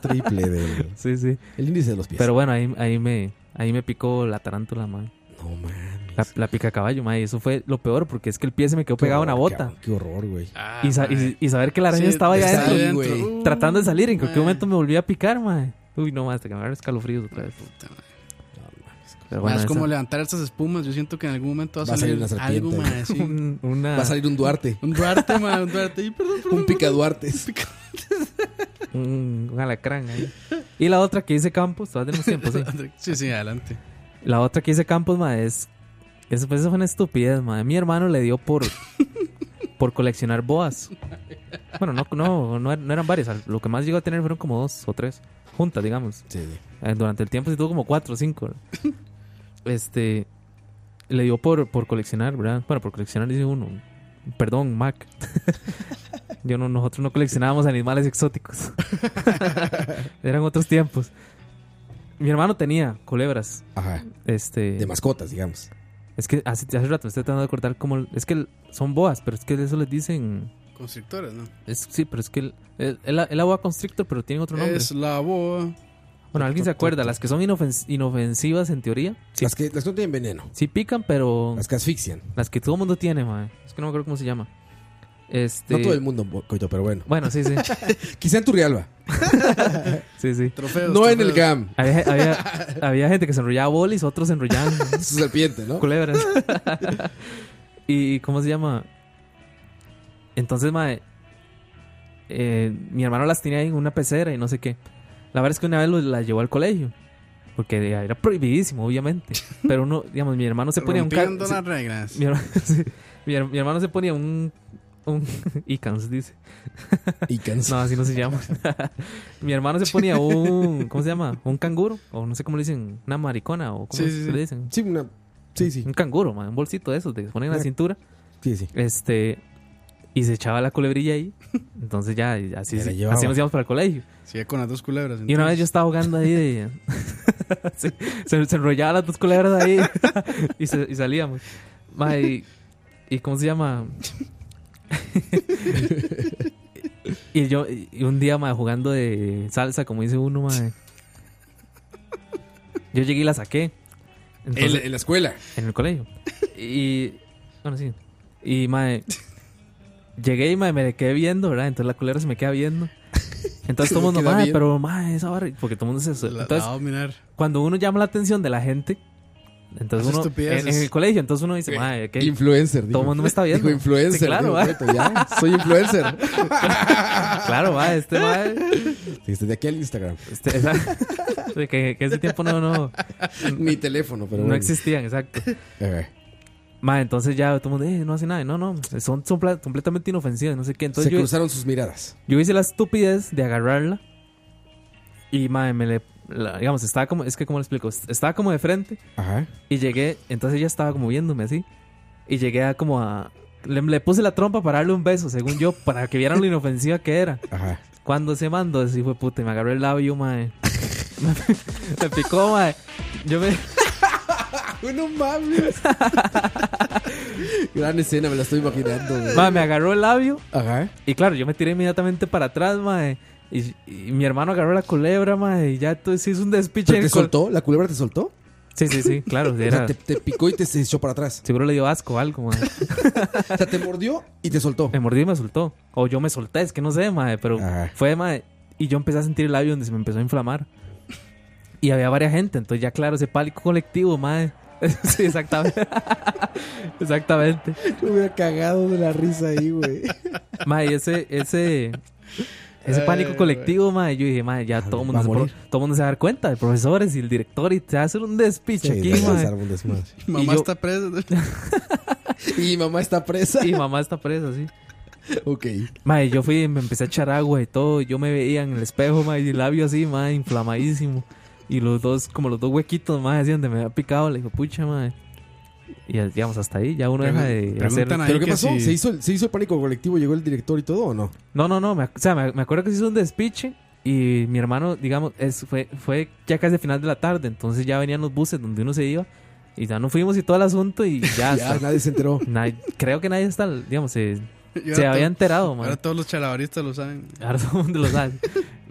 [SPEAKER 5] triple de...
[SPEAKER 6] Sí, sí.
[SPEAKER 5] El índice de los pies.
[SPEAKER 6] Pero bueno, ahí, ahí, me, ahí me picó la tarántula, man.
[SPEAKER 5] No, man.
[SPEAKER 6] La, la pica caballo, man. Y eso fue lo peor, porque es que el pie se me quedó
[SPEAKER 5] Qué
[SPEAKER 6] pegado a una
[SPEAKER 5] horror,
[SPEAKER 6] bota.
[SPEAKER 5] cabrón, Qué horror, güey.
[SPEAKER 4] Ah,
[SPEAKER 6] y, sa- y- y saber que la araña
[SPEAKER 5] Sí,
[SPEAKER 6] estaba allá
[SPEAKER 5] está
[SPEAKER 6] adentro,
[SPEAKER 5] ahí, güey.
[SPEAKER 6] uh, tratando de salir, en cualquier momento me volvía a picar, man. Uy, no, más, te cambiaron escalofríos otra vez. Pero
[SPEAKER 4] Ma,
[SPEAKER 6] bueno,
[SPEAKER 4] es
[SPEAKER 6] esa-
[SPEAKER 4] como levantar estas espumas. Yo siento que en algún momento va a
[SPEAKER 5] Va a salir
[SPEAKER 4] salir,
[SPEAKER 5] una
[SPEAKER 4] algo,
[SPEAKER 5] serpiente.
[SPEAKER 4] ma, sí.
[SPEAKER 6] Un- una-
[SPEAKER 5] Va a salir un Duarte.
[SPEAKER 4] Un Duarte, ma, un Duarte. Y perdón, perdón.
[SPEAKER 5] Un picaduarte.
[SPEAKER 6] un, un alacrán ahí. Y la otra que dice Campos, todavía tenemos tiempo, sí.
[SPEAKER 4] Sí, sí, adelante.
[SPEAKER 6] La otra que dice Campos, ma, es. Eso, pues, eso fue una estupidez, ma. Mi hermano le dio por. por coleccionar boas. Bueno, no, no, no, er- no eran varias. Al- Lo que más llegó a tener fueron como dos o tres. Juntas, digamos. Eh, Durante el tiempo se tuvo como cuatro o cinco. Este. Le dio por, por coleccionar, ¿verdad? Bueno, por coleccionar dice uno. Perdón, Mac. Yo no, nosotros no coleccionábamos animales exóticos. Eran otros tiempos. Mi hermano tenía culebras.
[SPEAKER 5] Ajá.
[SPEAKER 6] Este.
[SPEAKER 5] De mascotas, digamos.
[SPEAKER 6] Es que hace, hace rato me estoy tratando de acordar cómo. Es que son boas, pero es que eso les dicen.
[SPEAKER 4] Constrictores, ¿no?
[SPEAKER 6] Es, sí, pero es que el, el, el- el boa constrictor, pero tiene otro nombre.
[SPEAKER 4] Es la boa.
[SPEAKER 6] Bueno, alguien se acuerda, las que son inofens- inofensivas en teoría.
[SPEAKER 5] Las que las que no tienen veneno.
[SPEAKER 6] Sí pican, pero.
[SPEAKER 5] Las que asfixian.
[SPEAKER 6] Las que todo el mundo tiene, mae. Es que no me acuerdo cómo se llama. Este...
[SPEAKER 5] No todo el mundo, bo- coito, pero bueno.
[SPEAKER 6] Bueno, sí, sí.
[SPEAKER 5] Quizá en Turrialba.
[SPEAKER 6] Sí, sí.
[SPEAKER 5] Trofeos, No en trofeos. el GAM.
[SPEAKER 6] Había, había- había gente que se enrollaba bolis, otros se enrollaban.
[SPEAKER 5] serpiente, ¿no?
[SPEAKER 6] Culebras. ¿Y cómo se llama? Entonces, mae. eh, mi hermano las tenía ahí en una pecera y no sé qué. La verdad es que una vez lo- las llevó al colegio. Porque de- era prohibidísimo, obviamente. Pero uno, digamos, mi hermano se ponía un cal-
[SPEAKER 4] Rompiendo
[SPEAKER 6] se-
[SPEAKER 4] las reglas.
[SPEAKER 6] Mi, herma- sí. Mi her- mi hermano se ponía un. un Icans, dice.
[SPEAKER 5] Icans.
[SPEAKER 6] No, así no se llama. Mi hermano se ponía un. ¿Cómo se llama? Un canguro. O no sé cómo le dicen. Una maricona. O cómo
[SPEAKER 5] Sí,
[SPEAKER 6] se
[SPEAKER 5] sí,
[SPEAKER 6] le
[SPEAKER 5] sí.
[SPEAKER 6] dicen. Mm,
[SPEAKER 5] Sí, una. Sí, sí.
[SPEAKER 6] Un canguro, man, un bolsito de esos. Te ponen en la
[SPEAKER 5] Una-
[SPEAKER 6] cintura.
[SPEAKER 5] Sí, sí.
[SPEAKER 6] Este. Y se echaba la culebrilla ahí. Entonces ya, y así,
[SPEAKER 4] Ya la
[SPEAKER 6] sí,
[SPEAKER 4] llevaba.
[SPEAKER 6] así nos íbamos para el colegio.
[SPEAKER 4] Sí, con las dos culebras.
[SPEAKER 6] Y una
[SPEAKER 4] entonces.
[SPEAKER 6] vez yo estaba jugando ahí de. se, se- se enrollaban las dos culebras ahí y, se- y salíamos. Ma, y, y cómo se llama? y yo, y un día, ma, jugando de salsa, como dice uno, ma, yo llegué y la saqué.
[SPEAKER 5] En la- en la escuela.
[SPEAKER 6] En el colegio. Y. Bueno, sí. Y, mae. Llegué y mae, me le quedé viendo, ¿verdad? Entonces la culera se me queda viendo. Entonces
[SPEAKER 4] Se
[SPEAKER 6] todo el
[SPEAKER 4] le
[SPEAKER 6] mundo,
[SPEAKER 4] queda
[SPEAKER 6] mae,
[SPEAKER 4] viendo".
[SPEAKER 6] pero mae, esa barra. Porque todo el mundo se.
[SPEAKER 4] La-
[SPEAKER 6] entonces,
[SPEAKER 4] la va a dominar.
[SPEAKER 6] cuando uno llama la atención de la gente. Entonces
[SPEAKER 5] Hace
[SPEAKER 6] uno. En,
[SPEAKER 5] estupideces.
[SPEAKER 6] en el colegio, entonces uno dice, mae, ¿qué?
[SPEAKER 5] Influencer.
[SPEAKER 6] Todo
[SPEAKER 5] dijo.
[SPEAKER 6] el mundo me está viendo.
[SPEAKER 5] Dijo influencer.
[SPEAKER 6] Sí, claro,
[SPEAKER 5] dijo,
[SPEAKER 6] mae.
[SPEAKER 5] "Coito, ya, Soy influencer.
[SPEAKER 6] Claro, mae, este mae.
[SPEAKER 5] Este, de aquí al Instagram.
[SPEAKER 6] Este, exacto. De que, que ese tiempo no, no.
[SPEAKER 5] Ni teléfono, pero
[SPEAKER 6] No
[SPEAKER 5] bueno.
[SPEAKER 6] existían, exacto.
[SPEAKER 5] Ajá.
[SPEAKER 6] Ma, entonces ya todo el mundo, "Eh, no hace nada. No, no, son, son pla- completamente inofensivas, no sé qué. Entonces
[SPEAKER 5] Se
[SPEAKER 6] yo-
[SPEAKER 5] cruzaron sus miradas.
[SPEAKER 6] Yo hice la estupidez de agarrarla y, madre, me le... la- digamos, estaba como... Es que, ¿cómo le explico? Est- Estaba como de frente
[SPEAKER 5] Ajá.
[SPEAKER 6] y llegué... Entonces ella estaba como viéndome así. Y llegué a como a... Le, le puse la trompa para darle un beso, según yo, para que vieran lo inofensiva que era.
[SPEAKER 5] Ajá.
[SPEAKER 6] Cuando se mandó, así fue puta, y me agarró el labio, madre. me picó, madre. Yo me...
[SPEAKER 5] Bueno, mames. Gran escena, me la estoy imaginando. güey.
[SPEAKER 6] Mae, me agarró el labio.
[SPEAKER 5] Ajá.
[SPEAKER 6] Y claro, yo me tiré inmediatamente para atrás, mae. Y, y mi hermano agarró la culebra, mae. Y ya entonces hizo un despiche.
[SPEAKER 5] ¿Pero
[SPEAKER 6] en
[SPEAKER 5] te
[SPEAKER 6] el col-
[SPEAKER 5] soltó? ¿La culebra te soltó?
[SPEAKER 6] Sí, sí, sí, claro.
[SPEAKER 5] O sea,
[SPEAKER 6] era-
[SPEAKER 5] te, te picó y te se echó para atrás.
[SPEAKER 6] Seguro le dio asco o algo, mae.
[SPEAKER 5] O sea, te mordió y te soltó.
[SPEAKER 6] Me mordió y me soltó. O yo me solté, es que no sé, mae. Pero fue, mae. Y yo empecé a sentir el labio donde se me empezó a inflamar. Y había varias gente. Entonces ya, claro, ese pálico colectivo, mae. sí, exactamente. exactamente.
[SPEAKER 5] Me hubiera cagado de la risa ahí, güey.
[SPEAKER 6] Mae, y ese, ese, Ese
[SPEAKER 4] Eh,
[SPEAKER 6] pánico colectivo, madre. Yo dije, madre, ya todo el mundo,
[SPEAKER 4] va a
[SPEAKER 6] se pro-
[SPEAKER 4] morir.
[SPEAKER 6] todo mundo se va a dar cuenta. de profesores y el director y te va a hacer un despiche
[SPEAKER 4] Sí,
[SPEAKER 6] aquí,
[SPEAKER 4] va a
[SPEAKER 6] madre.
[SPEAKER 4] lanzar un desmadre.
[SPEAKER 6] Y
[SPEAKER 4] Mamá
[SPEAKER 6] yo-
[SPEAKER 4] está presa.
[SPEAKER 5] y mamá está presa.
[SPEAKER 6] Y mamá está presa, sí.
[SPEAKER 5] Ok.
[SPEAKER 6] Madre, yo fui y me empecé a echar agua y todo. Yo me veía en el espejo, madre, y el labio así, madre, inflamadísimo. Y los dos, como los dos huequitos, madre, así donde me había picado. Le digo, pucha, madre. Y digamos, hasta ahí ya uno deja de hacer...
[SPEAKER 5] ¿Pero qué pasó? ¿Se, hizo el, ¿Se hizo el pánico colectivo? ¿Llegó el director y todo o no?
[SPEAKER 6] No, no, no. Me, ac- o sea, me, me acuerdo que se hizo un despiche. Y mi hermano, digamos, es, fue, fue ya casi al final de la tarde. Entonces ya venían los buses donde uno se iba. Y ya nos fuimos y todo el asunto. Y ya.
[SPEAKER 5] Ya, nadie se enteró.
[SPEAKER 6] creo que nadie está, digamos, se,
[SPEAKER 4] Y
[SPEAKER 6] se
[SPEAKER 4] ahora
[SPEAKER 6] había
[SPEAKER 4] todo-
[SPEAKER 6] enterado, man.
[SPEAKER 4] Ahora todos los chalabaristas lo saben.
[SPEAKER 6] Ahora todo el mundo lo sabe.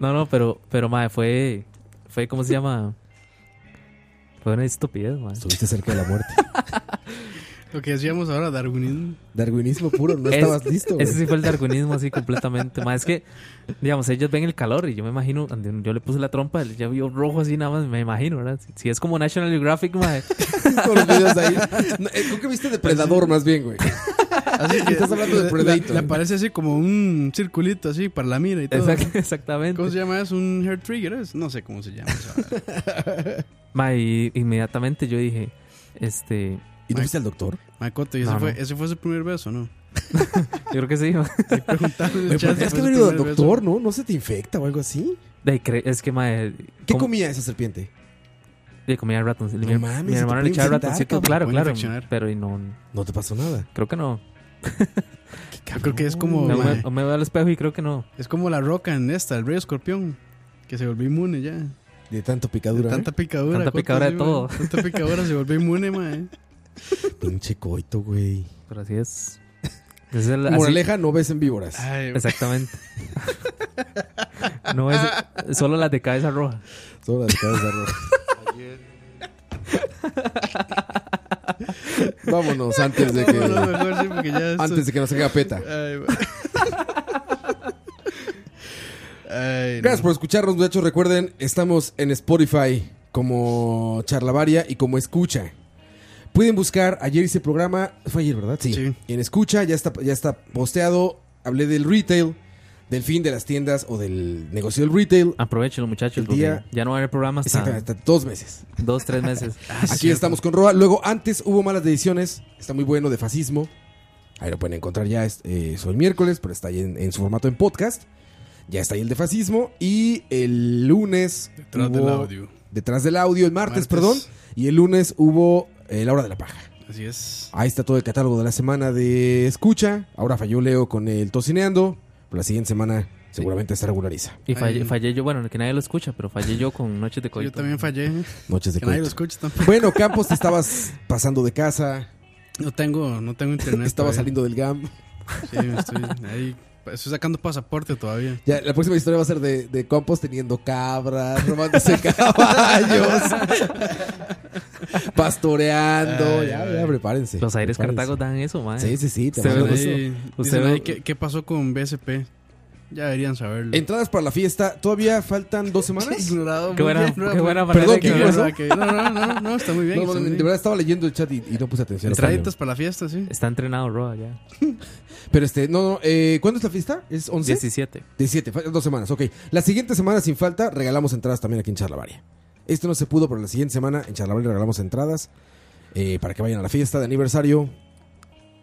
[SPEAKER 6] No, no, pero, pero, madre, fue. Fue, ¿cómo se llama? Fue una estupidez, madre.
[SPEAKER 5] Estuviste cerca de la muerte.
[SPEAKER 4] Lo que decíamos ahora, darwinismo.
[SPEAKER 5] Darwinismo puro, no estabas listo. güey.
[SPEAKER 6] Ese sí fue el darwinismo así completamente. Más es que, digamos, ellos ven el calor y yo me imagino, donde yo le puse la trompa, él ya vio rojo así nada más, me imagino, ¿verdad? Si, si es como National Geographic, madre.
[SPEAKER 5] Con los videos ahí. No, eh, ¿Tú qué viste Depredador más bien, güey? Así que estás hablando de Predator.
[SPEAKER 4] Le, le aparece así como un circulito así para la mira y todo.
[SPEAKER 6] Exact- exactamente.
[SPEAKER 4] ¿Cómo se llama eso? ¿Un hair trigger? es? No sé cómo se llama. esa vara.
[SPEAKER 6] Madre, y inmediatamente yo dije, este.
[SPEAKER 5] ¿Y no fuiste al doctor?
[SPEAKER 4] Macote, ¿y ese,
[SPEAKER 6] No,
[SPEAKER 4] fue,
[SPEAKER 6] no.
[SPEAKER 4] ese fue su primer beso, ¿no?
[SPEAKER 6] Yo creo que sí, madre.
[SPEAKER 5] Güey, pero tenías pues, que haber ido al doctor, ¿no? ¿No se te infecta o algo así?
[SPEAKER 6] De ahí cre- es que, madre.
[SPEAKER 5] ¿Qué comía esa serpiente?
[SPEAKER 6] Le comía ratoncito.
[SPEAKER 5] No
[SPEAKER 6] mi,
[SPEAKER 5] mames,
[SPEAKER 6] mi
[SPEAKER 5] se te
[SPEAKER 6] hermano
[SPEAKER 5] puede
[SPEAKER 6] le echaba
[SPEAKER 5] infectar,
[SPEAKER 6] ratoncito,
[SPEAKER 5] cabrón,
[SPEAKER 6] claro,
[SPEAKER 5] te puede
[SPEAKER 6] claro.
[SPEAKER 5] infeccionar.
[SPEAKER 6] Pero y no.
[SPEAKER 5] No te pasó nada.
[SPEAKER 6] Creo que no.
[SPEAKER 4] Yo creo que es como.
[SPEAKER 6] No,
[SPEAKER 4] ma,
[SPEAKER 6] me, me veo al espejo y creo que no.
[SPEAKER 4] Es como la roca en esta, el rey escorpión. Que se volvió inmune ya.
[SPEAKER 5] De tanto picadura.
[SPEAKER 4] Tanta
[SPEAKER 5] ¿eh?
[SPEAKER 4] picadura.
[SPEAKER 6] Tanta
[SPEAKER 4] Coto,
[SPEAKER 6] picadura de
[SPEAKER 4] sí,
[SPEAKER 6] todo.
[SPEAKER 4] ma, Tanta picadura se volvió inmune, mae.
[SPEAKER 5] ¿eh? Pinche coito, güey.
[SPEAKER 6] Pero así es. Esa es la- así-
[SPEAKER 5] Moraleja, no ves en víboras.
[SPEAKER 4] Ay, güey.
[SPEAKER 6] Exactamente. no es solo las de cabeza roja.
[SPEAKER 5] Solo las de cabeza roja. Vámonos antes de que.
[SPEAKER 4] Vámonos mejor, sí, porque ya esto-
[SPEAKER 5] Antes de que nos haga peta.
[SPEAKER 4] Ay, ma. Ay, no.
[SPEAKER 5] Gracias por escucharnos, muchachos. Recuerden, estamos en Spotify como Charlavaria y como Escucha. Pueden buscar, ayer hice programa, fue ayer, ¿verdad? Sí. En Escucha, ya está, ya está posteado. Hablé del retail, del fin de las tiendas o del negocio del retail.
[SPEAKER 6] Aprovechenlo, muchachos.
[SPEAKER 5] El
[SPEAKER 6] porque
[SPEAKER 5] día-
[SPEAKER 6] Ya no va a haber programas.
[SPEAKER 5] Exactamente, hasta dos meses.
[SPEAKER 6] Dos, tres meses.
[SPEAKER 5] Aquí estamos con Roa. Luego, antes hubo malas decisiones. Está muy bueno de fascismo. Ahí lo pueden encontrar ya. es- eh, eso el miércoles, pero está ahí en, en su formato en podcast. Ya está ahí el de fascismo. Y el lunes.
[SPEAKER 4] Detrás del audio.
[SPEAKER 5] Detrás del audio, el martes,
[SPEAKER 4] Martes.
[SPEAKER 5] perdón. Y el lunes hubo eh, La Hora de la Paja.
[SPEAKER 4] Así es.
[SPEAKER 5] Ahí está todo el catálogo de la semana de escucha. Ahora falló Leo con el tocineando. Pero la siguiente semana seguramente se regulariza.
[SPEAKER 6] Y fallé,
[SPEAKER 4] Ay.
[SPEAKER 6] fallé yo, bueno, que nadie lo escucha, pero fallé yo con Noches de Coito.
[SPEAKER 4] Yo también fallé. ¿eh?
[SPEAKER 5] Noches de
[SPEAKER 4] Que nadie
[SPEAKER 5] coito.
[SPEAKER 4] lo escuche tampoco.
[SPEAKER 5] Bueno, Campos, te estabas pasando de casa.
[SPEAKER 4] No tengo, no tengo internet.
[SPEAKER 5] Estaba
[SPEAKER 4] todavía.
[SPEAKER 5] saliendo del GAM.
[SPEAKER 4] Sí, estoy ahí. Estoy sacando pasaporte todavía.
[SPEAKER 5] Ya, la próxima historia va a ser de, de Campos teniendo cabras, robándose caballos, pastoreando.
[SPEAKER 4] Ay,
[SPEAKER 5] ya,
[SPEAKER 4] ay.
[SPEAKER 5] ya, prepárense.
[SPEAKER 6] Los aires
[SPEAKER 5] prepárense.
[SPEAKER 6] Cartago dan eso, man.
[SPEAKER 5] Sí, sí, sí, te
[SPEAKER 6] Usted
[SPEAKER 5] mando
[SPEAKER 6] ve-
[SPEAKER 5] gusto.
[SPEAKER 4] Sí,
[SPEAKER 6] usted
[SPEAKER 4] dicen
[SPEAKER 6] ve-
[SPEAKER 4] ahí, ¿qué, qué pasó con BSP? Ya deberían saberlo.
[SPEAKER 5] Entradas para la fiesta. ¿Todavía faltan dos semanas?
[SPEAKER 4] Ignorado.
[SPEAKER 6] Qué
[SPEAKER 4] muy
[SPEAKER 6] buena-
[SPEAKER 4] bien,
[SPEAKER 6] qué buena manera
[SPEAKER 5] Perdón,
[SPEAKER 6] de
[SPEAKER 5] ¿qué
[SPEAKER 6] ignorar.
[SPEAKER 5] pasó?
[SPEAKER 4] Que- No, no, no, no, está muy bien.
[SPEAKER 5] No,
[SPEAKER 4] está muy
[SPEAKER 5] de
[SPEAKER 4] bien.
[SPEAKER 5] verdad estaba leyendo el chat y, y no puse atención.
[SPEAKER 4] Entraditas para la fiesta, sí.
[SPEAKER 6] Está entrenado, Roa, ya.
[SPEAKER 5] Pero este, no, no, eh, ¿cuándo es la fiesta? ¿Es 11?
[SPEAKER 6] 17.
[SPEAKER 5] 17, faltan dos semanas, ok. La siguiente semana, sin falta, regalamos entradas también aquí en Charlavaria. Esto no se pudo, pero la siguiente semana en Charlavaria regalamos entradas eh, para que vayan a la fiesta de aniversario.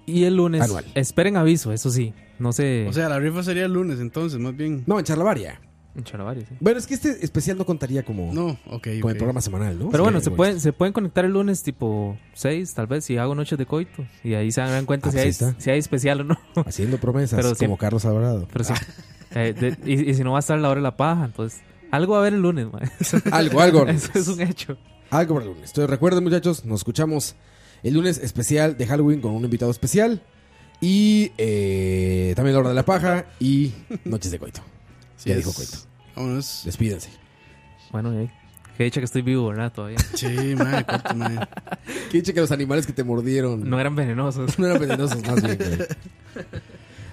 [SPEAKER 6] Y el lunes.
[SPEAKER 5] Anual.
[SPEAKER 6] Esperen aviso, eso sí. No sé.
[SPEAKER 5] Este-
[SPEAKER 4] O sea, la rifa sería el lunes, entonces, más bien.
[SPEAKER 5] No, en Charlavaria.
[SPEAKER 6] en Charlavaria, sí.
[SPEAKER 5] Bueno, es que este especial no contaría como,
[SPEAKER 4] No, ok.
[SPEAKER 5] como
[SPEAKER 4] ok.
[SPEAKER 5] el programa semanal, ¿no?
[SPEAKER 6] Pero bueno,
[SPEAKER 5] Sí,
[SPEAKER 6] se pueden, se pueden conectar el lunes tipo 6, tal vez, si hago noches de coito. Y ahí se dan cuenta
[SPEAKER 5] Ah,
[SPEAKER 6] si,
[SPEAKER 5] pues ahí
[SPEAKER 6] hay,
[SPEAKER 5] está.
[SPEAKER 6] si hay especial o no.
[SPEAKER 5] Haciendo promesas,
[SPEAKER 6] Pero
[SPEAKER 5] como
[SPEAKER 6] siempre-
[SPEAKER 5] Carlos Alvarado.
[SPEAKER 6] Pero sí. Eh, de- y, y si no va a estar la hora de la paja, entonces algo va a haber el lunes, man.
[SPEAKER 5] Algo, algo.
[SPEAKER 6] Eso es un hecho.
[SPEAKER 5] Algo para el lunes. Entonces recuerden, muchachos, nos escuchamos el lunes especial de Halloween con un invitado especial. Y eh, también la hora de la paja y noches de coito.
[SPEAKER 4] Sí
[SPEAKER 5] ya
[SPEAKER 4] es.
[SPEAKER 5] dijo coito.
[SPEAKER 4] Vámonos.
[SPEAKER 5] Despídense.
[SPEAKER 6] Bueno, eh, qué dicha que estoy vivo, ¿verdad? Todavía.
[SPEAKER 4] Sí, madre, corto, madre.
[SPEAKER 5] Que dice que los animales que te mordieron
[SPEAKER 6] No eran venenosos.
[SPEAKER 5] no eran venenosos más bien. güey.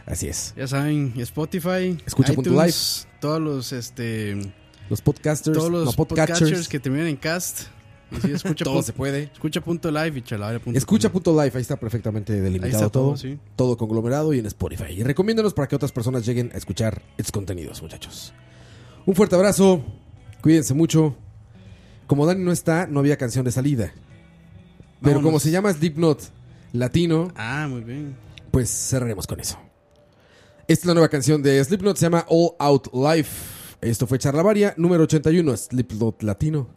[SPEAKER 5] Así es.
[SPEAKER 4] Ya saben, Spotify,
[SPEAKER 5] Escucha.live.
[SPEAKER 4] iTunes, todos los este
[SPEAKER 5] Los podcasters,
[SPEAKER 4] todos los
[SPEAKER 5] no, podcatchers.
[SPEAKER 4] podcatchers que terminan en cast, Y sí, escucha
[SPEAKER 5] Todo
[SPEAKER 4] pun-
[SPEAKER 5] se puede.
[SPEAKER 4] Escucha punto live y chalavera punto
[SPEAKER 5] Escucha punto live, ahí está perfectamente delimitado
[SPEAKER 4] Ahí está
[SPEAKER 5] todo.
[SPEAKER 4] todo,
[SPEAKER 5] Todo,
[SPEAKER 4] sí.
[SPEAKER 5] conglomerado y en Spotify. Y recomiéndanos para que otras personas lleguen a escuchar estos contenidos, muchachos. Un fuerte abrazo. Cuídense mucho. Como Dani no está, no había canción de salida. Pero
[SPEAKER 4] Vámonos.
[SPEAKER 5] como se llama Slipknot latino,
[SPEAKER 4] Ah, muy bien.
[SPEAKER 5] pues cerraremos con eso. Esta es la nueva canción de Slipknot, se llama All Out Life. Esto fue Charlavaria número 81, Slipknot latino.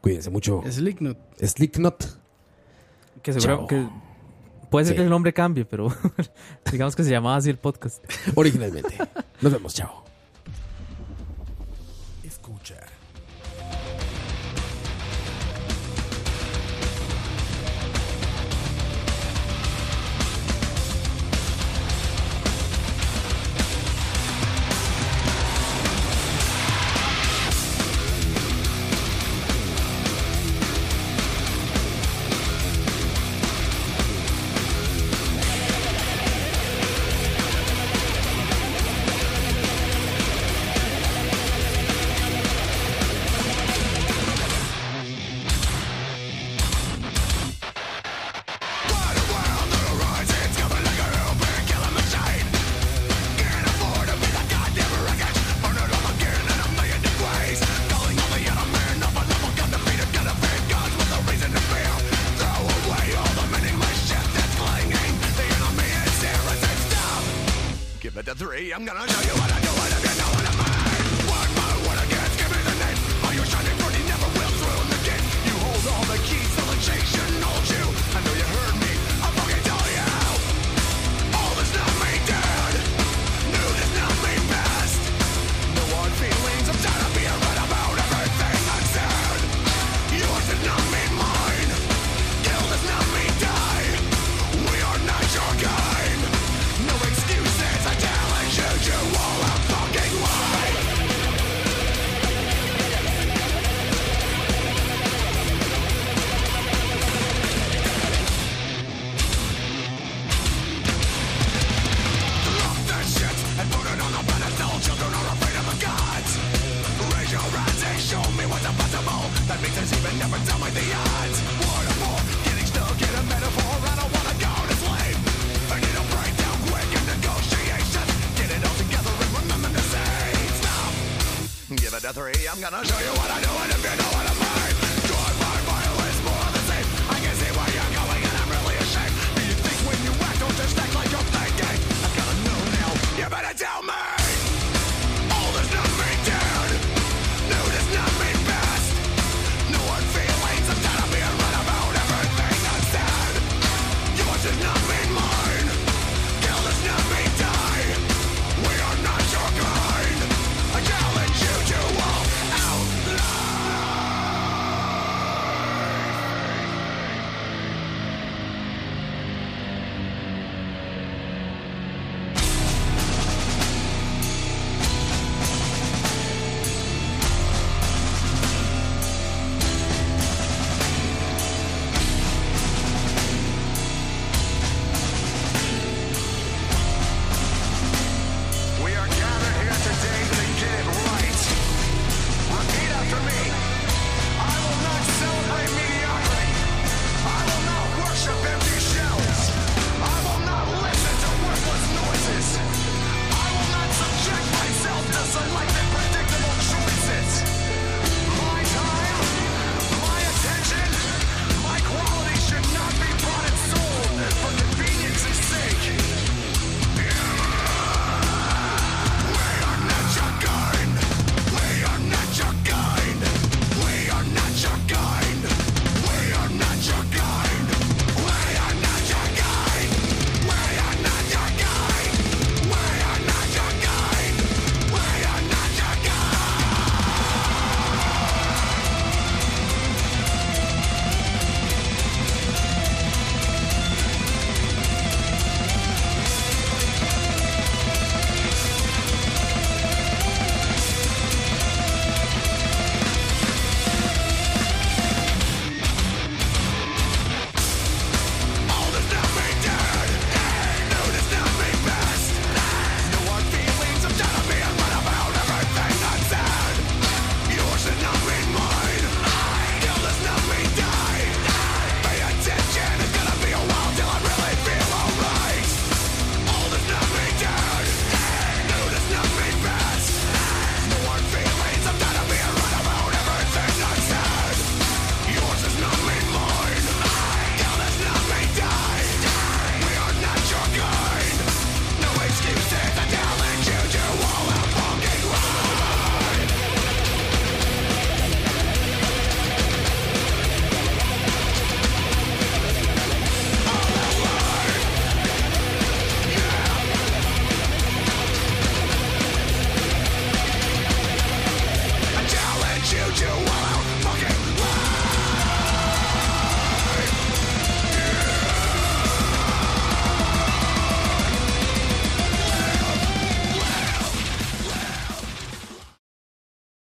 [SPEAKER 5] Cuídense mucho.
[SPEAKER 4] Slipknot.
[SPEAKER 5] Slipknot.
[SPEAKER 6] Que seguro
[SPEAKER 5] Chao.
[SPEAKER 6] que puede ser
[SPEAKER 5] Sí.
[SPEAKER 6] que el nombre cambie, pero digamos que se llamaba así el podcast.
[SPEAKER 5] Originalmente. Nos vemos, chao.
[SPEAKER 1] Escucha.
[SPEAKER 9] Give it a three, I'm gonna show you what I do, what I can do, what I'm Give it a three, I'm gonna show you what I do, and if you know what